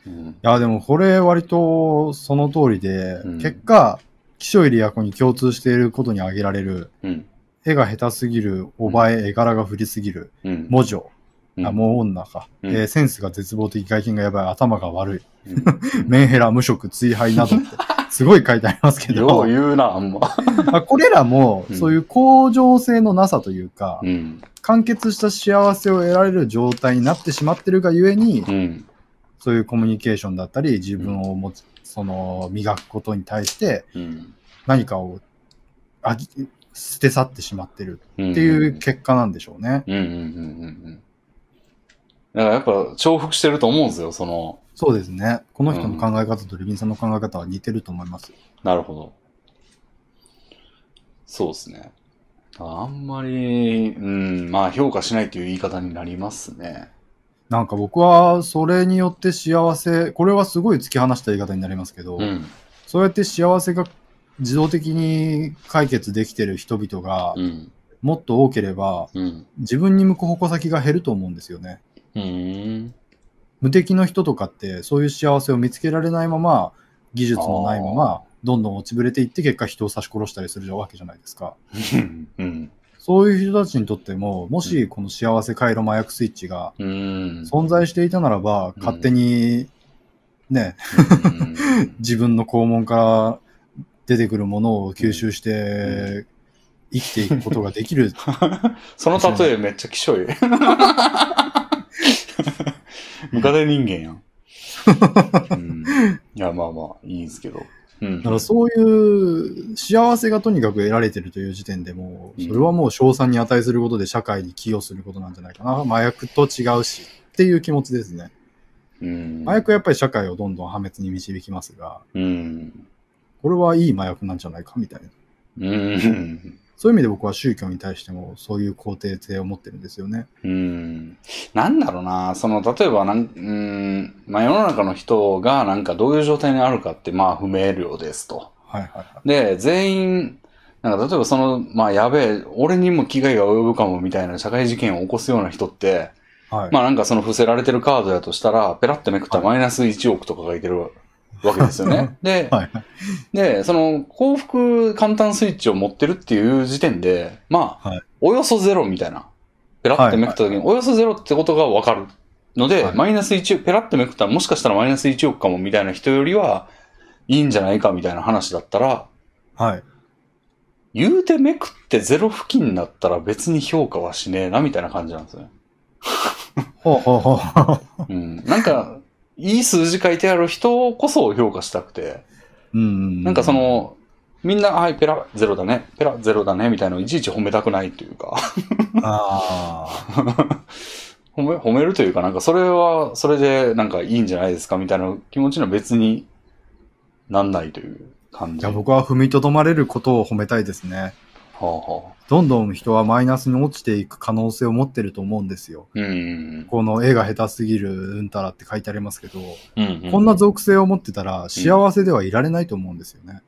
うん。いや、でもこれ割とその通りで、うん結果、気象入りや子に共通していることに挙げられる、うん。絵が下手すぎる、お前、絵柄が不利すぎる、うん。文字を、うんあ、もう女か、うんえーセンスが絶望的、外見がやばい、頭が悪い、 うんメンヘラ、無職、追廃などって、すごい書いてありますけ よどう、言うなぁ、あんま。まあ、これらもうん、そういう向上性のなさというか、うん。完結した幸せを得られる状態になってしまってるがゆえに、うん。そういうコミュニケーションだったり、自分を持つ、その、磨くことに対して、うん。何かを、あぎ捨て去ってしまってるうん。っていう結果なんでしょうね。うんうんうんうんうん。だからやっぱ重複してると思うんですよ、その、そうですね。この人の考え方とレビンさんの考え方は似てると思います。なるほど。そうですね。あんまり、うん、まあ評価しないという言い方になりますね。なんか僕はそれによって幸せ、これはすごい突き放した言い方になりますけど、うん。そうやって幸せが自動的に解決できてる人々がうん。もっと多ければ、うん。自分に向く矛先が減ると思うんですよね。うん。無敵の人とかってそういう幸せを見つけられないまま技術もないままどんどん落ちぶれていって結果人を刺し殺したりするわけじゃないですかうん。うん。そういう人たちにとってももしこの幸せ回路麻薬スイッチがうん。存在していたならばうん勝手にねうん自分の肛門から出てくるものを吸収して生きていくことができるその例えめっちゃきしょい。ムカデ人間やん。うん、いや、まあまあ、いいんですけど。うん。だからそういう幸せがとにかく得られてるという時点でもう、それはもう賞賛に値することで社会に寄与することなんじゃないかな。麻薬と違うしっていう気持ちですね。うん。麻薬はやっぱり社会をどんどん破滅に導きますが、うん。これはいい麻薬なんじゃないかみたいな。うん。そういう意味で僕は宗教に対してもそういう肯定性を持ってるんですよね。うん。なんだろうな、その、例えばなん、うん、まあ世の中の人がなんかどういう状態にあるかって、まあ不明瞭ですと。はいはいはい。で、全員、なんか例えばその、まあやべえ、俺にも危害が及ぶかもみたいな社会事件を起こすような人って、はい。まあなんかその伏せられてるカードやとしたら、ペラッとめくったらマイナス1億とか書いてるわけですよ ね。で、はいはい。で、その幸福簡単スイッチを持ってるっていう時点で、まあ、はいおよそゼロみたいな。ペラッてめくった時に、およそゼロってことがわかるので、はいマイナス1億、ペラッてめくったらもしかしたらマイナス1億かもみたいな人よりは、いいんじゃないかみたいな話だったら、はい。言うてめくってゼロ付近だったら別に評価はしねえなみたいな感じなん ですよね。ほうほうほうほう。うん。なんか、いい数字書いてある人こそ評価したくて、うんうん。なんかそ、の、みんな、はい、ペラゼロだね、ペラゼロだね、みたいなのをいちいち褒めたくないというか、 ああ。褒め、褒めるというか、なんかそれは、それでなんかいいんじゃないですか、みたいな気持ちには別になんないという感いじ。や、僕は踏みとどまれることを褒めたいですね。はあはあ。どんどん人はマイナスに落ちていく可能性を持ってると思うんですよ。うん。この絵が下手すぎるうんたらって書いてありますけど、うん、うん。こんな属性を持ってたら幸せではいられないと思うんですよね。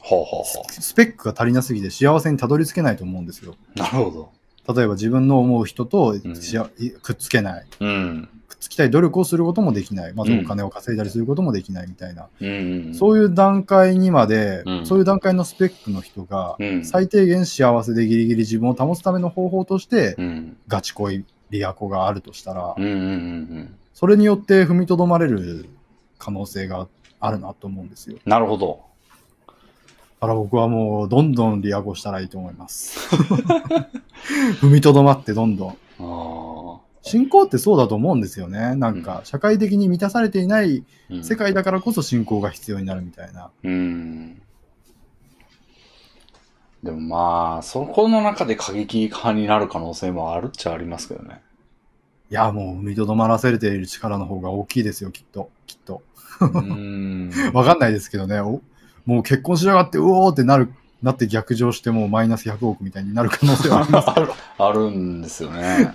はあはあはスペックが足りなすぎて幸せにたどり着けないと思うんですよ。あ。なるほど。例えば自分の思う人とんしあくっつけない。うん。くっつきたい努力をすることもできない。まずうんお金を稼いだりすることもできないみたいな。うんうん。そういう段階にまで、うんそういう段階のスペックの人が、うん。最低限幸せでギリギリ自分を保つための方法として、うん。ガチ恋、リアコがあるとしたらうん、うんうんうん。それによって踏みとどまれる可能性があるなと思うんですよ。だなるほど。から僕はもう、どんどんリアコしたらいいと思います。踏みとどまってどんどん。ああ。信仰ってそうだと思うんですよね。なんうか、社会的に満たされていないうん世界だからこそ信仰が必要になるみたいな。うん。でもまあ、そこの中で過激派になる可能性もあるっちゃありますけどね。いや、もう踏みとどまらせれている力の方が大きいですよ、きっと。きっと。うん。 わかんないですけどね。おもう結婚しやがって、うおーってなる、なって逆上してもうマイナス100億みたいになる可能性はありますけど。あるんですよね。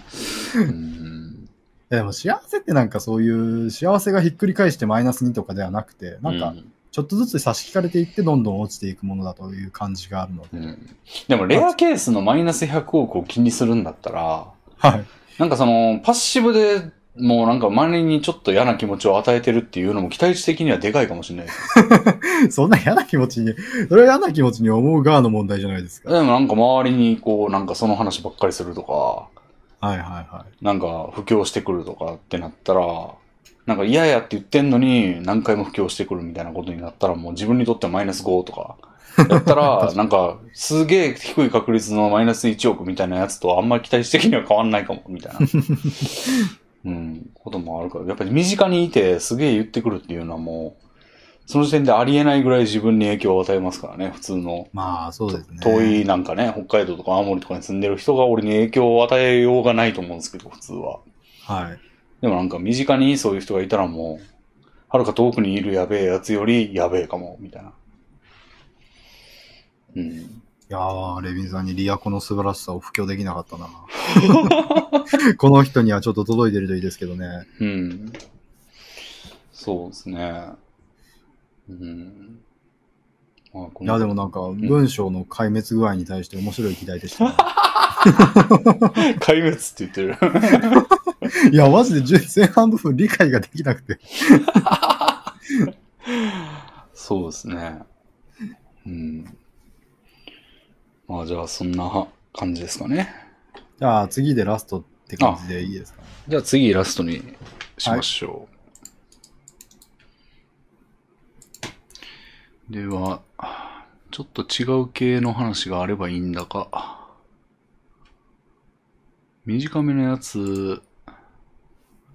うん。いやでも幸せってなんかそういう幸せがひっくり返してマイナス2とかではなくて、なんかちょっとずつ差し引かれていってどんどん落ちていくものだという感じがあるので。うん、うんでも、レアケースのマイナス100億を気にするんだったら、はい。 なんかその、パッシブで、もうなんか周りにちょっと嫌な気持ちを与えてるっていうのも期待値的にはでかいかもしれないです。そんな嫌な気持ちに、それは嫌な気持ちに思う側の問題じゃないですでか。もなんか周りにこう、なんかその話ばっかりするとか、はいはいはなんか、布教してくるとかってなったら、なんか嫌やって言ってんのに何回も布教してくるみたいなことになったらもう自分にとってマイナス5とか。やったら、なんか、すげえ低い確率のマイナス1億みたいなやつとあんまり期待値的には変わんないかも、みたいな。うん、こともあるから。やっぱり身近にいてすげえ言ってくるっていうのはもう、その時点でありえないぐらい自分に影響を与えますからね、普通の。い。まあそうですね。遠いなんかね、北海道とか青森とかに住んでる人が俺に影響を与えようがないと思うんですけど、普通は。はい。でもなんか身近にそういう人がいたらもう、はるか遠くにいるやべえやつよりやべえかも、みたいな。うん。いやー、レビンさんにリアコの素晴らしさを布教できなかった な。この人にはちょっと届いてるといいですけどね。うん。そうですね。うん。まあ、こいや、の でもなんか文章の壊滅具合に対して面白い議題でしたね。壊滅って言ってる。 いや、マジでじゅ前半部分理解ができなくて。そうですね。うん。まあじゃあそんな感じですかね。じゃあ次でラストって感じでいいですかね。じゃあ次ラストにしましょう。では、ちょっと違う系の話があればいいんだが、短めのやつ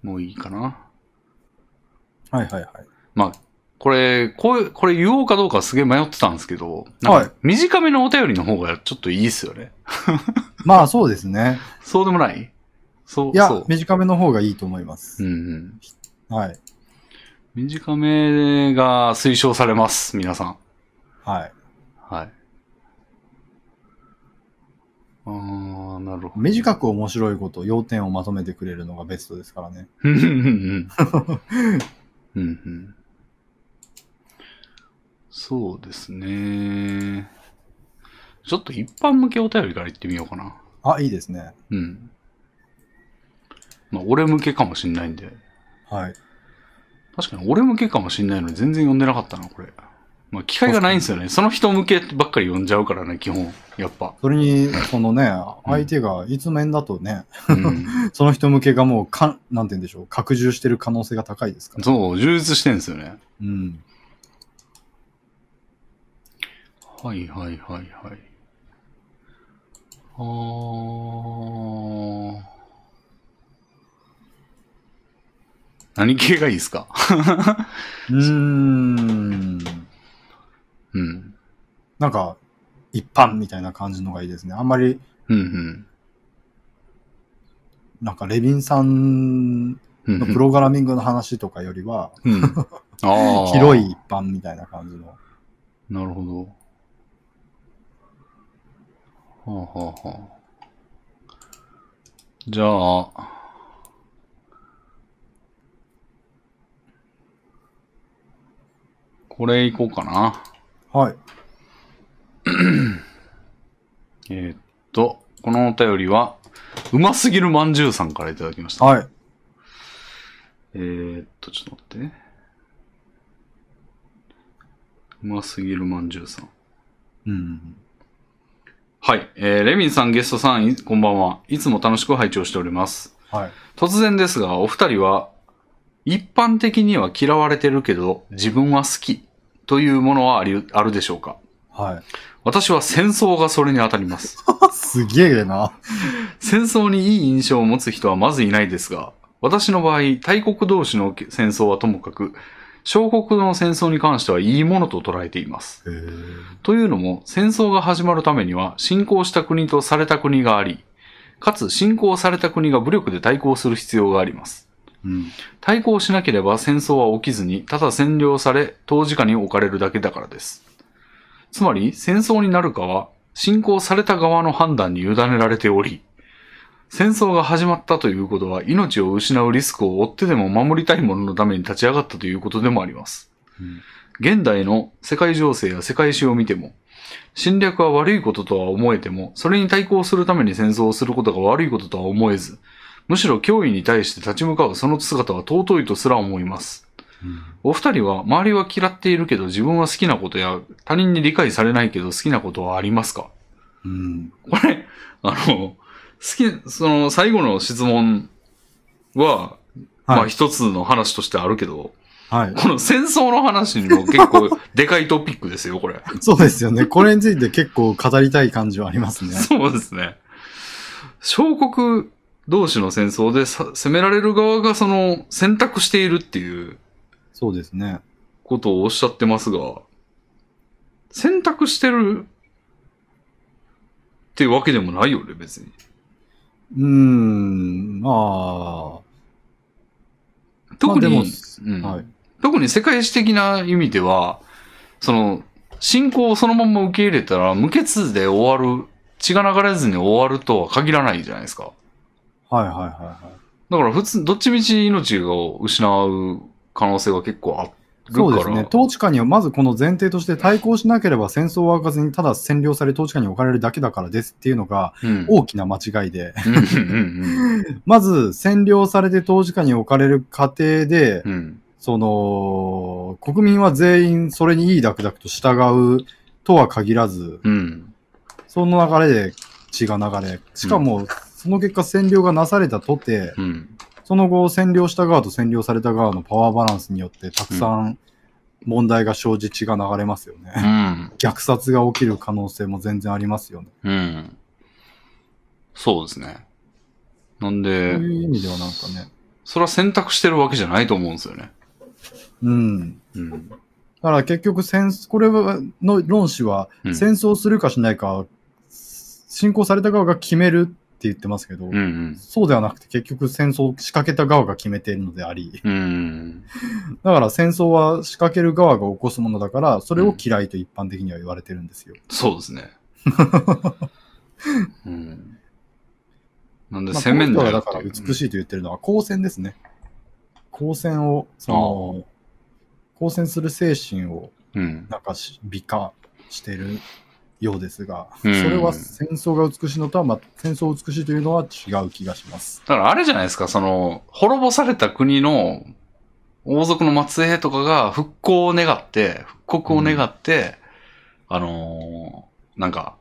もいいかな。はいはいはい。まあ、これ、こういう、これ言おうかどうかすげえ迷ってたんですけど、ははいい。短めのお便りの方がちょっといいですよね。まあそうですね。そうでもないそう、いやそう、。短めの方がいいと思いますうん、。うん。はい。短めが推奨されます、皆さん。はい。はい。あー、なるほど。短く面白いこと、要点をまとめてくれるのがベストですからね。うんうんうん。うんうん。そうですね。ちょっと一般向けお便りから言ってみようかな。あ、いいですね。うん。まあ、俺向けかもしんないんで。はい。確かに俺向けかもしんないのに全然読んでなかったな、これ。まあ、機会がないんですよね。その人向けばっかり読んじゃうからね、基本。やっぱ。それに、そのね、相手がいつ面だとね、 うん。その人向けがもうかん、なんて言うんでしょう、拡充してる可能性が高いですから。そう、充実してんですよね。うん。はいはいはいはい。あー。何系がいいですかうーん。うん。なんか、一般みたいな感じのがいいですね。あんまり、うんなんか、レビンさんのうん。うんうんプログラミングの話とかよりは、うん。あー 広い一般みたいな感じの。なるほど。はあはあはあ。じゃあ、これいこうかな。はい。 えーっと、このお便りは、うますぎるまんじゅうさんからいただきました。はい。えーっと、ちょっと待ってね。うますぎるまんじゅうさん。うん。はい。えー、レミンさん、ゲストさん、いこんばんは。いつも楽しく拝聴しております。はい。突然ですが、お二人は、一般的には嫌われてるけど、自分は好きというものはありあるでしょうかはい。私は戦争がそれに当たります。すげえな。戦争にいい印象を持つ人はまずいないですが、私の場合、大国同士の戦争はともかく、小国の戦争に関してはいいものと捉えています。へえ。というのも、戦争が始まるためには、侵攻した国とされた国があり、かつ侵攻された国が武力で対抗する必要があります。うん。対抗しなければ戦争は起きずに、ただ占領され、当事下に置かれるだけだからです。つまり、戦争になるかは、侵攻された側の判断に委ねられており、戦争が始まったということは、命を失うリスクを負ってでも守りたい者のために立ち上がったということでもあります。うん現代の世界情勢や世界史を見ても、侵略は悪いこととは思えても、それに対抗するために戦争をすることが悪いこととは思えず、むしろ脅威に対して立ち向かうその姿は尊いとすら思います。お二人は周りは嫌っているけど自分は好きなことや他人に理解されないけど好きなことはありますかうん。これ、あの、好き、その最後の質問は、まはあい。一つの話としてあるけど、はい。この戦争の話にも結構でかいトピックですよ、これ。そうです よね。これについて結構語りたい感じはありますね。そうですね。小国同士の戦争でさ攻められる側がその選択しているっていうそうですね。ことをおっしゃってますが、選択してるっていうわけでもないよね、別に。うーん、まあ、特に、まあでうんはい。特に世界史的な意味では、その、信仰をそのまま受け入れたら、無血で終わる、血が流れずに終わるとは限らないじゃないですか。はいはいはいはい。だから普通、どっちみち命を失う可能性は結構あそうですね。統治下にはまずこの前提として対抗しなければ戦争は開かずにただ占領され統治下に置かれるだけだからですっていうのがうん、大きな間違いで、うんうんまず占領されて統治下に置かれる過程で、うんうんその、国民は全員それにいいダクダクと従うとは限らず、うんその流れで血が流れ、しかもその結果占領がなされたとて、うんその後占領した側と占領された側のパワーバランスによってたくさん問題が生じ血が流れますよね。 うん虐殺が起きる可能性も全然ありますよね。うんそうですね。なんそうで、いう意味ではなんかね。それは選択してるわけじゃないと思うんですよね。うん。だうん。から結局戦、これはの論旨は、うん戦争するかしないか、侵攻された側が決めるって言ってますけど、うんそうではなくて結局戦争を仕掛けた側が決めているのであり、うん。うん。だから戦争は仕掛ける側が起こすものだから、それを嫌いと一般的には言われてるんですよ。そうですね。うん。なんで、まあ攻めんこのだよ人がっだからていう。美しいと言ってるのは光線ですね。光線を、その、光線する精神をうん。なんかし美化してるようですが、うんそれは戦争が美しいのとは、まあ、戦争を美しいというのは違う気がします。だからあれじゃないですか、その、滅ぼされた国の王族の末裔とかが復興を願って、復刻を願って、あのーなんか、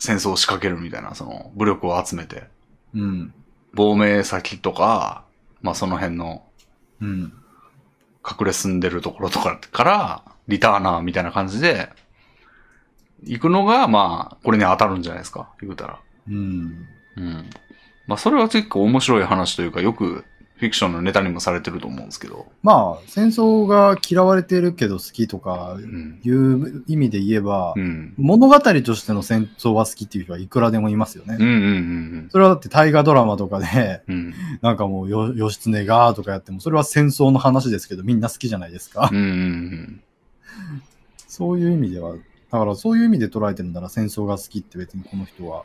戦争を仕掛けるみたいな、その、武力を集めて、うん。亡命先とか、まあその辺のうん。隠れ住んでるところとかから、リターナーみたいな感じで、行くのが、まあ、これに当たるんじゃないですか、言うたら。うん。うん。まあ、それは結構面白い話というか、よくフィクションのネタにもされてると思うんですけど。まあ、戦争が嫌われてるけど好きとかうん。いう意味で言えば、うん。物語としての戦争は好きっていう人はいくらでもいますよね。うんうんうんそれはだって大河ドラマとかで、 うん。うん。なんかもうよ、義経がとかやっても、それは戦争の話ですけど、みんな好きじゃないですか。うんうんそういう意味では、だからそういう意味で捉えてるなら戦争が好きって別にこの人は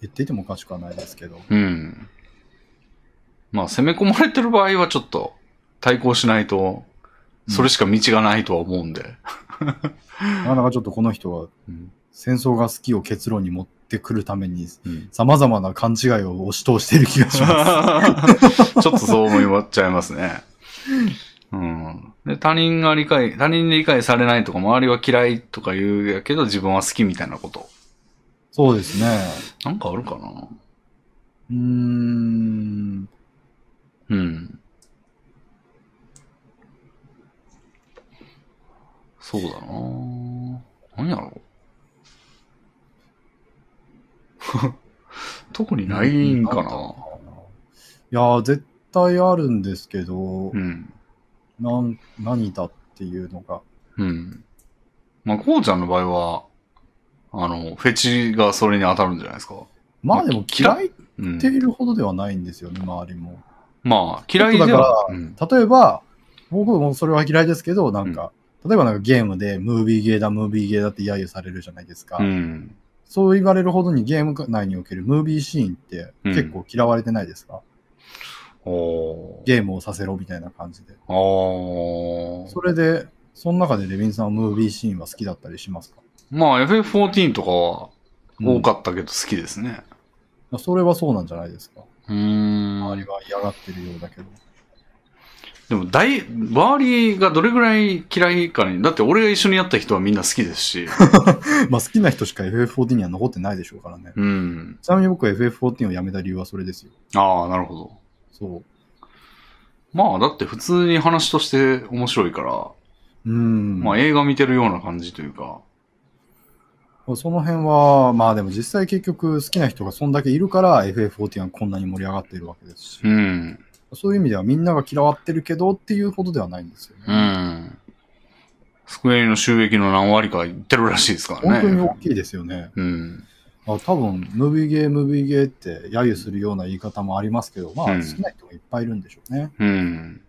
言っていてもおかしくはないですけど。うん。うん。まあ、攻め込まれてる場合はちょっと対抗しないと、それしか道がないとは思うんで。なかなかちょっとこの人はうん。戦争が好きを結論に持ってくるために、うん様々な勘違いを押し通している気がし ます。ちょっとそう思っちゃいますね。うん。で、他人が理解、他人に理解されないとか、周りは嫌いとか言うやけど、自分は好きみたいなこと。そうですね。なんかあるかなうーん。うん。そうだな何やろ う特にないんかなないやー、絶対あるんですけど、うん。なん何だっていうのが。うん。まあ、こうちゃんの場合は、あの、フェチがそれに当たるんじゃないですか。まあでも嫌いっうんて。いるほどではないんですよね、周りも。まあ、嫌いでは、うん。例えば、僕もそれは嫌いですけど、なんか、例えばなんかゲームでムービーゲーだ、ムービーゲーだって揶揄されるじゃないですか。うん。そう言われるほどにゲーム内におけるムービーシーンって結構嫌われてないですか、おー。ゲームをさせろみたいな感じで。おーそれで、その中でレビンさんはムービーシーンは好きだったりしますかまあ、FF14 とかは多かっったけど好きですね。た。それはそうなんじゃないですか。うー周りん。は嫌がってるようだけど。でも、大、周りがどれぐらい嫌いかに、だって俺が一緒にやった人はみんな好きですし、 まあ好きな人しか FF14 には残ってないでしょうからね。うん。ちなみに僕は FF14 をやめた理由はそれですよ。ああ、なるほど。そう。まあ、だって普通に話として面白いから、うん。まあ映画見てるような感じというか、その辺は、まあでも実際結局好きな人がそんだけいるから FF14 はこんなに盛り上がっているわけですし、うん。そういう意味ではみんなが嫌わってるけどっていうほどではないんですようね。ん。机の収益の何割か言ってるらしいですからね。本当に大きいですよね。うん。あ多分、ムービーゲー、ムービーゲーって揶揄するような言い方もありますけど、まあうん好きな人がいっぱいいるんでしょうね。うん。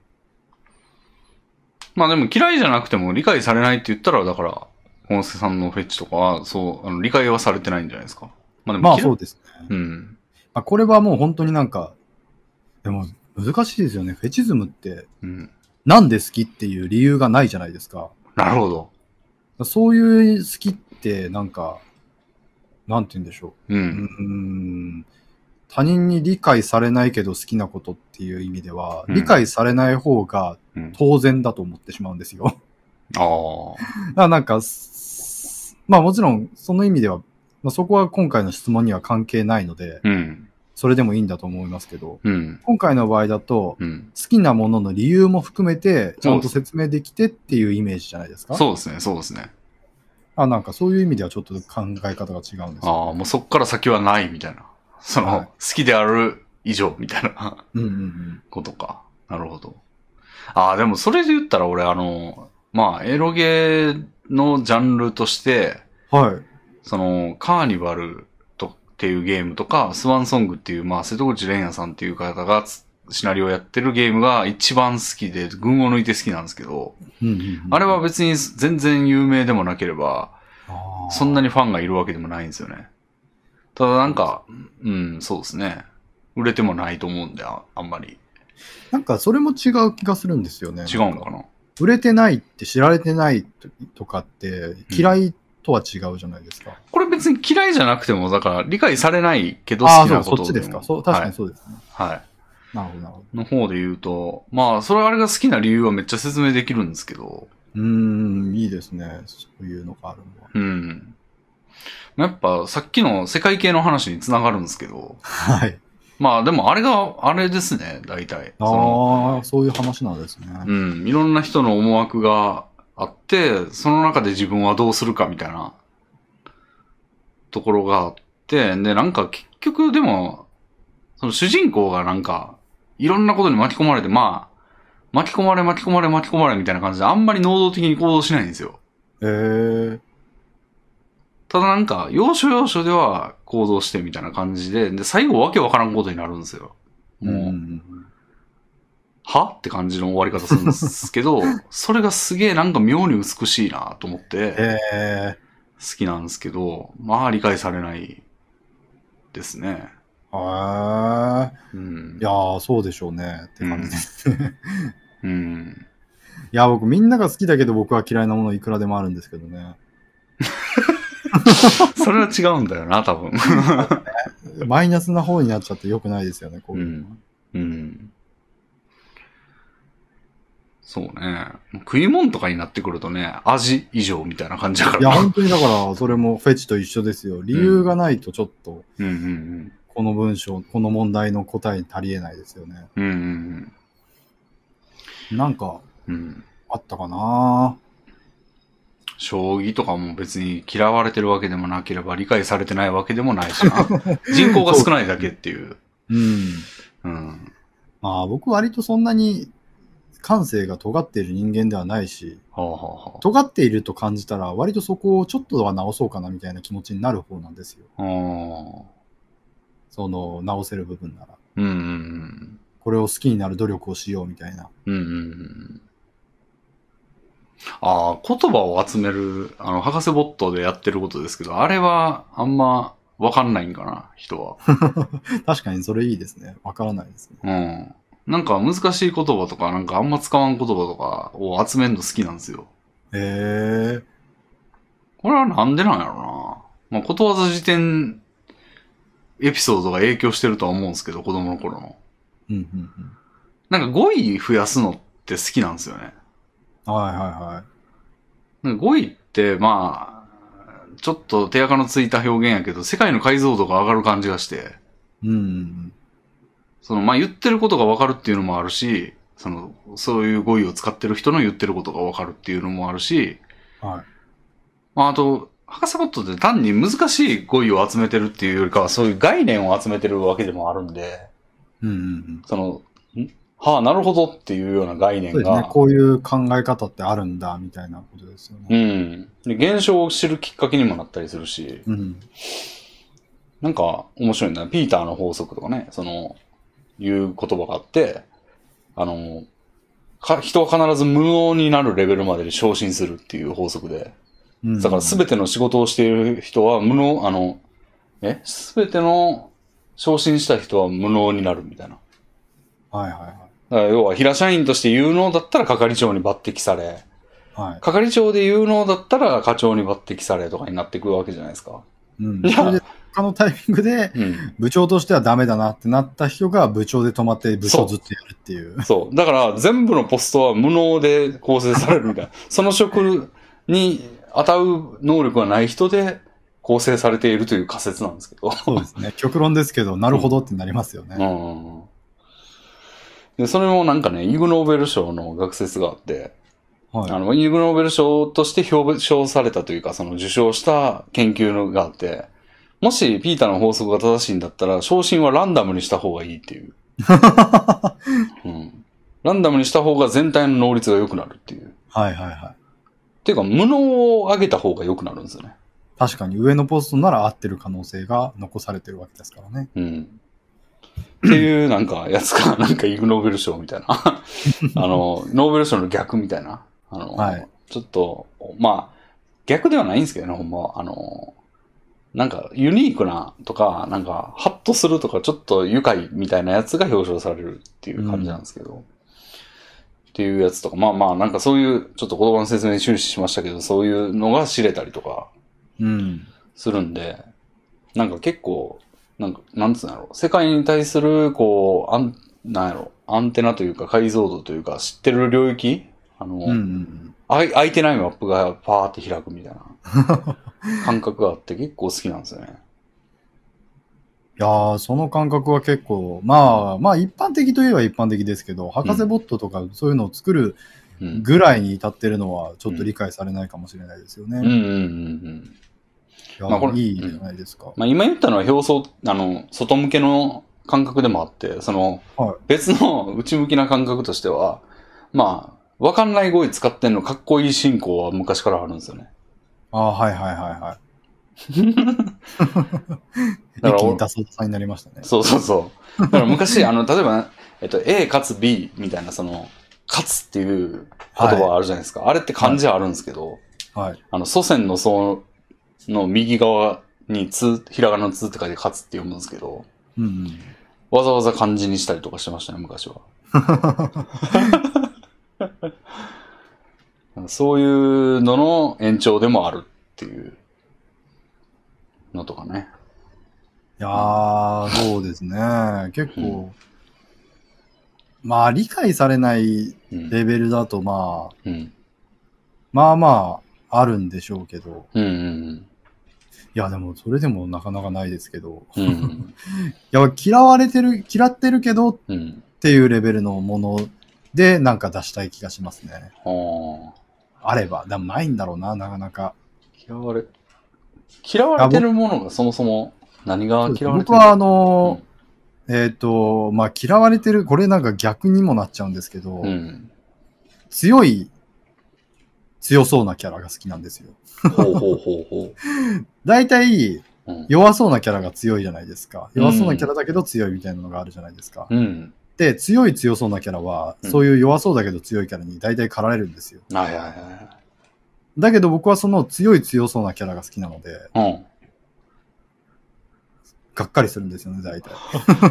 まあでも嫌いじゃなくても理解されないって言ったら、だから、本助さんのフェチとかは、そう、あの理解はされてないんじゃないですか。まあでもまあ嫌いそうですね。うん。まあ、これはもう本当になんか、でも難しいですよね。フェチズムってうん。なんで好きっていう理由がないじゃないですか。なるほど。そういう好きって、なんか、なんて言うんでしょう。う。うんーん。他人に理解されないけど好きなことっていう意味では、うん理解されない方がうん、当然だと思ってしまうんですよ。ああ。だからなんか、すまあもちろんその意味では、まあ、そこは今回の質問には関係ないので、うん。それでもいいんだと思いますけど、うん。今回の場合だと、うん。好きなものの理由も含めて、ちゃんと説明できてっていうイメージじゃないですか。そうですね、そうですね。あなんかそういう意味ではちょっと考え方が違うんですよ。ああ、もうそっから先はないみたいな。その、はい好きである以上みたいな うんうんうん。ことか。なるほど。ああ、でもそれで言ったら俺、あの、まあ、エロゲーのジャンルとして、はい。その、カーニバルとっていうゲームとか、スワンソングっていう、まあ、瀬戸口蓮也さんっていう方がつシナリオをやってるゲームが一番好きで、群を抜いて好きなんですけど、うんうんうんあれは、別に全然有名でもなければ、あーそんなにファンがいるわけでもないんですよね。ただなんか、うん、そうですね。売れてもないと思うんで、ああんまり。なんかそれも違う気がするんですよね。違うのかなな売れてないって知られてないとかって嫌いとは違うじゃないですか。これ別に嫌いじゃなくても、だから理解されないけどあ好あ、きそなう、ことそっちですもか。そう確かはにい。そうですね。はい。なるほど、なるほど。の方で言うと、まあ、それあれが好きな理由はめっちゃ説明できるんですけど、うーん、いいですね。そういうのがあるのは。うん。やっぱさっきの世界系の話につながるんですけど、はい。まあでもあれが、あれですね、大体。そのああ、そういう話なんですね。うん、いろんな人の思惑があって、その中で自分はどうするかみたいなところがあって、で、なんか結局でも、その主人公がなんか、いろんなことに巻き込まれて、まあ、巻き込まれ巻き込まれ巻き込まれみたいな感じで、あんまり能動的に行動しないんですよ。えー、ただなんか、要所要所では行動してみたいな感じで、で、最後わけわからんことになるんですよ。もう、うん。はって感じの終わり方するんですけ ど、それがすげえなんか妙に美しいなと思って、えー、好きなんですけど、まあ理解されないですね。あうんーい。やー、そうでしょうね。って感じです。いうん。や、僕、みんなが好きだけど、僕は嫌いなものいくらでもあるんですけどね。それは違うんだよな、多分。マイナスな方になっちゃって良くないですよね、こうういう。ん。うん。そうね。食い物とかになってくるとね、味以上みたいな感じだかいや、らな。本当にだから、それもフェチと一緒ですよ。理由がないと、ちょっと、うんうんこの文章、この問題の答えに足りえないですよね。うん。うんうんなんか、うん。うん。あったかな将棋とかも別に嫌われてるわけでもなければ理解されてないわけでもないしな。人口が少ないだけっていう。うん。うん。まあ僕割とそんなに感性が尖っている人間ではないし、はあ、はあは尖っていると感じたら割とそこをちょっとは直そうかなみたいな気持ちになる方なんですよ。あ、あその直せる部分なら。ーうんうんこれを好きになる努力をしようみたいな。うん。うんうんうん。ああ、言葉を集める、あの、博士ボットでやってることですけど、あれはあんまわかんないんかな、人は。確かにそれいいですね。わからないですね。うん。なんか難しい言葉とか、なんかあんま使わん言葉とかを集めるの好きなんですよ。へえー。これはなんでなんやろな。まあ、ことわざ辞典エピソードが影響してるとは思うんですけど、子供の頃の。うんうんうん。なんか語彙増やすのって好きなんですよね。はいはいはい。なんか語彙って、まあ、ちょっと手垢のついた表現やけど、世界の解像度が上がる感じがして、うんうんその、まあ言ってることがわかるっていうのもあるし、その、そういう語彙を使ってる人の言ってることがわかるっていうのもあるし、うん。はい。まああと、博士ボットって単に難しい語彙を集めてるっていうよりかは、そういう概念を集めてるわけでもあるんで、うんうんうん。その、んはあ、なるほどっていうような概念そうですねが。、こういう考え方ってあるんだ、みたいなことですようね。ん。で、現象を知るきっかけにもなったりするし、うん。なんか面白いな。ピーターの法則とかね、その、いう言葉があって、あの、か人は必ず無能になるレベルまでに昇進するっていう法則で、うん、だから全ての仕事をしている人は無能、あの、え全ての昇進した人は無能になるみたいな。はいはいはい。だから要は平社員として有能だったら係長に抜擢され、は係長で有能だったら課長に抜擢されとかになってくるわけじゃないですか。い。うんい。やそれで、他のタイミングで、うん。部長としてはダメだなってなった人が部長で止まって部長ずっとやるっていう。そう。だから全部のポストは無能で構成されるみたいな。 その職に当たう能力がない人で構成されているという仮説なんですけど。そうですね。 極論ですけど、なるほどってなりますよね。うん。で、それもなんかね、イグ・ノーベル賞の学説があって、はい。あの、イグ・ノーベル賞として表彰されたというか、その受賞した研究のがあって、もしピーターの法則が正しいんだったら、昇進はランダムにした方がいいっていう。うん。ランダムにした方が全体の能率が良くなるっていう。はいはいはっていうか、無能を上げた方が良くなるんですよね。い。確かに上のポストなら合ってる可能性が残されてるわけですからね。うん。っていう、なんか、やつか、 なんか、イグ・ノーベル賞みたいな。 あの、ノーベル賞の逆みたいな。あの、はいちょっと、まあ、逆ではないんですけどね、ほんまは。あの、なんか、ユニークなとか、なんか、ハッとするとか、ちょっと愉快みたいなやつが表彰されるっていう感じなんですけど。っていうやつとか、まあまあ、なんかそういう、ちょっと言葉の説明に終始しましたけど、そういうのが知れたりとか、うん。するんで、なんか結構、なんか、なんつうんだろう、世界に対する、こう、アン、なんやろ、アンテナというか解像度というか、知ってる領域あの、うんうんうん。あい、空いてないマップがパーって開くみたいな 感覚があって結構好きなんですよね。いやー、その感覚は結構、まあ、まあ一般的といえば一般的ですけど、博士ボットとかそういうのを作るうん。ぐらいに至ってるのは、ちょっと理解されないかもしれないですよね。うんうんいうんうん。や、まあこれいいじゃないですか。まあ今言ったのは表層、あの、外向けの感覚でもあって、その、はい別の内向きな感覚としては、まあ、わかんない語彙使ってんのかっこいい進行は昔からあるんですよね。ああー、はいはいはいはい。 だから一気に出そうさになりましたね。そうそうそう。だから昔、あの、例えば、えっと、A かつ B みたいな、その、かつっていう言葉あるじゃないですか。あれって漢字あるんですけど、はい。あの、祖先の層の右側に、つ、ひらがなのつって書いてかつって読むんですけど、うんうん。わざわざ漢字にしたりとかしてましたね、昔は。そういうのの延長でもあるっていうのとかね。いやー、そうですね。結構、まあ、理解されないうん。レベルだと、まあ、うん。まあまあ、あるんでしょうけど、うんうんいや、でも、それでもなかなかないですけど、うん。うん。いや、嫌われてる、嫌ってるけどっうん。ていうレベルのもので、なんか出したい気がしますね。あーあれば、でもないんだろうな、なかなか。嫌われ、嫌われてるものがそもそも何が嫌われてる僕は、あのー、えっ、と、まあ、嫌われてる、これなんか逆にもなっちゃうんですけど、うん。強い、強そうなキャラが好きなんですよ。ほうほうほうほ大体、う。うん。弱そうなキャラが強いじゃないですか。弱そうなキャラだけど強いみたいなのがあるじゃないですか。うん。で、強い強そうなキャラは、うんそういう弱そうだけど強いキャラに大体駆られるんですよ。はいはいはだけど僕はその強い強そうなキャラが好きなので、い。がっかりするんですよね、大体。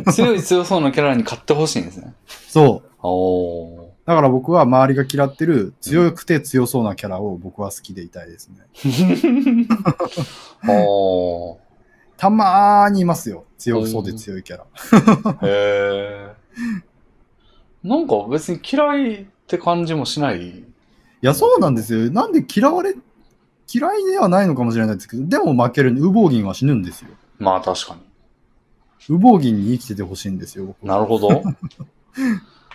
うん。強い強そうなキャラに買ってほしいんですね。そう。おー。だから僕は周りが嫌ってる強くて強そうなキャラを僕は好きでいたいですね。おたまーにいますよ。強そうで強いキャラ。ー。へー。なんか別に嫌いって感じもしない。いや、そうなんですよ。なんで嫌われ、嫌いではないのかもしれないですけど、でも負ける、ウボウギンは死ぬんですよ。まあ確かに。ウボウギンに生きててほしいんですよ、僕なるほ ど。は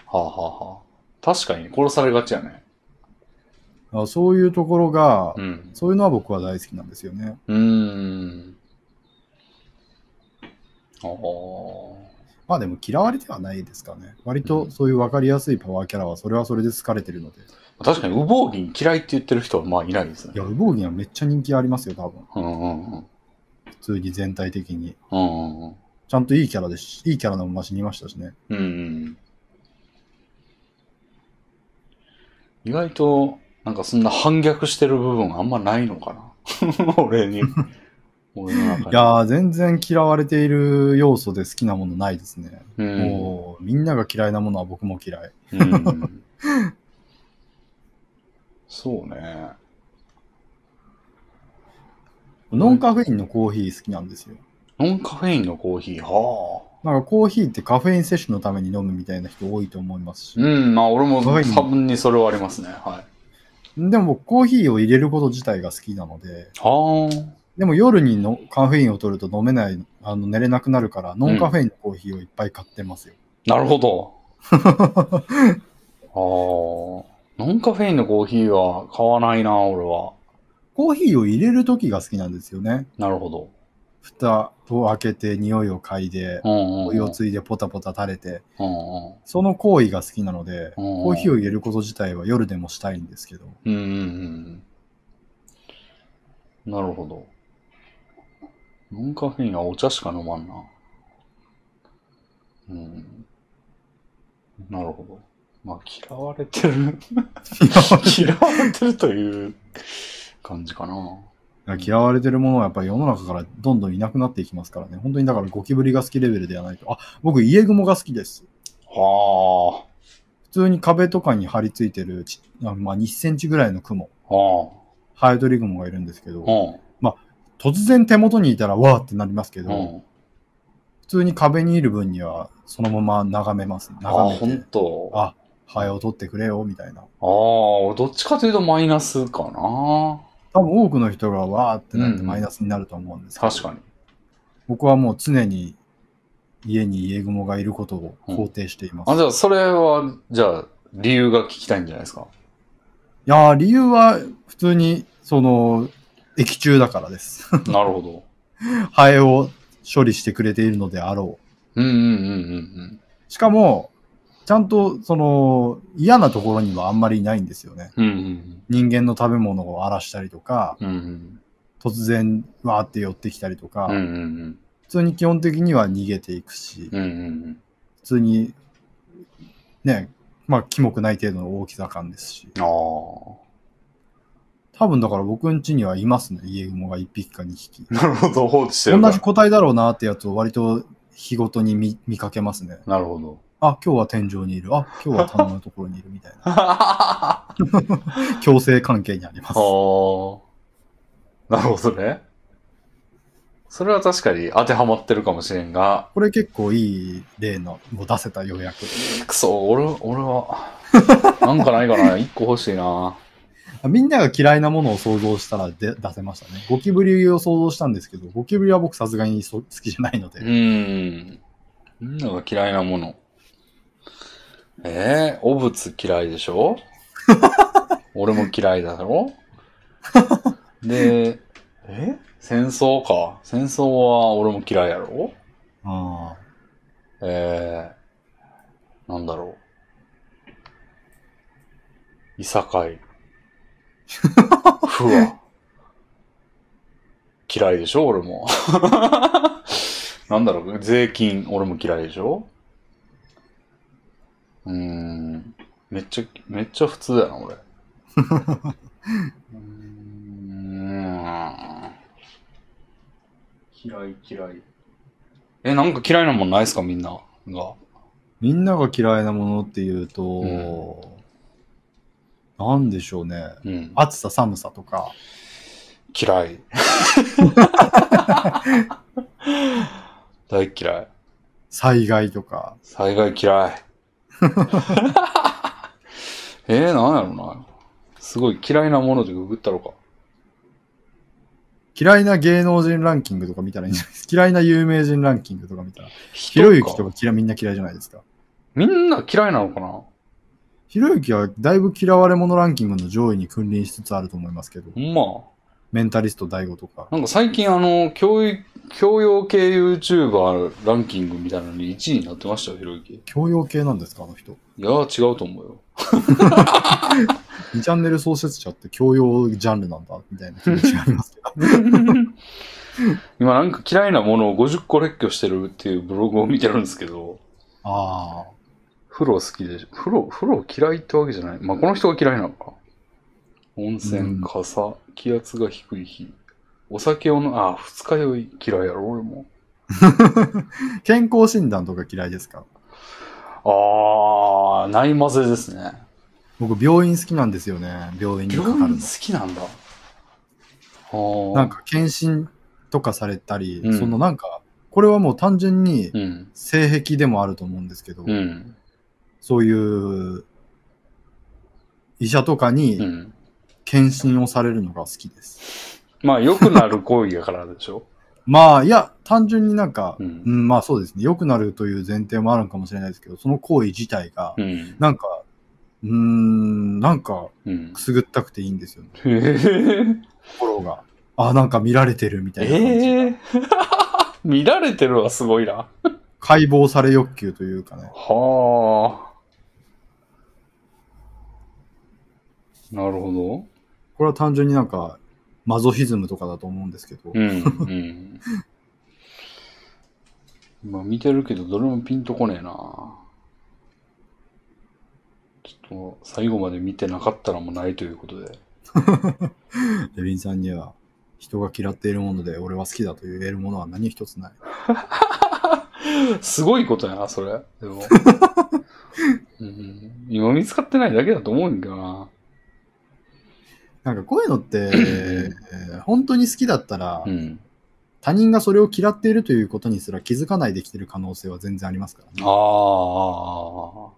あはあはあ。確かに殺されがちやね。あそういうところが、うん。そういうのは僕は大好きなんですよね。うーん。あーまあでも嫌われてはないですかね。割うとんそういう分かりやすいパワーキャラは、それはそれで好かれてるので。確かに、ウボウギン嫌いって言ってる人はまあいないですいね。や、ウボウギンはめっちゃ人気ありますよ、多分。うんうんうん。普通に全体的に。うんうんうん。ちゃんといいキャラですし、いいキャラのまま死にましたしね。うんうん。意外 と、なんかそんな反逆してる部分あんまないのかな。俺に。俺の中いやー、全然嫌われている要素で好きなものないですね。でうんもう、みんなが嫌いなものは僕も嫌い。うん。そうね。ノンカフェインのコーヒー好きなんですよ。ノンカフェインのコーヒー、はあ。なんかコーヒーってカフェイン摂取のために飲むみたいな人多いと思いますし。うん、まあ俺もカフェイン多分にそれはありますね。はい。でも僕コーヒーを入れること自体が好きなので、はでも夜にのカフェインを取ると飲めない、あの寝れなくなるから、ノンカフェインのコーヒーをいっぱい買ってますよ。あ。なるほ ど。ああ。ノンカフェインのコーヒーは買わないな、俺は。コーヒーを入れる時が好きなんですよね。なるほど。蓋を開けて匂いを嗅いで、うんうん、うん。お湯をついでポタポタ垂れて、うんうん。その行為が好きなので、うんコーヒーを入れること自体は夜でもしたいんですけ ど、うんうんうん。なるほど。ノンカフェインはお茶しか飲まんな。うん。なるほど。まあ、嫌われてる。嫌われてるという感じかな。嫌われてるものはやっぱり世の中からどんどんいなくなっていきますからね。本当にだからゴキブリが好きレベルではないと。あ、僕家雲が好きです。は普通に壁とかに張り付いてるち、あまあ、2センチぐらいの雲、あ。はハエトリグモがいるんですけあ。うど、ん。突然手元にいたらわーってなりますけど、うん。普通に壁にいる分にはそのまま眺めます。ああ、眺ほめんて、と。ああ、ハエを取ってくれよ、みたいな。あ、俺どっちかというとマイナスかな。多分多くの人がわーってなっうてんマイナスになると思うんですけど、確かに。僕はもう常に家に家雲がいることを肯定しています。あ、いじゃあ、それは、じゃあ、理由が聞きたいんじゃないです か。やー、理由は普通に、その、液中だからです。 なるほど。ハエを処理してくれているのであろう。うんうんうんうんしかも、ちゃんと、その、嫌なところにはあんまりいないんですよね。うん。うんうん人間の食べ物を荒らしたりとか、うん。うん突然、わーって寄ってきたりとか、うん。うんうん普通に基本的には逃げていくし、うん。うんうん普通に、ね、まあ、キモくない程度の大きさ感ですし、うん。ああ。多分だから僕ん家にはいますね、家雲が1匹か2匹。なるほど、放置してるか同ら。じ個体だろうなってやつを割と日ごとに見見かけますね。なるほど。 あ、今日は天井にいる。あ、今日は棚のところにいるみたい な。強制関係にあります。はあ。なるほどね。それは確かに当てはまってるかもしれんが、これ結構いい例のを出せたようやく。くそ、俺、俺は、なんかないかな、一 個欲しいな。あみんなが嫌いなものを想像したらで出せましたね。ゴキブリを想像したんですけど、ゴキブリは僕さすがにそ好きじゃないので、うーん。みんなが嫌いなもの。えー、お仏嫌いでしょ俺も嫌いだろで、え戦争か。戦争は俺も嫌いやろあえー、なんだろう。いさかい。ふわ。嫌いでしょ俺も。なんだろう。税金、俺も嫌いでしょうーん。めっちゃ、めっちゃ普通だな、俺。うーん。嫌い嫌い。え、なんか嫌いなもんないっすかみんなが。みんなが嫌いなものっていうと、なんでしょうね。うん。暑さ寒さとか、嫌い。大嫌い。災害とか、災害嫌い。 えー、なんやろな。すごい嫌いなものでググったろか。嫌いな芸能人ランキングとか見たらいいんじゃないですか。嫌いな有名人ランキングとか見たら。ひろゆきとか。か嫌いみんな嫌いじゃないですか。みんな嫌いなのかなひろゆきはだいぶ嫌われ者ランキングの上位に君臨しつつあると思いますけど、ほんま。メンタリスト大悟とか。なんか最近あの、教育、教養系 YouTuber ランキングみたいなのに1位になってましたよ、ひろゆき。い教養系なんですか、あの人。やー違うと思うよ。 2チャンネル創設者って教養ジャンルなんだ、みたいな気持ちがありますけど。今なんか嫌いなものを50個列挙してるっていうブログを見てるんですけど、ああ。風呂好きでしょ。風呂、風呂嫌いってわけじゃない。まあ、この人が嫌いなのか。温う泉、ん傘、気圧が低い日、お酒をの、あ、二日酔い嫌いやろ、俺も。健康診断とか嫌いですかあー、ない混ぜですね。僕、病院好きなんですよね。病院にか病かる院の好。きなんだ。あー。なん、か、検診とかされたり、うんそのなんか、これはもう単純にうん。性癖でもあると思うんですけど、うん。そういう、医者とかうにん。検診をされるのが好きです。まあ、良くなる行為やからでしょ。まあ、いや、単純になんか、う。うんん、まあそうですね。良くなるという前提もあるのかもしれないですけど、その行為自体が、うん。なんか、うーん、なんか、うんく。すぐったくていいんですよね。へー心が。あ、なんか見られてるみたいな感じ。ええ 見られてるはすごいな。解剖され欲求というかね。はあ。なるほこれは単純になんか、マゾヒズムとかだと思うんですけど。ど、うん、うん。 今見てるけど、どれもピンとこねえな。ちょっと、最後まで見てなかったらもうないということで。レビンさんには、人が嫌っているもので、俺は好きだと言えるものは何一つない。すごいことやな、それ。で も。うん、今見つかってないだけだと思うんだけどな。なんかこういうのって、えー本当に好きだったら、うん。他人がそれを嫌っているということにすら気づかないできてる可能性は全然ありますからね。あ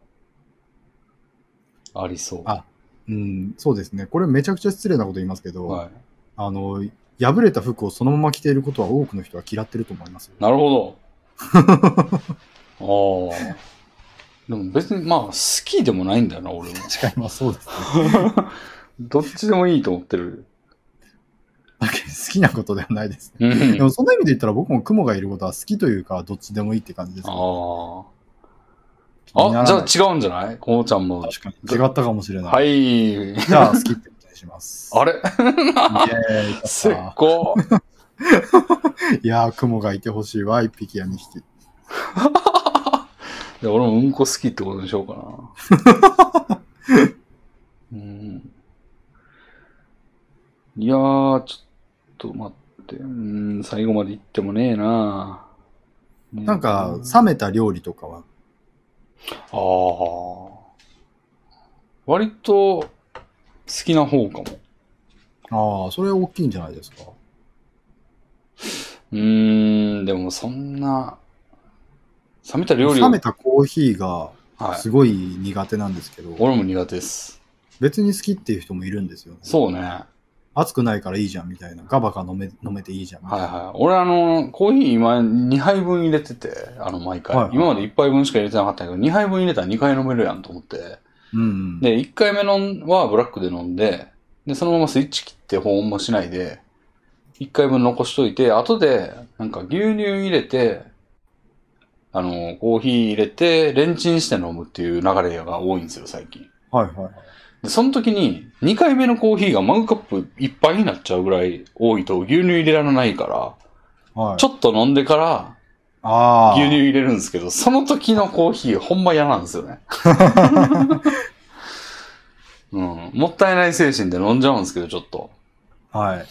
あ。ありそう。あうん、そうですね。これめちゃくちゃ失礼なこと言いますけど、はい。あの、破れた服をそのまま着ていることは多くの人は嫌ってると思いますよ。なる ほど。ああ。でも別に、まあ、好きでもないんだよな、俺も。違います、そうです。 どっちでもいいと思ってる。だけど好きなことではないですね。うでん。もそんな意味で言ったら僕も雲がいることは好きというか、どっちでもいいって感じですけあど。気になあ。らあ、なじいゃあ違うんじゃないこうちゃんも。確かに。違ったかもしれない。はい。じゃあ好きってことにします。あれイエーイせっ勝っこ。たいやー、雲がいてほしいわ、1匹や2匹。で俺もうんこ好きってことにしようか な。うん、いやー、ちょっと待って。うん、最後まで行ってもねえな、ねえなんか、冷めた料理とかは。ああ。割と好きな方かも。ああ、それ大きいんじゃないですか。うーん、でもそんな、冷めた料理を冷めたコーヒーがはいす。ごい苦手なんですけど、俺も苦手です。別に好きっていう人もいるんですよね。そうね。熱くないからいいじゃんみたいな。ガバガ飲め飲めていいじゃんみたはいいな。はい。俺あの、コーヒー今2杯分入れてて、あの毎回。はいはい今まで1杯分しか入れてなかったけど、2杯分入れたら2回飲めるやんと思って。うんうん。で、1回目のんはブラックで飲んで、で、そのままスイッチ切って保温もしないで、1回分残しといて、後で、なんか牛乳入れて、あの、コーヒー入れて、レンチンして飲むっていう流れが多いんですよ、最近。はいはいはい。で、その時に、2回目のコーヒーがマグカップいっぱいになっちゃうぐらい多いと、牛乳入れられないから、はい、ちょっと飲んでからああ。牛乳入れるんですけど、その時のコーヒーほんま嫌なんです よね。うん、もったいない精神で飲んじゃうんですけど、ちょっと。はい。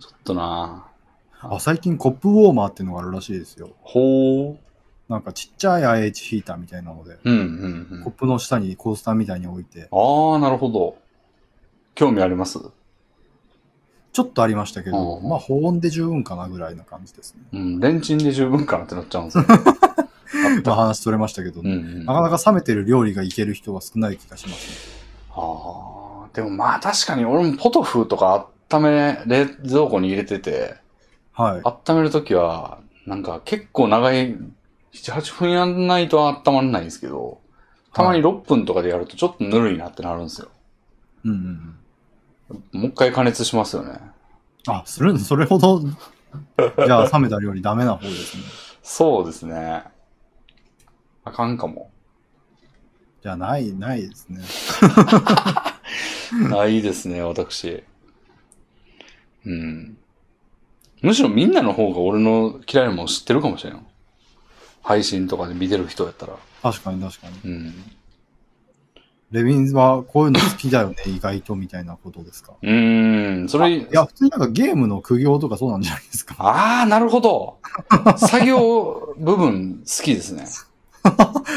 ちょっとなあ、最近コップウォーマーっていうのがあるらしいですよ。ほなんかちっちゃい IH ヒーターみたいなので、う。うんうんうコん。ップの下にコースターみたいに置いて、ああ、なるほど。興味ありますちょっとありましたけど、うんまあ保温で十分かなぐらいな感じですね。うん、レンチンで十分かなってなっちゃうん ですよ。まあ話取れましたけど、うん、うん。なあかなか冷めてる料理がいける人は少ない気がします、あー、でもまあ確かに俺もポトフとか温め、冷蔵庫に入れてて、はい。温めるときは、なんか結構長い、7、8分やんないと温まらないんですけど、たまに6分とかでやるとちょっとぬるいなってなるんですよ。うんうんうん。もう一回加熱しますよね。あ、するん それほど、じゃあ冷めた料理ダメな方ですね。そうですね。あかんかも。じゃあない、ないですね。ないですね、私。うん。むしろみんなの方が俺の嫌いなもん知ってるかもしれん。配信とかで見てる人やったら。確かに確かに。うん。 レビンズはこういうの好きだよね、意外とみたいなことですか。うーんうん、それい、や、普通になんかゲームの苦行とかそうなんじゃないですか。 ああ、なるほど。作業部分好きですね。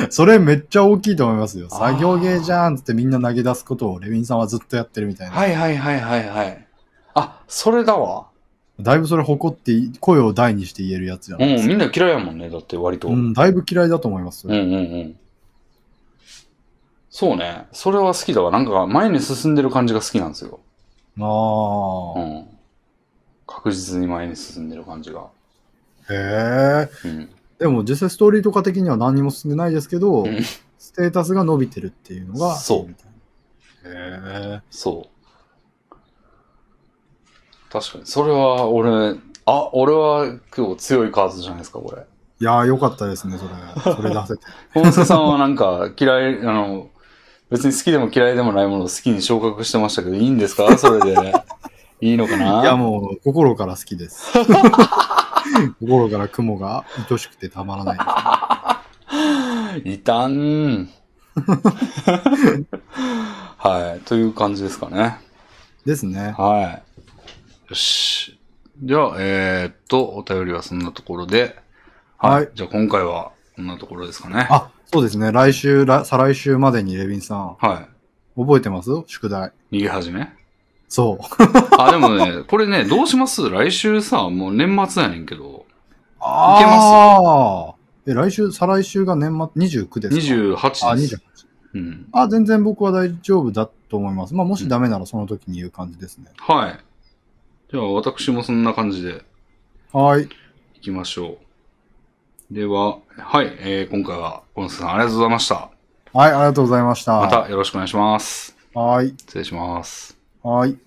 それめっちゃ大きいと思いますよ。作業芸じゃんっつってみんな投げ出すことをレビンさんはずっとやってるみたいな。はいはいはいはいはい。あ、それだわ。だいぶそれ誇ってい、声を大にして言えるやつじゃうないでん、すか。みんな嫌いやもんね、だって割と。ううんん、だいぶ嫌いだと思います。うんうん。そうね。それは好きだわ。なんか前に進んでる感じが好きなんですよ。あうあ、ん。確実に前に進んでる感じが。へえ。うん。でも実際ストーリーとか的には何にも進んでないですけど、うんステータスが伸びてるっていうのが。。そうへえ。そう。確かに。それは俺、あ、俺は今日強いカードじゃないですか、これ。いやー、よかったですね、それ。それ出せ て。本瀬さんはなんか嫌い、あの、別に好きでも嫌いでもないものを好きに昇格してましたけど、いいんですかそれ で。いいのかないや、もう、心から好 きです。心から雲が愛しくてたまらないです。いたん。 はい。という感じですかね。ですね。はい。よし。じゃあ、えー、っと、お便りはそんなところで。はい。はいじゃあ、今回はこんなところですかね。あ、そうですね。来週、来再来週までにレビンさん、は覚えてます宿題。い。逃げ始め。そう。あ、でもね、これね、どうします来週さ、もう年末やねんけど、ああえ、来週、再来週が年末29ですかあ、 28です。 28。うん。あ、全然僕は大丈夫だと思います。まあ、もしダメならその時に言う感じですね。はい。じゃあ、私もそんな感じではい。いきましょう。では、はい、えー今回は、小野瀬さんありがとうございました。はい、ありがとうございました。またよろしくお願いします。はい。失礼します。はい。